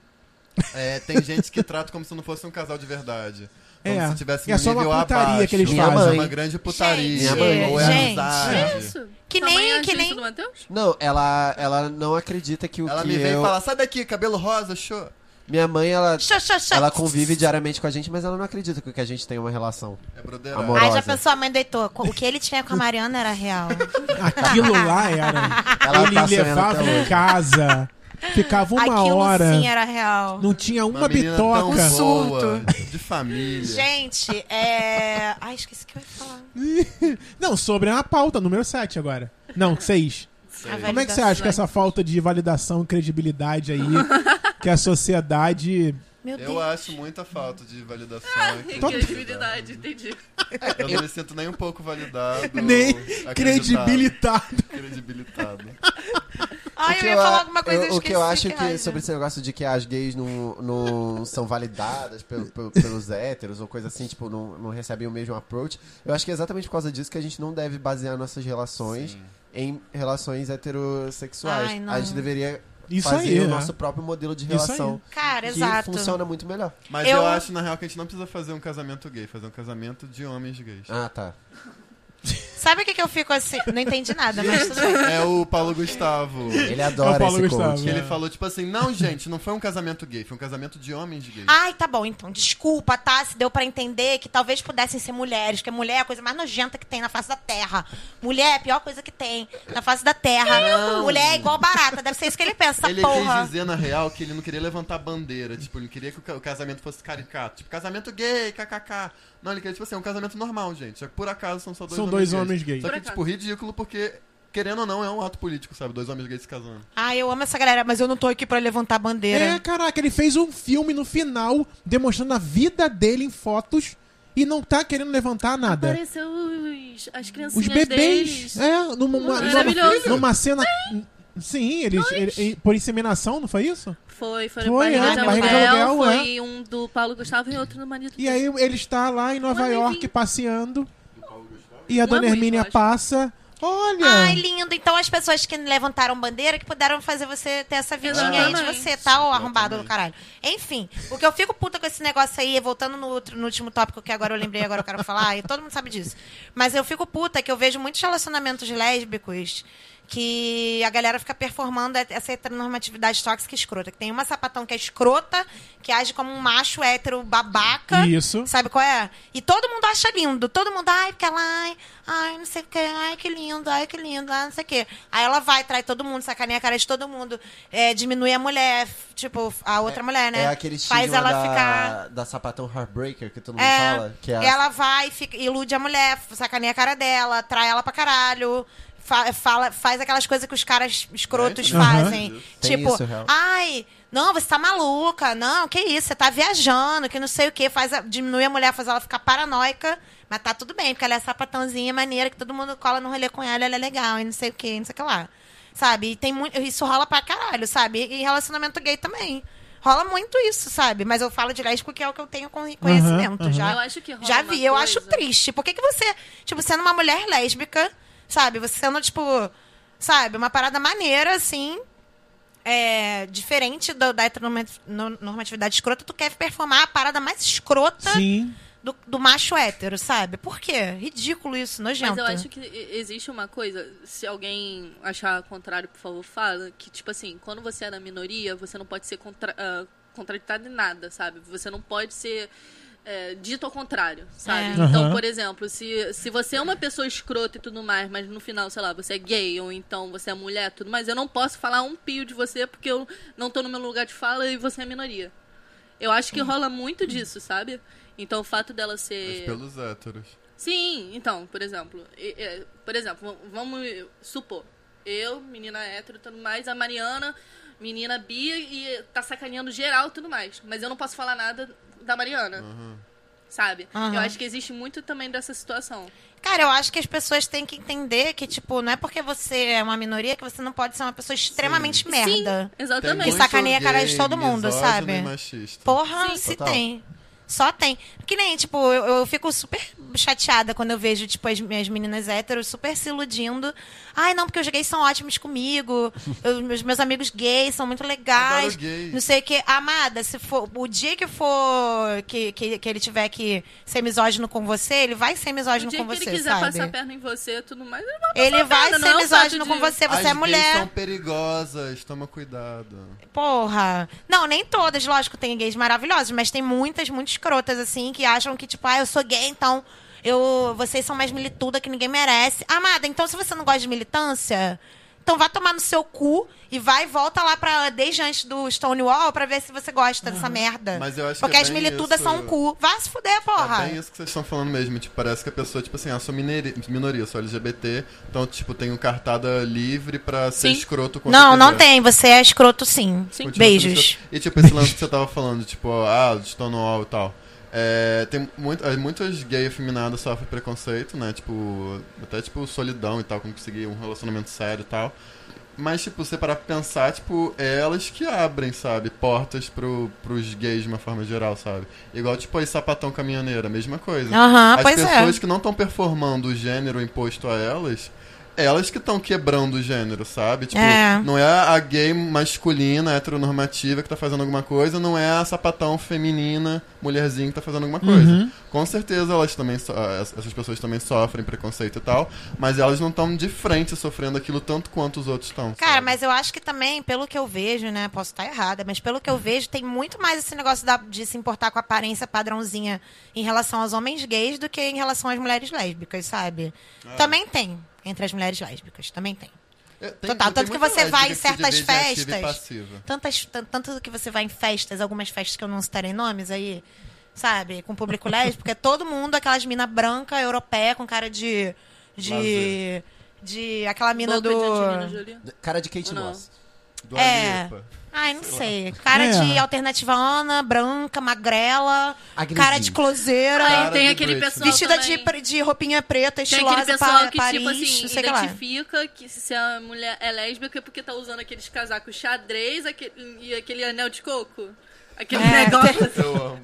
[SPEAKER 3] é, tem gente que trata como se não fosse um casal de verdade. Como
[SPEAKER 5] É.
[SPEAKER 3] se tivesse
[SPEAKER 5] E
[SPEAKER 3] um
[SPEAKER 5] é só uma
[SPEAKER 3] nível
[SPEAKER 5] putaria
[SPEAKER 3] abaixo.
[SPEAKER 5] que eles
[SPEAKER 4] Minha
[SPEAKER 5] fazem.
[SPEAKER 3] É
[SPEAKER 4] mãe.
[SPEAKER 3] uma grande putaria.
[SPEAKER 6] Gente,
[SPEAKER 3] ou é
[SPEAKER 6] gente.
[SPEAKER 3] amizade.
[SPEAKER 7] Isso.
[SPEAKER 6] Que
[SPEAKER 7] Sua
[SPEAKER 6] nem-
[SPEAKER 7] mãe é
[SPEAKER 6] que
[SPEAKER 7] agente
[SPEAKER 6] nem-
[SPEAKER 7] do Matheus?
[SPEAKER 4] Não, ela, ela não acredita que o
[SPEAKER 3] Ela
[SPEAKER 4] que
[SPEAKER 3] me vem
[SPEAKER 4] eu...
[SPEAKER 3] e fala, sai daqui, cabelo rosa, show.
[SPEAKER 4] Minha mãe, ela,
[SPEAKER 6] Xô, xô, xô.
[SPEAKER 4] ela é convive diariamente com a gente, mas ela não acredita que o que a gente tem é uma relação.
[SPEAKER 3] É broderagem.
[SPEAKER 4] Amor.
[SPEAKER 6] Aí já
[SPEAKER 4] horrorosa.
[SPEAKER 6] pensou, a mãe deitou. O que ele tinha com a Mariana era real.
[SPEAKER 5] Aquilo lá
[SPEAKER 3] [laughs]
[SPEAKER 5] era.
[SPEAKER 4] Ela
[SPEAKER 5] Ele
[SPEAKER 4] tá sonhando
[SPEAKER 5] levava
[SPEAKER 4] até
[SPEAKER 5] em
[SPEAKER 4] hoje.
[SPEAKER 5] casa, ficava uma
[SPEAKER 6] Aquilo
[SPEAKER 5] hora,
[SPEAKER 6] sim era real.
[SPEAKER 5] não tinha uma,
[SPEAKER 3] menina tão
[SPEAKER 5] bitoca.
[SPEAKER 3] boa, de família.
[SPEAKER 6] Gente, é. Ai, esqueci o que eu ia falar.
[SPEAKER 5] Não, sobre a pauta, número 7 agora. Não, 6. Como é
[SPEAKER 6] A
[SPEAKER 5] que você
[SPEAKER 6] validação.
[SPEAKER 5] acha que essa falta de validação e credibilidade aí, que a sociedade.
[SPEAKER 6] Meu Deus.
[SPEAKER 3] Eu acho muita falta de validação. e credibilidade.
[SPEAKER 7] Credibilidade, entendi.
[SPEAKER 5] É.
[SPEAKER 3] Eu não me sinto nem um pouco validado.
[SPEAKER 5] Nem
[SPEAKER 3] acreditado,
[SPEAKER 5] credibilidade.
[SPEAKER 3] Credibilitado.
[SPEAKER 6] Ai,
[SPEAKER 4] O
[SPEAKER 6] Ah, eu
[SPEAKER 4] que
[SPEAKER 6] ia
[SPEAKER 4] eu
[SPEAKER 6] falar
[SPEAKER 4] a-
[SPEAKER 6] alguma coisa
[SPEAKER 4] eu- O que eu
[SPEAKER 6] esqueci,
[SPEAKER 4] acho é que
[SPEAKER 6] raiva.
[SPEAKER 4] sobre esse negócio de que as gays não, não [laughs] são validadas pelo- pelo- pelos héteros ou coisa assim, tipo, não, não recebem o mesmo approach, eu acho que é exatamente por causa disso que a gente não deve basear nossas relações em relações heterossexuais.
[SPEAKER 6] Ai, não.
[SPEAKER 4] a gente deveria
[SPEAKER 5] Isso
[SPEAKER 4] fazer
[SPEAKER 5] aí,
[SPEAKER 4] o
[SPEAKER 5] né?
[SPEAKER 4] nosso próprio modelo de
[SPEAKER 5] Isso aí.
[SPEAKER 4] relação
[SPEAKER 6] Cara,
[SPEAKER 4] que
[SPEAKER 6] exato.
[SPEAKER 4] funciona muito melhor.
[SPEAKER 3] Mas eu...
[SPEAKER 6] Eu-
[SPEAKER 3] acho, na real, que a gente não precisa fazer um casamento gay, fazer um casamento de homens gays.
[SPEAKER 4] Ah, tá.
[SPEAKER 6] Sabe o que, que eu fico assim? Não entendi nada, mas tudo bem.
[SPEAKER 3] É o Paulo Gustavo.
[SPEAKER 4] Ele
[SPEAKER 5] É o
[SPEAKER 4] adora
[SPEAKER 5] Paulo
[SPEAKER 4] esse
[SPEAKER 5] Gustavo.
[SPEAKER 4] coach.
[SPEAKER 3] Que ele falou, tipo assim, não, gente, não foi um casamento gay, foi um casamento de homens gays.
[SPEAKER 6] Ai, tá bom, então. Desculpa, tá? Se deu pra entender que talvez pudessem ser mulheres, porque mulher é a coisa mais nojenta que tem na face da terra. Mulher é a pior coisa que tem na face da terra. Mulher é igual barata, deve ser isso que ele pensa,
[SPEAKER 3] Ele
[SPEAKER 6] porra.
[SPEAKER 3] quis dizer, na real, que ele não queria levantar bandeira. Tipo, ele não queria que o ca- o casamento fosse caricato. Tipo, casamento gay, kkk. Não, ele queria, tipo assim, um casamento normal, gente. Só que por acaso são só dois
[SPEAKER 5] São
[SPEAKER 3] homens
[SPEAKER 5] dois homens gays.
[SPEAKER 3] Só
[SPEAKER 7] Por
[SPEAKER 3] que,
[SPEAKER 7] acaso.
[SPEAKER 3] tipo, ridículo porque, querendo ou não, é um ato político, sabe? Dois homens gays se casando.
[SPEAKER 6] Ai, eu amo essa galera, mas eu não tô aqui pra levantar
[SPEAKER 5] É,
[SPEAKER 6] bandeira.
[SPEAKER 5] caraca, ele fez um filme no final demonstrando a vida dele em fotos e não tá querendo levantar nada.
[SPEAKER 7] Apareceu os, as
[SPEAKER 5] Os
[SPEAKER 7] criancinhas
[SPEAKER 5] bebês.
[SPEAKER 7] deles.
[SPEAKER 5] É, numa, numa,
[SPEAKER 7] Maravilhoso.
[SPEAKER 5] numa cena. Sim, eles, ele- por inseminação, não foi isso?
[SPEAKER 7] Foi, foi,
[SPEAKER 5] Foi,
[SPEAKER 7] Barriga
[SPEAKER 5] é,
[SPEAKER 7] de
[SPEAKER 5] Barriga de
[SPEAKER 7] Aluguel,
[SPEAKER 5] Aluguel, é.
[SPEAKER 7] foi um do Paulo Gustavo e outro do marido
[SPEAKER 5] E
[SPEAKER 7] dele.
[SPEAKER 5] aí ele está lá em Nova
[SPEAKER 7] Olha,
[SPEAKER 5] York
[SPEAKER 7] gente.
[SPEAKER 5] passeando. E a
[SPEAKER 7] Não é
[SPEAKER 5] dona
[SPEAKER 7] muito,
[SPEAKER 5] Hermínia
[SPEAKER 7] lógico.
[SPEAKER 5] passa. Olha!
[SPEAKER 6] Ai, lindo. Então as pessoas que levantaram bandeira que puderam fazer você ter essa vidinha aí de
[SPEAKER 7] Exatamente.
[SPEAKER 6] você, tá? Ô, arrombado do caralho. Enfim, o que eu fico puta com esse negócio aí, voltando no, outro, no último tópico que agora eu lembrei, agora eu quero falar, e todo mundo sabe disso. Mas eu fico puta que eu vejo muitos relacionamentos lésbicos que a galera fica performando essa heteronormatividade tóxica e escrota. Que tem uma sapatão que é escrota, que age como um macho hétero babaca.
[SPEAKER 5] Isso.
[SPEAKER 6] Sabe qual é? E todo mundo acha lindo. Todo mundo, ai, porque ela, ai, ai, não sei o que, ai, que lindo, ai, que lindo, ai, não sei o que. Aí ela vai, trai todo mundo, sacaneia a cara de todo mundo, é, diminui a mulher, f- tipo, a outra mulher, né?
[SPEAKER 4] É aquele estigma
[SPEAKER 6] Faz ela
[SPEAKER 4] da,
[SPEAKER 6] ficar.
[SPEAKER 4] da sapatão heartbreaker que todo mundo
[SPEAKER 6] É,
[SPEAKER 4] fala. Que é a-
[SPEAKER 6] Ela vai, fica- ilude a mulher, sacaneia a cara dela, trai ela pra caralho. fa- Fala, faz aquelas coisas que os caras escrotos
[SPEAKER 3] Tem,
[SPEAKER 5] né?
[SPEAKER 6] fazem.
[SPEAKER 4] Uhum. Tem
[SPEAKER 6] Tipo,
[SPEAKER 4] isso, real.
[SPEAKER 6] ai, não, você tá maluca. Não, que isso, você tá viajando, que não sei o que. Faz a- diminui a mulher, faz ela ficar paranoica. Mas tá tudo bem, porque ela é sapatãozinha, maneira, que todo mundo cola no rolê com ela, ela é legal, e não sei o que, não sei o que lá. Sabe? E tem muito. Isso rola pra caralho, sabe? E relacionamento gay também. Rola muito isso, sabe? Mas eu falo de lésbico que é o que eu tenho con-
[SPEAKER 4] Uhum,
[SPEAKER 6] conhecimento.
[SPEAKER 5] aham.
[SPEAKER 6] Já,
[SPEAKER 7] Eu acho que rola
[SPEAKER 6] já
[SPEAKER 7] uma
[SPEAKER 6] vi, eu
[SPEAKER 7] coisa.
[SPEAKER 6] acho triste. Por que, que você, tipo, sendo uma mulher lésbica, sabe? Você sendo, tipo, sabe, uma parada maneira, assim, é, diferente do- da heteronormatividade escrota, tu quer performar a parada mais escrota
[SPEAKER 5] Sim.
[SPEAKER 6] do, do macho hétero, sabe? Por quê? Ridículo isso, nojento.
[SPEAKER 7] Mas eu acho que e- existe uma coisa, se alguém achar contrário, por favor, fala, que tipo assim, quando você é da minoria, você não pode ser contra, ah, contraditado em nada, sabe? Você não pode ser é, dito ao contrário, sabe?
[SPEAKER 6] É.
[SPEAKER 7] Então,
[SPEAKER 5] Aham.
[SPEAKER 7] por exemplo, se, se você é uma pessoa escrota e tudo mais, mas no final, sei lá, você é gay ou então você é mulher, tudo mais, eu não posso falar um pio de você porque eu não tô no meu lugar de fala e você é minoria. Eu acho que rola muito disso, sabe? Então o fato dela
[SPEAKER 3] Mas
[SPEAKER 7] ser.
[SPEAKER 3] pelos héteros.
[SPEAKER 7] Sim, então, por exemplo. e- e- por exemplo, v- vamos supor. Eu, menina hétero e tudo mais, a Mariana, menina bi e tá sacaneando geral e tudo mais. Mas eu não posso falar nada da Mariana.
[SPEAKER 3] Uhum.
[SPEAKER 7] Sabe?
[SPEAKER 6] Aham.
[SPEAKER 7] Eu acho que existe muito também dessa situação.
[SPEAKER 6] Cara, eu acho que as pessoas têm que entender que, tipo, não é porque você é uma minoria que você não pode ser uma pessoa extremamente merda.
[SPEAKER 7] Sim,
[SPEAKER 3] Tem
[SPEAKER 7] exatamente.
[SPEAKER 3] muito
[SPEAKER 6] Que sacaneia a cara de
[SPEAKER 3] gay
[SPEAKER 6] todo mundo,
[SPEAKER 3] misógino
[SPEAKER 6] sabe?
[SPEAKER 3] E machista.
[SPEAKER 6] Porra, se
[SPEAKER 4] Total.
[SPEAKER 6] tem. Só tem. Que nem, tipo, eu, eu fico super chateada quando eu vejo, tipo, as minhas meninas héteros super se iludindo. Ai, não, porque os gays são
[SPEAKER 3] [laughs]
[SPEAKER 6] ótimos comigo. Eu- meus, meus amigos gays são muito legais.
[SPEAKER 3] Adoro gay.
[SPEAKER 6] Não sei o que. Amada, se for. O dia que for. Que, que, que ele tiver que ser misógino com você, ele vai ser
[SPEAKER 7] O
[SPEAKER 6] misógino
[SPEAKER 7] dia
[SPEAKER 6] com
[SPEAKER 7] que ele
[SPEAKER 6] você,
[SPEAKER 7] quiser
[SPEAKER 6] sabe?
[SPEAKER 7] passar a perna em você e tudo mais, ele vai
[SPEAKER 6] Ele vai
[SPEAKER 7] perna, não é
[SPEAKER 6] ser
[SPEAKER 7] o fato
[SPEAKER 6] misógino com
[SPEAKER 7] de-
[SPEAKER 6] você,
[SPEAKER 3] As
[SPEAKER 6] você é
[SPEAKER 3] gays
[SPEAKER 6] mulher.
[SPEAKER 3] são perigosas, toma cuidado.
[SPEAKER 6] Porra. Não, nem todas, lógico, tem gays maravilhosos, mas tem muitas, muito escrotas, assim, que acham que, tipo, ah, eu sou gay, então eu, vocês são mais milituda que ninguém merece. Amada, então se você não gosta de militância, então vá tomar no seu cu e vai e volta lá pra, desde antes do Stonewall pra ver se você gosta dessa merda.
[SPEAKER 3] Uhum. Mas eu acho que
[SPEAKER 6] Porque
[SPEAKER 3] é
[SPEAKER 6] as
[SPEAKER 3] bem
[SPEAKER 6] militudas
[SPEAKER 3] isso.
[SPEAKER 6] são um cu. Vá se fuder,
[SPEAKER 3] É
[SPEAKER 6] porra.
[SPEAKER 3] bem isso que vocês estão falando mesmo. Tipo, parece que a pessoa, tipo assim, ah, sou mineiri- minoria, sou LGBT, então, tipo, tenho cartada livre pra ser
[SPEAKER 7] Sim.
[SPEAKER 3] escroto com
[SPEAKER 6] não, não tem. Você é escroto, sim.
[SPEAKER 7] Sim.
[SPEAKER 3] Continua sendo
[SPEAKER 6] Beijos.
[SPEAKER 3] escroto. E, tipo, esse [laughs] lance que você tava falando, tipo, ah, de Stonewall e tal. É, tem muito, é, muitos gays afeminados sofrem preconceito, né? Tipo, até, tipo, solidão e tal, como conseguir um relacionamento sério e tal. Mas, tipo, você parar pra pensar, tipo, é elas que abrem, sabe? Portas pro, pros gays de uma forma geral, sabe? Igual, tipo, aí sapatão caminhoneira, mesma coisa.
[SPEAKER 6] Aham,
[SPEAKER 3] As
[SPEAKER 6] pois é.
[SPEAKER 3] pessoas que não estão performando o gênero imposto a elas, elas que estão quebrando o gênero, sabe? Tipo,
[SPEAKER 6] É.
[SPEAKER 3] não é a gay masculina, heteronormativa que tá fazendo alguma coisa, não é a sapatão feminina, mulherzinha que tá fazendo alguma coisa.
[SPEAKER 5] Uhum.
[SPEAKER 3] Com certeza elas também, so- ah, ess- essas pessoas também sofrem preconceito e tal, mas elas não estão de frente sofrendo aquilo tanto quanto os outros estão.
[SPEAKER 6] Cara, mas eu acho que também, pelo que eu vejo, né? Posso estar errada, mas pelo que eu vejo, tem muito mais esse negócio da- de se importar com a aparência padrãozinha em relação aos homens gays do que em relação às mulheres lésbicas, sabe? Também tem. Entre as mulheres lésbicas, também tem. Total, tanto que você vai em certas festas. Tantas, tan- tanto que você vai em festas, algumas festas que eu não citarei nomes aí, sabe? Com público lésbico, é todo mundo, aquelas mina branca, europeia, com cara de. de.
[SPEAKER 3] Lazer.
[SPEAKER 6] de. aquela mina
[SPEAKER 7] Boca
[SPEAKER 6] do.
[SPEAKER 7] de Angelina Jolie.
[SPEAKER 4] Cara de Kate
[SPEAKER 7] Ou não?
[SPEAKER 4] Moss.
[SPEAKER 6] É.
[SPEAKER 3] É.
[SPEAKER 6] Ai, não sei. Cara
[SPEAKER 5] É.
[SPEAKER 6] de alternativa Ana, branca, magrela,
[SPEAKER 4] Agressiva.
[SPEAKER 6] cara de closeira,
[SPEAKER 7] Aí
[SPEAKER 3] Cara
[SPEAKER 7] tem
[SPEAKER 3] de
[SPEAKER 7] aquele
[SPEAKER 3] Britney.
[SPEAKER 7] pessoal.
[SPEAKER 6] vestida
[SPEAKER 7] também-
[SPEAKER 6] de, pre- de roupinha preta,
[SPEAKER 7] Tem
[SPEAKER 6] estilosa,
[SPEAKER 7] aquele pessoal
[SPEAKER 6] pa-
[SPEAKER 7] que,
[SPEAKER 6] Paris,
[SPEAKER 7] tipo assim,
[SPEAKER 6] não sei o que lá.
[SPEAKER 7] identifica que se a mulher é lésbica é porque tá usando aqueles casacos
[SPEAKER 6] É. [laughs]
[SPEAKER 7] xadrez aquele- e aquele anel de coco. Aquele negócio.
[SPEAKER 3] Eu amo.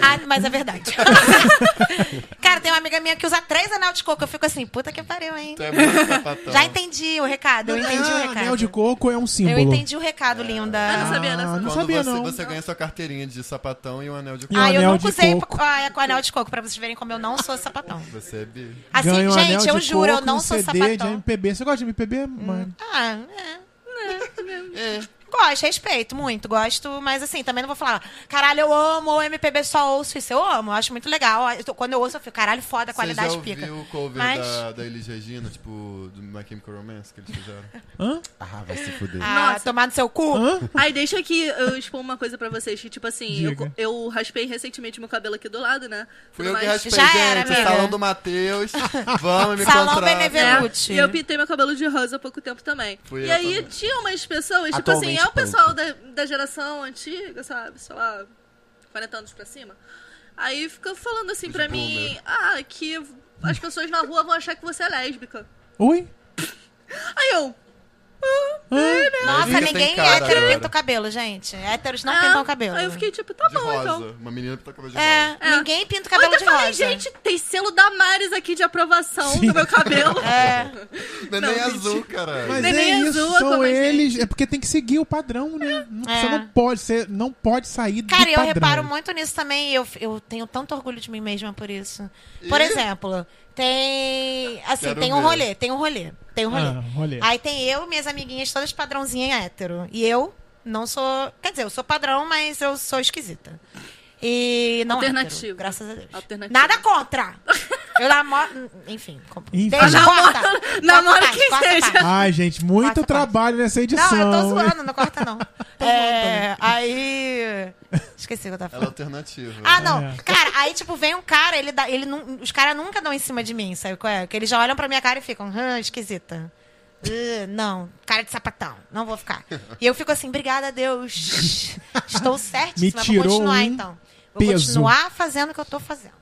[SPEAKER 6] Ah, mas é verdade. [laughs] Cara, tem uma amiga minha que usa três anel de coco. Eu fico assim, puta que pariu, hein?
[SPEAKER 3] Tu é muito sapatão.
[SPEAKER 6] [laughs] Já entendi o recado, eu entendi o
[SPEAKER 5] Ah,
[SPEAKER 6] recado.
[SPEAKER 5] anel de coco é um
[SPEAKER 6] Eu
[SPEAKER 5] símbolo.
[SPEAKER 6] entendi o recado, linda.
[SPEAKER 7] Ah, não sabia
[SPEAKER 5] Ah,
[SPEAKER 7] dessa.
[SPEAKER 5] não
[SPEAKER 3] Quando
[SPEAKER 5] sabia,
[SPEAKER 3] você,
[SPEAKER 5] não.
[SPEAKER 3] você ganha sua carteirinha de sapatão e um anel de
[SPEAKER 5] E um
[SPEAKER 3] coco.
[SPEAKER 6] Ah, eu
[SPEAKER 5] anel
[SPEAKER 6] nunca
[SPEAKER 5] de
[SPEAKER 6] usei
[SPEAKER 5] coco.
[SPEAKER 6] p- ah, é com anel de coco, pra vocês verem como eu não sou sapatão.
[SPEAKER 3] Você é bi.
[SPEAKER 6] Assim,
[SPEAKER 5] Ganho um anel
[SPEAKER 6] gente,
[SPEAKER 5] de
[SPEAKER 6] eu juro, eu
[SPEAKER 5] coco, um
[SPEAKER 6] não sou
[SPEAKER 5] CD de
[SPEAKER 6] sapatão.
[SPEAKER 5] MPB. Você gosta de MPB, mano?
[SPEAKER 6] Ah, é. Gosto, respeito muito, gosto, mas assim, também não vou falar, caralho, eu amo o MPB, só ouço isso, eu amo, eu acho muito legal. Eu tô- Quando eu ouço, eu fico, caralho, foda, a qualidade
[SPEAKER 3] você já ouviu
[SPEAKER 6] pica.
[SPEAKER 3] o cover
[SPEAKER 6] Mas-
[SPEAKER 3] da, da Elis Regina, tipo, do My Chemical Romance que eles
[SPEAKER 6] [laughs]
[SPEAKER 3] fizeram?
[SPEAKER 5] Hã?
[SPEAKER 4] Ah, vai se fuder.
[SPEAKER 6] Ah,
[SPEAKER 7] Nossa.
[SPEAKER 6] tomar no seu cu.
[SPEAKER 5] Hã?
[SPEAKER 7] Aí deixa aqui eu expor uma coisa pra vocês, que tipo assim, eu,
[SPEAKER 5] Diga.
[SPEAKER 7] co- eu raspei recentemente meu cabelo aqui do lado, né?
[SPEAKER 3] Fui
[SPEAKER 7] Tudo
[SPEAKER 3] eu que
[SPEAKER 7] mais.
[SPEAKER 3] raspei,
[SPEAKER 6] Já
[SPEAKER 3] gente.
[SPEAKER 6] era, amiga.
[SPEAKER 3] Salão do
[SPEAKER 6] [laughs]
[SPEAKER 3] Matheus. Vamos me
[SPEAKER 6] Salão
[SPEAKER 3] encontrar.
[SPEAKER 6] Benevenuto.
[SPEAKER 7] E eu pintei meu cabelo de rosa há pouco tempo também.
[SPEAKER 3] É. Fui
[SPEAKER 7] e
[SPEAKER 3] eu
[SPEAKER 7] aí
[SPEAKER 3] também.
[SPEAKER 7] tinha umas pessoas, tipo
[SPEAKER 4] Atualmente
[SPEAKER 7] assim, é o
[SPEAKER 4] punk.
[SPEAKER 7] pessoal da, da geração antiga, sabe? Sei lá, 40 anos pra cima. Aí ficou falando assim pra mim,
[SPEAKER 3] boomer.
[SPEAKER 7] ah, que as pessoas na rua vão achar que você é lésbica.
[SPEAKER 5] Oi?
[SPEAKER 7] Aí eu,
[SPEAKER 5] Hã?
[SPEAKER 6] Nossa,
[SPEAKER 3] Amiga,
[SPEAKER 6] ninguém
[SPEAKER 3] tem cara,
[SPEAKER 6] hétero
[SPEAKER 3] cara. né?
[SPEAKER 6] pinta o cabelo, gente. Héteros não
[SPEAKER 7] ah.
[SPEAKER 6] pintam o cabelo.
[SPEAKER 7] Aí eu fiquei tipo, tá
[SPEAKER 3] De
[SPEAKER 7] bom
[SPEAKER 3] rosa.
[SPEAKER 7] então.
[SPEAKER 3] Uma menina que tá com cabelo de
[SPEAKER 6] É,
[SPEAKER 3] rosa.
[SPEAKER 7] É.
[SPEAKER 6] ninguém pinta o
[SPEAKER 7] Eu
[SPEAKER 6] cabelo
[SPEAKER 7] até
[SPEAKER 6] de
[SPEAKER 7] falei,
[SPEAKER 6] rosa.
[SPEAKER 7] gente, tem selo da Maris aqui de aprovação do meu cabelo.
[SPEAKER 6] [laughs] É.
[SPEAKER 3] Não é nem
[SPEAKER 7] Não,
[SPEAKER 3] azul, caralho.
[SPEAKER 5] Mas
[SPEAKER 7] Neném
[SPEAKER 5] é
[SPEAKER 7] azul,
[SPEAKER 5] isso,
[SPEAKER 7] como
[SPEAKER 5] são
[SPEAKER 7] a gente.
[SPEAKER 5] eles. É porque tem que seguir o padrão, né? Não-
[SPEAKER 6] É.
[SPEAKER 5] Você não pode, você não pode sair do
[SPEAKER 6] Cara, eu
[SPEAKER 5] padrão.
[SPEAKER 6] reparo muito nisso também. e Eu, eu tenho tanto orgulho de mim mesma por isso. Por
[SPEAKER 3] Ih.
[SPEAKER 6] exemplo, tem. Assim,
[SPEAKER 3] Quero
[SPEAKER 6] tem um
[SPEAKER 3] ver.
[SPEAKER 6] rolê, tem um rolê. Tem um rolê.
[SPEAKER 5] Ah, rolê.
[SPEAKER 6] Aí tem eu e minhas amiguinhas todas padrãozinha hétero. E eu não sou. Quer dizer, eu sou padrão, mas eu sou esquisita. E não
[SPEAKER 7] Alternativo.
[SPEAKER 6] hétero, graças a Deus.
[SPEAKER 7] Alternativo.
[SPEAKER 6] Nada contra! Eu namoro. Enfim, com-
[SPEAKER 5] Enfim.
[SPEAKER 6] deixa
[SPEAKER 7] Namoro-
[SPEAKER 6] corta. Corta
[SPEAKER 7] namoro
[SPEAKER 6] parte,
[SPEAKER 7] quem
[SPEAKER 6] corta
[SPEAKER 7] seja.
[SPEAKER 6] parte.
[SPEAKER 5] Ai, gente, muito
[SPEAKER 6] Corta,
[SPEAKER 5] trabalho nessa edição.
[SPEAKER 6] Não, eu tô
[SPEAKER 5] hein?
[SPEAKER 6] zoando, não corta
[SPEAKER 5] [laughs]
[SPEAKER 6] não. É, aí. Esqueci o que eu tava
[SPEAKER 3] Ela é
[SPEAKER 6] falando.
[SPEAKER 3] alternativa.
[SPEAKER 6] Ah, não.
[SPEAKER 5] É.
[SPEAKER 6] Cara, aí, tipo, vem um cara, ele dá, ele não, os caras nunca dão em cima de mim, sabe qual é? Que eles já olham pra minha cara e ficam, hã, esquisita. Ih, não, cara de sapatão, não vou ficar. E eu fico assim, obrigada a Deus. Estou
[SPEAKER 5] Me
[SPEAKER 6] certíssima, vou
[SPEAKER 5] tirou
[SPEAKER 6] continuar
[SPEAKER 5] um
[SPEAKER 6] então. Vou
[SPEAKER 5] peso.
[SPEAKER 6] continuar fazendo o que eu tô fazendo.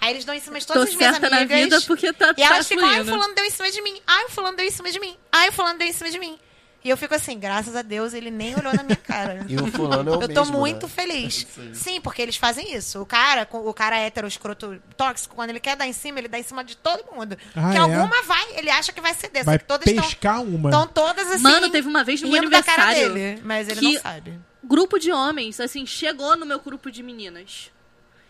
[SPEAKER 6] Aí eles dão em cima de todas
[SPEAKER 7] Tô
[SPEAKER 6] as minhas
[SPEAKER 7] certa na
[SPEAKER 6] amigas.
[SPEAKER 7] vida porque tá-
[SPEAKER 6] e elas
[SPEAKER 7] tá
[SPEAKER 6] ficam, ai, o
[SPEAKER 7] fluindo."
[SPEAKER 6] fulano deu em cima de mim, ai, o fulano deu em cima de mim, ai, o fulano deu em cima de mim. E eu fico assim, graças a Deus, ele nem olhou na minha cara.
[SPEAKER 4] E o fulano é o
[SPEAKER 6] Eu
[SPEAKER 4] mesmo,
[SPEAKER 6] tô muito
[SPEAKER 4] né?
[SPEAKER 6] feliz.
[SPEAKER 3] Sim.
[SPEAKER 6] Sim, porque eles fazem isso. O cara, o cara hétero, escroto, tóxico, quando ele quer dar em cima, ele dá em cima de todo mundo.
[SPEAKER 5] Ah,
[SPEAKER 6] que
[SPEAKER 5] é?
[SPEAKER 6] alguma vai, ele acha que vai ceder.
[SPEAKER 5] Vai
[SPEAKER 6] só é que todas estão.
[SPEAKER 5] pescar uma.
[SPEAKER 6] Estão todas assim.
[SPEAKER 7] Mano, teve uma vez no meu
[SPEAKER 6] indo da cara
[SPEAKER 7] aniversário
[SPEAKER 6] dele, mas ele
[SPEAKER 7] que-
[SPEAKER 6] não sabe.
[SPEAKER 7] grupo de homens, assim, chegou no meu grupo de meninas.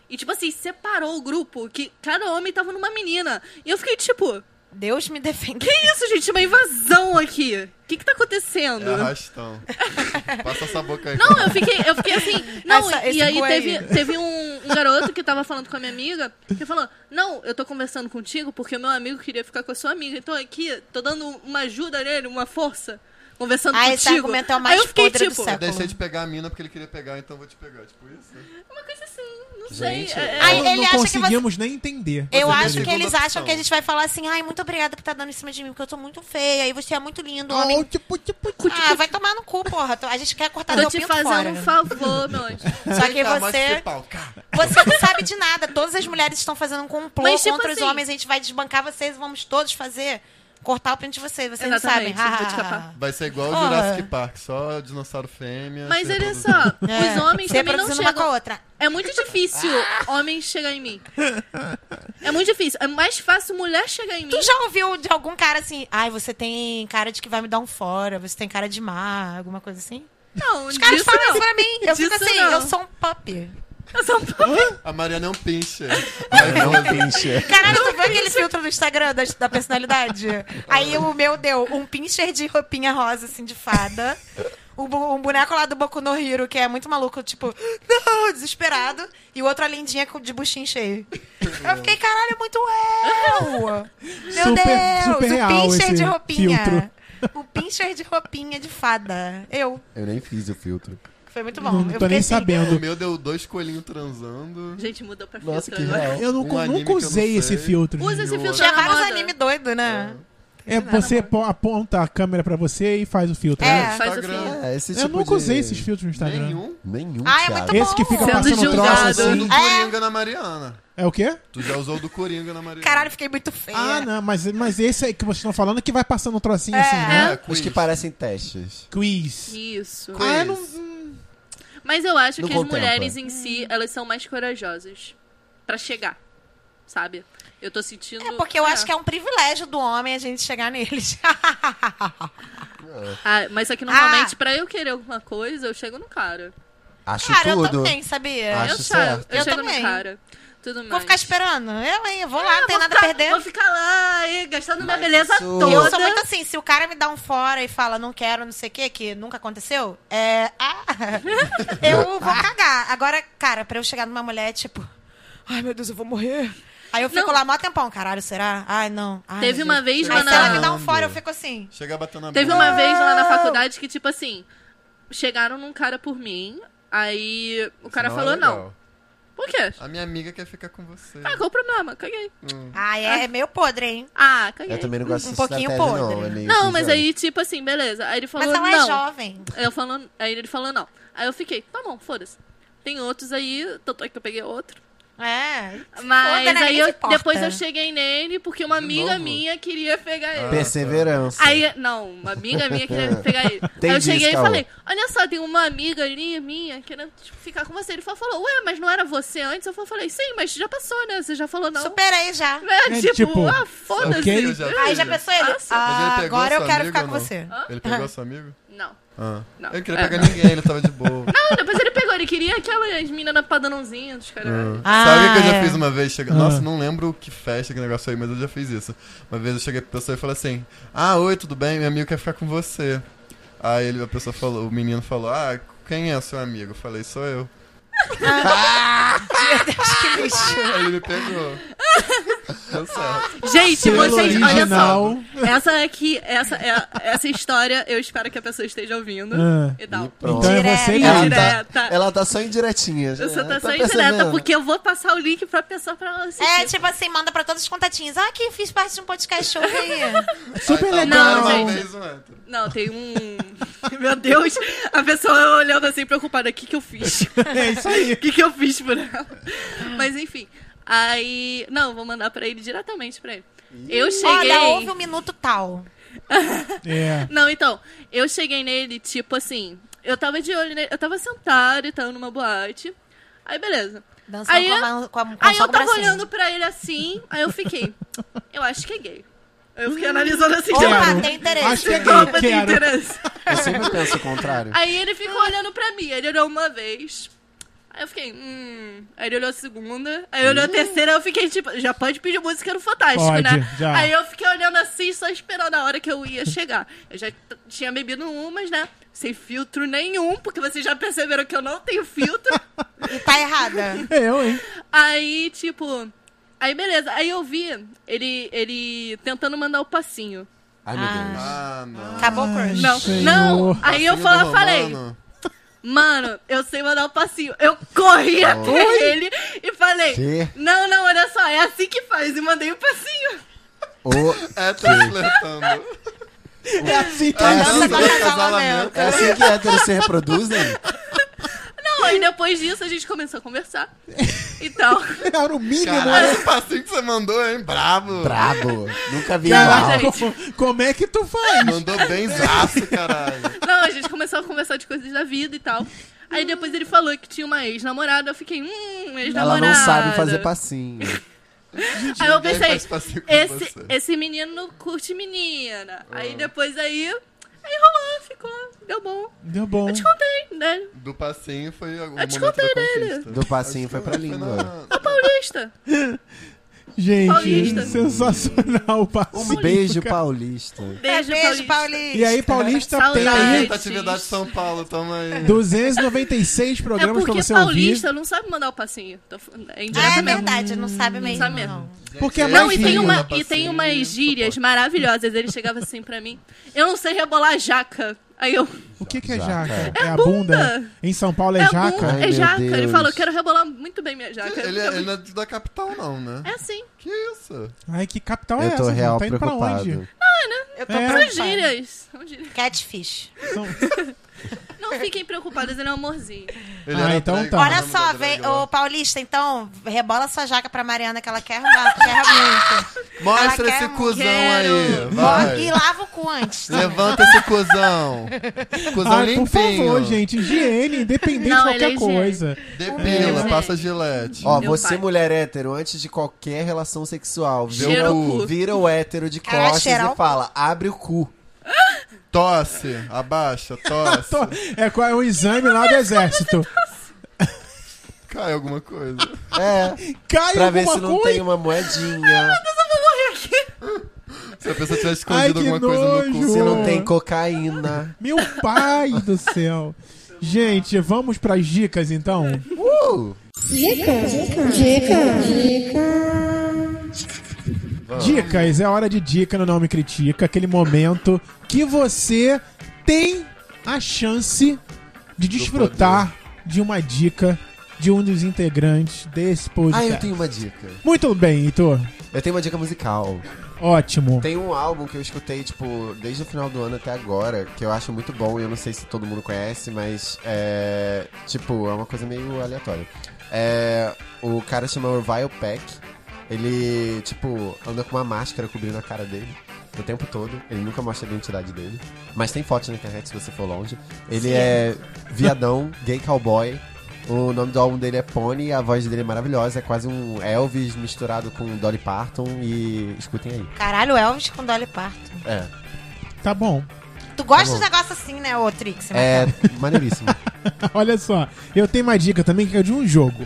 [SPEAKER 7] E, tipo assim, separou o grupo, que cada homem tava numa menina. E eu fiquei, tipo,
[SPEAKER 6] Deus me defenda.
[SPEAKER 7] que isso, gente? Uma invasão aqui. O que que tá acontecendo?
[SPEAKER 3] É
[SPEAKER 6] [laughs]
[SPEAKER 3] arrastão. Passa essa boca aí.
[SPEAKER 7] Não, eu fiquei, eu fiquei assim.
[SPEAKER 6] [laughs]
[SPEAKER 7] Não,
[SPEAKER 6] Essa-
[SPEAKER 7] e
[SPEAKER 6] esse
[SPEAKER 7] aí
[SPEAKER 6] cu aí.
[SPEAKER 7] teve, teve um,
[SPEAKER 6] [laughs]
[SPEAKER 7] um garoto que tava falando com a minha amiga, que falou: Não, eu tô conversando contigo porque o meu amigo queria ficar com a sua amiga. Então aqui, tô dando uma ajuda nele, uma força, conversando
[SPEAKER 6] Ah, esse
[SPEAKER 7] contigo.
[SPEAKER 6] argumento é o mais
[SPEAKER 7] aí eu fiquei,
[SPEAKER 6] podre do
[SPEAKER 7] tipo,
[SPEAKER 3] Eu
[SPEAKER 6] século.
[SPEAKER 3] deixei de pegar a mina porque ele queria pegar, então vou te pegar. Tipo isso.
[SPEAKER 7] uma coisa assim, não
[SPEAKER 4] Gente,
[SPEAKER 7] sei. é- é-
[SPEAKER 5] Não-
[SPEAKER 6] Aí ele
[SPEAKER 5] não
[SPEAKER 6] acha que
[SPEAKER 5] conseguimos nem entender.
[SPEAKER 6] Eu
[SPEAKER 3] Você
[SPEAKER 6] acho
[SPEAKER 3] tem
[SPEAKER 6] que é eles
[SPEAKER 3] segunda
[SPEAKER 6] acham
[SPEAKER 3] opção.
[SPEAKER 6] que a gente vai falar assim, ai, muito obrigada por estar dando em cima de mim, porque eu sou muito feia, e você é muito lindo,
[SPEAKER 5] Ah,
[SPEAKER 6] homem.
[SPEAKER 5] tipo, tipo, tipo.
[SPEAKER 6] Ah, vai tomar no cu, porra. A gente quer cortar
[SPEAKER 7] Tô
[SPEAKER 6] teu
[SPEAKER 7] te
[SPEAKER 6] Tá pinto
[SPEAKER 7] fazendo
[SPEAKER 6] fora.
[SPEAKER 7] um favor, meu anjo.
[SPEAKER 6] Só que
[SPEAKER 3] Vem cá, mostra
[SPEAKER 6] você...
[SPEAKER 3] esse pau, cara.
[SPEAKER 6] Você não sabe de nada. Todas as mulheres estão fazendo um complô
[SPEAKER 7] Mas, tipo
[SPEAKER 6] contra os
[SPEAKER 7] assim-
[SPEAKER 6] homens. A gente vai desbancar vocês e vamos todos fazer. Cortar o pinto de vocês. Vocês
[SPEAKER 7] Exatamente,
[SPEAKER 6] não sabem.
[SPEAKER 7] vou te capar.
[SPEAKER 3] Vai ser igual o
[SPEAKER 6] Porra.
[SPEAKER 3] Jurassic Park, só dinossauro fêmea.
[SPEAKER 7] Mas
[SPEAKER 3] ser
[SPEAKER 7] olha
[SPEAKER 3] produzido.
[SPEAKER 7] só, os homens
[SPEAKER 6] É. Você
[SPEAKER 7] também não
[SPEAKER 6] produzindo uma com a
[SPEAKER 7] chegam.
[SPEAKER 6] outra.
[SPEAKER 7] É muito difícil
[SPEAKER 6] Ah.
[SPEAKER 7] homem chegar em mim. É muito difícil. É mais fácil mulher chegar em mim.
[SPEAKER 6] Tu já ouviu de algum cara assim? Ai, você tem cara de que vai me dar um fora. Você tem cara de má. Alguma coisa assim?
[SPEAKER 7] Não,
[SPEAKER 6] Os caras
[SPEAKER 7] disso
[SPEAKER 6] falam
[SPEAKER 7] não.
[SPEAKER 6] isso tá pra mim. Eu fico
[SPEAKER 7] Disso
[SPEAKER 6] assim.
[SPEAKER 7] não.
[SPEAKER 6] Eu sou um puppy.
[SPEAKER 7] Eu sou um pouco-
[SPEAKER 3] A Mariana é um pincher.
[SPEAKER 4] Não pinche.
[SPEAKER 6] Caralho, tu viu aquele filtro do Instagram da, da personalidade? Aí o meu deu um pincher de roupinha rosa, assim, de fada. Um, bu- um boneco lá do Boku no Hiro, que é muito maluco, tipo, não, desesperado. E o outro a lindinha com- de buchinho cheio. Eu fiquei, caralho, é muito eu! Meu
[SPEAKER 5] Super-
[SPEAKER 6] Deus,
[SPEAKER 5] super
[SPEAKER 6] o
[SPEAKER 5] real
[SPEAKER 6] pincher
[SPEAKER 5] esse
[SPEAKER 6] de roupinha.
[SPEAKER 5] filtro.
[SPEAKER 6] O pincher de roupinha de fada. Eu.
[SPEAKER 4] Eu nem fiz o filtro.
[SPEAKER 6] Foi muito bom.
[SPEAKER 5] Não,
[SPEAKER 6] eu
[SPEAKER 5] não tô
[SPEAKER 6] fiquei
[SPEAKER 5] nem
[SPEAKER 6] assim,
[SPEAKER 3] O
[SPEAKER 5] sabendo.
[SPEAKER 3] meu deu dois coelhinhos transando.
[SPEAKER 7] Gente, mudou pra
[SPEAKER 4] Nossa, que
[SPEAKER 7] filtro agora.
[SPEAKER 4] real.
[SPEAKER 5] Eu nunca,
[SPEAKER 3] Um anime
[SPEAKER 5] nunca
[SPEAKER 3] que eu não
[SPEAKER 5] usei
[SPEAKER 3] sei.
[SPEAKER 5] esse filtro.
[SPEAKER 7] Usa esse filtro
[SPEAKER 6] Tinha
[SPEAKER 7] na
[SPEAKER 6] vários
[SPEAKER 7] moda.
[SPEAKER 6] anime doido, né?
[SPEAKER 5] É, você po- aponta a câmera pra você e faz o filtro.
[SPEAKER 6] É.
[SPEAKER 5] né?
[SPEAKER 7] Faz o
[SPEAKER 3] Instagram.
[SPEAKER 7] filtro.
[SPEAKER 4] É, esse
[SPEAKER 5] eu
[SPEAKER 4] tipo
[SPEAKER 5] nunca
[SPEAKER 4] de-
[SPEAKER 5] usei esses filtros no Instagram.
[SPEAKER 3] Nenhum.
[SPEAKER 4] Nenhum,
[SPEAKER 6] Ah, é
[SPEAKER 4] Thiago.
[SPEAKER 6] muito
[SPEAKER 5] Esse que fica
[SPEAKER 6] Sendo
[SPEAKER 5] passando um troço
[SPEAKER 7] julgado.
[SPEAKER 3] Usou do
[SPEAKER 5] assim.
[SPEAKER 6] é.
[SPEAKER 3] Coringa na Mariana.
[SPEAKER 5] É o quê?
[SPEAKER 3] Tu já usou do Coringa na Mariana.
[SPEAKER 6] É. Caralho, fiquei muito feia.
[SPEAKER 5] Ah, não, mas, mas esse aí que vocês estão falando é que vai passando um trocinho assim, né?
[SPEAKER 3] É,
[SPEAKER 4] Os
[SPEAKER 3] quiz.
[SPEAKER 4] que parecem testes.
[SPEAKER 5] Quiz.
[SPEAKER 7] Isso.
[SPEAKER 3] Quiz.
[SPEAKER 5] Ah, eu não-
[SPEAKER 7] Mas eu acho
[SPEAKER 4] Não
[SPEAKER 7] que
[SPEAKER 4] contempla.
[SPEAKER 7] as mulheres em si,
[SPEAKER 6] Hum.
[SPEAKER 7] elas são mais corajosas Pra chegar, sabe? Eu tô sentindo.
[SPEAKER 6] É porque eu acho que é um privilégio do homem a gente chegar
[SPEAKER 4] [laughs]
[SPEAKER 6] neles.
[SPEAKER 7] Ah, mas aqui normalmente, pra eu querer alguma coisa, eu chego no cara.
[SPEAKER 4] Acho
[SPEAKER 6] Cara, eu
[SPEAKER 4] tudo.
[SPEAKER 6] também, sabia?
[SPEAKER 4] Acho
[SPEAKER 7] eu
[SPEAKER 4] certo.
[SPEAKER 7] chego, eu
[SPEAKER 6] Eu
[SPEAKER 7] chego
[SPEAKER 6] também.
[SPEAKER 7] no cara. Tudo mais.
[SPEAKER 6] Vou ficar esperando. Eu, hein? Eu vou lá,
[SPEAKER 7] Ah,
[SPEAKER 6] não tenho
[SPEAKER 7] vou
[SPEAKER 6] nada
[SPEAKER 7] ficar-
[SPEAKER 6] a perder.
[SPEAKER 7] Vou ficar lá, aí, gastando minha
[SPEAKER 4] Mas
[SPEAKER 7] beleza
[SPEAKER 4] isso-
[SPEAKER 7] toda.
[SPEAKER 6] E eu sou muito assim, se o cara me dá um fora e fala não quero, não sei o que, que nunca aconteceu, é. Ah, [laughs]
[SPEAKER 4] [laughs]
[SPEAKER 6] eu vou cagar. Agora, cara, pra eu chegar numa mulher, tipo, ai meu Deus, eu vou morrer. Aí eu fico
[SPEAKER 7] Não.
[SPEAKER 6] lá mó tempão, caralho, será? Ai, não. assim. Ai,
[SPEAKER 7] Teve
[SPEAKER 6] meu
[SPEAKER 7] uma
[SPEAKER 6] Deus.
[SPEAKER 7] vez,
[SPEAKER 6] Aí
[SPEAKER 7] mano.
[SPEAKER 6] se ela me dá Ah. um fora, eu fico assim.
[SPEAKER 3] Chegar batendo na
[SPEAKER 7] Teve
[SPEAKER 3] bunda.
[SPEAKER 7] uma vez lá na faculdade que, tipo assim, chegaram num cara por mim, aí o cara
[SPEAKER 4] Não é
[SPEAKER 7] falou não.
[SPEAKER 4] legal. Ah, é.
[SPEAKER 7] Por quê?
[SPEAKER 3] A minha amiga quer ficar com você.
[SPEAKER 7] Ah, qual o problema? Caguei.
[SPEAKER 6] Ai, é, meio podre, hein?
[SPEAKER 7] Ah, caguei.
[SPEAKER 4] Eu também não gosto
[SPEAKER 6] Um
[SPEAKER 4] de
[SPEAKER 6] pouquinho
[SPEAKER 4] estratégia,
[SPEAKER 6] podre.
[SPEAKER 4] não. é meio
[SPEAKER 7] Não, mas
[SPEAKER 4] bizarro.
[SPEAKER 7] aí, tipo assim, beleza. Aí ele falou
[SPEAKER 6] Mas ela
[SPEAKER 7] não.
[SPEAKER 6] é jovem.
[SPEAKER 7] Eu falando, aí ele falou não. Aí eu fiquei, tá bom, foda-se. Tem outros aí, tanto é que eu peguei outro.
[SPEAKER 6] É.
[SPEAKER 7] Mas
[SPEAKER 6] Foda, né?
[SPEAKER 7] aí
[SPEAKER 6] Ninguém se
[SPEAKER 7] eu,
[SPEAKER 6] importa.
[SPEAKER 7] depois eu cheguei nele porque uma amiga
[SPEAKER 3] novo?
[SPEAKER 7] minha queria pegar ele.
[SPEAKER 5] Ah.
[SPEAKER 4] Perseverança.
[SPEAKER 7] Aí, não, uma amiga minha queria
[SPEAKER 5] [laughs]
[SPEAKER 7] pegar ele.
[SPEAKER 4] Tem
[SPEAKER 7] aí eu
[SPEAKER 4] disso,
[SPEAKER 7] cheguei
[SPEAKER 4] Caô.
[SPEAKER 7] e falei, olha só, tem uma amiga ali minha querendo tipo, ficar com você. Ele falou, falou, ué, mas não era você antes? Eu falei, sim, mas já passou, né? Você já falou não.
[SPEAKER 6] Superei já.
[SPEAKER 7] [laughs] É,
[SPEAKER 5] É,
[SPEAKER 7] tipo,
[SPEAKER 5] tipo,
[SPEAKER 7] ah, foda-se.
[SPEAKER 5] ok.
[SPEAKER 3] Eu já
[SPEAKER 6] Aí
[SPEAKER 3] fiz,
[SPEAKER 6] já
[SPEAKER 3] né?
[SPEAKER 6] pensou ele?
[SPEAKER 7] Nossa.
[SPEAKER 3] Mas ele
[SPEAKER 6] Ah,
[SPEAKER 3] pegou
[SPEAKER 6] agora eu
[SPEAKER 3] seu
[SPEAKER 6] quero
[SPEAKER 3] amigo
[SPEAKER 6] ficar
[SPEAKER 3] ou
[SPEAKER 6] com
[SPEAKER 3] não?
[SPEAKER 6] você.
[SPEAKER 3] Ele pegou seu amigo?
[SPEAKER 7] Não,
[SPEAKER 3] Ah.
[SPEAKER 7] não.
[SPEAKER 3] Ele não queria
[SPEAKER 7] É.
[SPEAKER 3] pegar ninguém, ele tava de boa.
[SPEAKER 7] Não, depois ele pegou, ele queria aquelas meninas na padrãozinha dos caras.
[SPEAKER 6] Ah,
[SPEAKER 3] Sabe o que eu já
[SPEAKER 6] é.
[SPEAKER 3] fiz uma vez? Chega...
[SPEAKER 5] Ah.
[SPEAKER 3] Nossa, não lembro que festa, que negócio aí, mas eu já fiz isso. Uma vez eu cheguei pra pessoa e falei assim: Ah, oi, tudo bem? Meu amigo quer ficar com você. Aí ele, a pessoa falou, o menino falou: Ah, quem é seu amigo? Eu falei: Sou eu.
[SPEAKER 6] Ah, Que lixo.
[SPEAKER 3] Aí ele me pegou. Deu certo.
[SPEAKER 7] Gente,
[SPEAKER 5] Pelo
[SPEAKER 7] vocês, olha só.
[SPEAKER 5] original.
[SPEAKER 7] Essa aqui, essa, é- essa história, eu espero que a pessoa esteja ouvindo.
[SPEAKER 5] Ah.
[SPEAKER 7] E tal.
[SPEAKER 4] Pronto.
[SPEAKER 5] Então é você
[SPEAKER 7] Direto.
[SPEAKER 5] mesmo.
[SPEAKER 4] Ela
[SPEAKER 7] Indireta.
[SPEAKER 4] tá, ela tá só indiretinha. já.
[SPEAKER 7] Você tá
[SPEAKER 4] Tá
[SPEAKER 7] só
[SPEAKER 4] percebendo?
[SPEAKER 7] indireta, porque eu vou passar o link pra pessoa pra ela assistir.
[SPEAKER 6] É, tipo assim, manda pra todos os contatinhos. Ah, que fiz parte de um podcast, ouve aí.
[SPEAKER 5] Super
[SPEAKER 3] Aí,
[SPEAKER 5] legal.
[SPEAKER 3] Uma
[SPEAKER 7] gente.
[SPEAKER 3] vez, um hétero.
[SPEAKER 7] Não, tem um. [laughs] Meu Deus, a pessoa olhando assim preocupada, o que que eu fiz? [laughs] O
[SPEAKER 5] É isso
[SPEAKER 6] [laughs]
[SPEAKER 5] aí.
[SPEAKER 7] que que eu fiz por ela? Mas enfim, aí, não, vou mandar pra ele diretamente pra ele. Eu cheguei.
[SPEAKER 6] Olha, houve um minuto tal.
[SPEAKER 5] É.
[SPEAKER 7] Não, então, eu cheguei nele, tipo assim, eu tava de olho nele, eu tava sentada e tal numa boate. Aí beleza.
[SPEAKER 6] Dançando
[SPEAKER 7] Aí
[SPEAKER 6] com a
[SPEAKER 7] eu-
[SPEAKER 6] mão- com a, com
[SPEAKER 7] Aí
[SPEAKER 6] Ah, só
[SPEAKER 7] eu
[SPEAKER 6] com o
[SPEAKER 7] tava
[SPEAKER 6] bracinho.
[SPEAKER 7] olhando pra ele assim, aí eu fiquei, eu acho que é gay. Eu fiquei analisando assim,
[SPEAKER 6] Opa,
[SPEAKER 7] tipo,
[SPEAKER 6] tem interesse.
[SPEAKER 5] Acho que é gay,
[SPEAKER 7] opa, tem
[SPEAKER 5] quero.
[SPEAKER 7] interesse.
[SPEAKER 4] Eu sempre penso o contrário.
[SPEAKER 7] Aí ele ficou olhando pra mim, ele olhou uma vez. Aí eu fiquei, hum. Aí ele olhou a segunda, aí ele olhou a terceira, eu fiquei tipo, já pode pedir música no Fantástico,
[SPEAKER 5] Hum. Pode,
[SPEAKER 7] né?
[SPEAKER 5] já.
[SPEAKER 7] Aí eu fiquei olhando assim, só esperando a hora que eu ia chegar. Eu já t- tinha bebido umas, né? Sem filtro nenhum, porque vocês já perceberam que eu não tenho
[SPEAKER 5] [laughs]
[SPEAKER 7] filtro.
[SPEAKER 6] E tá errada.
[SPEAKER 5] Eu, hein?
[SPEAKER 7] aí, tipo. Aí beleza, aí eu vi ele, ele tentando mandar o passinho.
[SPEAKER 4] Ai, meu Deus.
[SPEAKER 3] Ah, não.
[SPEAKER 6] Acabou o crush.
[SPEAKER 7] Não,
[SPEAKER 5] Senhor.
[SPEAKER 7] não. Aí eu
[SPEAKER 3] Filho do
[SPEAKER 7] fala- falei,
[SPEAKER 3] Romano.
[SPEAKER 7] Mano, eu sei mandar o passinho. Eu corri até ele e falei:
[SPEAKER 4] Quê?
[SPEAKER 7] Não, não, olha só, é assim que faz. E mandei o passinho.
[SPEAKER 4] O-
[SPEAKER 3] Hétero flertando.
[SPEAKER 5] É assim que
[SPEAKER 3] É
[SPEAKER 5] é.
[SPEAKER 6] Dança
[SPEAKER 3] assim
[SPEAKER 6] tá com
[SPEAKER 3] que é
[SPEAKER 6] acasalamento.
[SPEAKER 3] casalamento.
[SPEAKER 4] É assim que héteros se né?
[SPEAKER 7] [laughs]
[SPEAKER 4] reproduzem?
[SPEAKER 7] Não, e depois disso a gente começou a conversar. Então,
[SPEAKER 5] Era o mínimo, né?
[SPEAKER 3] Caralho, esse passinho que você mandou, hein? Bravo.
[SPEAKER 4] Brabo. Nunca vi
[SPEAKER 5] Caraca,
[SPEAKER 4] igual.
[SPEAKER 5] como, como é que tu faz?
[SPEAKER 3] Mandou
[SPEAKER 7] [laughs]
[SPEAKER 3] bem zaço, caralho.
[SPEAKER 7] não, a gente começou a conversar de coisas da vida e tal. Aí depois ele falou que tinha uma ex-namorada. Eu fiquei: Hum,
[SPEAKER 4] Ela
[SPEAKER 7] ex-namorada.
[SPEAKER 4] não sabe fazer passinho.
[SPEAKER 7] Aí eu
[SPEAKER 3] Ninguém
[SPEAKER 7] pensei,
[SPEAKER 3] faz passinho com
[SPEAKER 7] esse,
[SPEAKER 3] você.
[SPEAKER 7] esse menino não curte menina. Aí depois aí, aí rolou, ficou, deu bom.
[SPEAKER 5] Deu bom.
[SPEAKER 7] Te contei, né?
[SPEAKER 3] Do passinho foi o
[SPEAKER 7] Eu
[SPEAKER 3] momento da
[SPEAKER 7] te contei dele.
[SPEAKER 3] conquista.
[SPEAKER 4] Do passinho foi pra língua.
[SPEAKER 7] A Paulista.
[SPEAKER 5] Gente,
[SPEAKER 7] Paulista.
[SPEAKER 5] sensacional o
[SPEAKER 4] Um
[SPEAKER 5] passinho.
[SPEAKER 4] beijo
[SPEAKER 5] cara.
[SPEAKER 4] paulista.
[SPEAKER 7] Beijo,
[SPEAKER 6] É, Beijo,
[SPEAKER 7] Paulista.
[SPEAKER 6] Paulista.
[SPEAKER 5] E aí, Paulista,
[SPEAKER 7] Saudade.
[SPEAKER 5] tem aí
[SPEAKER 3] Eita, atividade tá São Paulo, toma aí.
[SPEAKER 5] 296
[SPEAKER 7] É
[SPEAKER 5] programas pra
[SPEAKER 7] porque
[SPEAKER 5] você
[SPEAKER 7] paulista não sabe mandar o passinho. Tô f- É
[SPEAKER 6] Ah, é
[SPEAKER 7] indiretamente.
[SPEAKER 6] verdade, não sabe mesmo.
[SPEAKER 7] sabe mesmo.
[SPEAKER 6] não.
[SPEAKER 5] ouvir. Porque é
[SPEAKER 3] Não,
[SPEAKER 7] Não,
[SPEAKER 5] mais
[SPEAKER 7] e tem,
[SPEAKER 5] rico.
[SPEAKER 7] uma,
[SPEAKER 3] Mandar
[SPEAKER 7] e tem
[SPEAKER 3] passinho,
[SPEAKER 7] umas gírias maravilhosas. Ele chegava assim pra mim. Eu não sei rebolar jaca. Aí eu.
[SPEAKER 5] O que, que é
[SPEAKER 4] Jaca.
[SPEAKER 5] jaca? É, a bunda.
[SPEAKER 7] bunda.
[SPEAKER 5] Em São Paulo é,
[SPEAKER 7] É
[SPEAKER 5] jaca?
[SPEAKER 7] bunda,
[SPEAKER 4] Ai,
[SPEAKER 7] é
[SPEAKER 4] meu
[SPEAKER 7] jaca. Ele
[SPEAKER 4] Deus.
[SPEAKER 7] falou, quero rebolar muito bem minha jaca. Então,
[SPEAKER 3] Ele, ele não é da capital, não, né?
[SPEAKER 7] É assim.
[SPEAKER 3] Que isso?
[SPEAKER 5] Ai, que capital é
[SPEAKER 4] Eu
[SPEAKER 5] essa?
[SPEAKER 4] tô
[SPEAKER 5] gente?
[SPEAKER 4] real
[SPEAKER 5] tá indo pra
[SPEAKER 4] preocupado.
[SPEAKER 5] onde?
[SPEAKER 6] Eu
[SPEAKER 5] É. Tá,
[SPEAKER 6] tô
[SPEAKER 7] São
[SPEAKER 6] preocupada.
[SPEAKER 4] [laughs]
[SPEAKER 7] gírias. São gírias.
[SPEAKER 6] Catfish.
[SPEAKER 5] São-
[SPEAKER 7] não fiquem preocupadas, ele é um amorzinho.
[SPEAKER 3] Ele
[SPEAKER 5] Ah,
[SPEAKER 3] era
[SPEAKER 5] então
[SPEAKER 3] drag,
[SPEAKER 5] tá.
[SPEAKER 3] mas
[SPEAKER 5] Ah,
[SPEAKER 6] Olha
[SPEAKER 3] não
[SPEAKER 6] só,
[SPEAKER 3] era
[SPEAKER 6] vem,
[SPEAKER 3] drag,
[SPEAKER 6] ô
[SPEAKER 3] não.
[SPEAKER 6] Paulista, então, rebola sua jaca pra Mariana que ela quer arrumar, porque erra muito.
[SPEAKER 3] Mostra
[SPEAKER 6] Ela quer
[SPEAKER 3] esse
[SPEAKER 6] um
[SPEAKER 3] cuzão
[SPEAKER 7] quero.
[SPEAKER 3] aí. Vai.
[SPEAKER 6] E lava o cu antes. também.
[SPEAKER 3] Levanta esse cuzão. Cuzão
[SPEAKER 5] Ai,
[SPEAKER 3] limpinho.
[SPEAKER 5] Ah, por favor, gente, higiene, independente de
[SPEAKER 7] Não, ele é
[SPEAKER 5] qualquer
[SPEAKER 7] higiene.
[SPEAKER 5] coisa.
[SPEAKER 3] Depila,
[SPEAKER 7] Meu
[SPEAKER 3] passa gilete.
[SPEAKER 4] Ó,
[SPEAKER 7] Meu
[SPEAKER 4] você
[SPEAKER 7] pai.
[SPEAKER 4] mulher hétero, antes de qualquer relação sexual, vira
[SPEAKER 7] Cheira
[SPEAKER 4] o
[SPEAKER 7] o
[SPEAKER 4] cu,
[SPEAKER 7] cu.
[SPEAKER 4] vira o hétero de
[SPEAKER 6] Caraca,
[SPEAKER 4] costas
[SPEAKER 6] cheirar
[SPEAKER 4] e
[SPEAKER 6] o
[SPEAKER 4] fala, abre
[SPEAKER 5] [laughs]
[SPEAKER 4] o cu.
[SPEAKER 3] Tosse, abaixa, tosse.
[SPEAKER 5] Tô- É qual é o exame lá do exército.
[SPEAKER 7] tá-
[SPEAKER 3] Cai alguma coisa.
[SPEAKER 4] É,
[SPEAKER 5] Cai
[SPEAKER 4] pra
[SPEAKER 5] alguma
[SPEAKER 4] ver se não
[SPEAKER 5] coisa.
[SPEAKER 4] tem uma moedinha,
[SPEAKER 3] Se a pessoa tivesse
[SPEAKER 5] Ai,
[SPEAKER 3] escondido
[SPEAKER 5] que
[SPEAKER 3] alguma coisa no
[SPEAKER 5] nojo.
[SPEAKER 3] cu.
[SPEAKER 4] se não tem cocaína.
[SPEAKER 5] Meu pai do céu. Gente, vamos pras dicas então?
[SPEAKER 4] Uh!
[SPEAKER 5] Dicas, é hora de dica no Não Me Critica, aquele momento que você tem a chance de desfrutar de uma dica de um dos integrantes desse
[SPEAKER 4] Ah,
[SPEAKER 5] podcast.
[SPEAKER 4] eu tenho uma dica.
[SPEAKER 5] Muito bem, Heitor.
[SPEAKER 4] Eu tenho uma dica musical.
[SPEAKER 5] Ótimo.
[SPEAKER 4] Tem um álbum que eu escutei, tipo, desde o final do ano até agora, que eu acho muito bom, e eu não sei se todo mundo conhece, mas é. Tipo, é uma coisa meio aleatória. É. O cara chama Orville Peck. Ele, tipo, anda com uma máscara cobrindo a cara dele o tempo todo. Ele nunca mostra a identidade dele. Mas tem foto na internet se você for longe. Ele é viadão, [laughs] gay cowboy. O nome do álbum dele é Pony, a voz dele é maravilhosa, é quase um Elvis misturado com Dolly Parton e escutem aí.
[SPEAKER 6] Caralho, Elvis com Dolly Parton.
[SPEAKER 4] É.
[SPEAKER 5] Tá bom.
[SPEAKER 6] Tu gosta
[SPEAKER 4] bom.
[SPEAKER 6] de negócio assim, né, ô Trix?
[SPEAKER 4] É maneiríssimo.
[SPEAKER 5] [laughs] Olha só, eu tenho uma dica também que é de um jogo.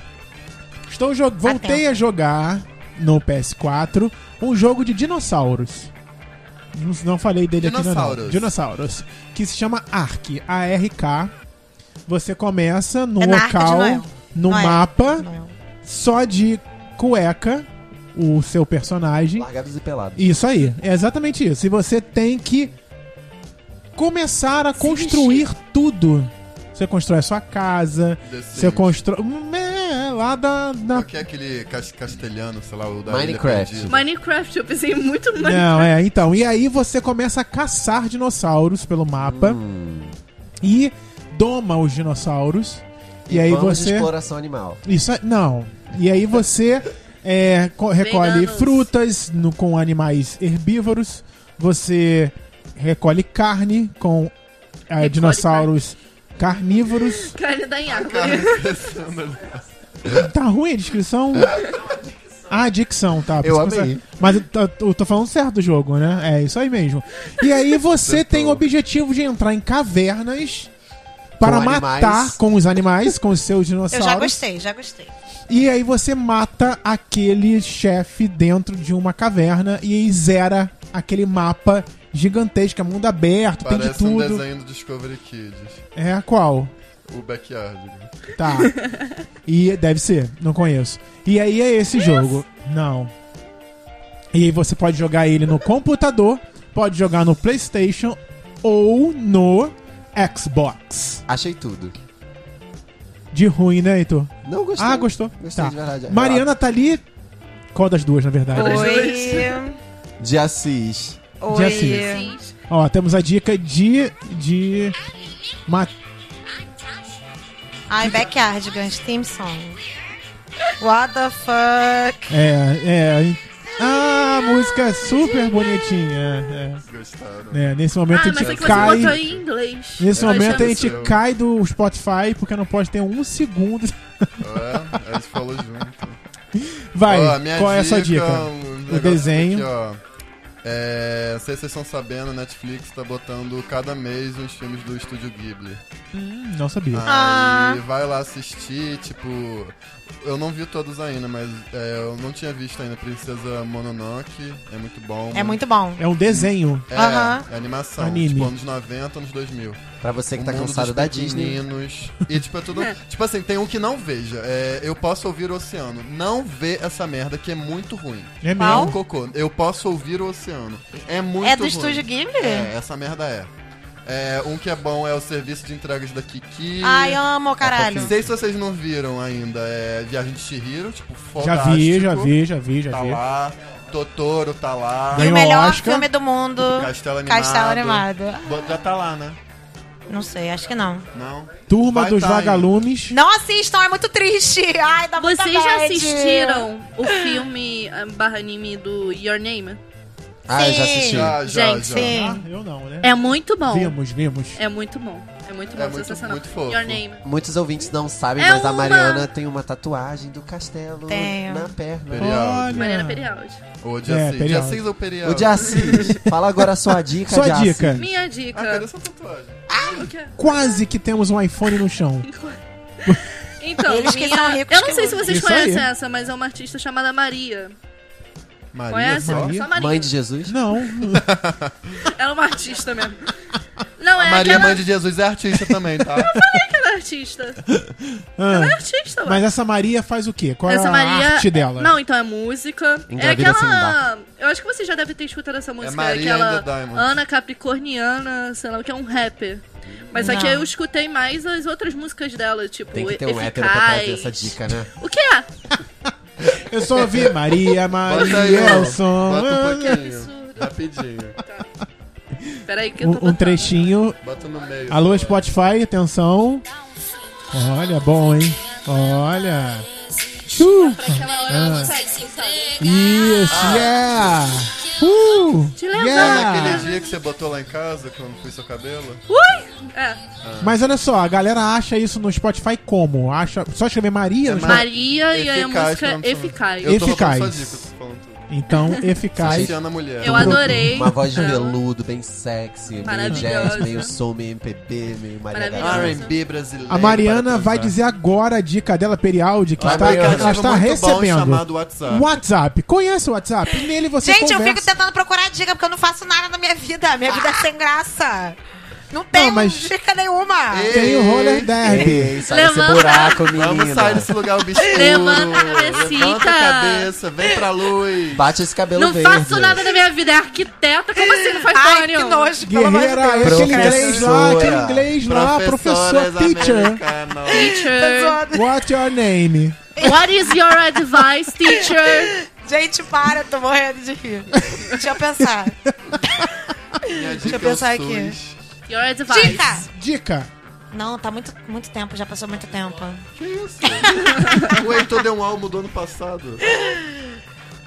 [SPEAKER 5] Estou jo voltei a jogar no PS4 um jogo de dinossauros. Não, não falei dele aqui não, não.
[SPEAKER 3] Dinossauros.
[SPEAKER 5] Dinossauros. Que se chama ARK, A-R-K. Você começa num
[SPEAKER 6] É na Arca de
[SPEAKER 5] local,
[SPEAKER 6] Noé.
[SPEAKER 5] num
[SPEAKER 6] Noé.
[SPEAKER 5] mapa,
[SPEAKER 6] Não.
[SPEAKER 5] só de cueca, o seu personagem.
[SPEAKER 4] Largados e pelados.
[SPEAKER 5] Isso aí, é exatamente isso. E você tem que começar a construir tudo. Você constrói a sua casa,
[SPEAKER 3] Desse-
[SPEAKER 5] você constrói. Hum, É, é, lá da. da-
[SPEAKER 3] O que é aquele cas- castelhano, sei lá, o da
[SPEAKER 4] Minecraft.
[SPEAKER 3] Ilha Perdida?
[SPEAKER 7] Minecraft, eu pensei muito no Minecraft.
[SPEAKER 5] Não, é, então. E aí você começa a caçar dinossauros pelo mapa e doma os dinossauros. E, aí
[SPEAKER 4] vamos de
[SPEAKER 5] você.
[SPEAKER 4] exploração animal.
[SPEAKER 5] Isso é- não. E aí você é, co- recolhe
[SPEAKER 7] Veganos.
[SPEAKER 5] frutas no- com animais herbívoros, você recolhe carne com ah,
[SPEAKER 7] Recolhe
[SPEAKER 5] dinossauros carnívoros.
[SPEAKER 7] Carne da árvore.
[SPEAKER 5] Tá ruim a descrição? A dicção, tá? Por
[SPEAKER 4] Eu
[SPEAKER 5] isso que
[SPEAKER 4] amei.
[SPEAKER 5] você- Mas eu, tô- eu tô falando certo do jogo, né? É isso aí mesmo. E aí você tem o objetivo de entrar em cavernas para
[SPEAKER 4] Com
[SPEAKER 5] matar
[SPEAKER 4] animais.
[SPEAKER 5] com os animais, com os seus
[SPEAKER 6] Eu
[SPEAKER 5] dinossauros.
[SPEAKER 6] já gostei, já gostei.
[SPEAKER 5] E aí você mata aquele chefe dentro de uma caverna e zera aquele mapa gigantesco, é mundo aberto, tem de
[SPEAKER 3] Parece um
[SPEAKER 5] tudo.
[SPEAKER 3] desenho do Discovery Kids.
[SPEAKER 5] é a qual?
[SPEAKER 3] O Backyard.
[SPEAKER 4] [laughs]
[SPEAKER 5] Tá. e deve ser, não conheço. E aí é esse jogo. Não. E aí você pode jogar ele no computador, pode jogar no PlayStation ou no Xbox.
[SPEAKER 4] Achei tudo.
[SPEAKER 5] De ruim, né, Heitor?
[SPEAKER 4] Não gostei.
[SPEAKER 5] Ah, gostou?
[SPEAKER 4] Gostei
[SPEAKER 5] tá.
[SPEAKER 4] de verdade.
[SPEAKER 5] Mariana tá ali. Qual das duas, na verdade?
[SPEAKER 7] Oi.
[SPEAKER 4] De Assis.
[SPEAKER 5] De
[SPEAKER 6] Oi.
[SPEAKER 5] Assis. Ó, temos a dica de. de. Ma
[SPEAKER 6] Ai, Backyard, Guns Theme Song. What the fuck?
[SPEAKER 5] é, é. Ah, a música é super bonitinha.
[SPEAKER 3] Gostaram.
[SPEAKER 5] É, é. É, nesse momento
[SPEAKER 7] Ah,
[SPEAKER 5] a
[SPEAKER 7] mas é
[SPEAKER 5] gente
[SPEAKER 7] que você
[SPEAKER 5] cai.
[SPEAKER 7] botou em inglês.
[SPEAKER 5] Nesse
[SPEAKER 7] Eu
[SPEAKER 5] momento a
[SPEAKER 7] achava-
[SPEAKER 5] gente
[SPEAKER 3] Aconteceu.
[SPEAKER 5] cai do Spotify porque não pode ter um segundo. [laughs]
[SPEAKER 3] É, a gente falou junto.
[SPEAKER 5] Vai,
[SPEAKER 3] Ó, a minha
[SPEAKER 5] qual é a sua dica?
[SPEAKER 3] um negócio
[SPEAKER 5] desenho.
[SPEAKER 3] Aqui, ó. É, não sei se vocês estão sabendo, Netflix tá botando cada mês uns filmes do estúdio Ghibli.
[SPEAKER 5] Hum, não sabia.
[SPEAKER 6] Ah.
[SPEAKER 3] Aí vai lá assistir, tipo. Eu não vi todos ainda, mas é, eu não tinha visto ainda Princesa Mononoke. É muito bom.
[SPEAKER 6] É muito bom.
[SPEAKER 5] É um desenho.
[SPEAKER 3] É,
[SPEAKER 6] Aham.
[SPEAKER 3] é animação.
[SPEAKER 5] Anime.
[SPEAKER 3] Tipo, anos 90, anos 2000.
[SPEAKER 4] Pra você que tá
[SPEAKER 3] O mundo
[SPEAKER 4] cansado
[SPEAKER 3] dos
[SPEAKER 4] da Disney.
[SPEAKER 3] pequeninos. E, tipo, é tudo. tipo assim, tem um que não veja. É, eu posso ouvir o oceano. Não vê essa merda que é muito ruim.
[SPEAKER 5] É
[SPEAKER 6] Qual?
[SPEAKER 3] Não,
[SPEAKER 5] meu.
[SPEAKER 6] Não?
[SPEAKER 3] cocô. Eu posso ouvir o oceano. É muito
[SPEAKER 6] É do
[SPEAKER 3] ruim.
[SPEAKER 6] estúdio Ghibli?
[SPEAKER 3] É, essa merda é. É, Um que é bom é o serviço de entregas da Kiki.
[SPEAKER 6] Ai, amo, caralho.
[SPEAKER 3] Não sei se vocês não viram ainda. É Viagem de Shihiro, tipo,
[SPEAKER 5] Já
[SPEAKER 3] fodástico.
[SPEAKER 5] vi, já vi, já vi, já
[SPEAKER 3] Tá
[SPEAKER 5] vi.
[SPEAKER 3] lá. Totoro tá lá.
[SPEAKER 6] E
[SPEAKER 5] Ganhou
[SPEAKER 6] o melhor
[SPEAKER 5] Oscar.
[SPEAKER 6] filme do mundo.
[SPEAKER 3] Castelo Animado.
[SPEAKER 6] Castelo Animado.
[SPEAKER 3] Bo- Já tá lá, né?
[SPEAKER 6] Não sei, acho que não.
[SPEAKER 3] Não?
[SPEAKER 5] Turma
[SPEAKER 3] Vai
[SPEAKER 5] dos
[SPEAKER 3] tá aí.
[SPEAKER 5] Vagalumes.
[SPEAKER 6] Não assistam, é muito triste. Ai, dá muita
[SPEAKER 7] Vocês já
[SPEAKER 6] bad.
[SPEAKER 7] assistiram o filme eh, barra anime do Your Name?
[SPEAKER 4] Ah, eu já
[SPEAKER 6] Sim.
[SPEAKER 4] assisti.
[SPEAKER 3] Já, já,
[SPEAKER 7] Gente,
[SPEAKER 3] já.
[SPEAKER 6] sim.
[SPEAKER 5] Ah, eu não, né?
[SPEAKER 7] É muito bom.
[SPEAKER 5] Vemos, vemos.
[SPEAKER 7] É muito bom. É muito bom,
[SPEAKER 3] É muito-
[SPEAKER 7] sensacional.
[SPEAKER 3] muito fofo.
[SPEAKER 7] Your Name.
[SPEAKER 4] Muitos ouvintes não sabem,
[SPEAKER 7] É
[SPEAKER 4] mas a
[SPEAKER 7] uma-
[SPEAKER 4] Mariana tem uma tatuagem do castelo
[SPEAKER 6] Tenho.
[SPEAKER 4] na perna.
[SPEAKER 3] Perialdo.
[SPEAKER 7] Mariana Perialdi.
[SPEAKER 3] Ou dia
[SPEAKER 5] Ah. É,
[SPEAKER 3] 6. Dia
[SPEAKER 5] Perialdo.
[SPEAKER 3] 6 ou Perialdo?
[SPEAKER 4] O de Assis. Fala agora a sua dica,
[SPEAKER 5] Sua
[SPEAKER 4] de Assis.
[SPEAKER 5] dica.
[SPEAKER 7] Minha
[SPEAKER 3] Ah,
[SPEAKER 7] dica.
[SPEAKER 3] cadê essa tatuagem?
[SPEAKER 7] O quê?
[SPEAKER 5] Quase que temos um iPhone no chão.
[SPEAKER 7] Então,
[SPEAKER 6] Eles que são
[SPEAKER 7] minha...
[SPEAKER 6] ricos
[SPEAKER 7] eu não
[SPEAKER 6] que
[SPEAKER 7] sei se
[SPEAKER 6] usam.
[SPEAKER 7] vocês
[SPEAKER 5] Isso
[SPEAKER 7] conhecem
[SPEAKER 5] aí.
[SPEAKER 7] essa, mas é uma artista chamada Maria.
[SPEAKER 3] Maria
[SPEAKER 7] Conhece?
[SPEAKER 3] só?
[SPEAKER 5] Maria?
[SPEAKER 7] Só Maria.
[SPEAKER 4] Mãe de Jesus.
[SPEAKER 5] Não.
[SPEAKER 7] [laughs] Ela é uma artista mesmo. Não, é
[SPEAKER 3] Maria,
[SPEAKER 7] aquela
[SPEAKER 3] mãe de Jesus, é artista também,
[SPEAKER 7] [laughs]
[SPEAKER 3] tá?
[SPEAKER 7] aquela artista.
[SPEAKER 5] [laughs] Ah,
[SPEAKER 7] É artista, ué.
[SPEAKER 5] mas essa Maria faz o quê? Qual é
[SPEAKER 7] Essa
[SPEAKER 5] a
[SPEAKER 7] Maria.
[SPEAKER 5] arte dela?
[SPEAKER 7] Não, então é música. É
[SPEAKER 4] Engravida sem É
[SPEAKER 7] aquela.
[SPEAKER 4] dar.
[SPEAKER 7] Eu acho que você já deve ter escutado essa música.
[SPEAKER 3] Maria
[SPEAKER 7] aquela
[SPEAKER 3] and the Diamonds.
[SPEAKER 7] Ana Capricorniana, sei lá, o que é um rapper. Mas aqui
[SPEAKER 6] Não.
[SPEAKER 7] eu escutei mais as outras músicas dela, tipo,
[SPEAKER 4] Tem que ter um
[SPEAKER 7] Eficaz.
[SPEAKER 4] hétero pra trazer essa dica, né?
[SPEAKER 7] O que é?
[SPEAKER 5] Eu só ouvi Maria,
[SPEAKER 3] Bota aí,
[SPEAKER 5] Maria,
[SPEAKER 3] ó.
[SPEAKER 5] o som.
[SPEAKER 3] Bota um
[SPEAKER 7] Que
[SPEAKER 3] pouquinho.
[SPEAKER 7] absurdo.
[SPEAKER 3] Rapidinho.
[SPEAKER 7] Peraí que eu
[SPEAKER 5] Um,
[SPEAKER 7] tô
[SPEAKER 5] um
[SPEAKER 7] botando.
[SPEAKER 5] trechinho.
[SPEAKER 3] Bota no meio.
[SPEAKER 5] Alô,
[SPEAKER 3] só.
[SPEAKER 5] Spotify, atenção. Olha, bom, hein? Olha. Uh,
[SPEAKER 7] Aquela hora ela sai, sabe?
[SPEAKER 5] isso, yeah! Uh,
[SPEAKER 7] Te lembra?
[SPEAKER 3] Naquele
[SPEAKER 5] yeah!
[SPEAKER 3] dia que você botou lá em casa, quando fui seu cabelo?
[SPEAKER 7] Ui! É.
[SPEAKER 5] Mas olha só, a galera acha isso no Spotify como? Acha, só escrever Maria? no
[SPEAKER 3] É
[SPEAKER 5] Spotify.
[SPEAKER 7] Maria e aí a
[SPEAKER 3] Eficaz,
[SPEAKER 7] música
[SPEAKER 3] pronto.
[SPEAKER 7] Eficaz.
[SPEAKER 3] um- Eu tô
[SPEAKER 5] Eficaz.
[SPEAKER 3] roubando sua dica, tô falando tudo.
[SPEAKER 5] Então, eficaz.
[SPEAKER 3] Cristiana Mulher.
[SPEAKER 7] Eu adorei.
[SPEAKER 4] Uma voz de
[SPEAKER 7] ela.
[SPEAKER 4] veludo, bem sexy, meio jazz,
[SPEAKER 7] Maravilhosa.
[SPEAKER 4] meio soul, meio MPB, meio Maria
[SPEAKER 7] Maravilhosa.
[SPEAKER 4] Gaga.
[SPEAKER 3] R&B brasileiro.
[SPEAKER 5] A Mariana
[SPEAKER 3] É, para
[SPEAKER 5] vai
[SPEAKER 3] transar.
[SPEAKER 5] dizer agora a dica dela, Perialdi, que
[SPEAKER 3] Um
[SPEAKER 5] está,
[SPEAKER 3] aplicativo
[SPEAKER 5] ela está
[SPEAKER 3] muito Bom
[SPEAKER 5] recebendo.
[SPEAKER 3] chamado WhatsApp.
[SPEAKER 5] WhatsApp. Conhece o WhatsApp? Nele você
[SPEAKER 6] Gente, eu
[SPEAKER 5] conversa.
[SPEAKER 6] fico tentando procurar dica, porque eu não faço nada na minha vida. Minha vida é sem graça. Não tem
[SPEAKER 5] mas-
[SPEAKER 6] dica nenhuma.
[SPEAKER 3] E-
[SPEAKER 5] Tem o roller derby.
[SPEAKER 4] Ei, É, sai desse
[SPEAKER 7] Levanta.
[SPEAKER 4] buraco,
[SPEAKER 3] Vamos sair
[SPEAKER 4] menina.
[SPEAKER 3] desse lugar obscuro.
[SPEAKER 7] Levanta a cabecita.
[SPEAKER 3] Levanta a cabeça, vem pra luz.
[SPEAKER 4] Bate esse cabelo
[SPEAKER 7] Não
[SPEAKER 4] verde.
[SPEAKER 7] faço nada da minha vida, é arquiteta. Como assim? Não faz
[SPEAKER 6] Ai,
[SPEAKER 7] porra
[SPEAKER 6] que
[SPEAKER 7] nenhuma?
[SPEAKER 6] nojo, pelo amor de
[SPEAKER 5] Guerreira,
[SPEAKER 3] um
[SPEAKER 5] é
[SPEAKER 6] Deus.
[SPEAKER 5] aquele
[SPEAKER 4] Professora.
[SPEAKER 5] inglês lá, aquele inglês lá, professor,
[SPEAKER 3] Professoras
[SPEAKER 5] teacher.
[SPEAKER 3] americanas.
[SPEAKER 6] Tô
[SPEAKER 7] Teacher.
[SPEAKER 6] zoando.
[SPEAKER 5] What's your name?
[SPEAKER 7] What is your advice, teacher?
[SPEAKER 6] Gente, para, eu tô morrendo de rir. Deixa eu pensar. [laughs]
[SPEAKER 3] Minha
[SPEAKER 6] Deixa eu
[SPEAKER 3] dica é o
[SPEAKER 6] pensar aqui.
[SPEAKER 3] SUS.
[SPEAKER 7] Your advice.
[SPEAKER 6] Dica!
[SPEAKER 5] Dica.
[SPEAKER 6] Não, tá muito, muito tempo, já passou muito tempo.
[SPEAKER 3] Que isso? o Heitor deu um álbum do ano passado.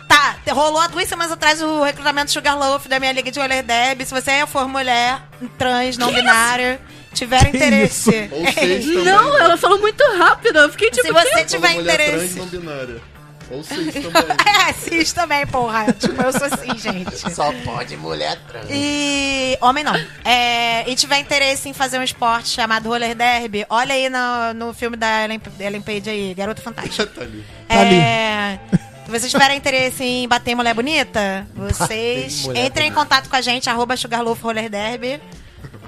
[SPEAKER 6] Tá, rolou há duas semanas atrás o recrutamento Sugarloaf da minha liga de Roller Deb. Se você é, for mulher, trans, não binária, tiver
[SPEAKER 5] Que
[SPEAKER 6] interesse. É,
[SPEAKER 3] Ou seis também.
[SPEAKER 7] Não, ela falou muito rápido. Eu fiquei tipo.
[SPEAKER 6] Se você
[SPEAKER 3] Toda
[SPEAKER 6] tiver
[SPEAKER 3] mulher trans
[SPEAKER 6] interesse.
[SPEAKER 3] não binária. Ou seis
[SPEAKER 6] [laughs]
[SPEAKER 3] também.
[SPEAKER 6] É, cis também, porra. Tipo, eu sou cis, gente.
[SPEAKER 4] Só pode mulher trans.
[SPEAKER 6] E. Homem não. É, e tiver interesse em fazer um esporte chamado roller derby, olha aí no, no filme da Ellen, Ellen Page aí, Garota Fantástica.
[SPEAKER 3] tá ali.
[SPEAKER 5] Tá ali.
[SPEAKER 6] é. Se vocês tiverem interesse em bater em mulher bonita, vocês
[SPEAKER 4] Bater em mulher
[SPEAKER 6] entrem em
[SPEAKER 4] bonita.
[SPEAKER 6] contato com a gente, arroba Sugarloaf Roller Derby.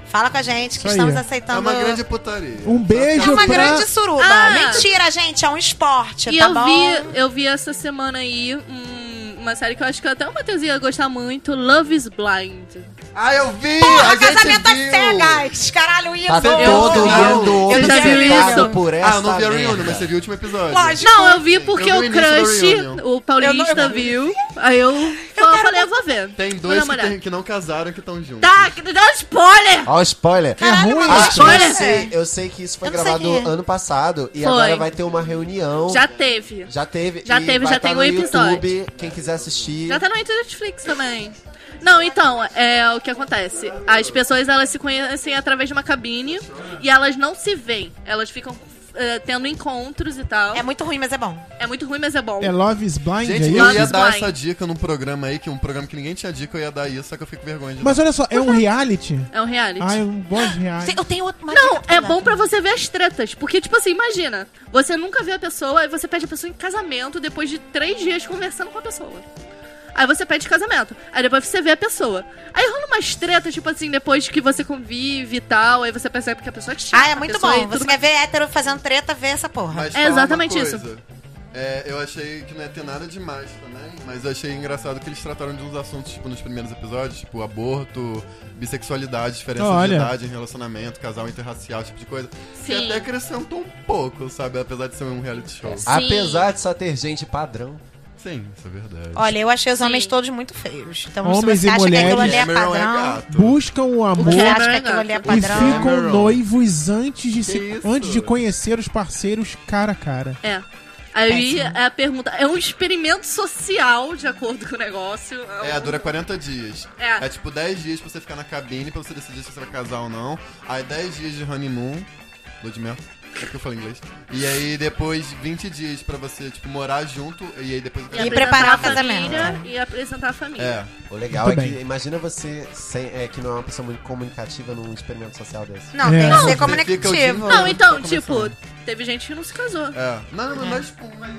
[SPEAKER 6] Fala com a gente, que
[SPEAKER 5] Isso aí.
[SPEAKER 6] estamos
[SPEAKER 3] É
[SPEAKER 6] aceitando.
[SPEAKER 3] uma grande putaria.
[SPEAKER 5] Um beijo
[SPEAKER 6] É uma
[SPEAKER 5] pra...
[SPEAKER 6] grande suruba.
[SPEAKER 7] Ah.
[SPEAKER 6] Mentira, gente, é um esporte,
[SPEAKER 7] E
[SPEAKER 6] tá
[SPEAKER 7] eu
[SPEAKER 6] bom?
[SPEAKER 7] vi, eu vi essa semana aí hum, uma série que eu acho que até o Matheus ia gostar muito: Love is Blind.
[SPEAKER 3] Ah, eu vi! a
[SPEAKER 6] Porra,
[SPEAKER 3] gente
[SPEAKER 6] É, casamento às
[SPEAKER 3] viu.
[SPEAKER 6] cegas! Caralho, isso!
[SPEAKER 4] Tá
[SPEAKER 3] Eu
[SPEAKER 4] todo
[SPEAKER 3] não.
[SPEAKER 4] mundo
[SPEAKER 6] Eu já vi
[SPEAKER 4] obcecado
[SPEAKER 6] isso.
[SPEAKER 4] por essa
[SPEAKER 3] Ah, eu não vi a
[SPEAKER 4] merda.
[SPEAKER 3] reunião, mas você viu o último episódio.
[SPEAKER 6] Lógico.
[SPEAKER 7] Não, eu vi porque
[SPEAKER 3] Tipo, Eu
[SPEAKER 7] o
[SPEAKER 3] vi o início da
[SPEAKER 7] crush,
[SPEAKER 3] reunião.
[SPEAKER 7] o Paulista
[SPEAKER 6] Eu não-
[SPEAKER 7] viu. Aí eu, eu falei, eu vou ver.
[SPEAKER 3] Tem
[SPEAKER 7] Vou
[SPEAKER 3] dois que,
[SPEAKER 7] namorar.
[SPEAKER 3] tem- que não casaram que estão juntos.
[SPEAKER 7] Tá, que dá um spoiler!
[SPEAKER 4] Ó, o spoiler.
[SPEAKER 5] É
[SPEAKER 6] Caralho,
[SPEAKER 5] ruim,
[SPEAKER 6] mas
[SPEAKER 4] Ah,
[SPEAKER 5] isso.
[SPEAKER 7] olha.
[SPEAKER 4] eu, sei, eu sei que isso foi
[SPEAKER 6] Eu não sei
[SPEAKER 4] gravado
[SPEAKER 6] quem é.
[SPEAKER 4] ano passado e agora
[SPEAKER 7] Foi.
[SPEAKER 4] vai ter uma
[SPEAKER 3] Tá
[SPEAKER 4] reunião.
[SPEAKER 7] Já teve.
[SPEAKER 4] Já teve.
[SPEAKER 7] Já
[SPEAKER 4] e
[SPEAKER 7] teve,
[SPEAKER 4] vai
[SPEAKER 7] já
[SPEAKER 4] tá
[SPEAKER 7] tem
[SPEAKER 4] no
[SPEAKER 7] um episódio.
[SPEAKER 4] YouTube, quem quiser assistir.
[SPEAKER 7] Já tá no Netflix também. Não, então, é o que acontece. As pessoas elas se conhecem através de uma cabine e elas não se veem. Elas ficam eh, tendo encontros e tal.
[SPEAKER 6] É muito ruim, mas é bom.
[SPEAKER 7] É muito ruim, mas é bom.
[SPEAKER 5] É Love is Blind, é
[SPEAKER 3] Gente,
[SPEAKER 5] isso?
[SPEAKER 3] eu ia
[SPEAKER 7] Love is
[SPEAKER 3] dar
[SPEAKER 7] Blind.
[SPEAKER 3] essa dica num programa aí, que um programa que ninguém tinha dica, eu ia dar isso, só que eu fico com vergonha de
[SPEAKER 5] Mas olha só, é um reality?
[SPEAKER 7] É um reality.
[SPEAKER 5] Ah, eu não gosto de reality.
[SPEAKER 6] Eu tenho outro
[SPEAKER 7] Não, é bom pra você ver as tretas. Porque, tipo assim, imagina. Você nunca vê a pessoa, aí você pede a pessoa em casamento depois de três dias conversando com a pessoa. Aí você pede casamento. Aí depois você vê a pessoa. Aí rola umas tretas, tipo assim, depois que você convive e tal. Aí você percebe que a pessoa é chata.
[SPEAKER 6] Ah, é
[SPEAKER 7] a
[SPEAKER 6] muito
[SPEAKER 7] pessoa
[SPEAKER 6] bom.
[SPEAKER 7] e tudo
[SPEAKER 6] Você quer ver hétero fazendo treta, vê essa porra.
[SPEAKER 3] Mas
[SPEAKER 7] É
[SPEAKER 3] falar
[SPEAKER 7] exatamente
[SPEAKER 3] uma coisa. É, eu achei que não ia ter nada demais também, mas eu achei engraçado que eles trataram de uns assuntos, tipo, nos primeiros episódios, tipo, aborto, bissexualidade, diferença
[SPEAKER 5] Olha.
[SPEAKER 3] de idade em relacionamento, casal interracial, esse tipo de coisa. Que
[SPEAKER 7] Sim.
[SPEAKER 3] até acrescentou um pouco, sabe? Apesar de ser um reality show.
[SPEAKER 4] Apesar de só ter gente padrão.
[SPEAKER 3] Sim, isso é verdade.
[SPEAKER 6] Olha, eu achei os homens
[SPEAKER 7] Sim.
[SPEAKER 6] todos muito feios. Então,
[SPEAKER 5] Homens
[SPEAKER 6] se
[SPEAKER 5] e
[SPEAKER 6] você acha que aquilo ali é
[SPEAKER 3] Cameron é
[SPEAKER 6] padrão,
[SPEAKER 3] gato.
[SPEAKER 5] Buscam o amor
[SPEAKER 6] você
[SPEAKER 7] Cameron
[SPEAKER 6] acha que
[SPEAKER 7] é
[SPEAKER 6] aquilo ali é
[SPEAKER 7] gato.
[SPEAKER 5] e
[SPEAKER 6] padrão.
[SPEAKER 5] ficam
[SPEAKER 3] Cameron.
[SPEAKER 5] noivos antes de,
[SPEAKER 3] né, Que
[SPEAKER 5] se,
[SPEAKER 3] isso?
[SPEAKER 5] antes de conhecer os parceiros cara a cara.
[SPEAKER 7] É. Aí a pergunta é um experimento social, de acordo com o negócio.
[SPEAKER 3] É,
[SPEAKER 7] um-
[SPEAKER 3] dura 40 dias.
[SPEAKER 7] É.
[SPEAKER 3] É tipo 10 dias pra você ficar na cabine pra você decidir se você vai casar ou não. Aí 10 dias de honeymoon. Lua de mel. É porque eu falei inglês. E aí depois 20 dias pra você, tipo, morar junto. E aí depois o
[SPEAKER 7] apresentar
[SPEAKER 6] preparar
[SPEAKER 7] a
[SPEAKER 6] o casamento. né?
[SPEAKER 7] família E apresentar a família.
[SPEAKER 3] É.
[SPEAKER 4] O legal
[SPEAKER 5] Muito
[SPEAKER 4] é que
[SPEAKER 5] bem.
[SPEAKER 4] imagina você sem, é, que não é uma pessoa muito comunicativa num experimento social desse.
[SPEAKER 6] Não,
[SPEAKER 5] É.
[SPEAKER 6] tem que
[SPEAKER 3] Não, fica
[SPEAKER 6] ser
[SPEAKER 3] o dia
[SPEAKER 6] comunicativo.
[SPEAKER 3] inteiro.
[SPEAKER 7] Não, então,
[SPEAKER 3] Tá
[SPEAKER 7] tipo,
[SPEAKER 3] começando.
[SPEAKER 7] teve gente que não se casou.
[SPEAKER 3] É. Não, não, mas tipo, mas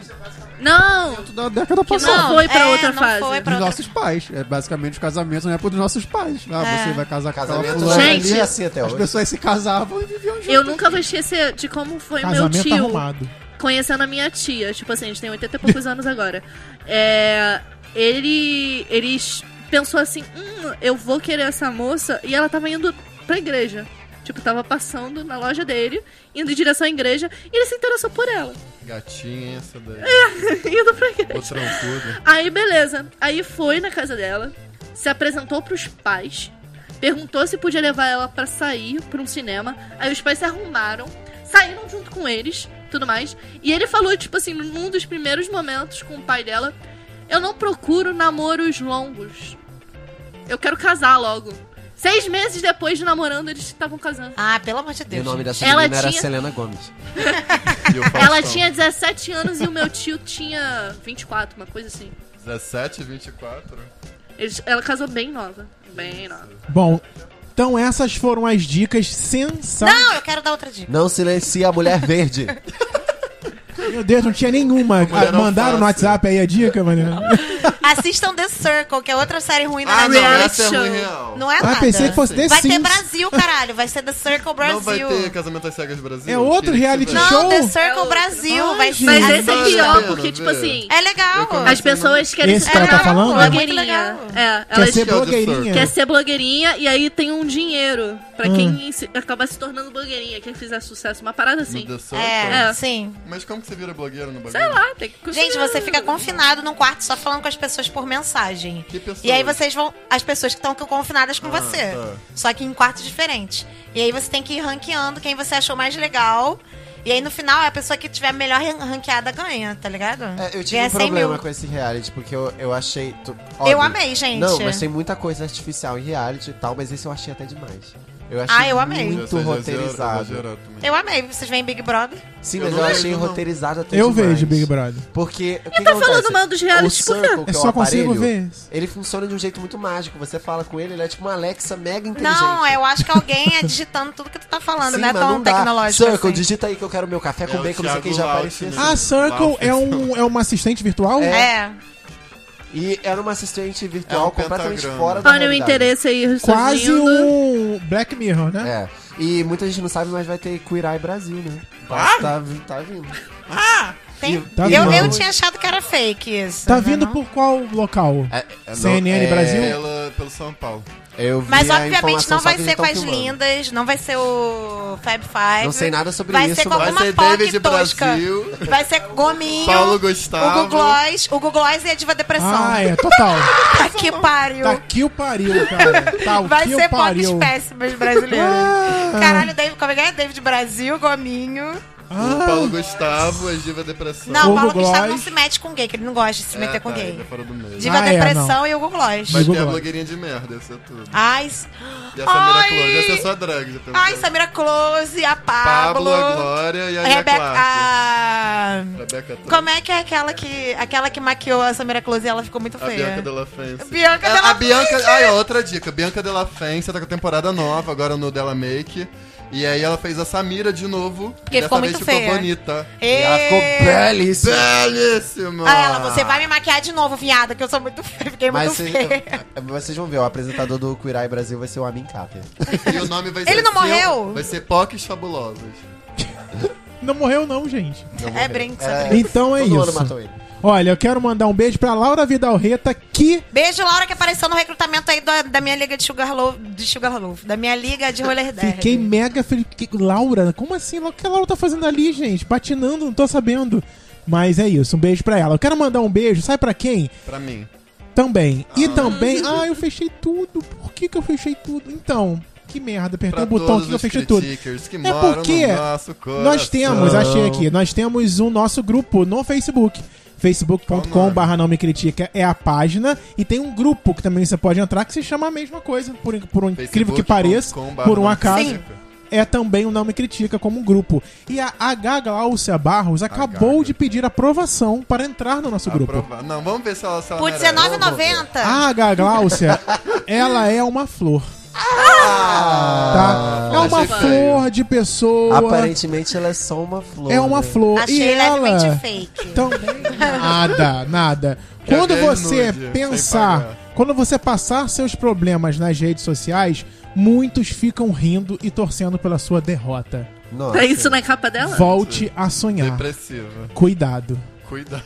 [SPEAKER 7] Não!
[SPEAKER 1] Da década
[SPEAKER 7] Que
[SPEAKER 1] passada.
[SPEAKER 7] não foi pra
[SPEAKER 6] é,
[SPEAKER 7] outra
[SPEAKER 6] não
[SPEAKER 7] fase.
[SPEAKER 6] Foi
[SPEAKER 1] Dos
[SPEAKER 6] pra outra...
[SPEAKER 1] nossos pais. É basicamente os casamentos na época dos é nossos pais. Ah,
[SPEAKER 6] É.
[SPEAKER 1] você vai casar
[SPEAKER 3] Tá
[SPEAKER 1] com aquela
[SPEAKER 4] Casamento
[SPEAKER 1] fulana.
[SPEAKER 7] Gente,
[SPEAKER 4] ali é assim até
[SPEAKER 1] As
[SPEAKER 4] hoje.
[SPEAKER 1] pessoas se casavam e viviam juntas.
[SPEAKER 7] Eu nunca vou esquecer de como foi o meu
[SPEAKER 5] Casamento
[SPEAKER 7] tio
[SPEAKER 5] arrumado.
[SPEAKER 7] conhecendo a minha tia. Tipo assim, a gente tem 80 e poucos anos agora. É, ele, ele s- pensou assim: hum, eu vou querer essa moça. E ela tava indo pra igreja. Tipo, tava passando na loja dele, indo em direção à igreja. E ele se interessou por ela. [laughs]
[SPEAKER 3] Gatinha essa daí.
[SPEAKER 7] indo pra igreja.
[SPEAKER 3] O troncudo.
[SPEAKER 7] Aí, beleza. Aí foi na casa dela, se apresentou pros pais, perguntou se podia levar ela pra sair pra um cinema. Aí os pais se arrumaram, saíram junto com eles, tudo mais. E ele falou, tipo assim, num dos primeiros momentos com o pai dela: Eu não procuro namoros longos. Eu quero casar logo. Seis meses depois de namorando, eles estavam casando.
[SPEAKER 6] Ah, pelo amor de
[SPEAKER 4] E o
[SPEAKER 6] Deus.
[SPEAKER 4] nome é dessa
[SPEAKER 7] Ela
[SPEAKER 4] menina era
[SPEAKER 7] tinha-
[SPEAKER 4] Selena Gomes.
[SPEAKER 3] E o
[SPEAKER 7] Ela
[SPEAKER 3] Faustão.
[SPEAKER 7] tinha 17 anos e o meu tio tinha 24, uma coisa assim.
[SPEAKER 3] 17, 24.
[SPEAKER 7] Eles- ela casou bem nova. Bem nova.
[SPEAKER 5] Bom, então essas foram as dicas sensacionais.
[SPEAKER 6] Não, eu quero dar outra dica.
[SPEAKER 4] Não silencia a mulher verde.
[SPEAKER 5] Meu Deus, não tinha nenhuma.
[SPEAKER 3] Mulher
[SPEAKER 5] Ah,
[SPEAKER 3] não
[SPEAKER 5] mandaram no
[SPEAKER 3] fácil.
[SPEAKER 5] WhatsApp aí a dica, mano.
[SPEAKER 6] Assistam The Circle, que é outra série ruim da
[SPEAKER 3] Ah, não,
[SPEAKER 6] Netflix.
[SPEAKER 3] essa é
[SPEAKER 7] show.
[SPEAKER 3] ruim real.
[SPEAKER 6] Não é
[SPEAKER 5] Ah,
[SPEAKER 6] nada.
[SPEAKER 5] pensei que fosse The
[SPEAKER 6] Vai ter
[SPEAKER 5] Sims.
[SPEAKER 6] Brasil, caralho. Vai ser The Circle
[SPEAKER 7] é
[SPEAKER 3] Não vai
[SPEAKER 6] Brasil.
[SPEAKER 3] ter Casamento às Cegas Brasil?
[SPEAKER 5] É outro
[SPEAKER 3] Que-
[SPEAKER 5] reality
[SPEAKER 3] que-
[SPEAKER 6] Não,
[SPEAKER 5] Show.
[SPEAKER 6] The
[SPEAKER 7] É
[SPEAKER 6] Circle
[SPEAKER 7] outro.
[SPEAKER 6] Brasil
[SPEAKER 5] Ai,
[SPEAKER 6] vai
[SPEAKER 5] gente.
[SPEAKER 6] ser.
[SPEAKER 7] Mas
[SPEAKER 3] Mas
[SPEAKER 7] esse é
[SPEAKER 3] vale a
[SPEAKER 7] pior,
[SPEAKER 3] pena
[SPEAKER 7] porque, tipo
[SPEAKER 3] ver.
[SPEAKER 7] assim,
[SPEAKER 6] É legal.
[SPEAKER 7] as pessoas querem
[SPEAKER 5] Esse
[SPEAKER 7] ser
[SPEAKER 5] que ela tá
[SPEAKER 7] é,
[SPEAKER 5] falando?
[SPEAKER 6] É
[SPEAKER 7] blogueirinha.
[SPEAKER 6] muito legal.
[SPEAKER 7] É,
[SPEAKER 5] Quer
[SPEAKER 7] elas
[SPEAKER 5] ser
[SPEAKER 3] que é o The
[SPEAKER 5] blogueirinha?
[SPEAKER 7] quer ser blogueirinha e aí tem um dinheiro pra
[SPEAKER 5] Hum.
[SPEAKER 7] quem se- acabar se tornando blogueirinha, quem fizer sucesso, uma parada
[SPEAKER 3] No
[SPEAKER 7] assim.
[SPEAKER 3] The Circle.
[SPEAKER 6] É,
[SPEAKER 7] É.
[SPEAKER 6] sim.
[SPEAKER 3] Mas como que você vira blogueiro no bagulho?
[SPEAKER 7] Sei lá, tem que
[SPEAKER 6] Gente, você fica
[SPEAKER 7] com
[SPEAKER 6] confinado num quarto só falando com as pessoas por mensagem.
[SPEAKER 3] Que pessoas?
[SPEAKER 6] E aí vocês vão. As pessoas que estão confinadas com
[SPEAKER 3] Ah,
[SPEAKER 6] você.
[SPEAKER 3] tá.
[SPEAKER 6] Só que em quartos diferentes. E aí você tem que ir ranqueando quem você achou mais legal. E aí no final a pessoa que tiver melhor ran- ranqueada ganha, tá ligado?
[SPEAKER 4] [laughs] É, eu tive
[SPEAKER 6] ganha
[SPEAKER 4] um
[SPEAKER 6] 100
[SPEAKER 4] problema
[SPEAKER 6] mil.
[SPEAKER 4] com esse reality, porque eu, eu achei. tu- óbvio.
[SPEAKER 6] amei, gente.
[SPEAKER 4] Não, mas tem muita coisa artificial em reality e tal, mas esse eu achei até demais. Eu achei
[SPEAKER 6] Ah, eu amei.
[SPEAKER 3] Eu
[SPEAKER 4] muito
[SPEAKER 3] sou exagero-
[SPEAKER 4] roteirizado.
[SPEAKER 3] exagerado também.
[SPEAKER 6] Eu amei. Vocês veem Big Brother?
[SPEAKER 4] Sim,
[SPEAKER 3] Eu
[SPEAKER 4] mas
[SPEAKER 3] não
[SPEAKER 4] eu,
[SPEAKER 3] vejo,
[SPEAKER 4] achei
[SPEAKER 3] não.
[SPEAKER 4] roteirizado até
[SPEAKER 5] Eu
[SPEAKER 4] demais.
[SPEAKER 5] vejo Big Brother.
[SPEAKER 4] Porque. E
[SPEAKER 7] tá falando mal dos realities, por quê?
[SPEAKER 5] Eu só consigo ver esse.
[SPEAKER 4] é Ele funciona de um jeito muito mágico. Você fala com ele, ele é tipo uma Alexa mega inteligente.
[SPEAKER 6] Não, é um eu acho que alguém é digitando tudo que tu tá falando,
[SPEAKER 4] Sim,
[SPEAKER 6] né?
[SPEAKER 4] mas
[SPEAKER 6] Tão
[SPEAKER 4] não dá.
[SPEAKER 6] tecnológico.
[SPEAKER 4] Circle,
[SPEAKER 6] assim.
[SPEAKER 4] digita aí que eu quero meu café com
[SPEAKER 3] É o
[SPEAKER 4] bacon, não sei o que,
[SPEAKER 3] Thiago
[SPEAKER 4] já
[SPEAKER 3] Laut,
[SPEAKER 4] apareceu.
[SPEAKER 3] né?
[SPEAKER 5] A Circle é, um, é uma assistente virtual?
[SPEAKER 6] É.
[SPEAKER 4] E era uma assistente virtual
[SPEAKER 3] É um
[SPEAKER 4] completamente
[SPEAKER 3] pentagrama.
[SPEAKER 4] fora da
[SPEAKER 7] Olha o
[SPEAKER 4] realidade.
[SPEAKER 7] interesse aí,
[SPEAKER 5] Quase
[SPEAKER 7] surgindo.
[SPEAKER 5] um Black Mirror, né?
[SPEAKER 4] É. E muita gente não sabe, mas vai ter Queer Eye Brasil, né? Tá, tá, vi- tá vindo.
[SPEAKER 6] Tem...
[SPEAKER 5] Tá
[SPEAKER 6] eu,
[SPEAKER 5] vindo.
[SPEAKER 6] eu tinha achado que era fake isso.
[SPEAKER 5] Tá
[SPEAKER 6] né,
[SPEAKER 5] vindo
[SPEAKER 6] não?
[SPEAKER 5] por qual local?
[SPEAKER 4] É, é,
[SPEAKER 5] CNN
[SPEAKER 4] é,
[SPEAKER 5] Brasil?
[SPEAKER 3] Pela, pelo São Paulo.
[SPEAKER 4] Eu vi
[SPEAKER 6] Mas
[SPEAKER 4] a
[SPEAKER 6] obviamente
[SPEAKER 4] informação
[SPEAKER 6] não
[SPEAKER 4] só
[SPEAKER 6] vai
[SPEAKER 4] que eles
[SPEAKER 6] ser
[SPEAKER 4] tão
[SPEAKER 6] com as
[SPEAKER 4] filmando.
[SPEAKER 6] lindas, não vai ser o Fab Five.
[SPEAKER 4] Não sei nada sobre
[SPEAKER 6] vai
[SPEAKER 4] isso.
[SPEAKER 6] Ser com
[SPEAKER 4] mas-
[SPEAKER 3] Vai
[SPEAKER 6] alguma
[SPEAKER 3] ser
[SPEAKER 6] POC
[SPEAKER 3] David
[SPEAKER 6] tosca.
[SPEAKER 3] Brasil.
[SPEAKER 6] Vai ser Gominho,
[SPEAKER 3] Paulo
[SPEAKER 6] o
[SPEAKER 3] Gustavo.
[SPEAKER 6] Hugo Gloss, o Hugo Gloss e a Diva Depressão.
[SPEAKER 5] Ah,
[SPEAKER 6] [laughs]
[SPEAKER 5] é, total.
[SPEAKER 6] Tá que pariu.
[SPEAKER 5] Tá aqui o pariu, cara.
[SPEAKER 6] [laughs]
[SPEAKER 5] Tá o
[SPEAKER 6] vai
[SPEAKER 5] que
[SPEAKER 6] ser
[SPEAKER 5] o pariu.
[SPEAKER 6] POCs péssimas brasileiras. Caralho, David, como é que é? David Brasil, Gominho.
[SPEAKER 5] Ah.
[SPEAKER 3] O Paulo Gustavo, a Diva Depressão.
[SPEAKER 6] Não,
[SPEAKER 5] Hugo
[SPEAKER 6] o Paulo Gustavo
[SPEAKER 5] Gloss.
[SPEAKER 6] não se mete com gay, que ele não gosta de se
[SPEAKER 3] É,
[SPEAKER 6] meter com
[SPEAKER 3] tá,
[SPEAKER 6] gay.
[SPEAKER 3] ele é fora do meio.
[SPEAKER 6] Diva
[SPEAKER 5] Ah, é,
[SPEAKER 6] Depressão e Hugo Gloss.
[SPEAKER 3] Vai ter a
[SPEAKER 5] Google.
[SPEAKER 3] blogueirinha de merda, isso é tudo.
[SPEAKER 6] Ai, s-
[SPEAKER 3] E a Samira
[SPEAKER 6] Ai.
[SPEAKER 3] Close, essa é só drag. Já
[SPEAKER 6] ai,
[SPEAKER 3] pensou?
[SPEAKER 6] Samira Close, a Pablo,
[SPEAKER 3] Pablo, a Glória e a
[SPEAKER 6] a
[SPEAKER 3] Lia
[SPEAKER 6] Rebeca.
[SPEAKER 3] Clark.
[SPEAKER 6] a-
[SPEAKER 3] Rebeca Trump.
[SPEAKER 6] Como é que é aquela que, aquela que maquiou a Samira Close e ela ficou muito
[SPEAKER 3] A Bianca
[SPEAKER 6] feia?
[SPEAKER 3] Della Fence.
[SPEAKER 6] Bianca
[SPEAKER 3] É,
[SPEAKER 6] Della
[SPEAKER 3] a Bianca. Ah, é outra dica. Bianca Della Fence tá com a temporada nova, agora no Della Make. E aí ela fez a Samira de novo.
[SPEAKER 6] Porque
[SPEAKER 3] e
[SPEAKER 6] ficou
[SPEAKER 3] dessa vez
[SPEAKER 6] muito
[SPEAKER 3] ficou
[SPEAKER 6] feia.
[SPEAKER 3] bonita.
[SPEAKER 4] E Ela ah, ficou
[SPEAKER 6] Ê!
[SPEAKER 4] belíssima.
[SPEAKER 3] Belíssima!
[SPEAKER 6] Ah, ela, você vai me maquiar de novo, viada, que eu sou muito [laughs] feia, fiquei
[SPEAKER 4] Mas
[SPEAKER 6] muito
[SPEAKER 4] cê-
[SPEAKER 6] feia.
[SPEAKER 4] vocês vão ver, o apresentador do Queer Eye Brasil vai ser o Amin Kater.
[SPEAKER 3] E o nome vai ser.
[SPEAKER 6] Ele não morreu?
[SPEAKER 3] Vai ser Pocs Fabulosas.
[SPEAKER 5] Não morreu, não, gente.
[SPEAKER 6] É brinco,
[SPEAKER 4] É.
[SPEAKER 6] é. brinco.
[SPEAKER 5] Então é
[SPEAKER 4] Todo ano
[SPEAKER 5] isso.
[SPEAKER 4] matou ele.
[SPEAKER 5] Olha, eu quero mandar um beijo pra Laura Vidal Reta, que
[SPEAKER 6] Beijo, Laura, que apareceu no recrutamento aí da, da minha liga de Sugarloaf, de Sugarloaf, da minha liga de Roller Derby.
[SPEAKER 5] fiquei mega feliz. Que- Laura, como assim? O que a Laura tá fazendo ali, gente? Patinando, não tô sabendo. Mas é isso, um beijo pra ela. Eu quero mandar um beijo, sabe pra quem?
[SPEAKER 3] Pra mim.
[SPEAKER 5] Também. E também. Ah, eu fechei tudo. Por que, que eu fechei tudo? Então, que merda, apertei
[SPEAKER 3] Pra
[SPEAKER 5] o botão
[SPEAKER 3] todos
[SPEAKER 5] aqui que eu
[SPEAKER 3] os
[SPEAKER 5] fechei tudo.
[SPEAKER 3] critiquers que
[SPEAKER 5] É
[SPEAKER 3] moram
[SPEAKER 5] porque
[SPEAKER 3] no nosso coração.
[SPEAKER 5] Nós temos, achei aqui, nós temos um nosso grupo no Facebook. facebook.com barra não me critica é a página e tem um grupo que também você pode entrar que se chama a mesma coisa, por, in- por um incrível que pareça,
[SPEAKER 3] Facebook.com.br
[SPEAKER 5] por um acaso,
[SPEAKER 3] Sim.
[SPEAKER 5] é também o Não Me Critica como um grupo. E a H. Glaucia Barros acabou
[SPEAKER 3] Gaga.
[SPEAKER 5] de pedir aprovação para entrar no nosso grupo.
[SPEAKER 3] Aprova- Não, vamos ver se ela se ela
[SPEAKER 6] Por
[SPEAKER 3] merece.
[SPEAKER 6] R$19,90.
[SPEAKER 5] A H.
[SPEAKER 3] [laughs]
[SPEAKER 5] Glaucia, ela é uma flor. Tá? É uma
[SPEAKER 3] Ah! Achei
[SPEAKER 5] flor de pessoa.
[SPEAKER 4] Aparentemente ela é só uma flor.
[SPEAKER 5] É uma
[SPEAKER 4] né?
[SPEAKER 5] flor. e
[SPEAKER 6] Achei
[SPEAKER 5] ela...
[SPEAKER 6] levemente fake.
[SPEAKER 5] Também Então, nada, nada.
[SPEAKER 3] Quer
[SPEAKER 5] Quando
[SPEAKER 3] ver
[SPEAKER 5] você
[SPEAKER 3] nude, sem
[SPEAKER 5] pensar,
[SPEAKER 3] pagar.
[SPEAKER 5] quando você passar seus problemas nas redes sociais, muitos ficam rindo e torcendo pela sua derrota.
[SPEAKER 4] Nossa.
[SPEAKER 6] É
[SPEAKER 7] Tá
[SPEAKER 6] né?
[SPEAKER 7] isso na capa dela?
[SPEAKER 5] Volte a sonhar.
[SPEAKER 3] Depressiva.
[SPEAKER 5] Cuidado,
[SPEAKER 3] Cuidado.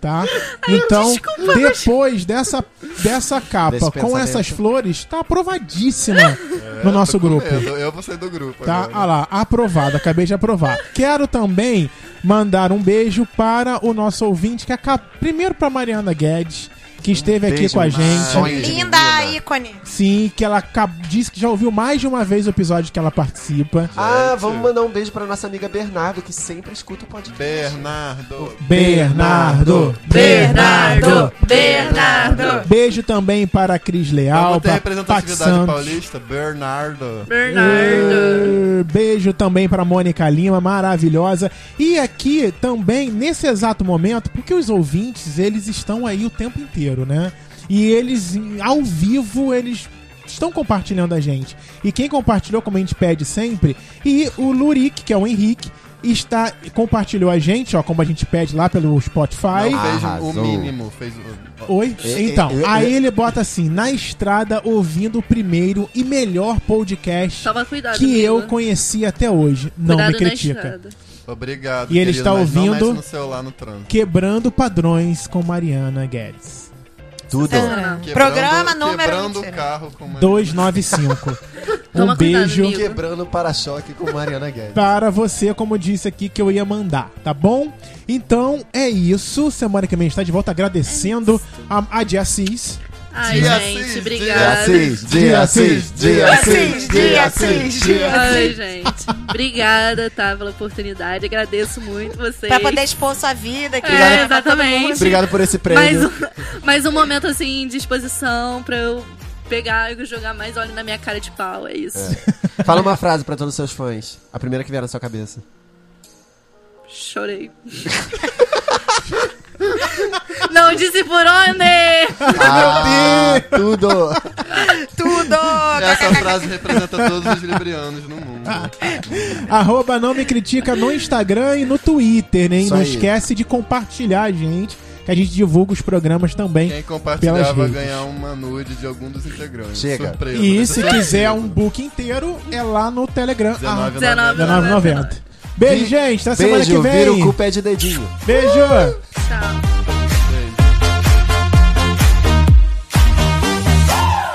[SPEAKER 5] tá? Então, depois dessa, dessa
[SPEAKER 4] Desse
[SPEAKER 5] capa com
[SPEAKER 4] pensamento.
[SPEAKER 5] essas flores,
[SPEAKER 3] [laughs]
[SPEAKER 5] tá aprovadíssima no
[SPEAKER 3] Tô
[SPEAKER 5] nosso
[SPEAKER 3] É, tá com
[SPEAKER 5] grupo.
[SPEAKER 3] medo, Eu vou sair do grupo
[SPEAKER 5] Tá,
[SPEAKER 3] agora.
[SPEAKER 5] ah lá, aprovado, acabei de aprovar. Quero também mandar um beijo para o nosso ouvinte, que acaba. Primeiro para Mariana Guedes,
[SPEAKER 3] Um
[SPEAKER 5] que esteve aqui
[SPEAKER 4] beijo,
[SPEAKER 5] com a
[SPEAKER 4] Mari.
[SPEAKER 5] gente.
[SPEAKER 4] Sonho de
[SPEAKER 6] Linda ícone.
[SPEAKER 5] Sim, que ela ca- disse que já ouviu mais de uma vez o episódio que ela participa.
[SPEAKER 4] Ah,
[SPEAKER 3] Gente.
[SPEAKER 4] vamos mandar um beijo pra nossa amiga Bernardo, que sempre escuta o podcast.
[SPEAKER 3] Bernardo.
[SPEAKER 5] Bernardo!
[SPEAKER 7] Bernardo! Bernardo!
[SPEAKER 5] Beijo também para a Cris Leal,
[SPEAKER 3] Vamos ter
[SPEAKER 5] para Paty
[SPEAKER 3] representatividade
[SPEAKER 5] Santos.
[SPEAKER 3] paulista? Bernardo.
[SPEAKER 7] Bernardo!
[SPEAKER 5] Beijo também pra Mônica Lima, maravilhosa. E aqui também, nesse exato momento, porque os ouvintes, eles estão aí o tempo inteiro, né? E eles, em- ao vivo, eles estão compartilhando a gente. E quem compartilhou, como a gente pede sempre, e o Lurik, que é o Henrique, está compartilhou a gente, ó, como a gente pede lá pelo Spotify.
[SPEAKER 3] Não fez
[SPEAKER 4] Arrasou.
[SPEAKER 3] o mínimo. Fez o...
[SPEAKER 5] Oi?
[SPEAKER 4] É,
[SPEAKER 5] Então,
[SPEAKER 4] é, é,
[SPEAKER 5] aí
[SPEAKER 4] é.
[SPEAKER 5] ele bota assim, na estrada ouvindo o primeiro e melhor podcast
[SPEAKER 7] Toma cuidado.
[SPEAKER 5] que eu
[SPEAKER 7] menino.
[SPEAKER 5] conheci até hoje. Não
[SPEAKER 7] Cuidado
[SPEAKER 5] me
[SPEAKER 7] na
[SPEAKER 5] critica.
[SPEAKER 7] estrada.
[SPEAKER 3] Obrigado.
[SPEAKER 5] E ele
[SPEAKER 3] querido,
[SPEAKER 5] está
[SPEAKER 3] mas não mexe
[SPEAKER 5] ouvindo-
[SPEAKER 3] no celular no trânsito.
[SPEAKER 5] Quebrando padrões com Mariana Guedes.
[SPEAKER 4] Tudo.
[SPEAKER 3] Quebrando-
[SPEAKER 6] Programa número-
[SPEAKER 3] Quebrando o
[SPEAKER 6] mentira.
[SPEAKER 3] carro com uma...
[SPEAKER 4] [laughs]
[SPEAKER 5] 295. um
[SPEAKER 7] Toma cuidado,
[SPEAKER 5] beijo
[SPEAKER 7] amigo.
[SPEAKER 4] Quebrando o para-choque com Mariana Guedes.
[SPEAKER 5] para você, como disse aqui que eu ia mandar, tá bom? Então é isso. Semana que vem a gente tá de volta
[SPEAKER 7] É
[SPEAKER 5] agradecendo a, a de Assis.
[SPEAKER 7] Ai,
[SPEAKER 3] Dia
[SPEAKER 7] gente,
[SPEAKER 3] seis,
[SPEAKER 7] obrigada.
[SPEAKER 4] dia 6, dia 6, dia 6, dia
[SPEAKER 7] Ai, gente. [laughs] Obrigada, tá, pela oportunidade. Agradeço muito vocês.
[SPEAKER 6] Pra poder expor sua vida aqui.
[SPEAKER 7] É,
[SPEAKER 6] pra todo mundo.
[SPEAKER 7] exatamente.
[SPEAKER 4] Obrigado por esse
[SPEAKER 7] Mais
[SPEAKER 4] prêmio.
[SPEAKER 7] um, mais um momento, assim, de exposição pra eu pegar e jogar mais óleo na minha cara de pau. É isso.
[SPEAKER 4] Fala uma frase pra todos os seus fãs. A primeira que vier na sua [laughs] cabeça.
[SPEAKER 7] Chorei. [laughs] Não disse por onde!
[SPEAKER 4] Ah, tudo.
[SPEAKER 6] Tudo!
[SPEAKER 3] Essa frase representa todos os librianos no mundo.
[SPEAKER 5] Arroba não me critica no Instagram e no Twitter, né? E
[SPEAKER 4] Isso
[SPEAKER 5] não
[SPEAKER 4] aí.
[SPEAKER 5] esquece de compartilhar a gente, que a gente divulga os programas também.
[SPEAKER 3] Quem compartilhar
[SPEAKER 5] Pelas
[SPEAKER 3] vai
[SPEAKER 5] redes.
[SPEAKER 3] ganhar um uma nude de algum dos integrantes.
[SPEAKER 4] Chega.
[SPEAKER 3] Surpresa.
[SPEAKER 5] E
[SPEAKER 3] Vai
[SPEAKER 5] se
[SPEAKER 3] ser
[SPEAKER 5] quiser um
[SPEAKER 3] surpresa.
[SPEAKER 5] book inteiro, é lá no Telegram. Ah,
[SPEAKER 3] 19,90.
[SPEAKER 7] 19,90.
[SPEAKER 5] 19,90. Beijo, gente. Até semana que
[SPEAKER 4] Beijo,
[SPEAKER 5] vem.
[SPEAKER 4] vira o cu, pé de dedinho.
[SPEAKER 5] Beijo.
[SPEAKER 7] Tchau.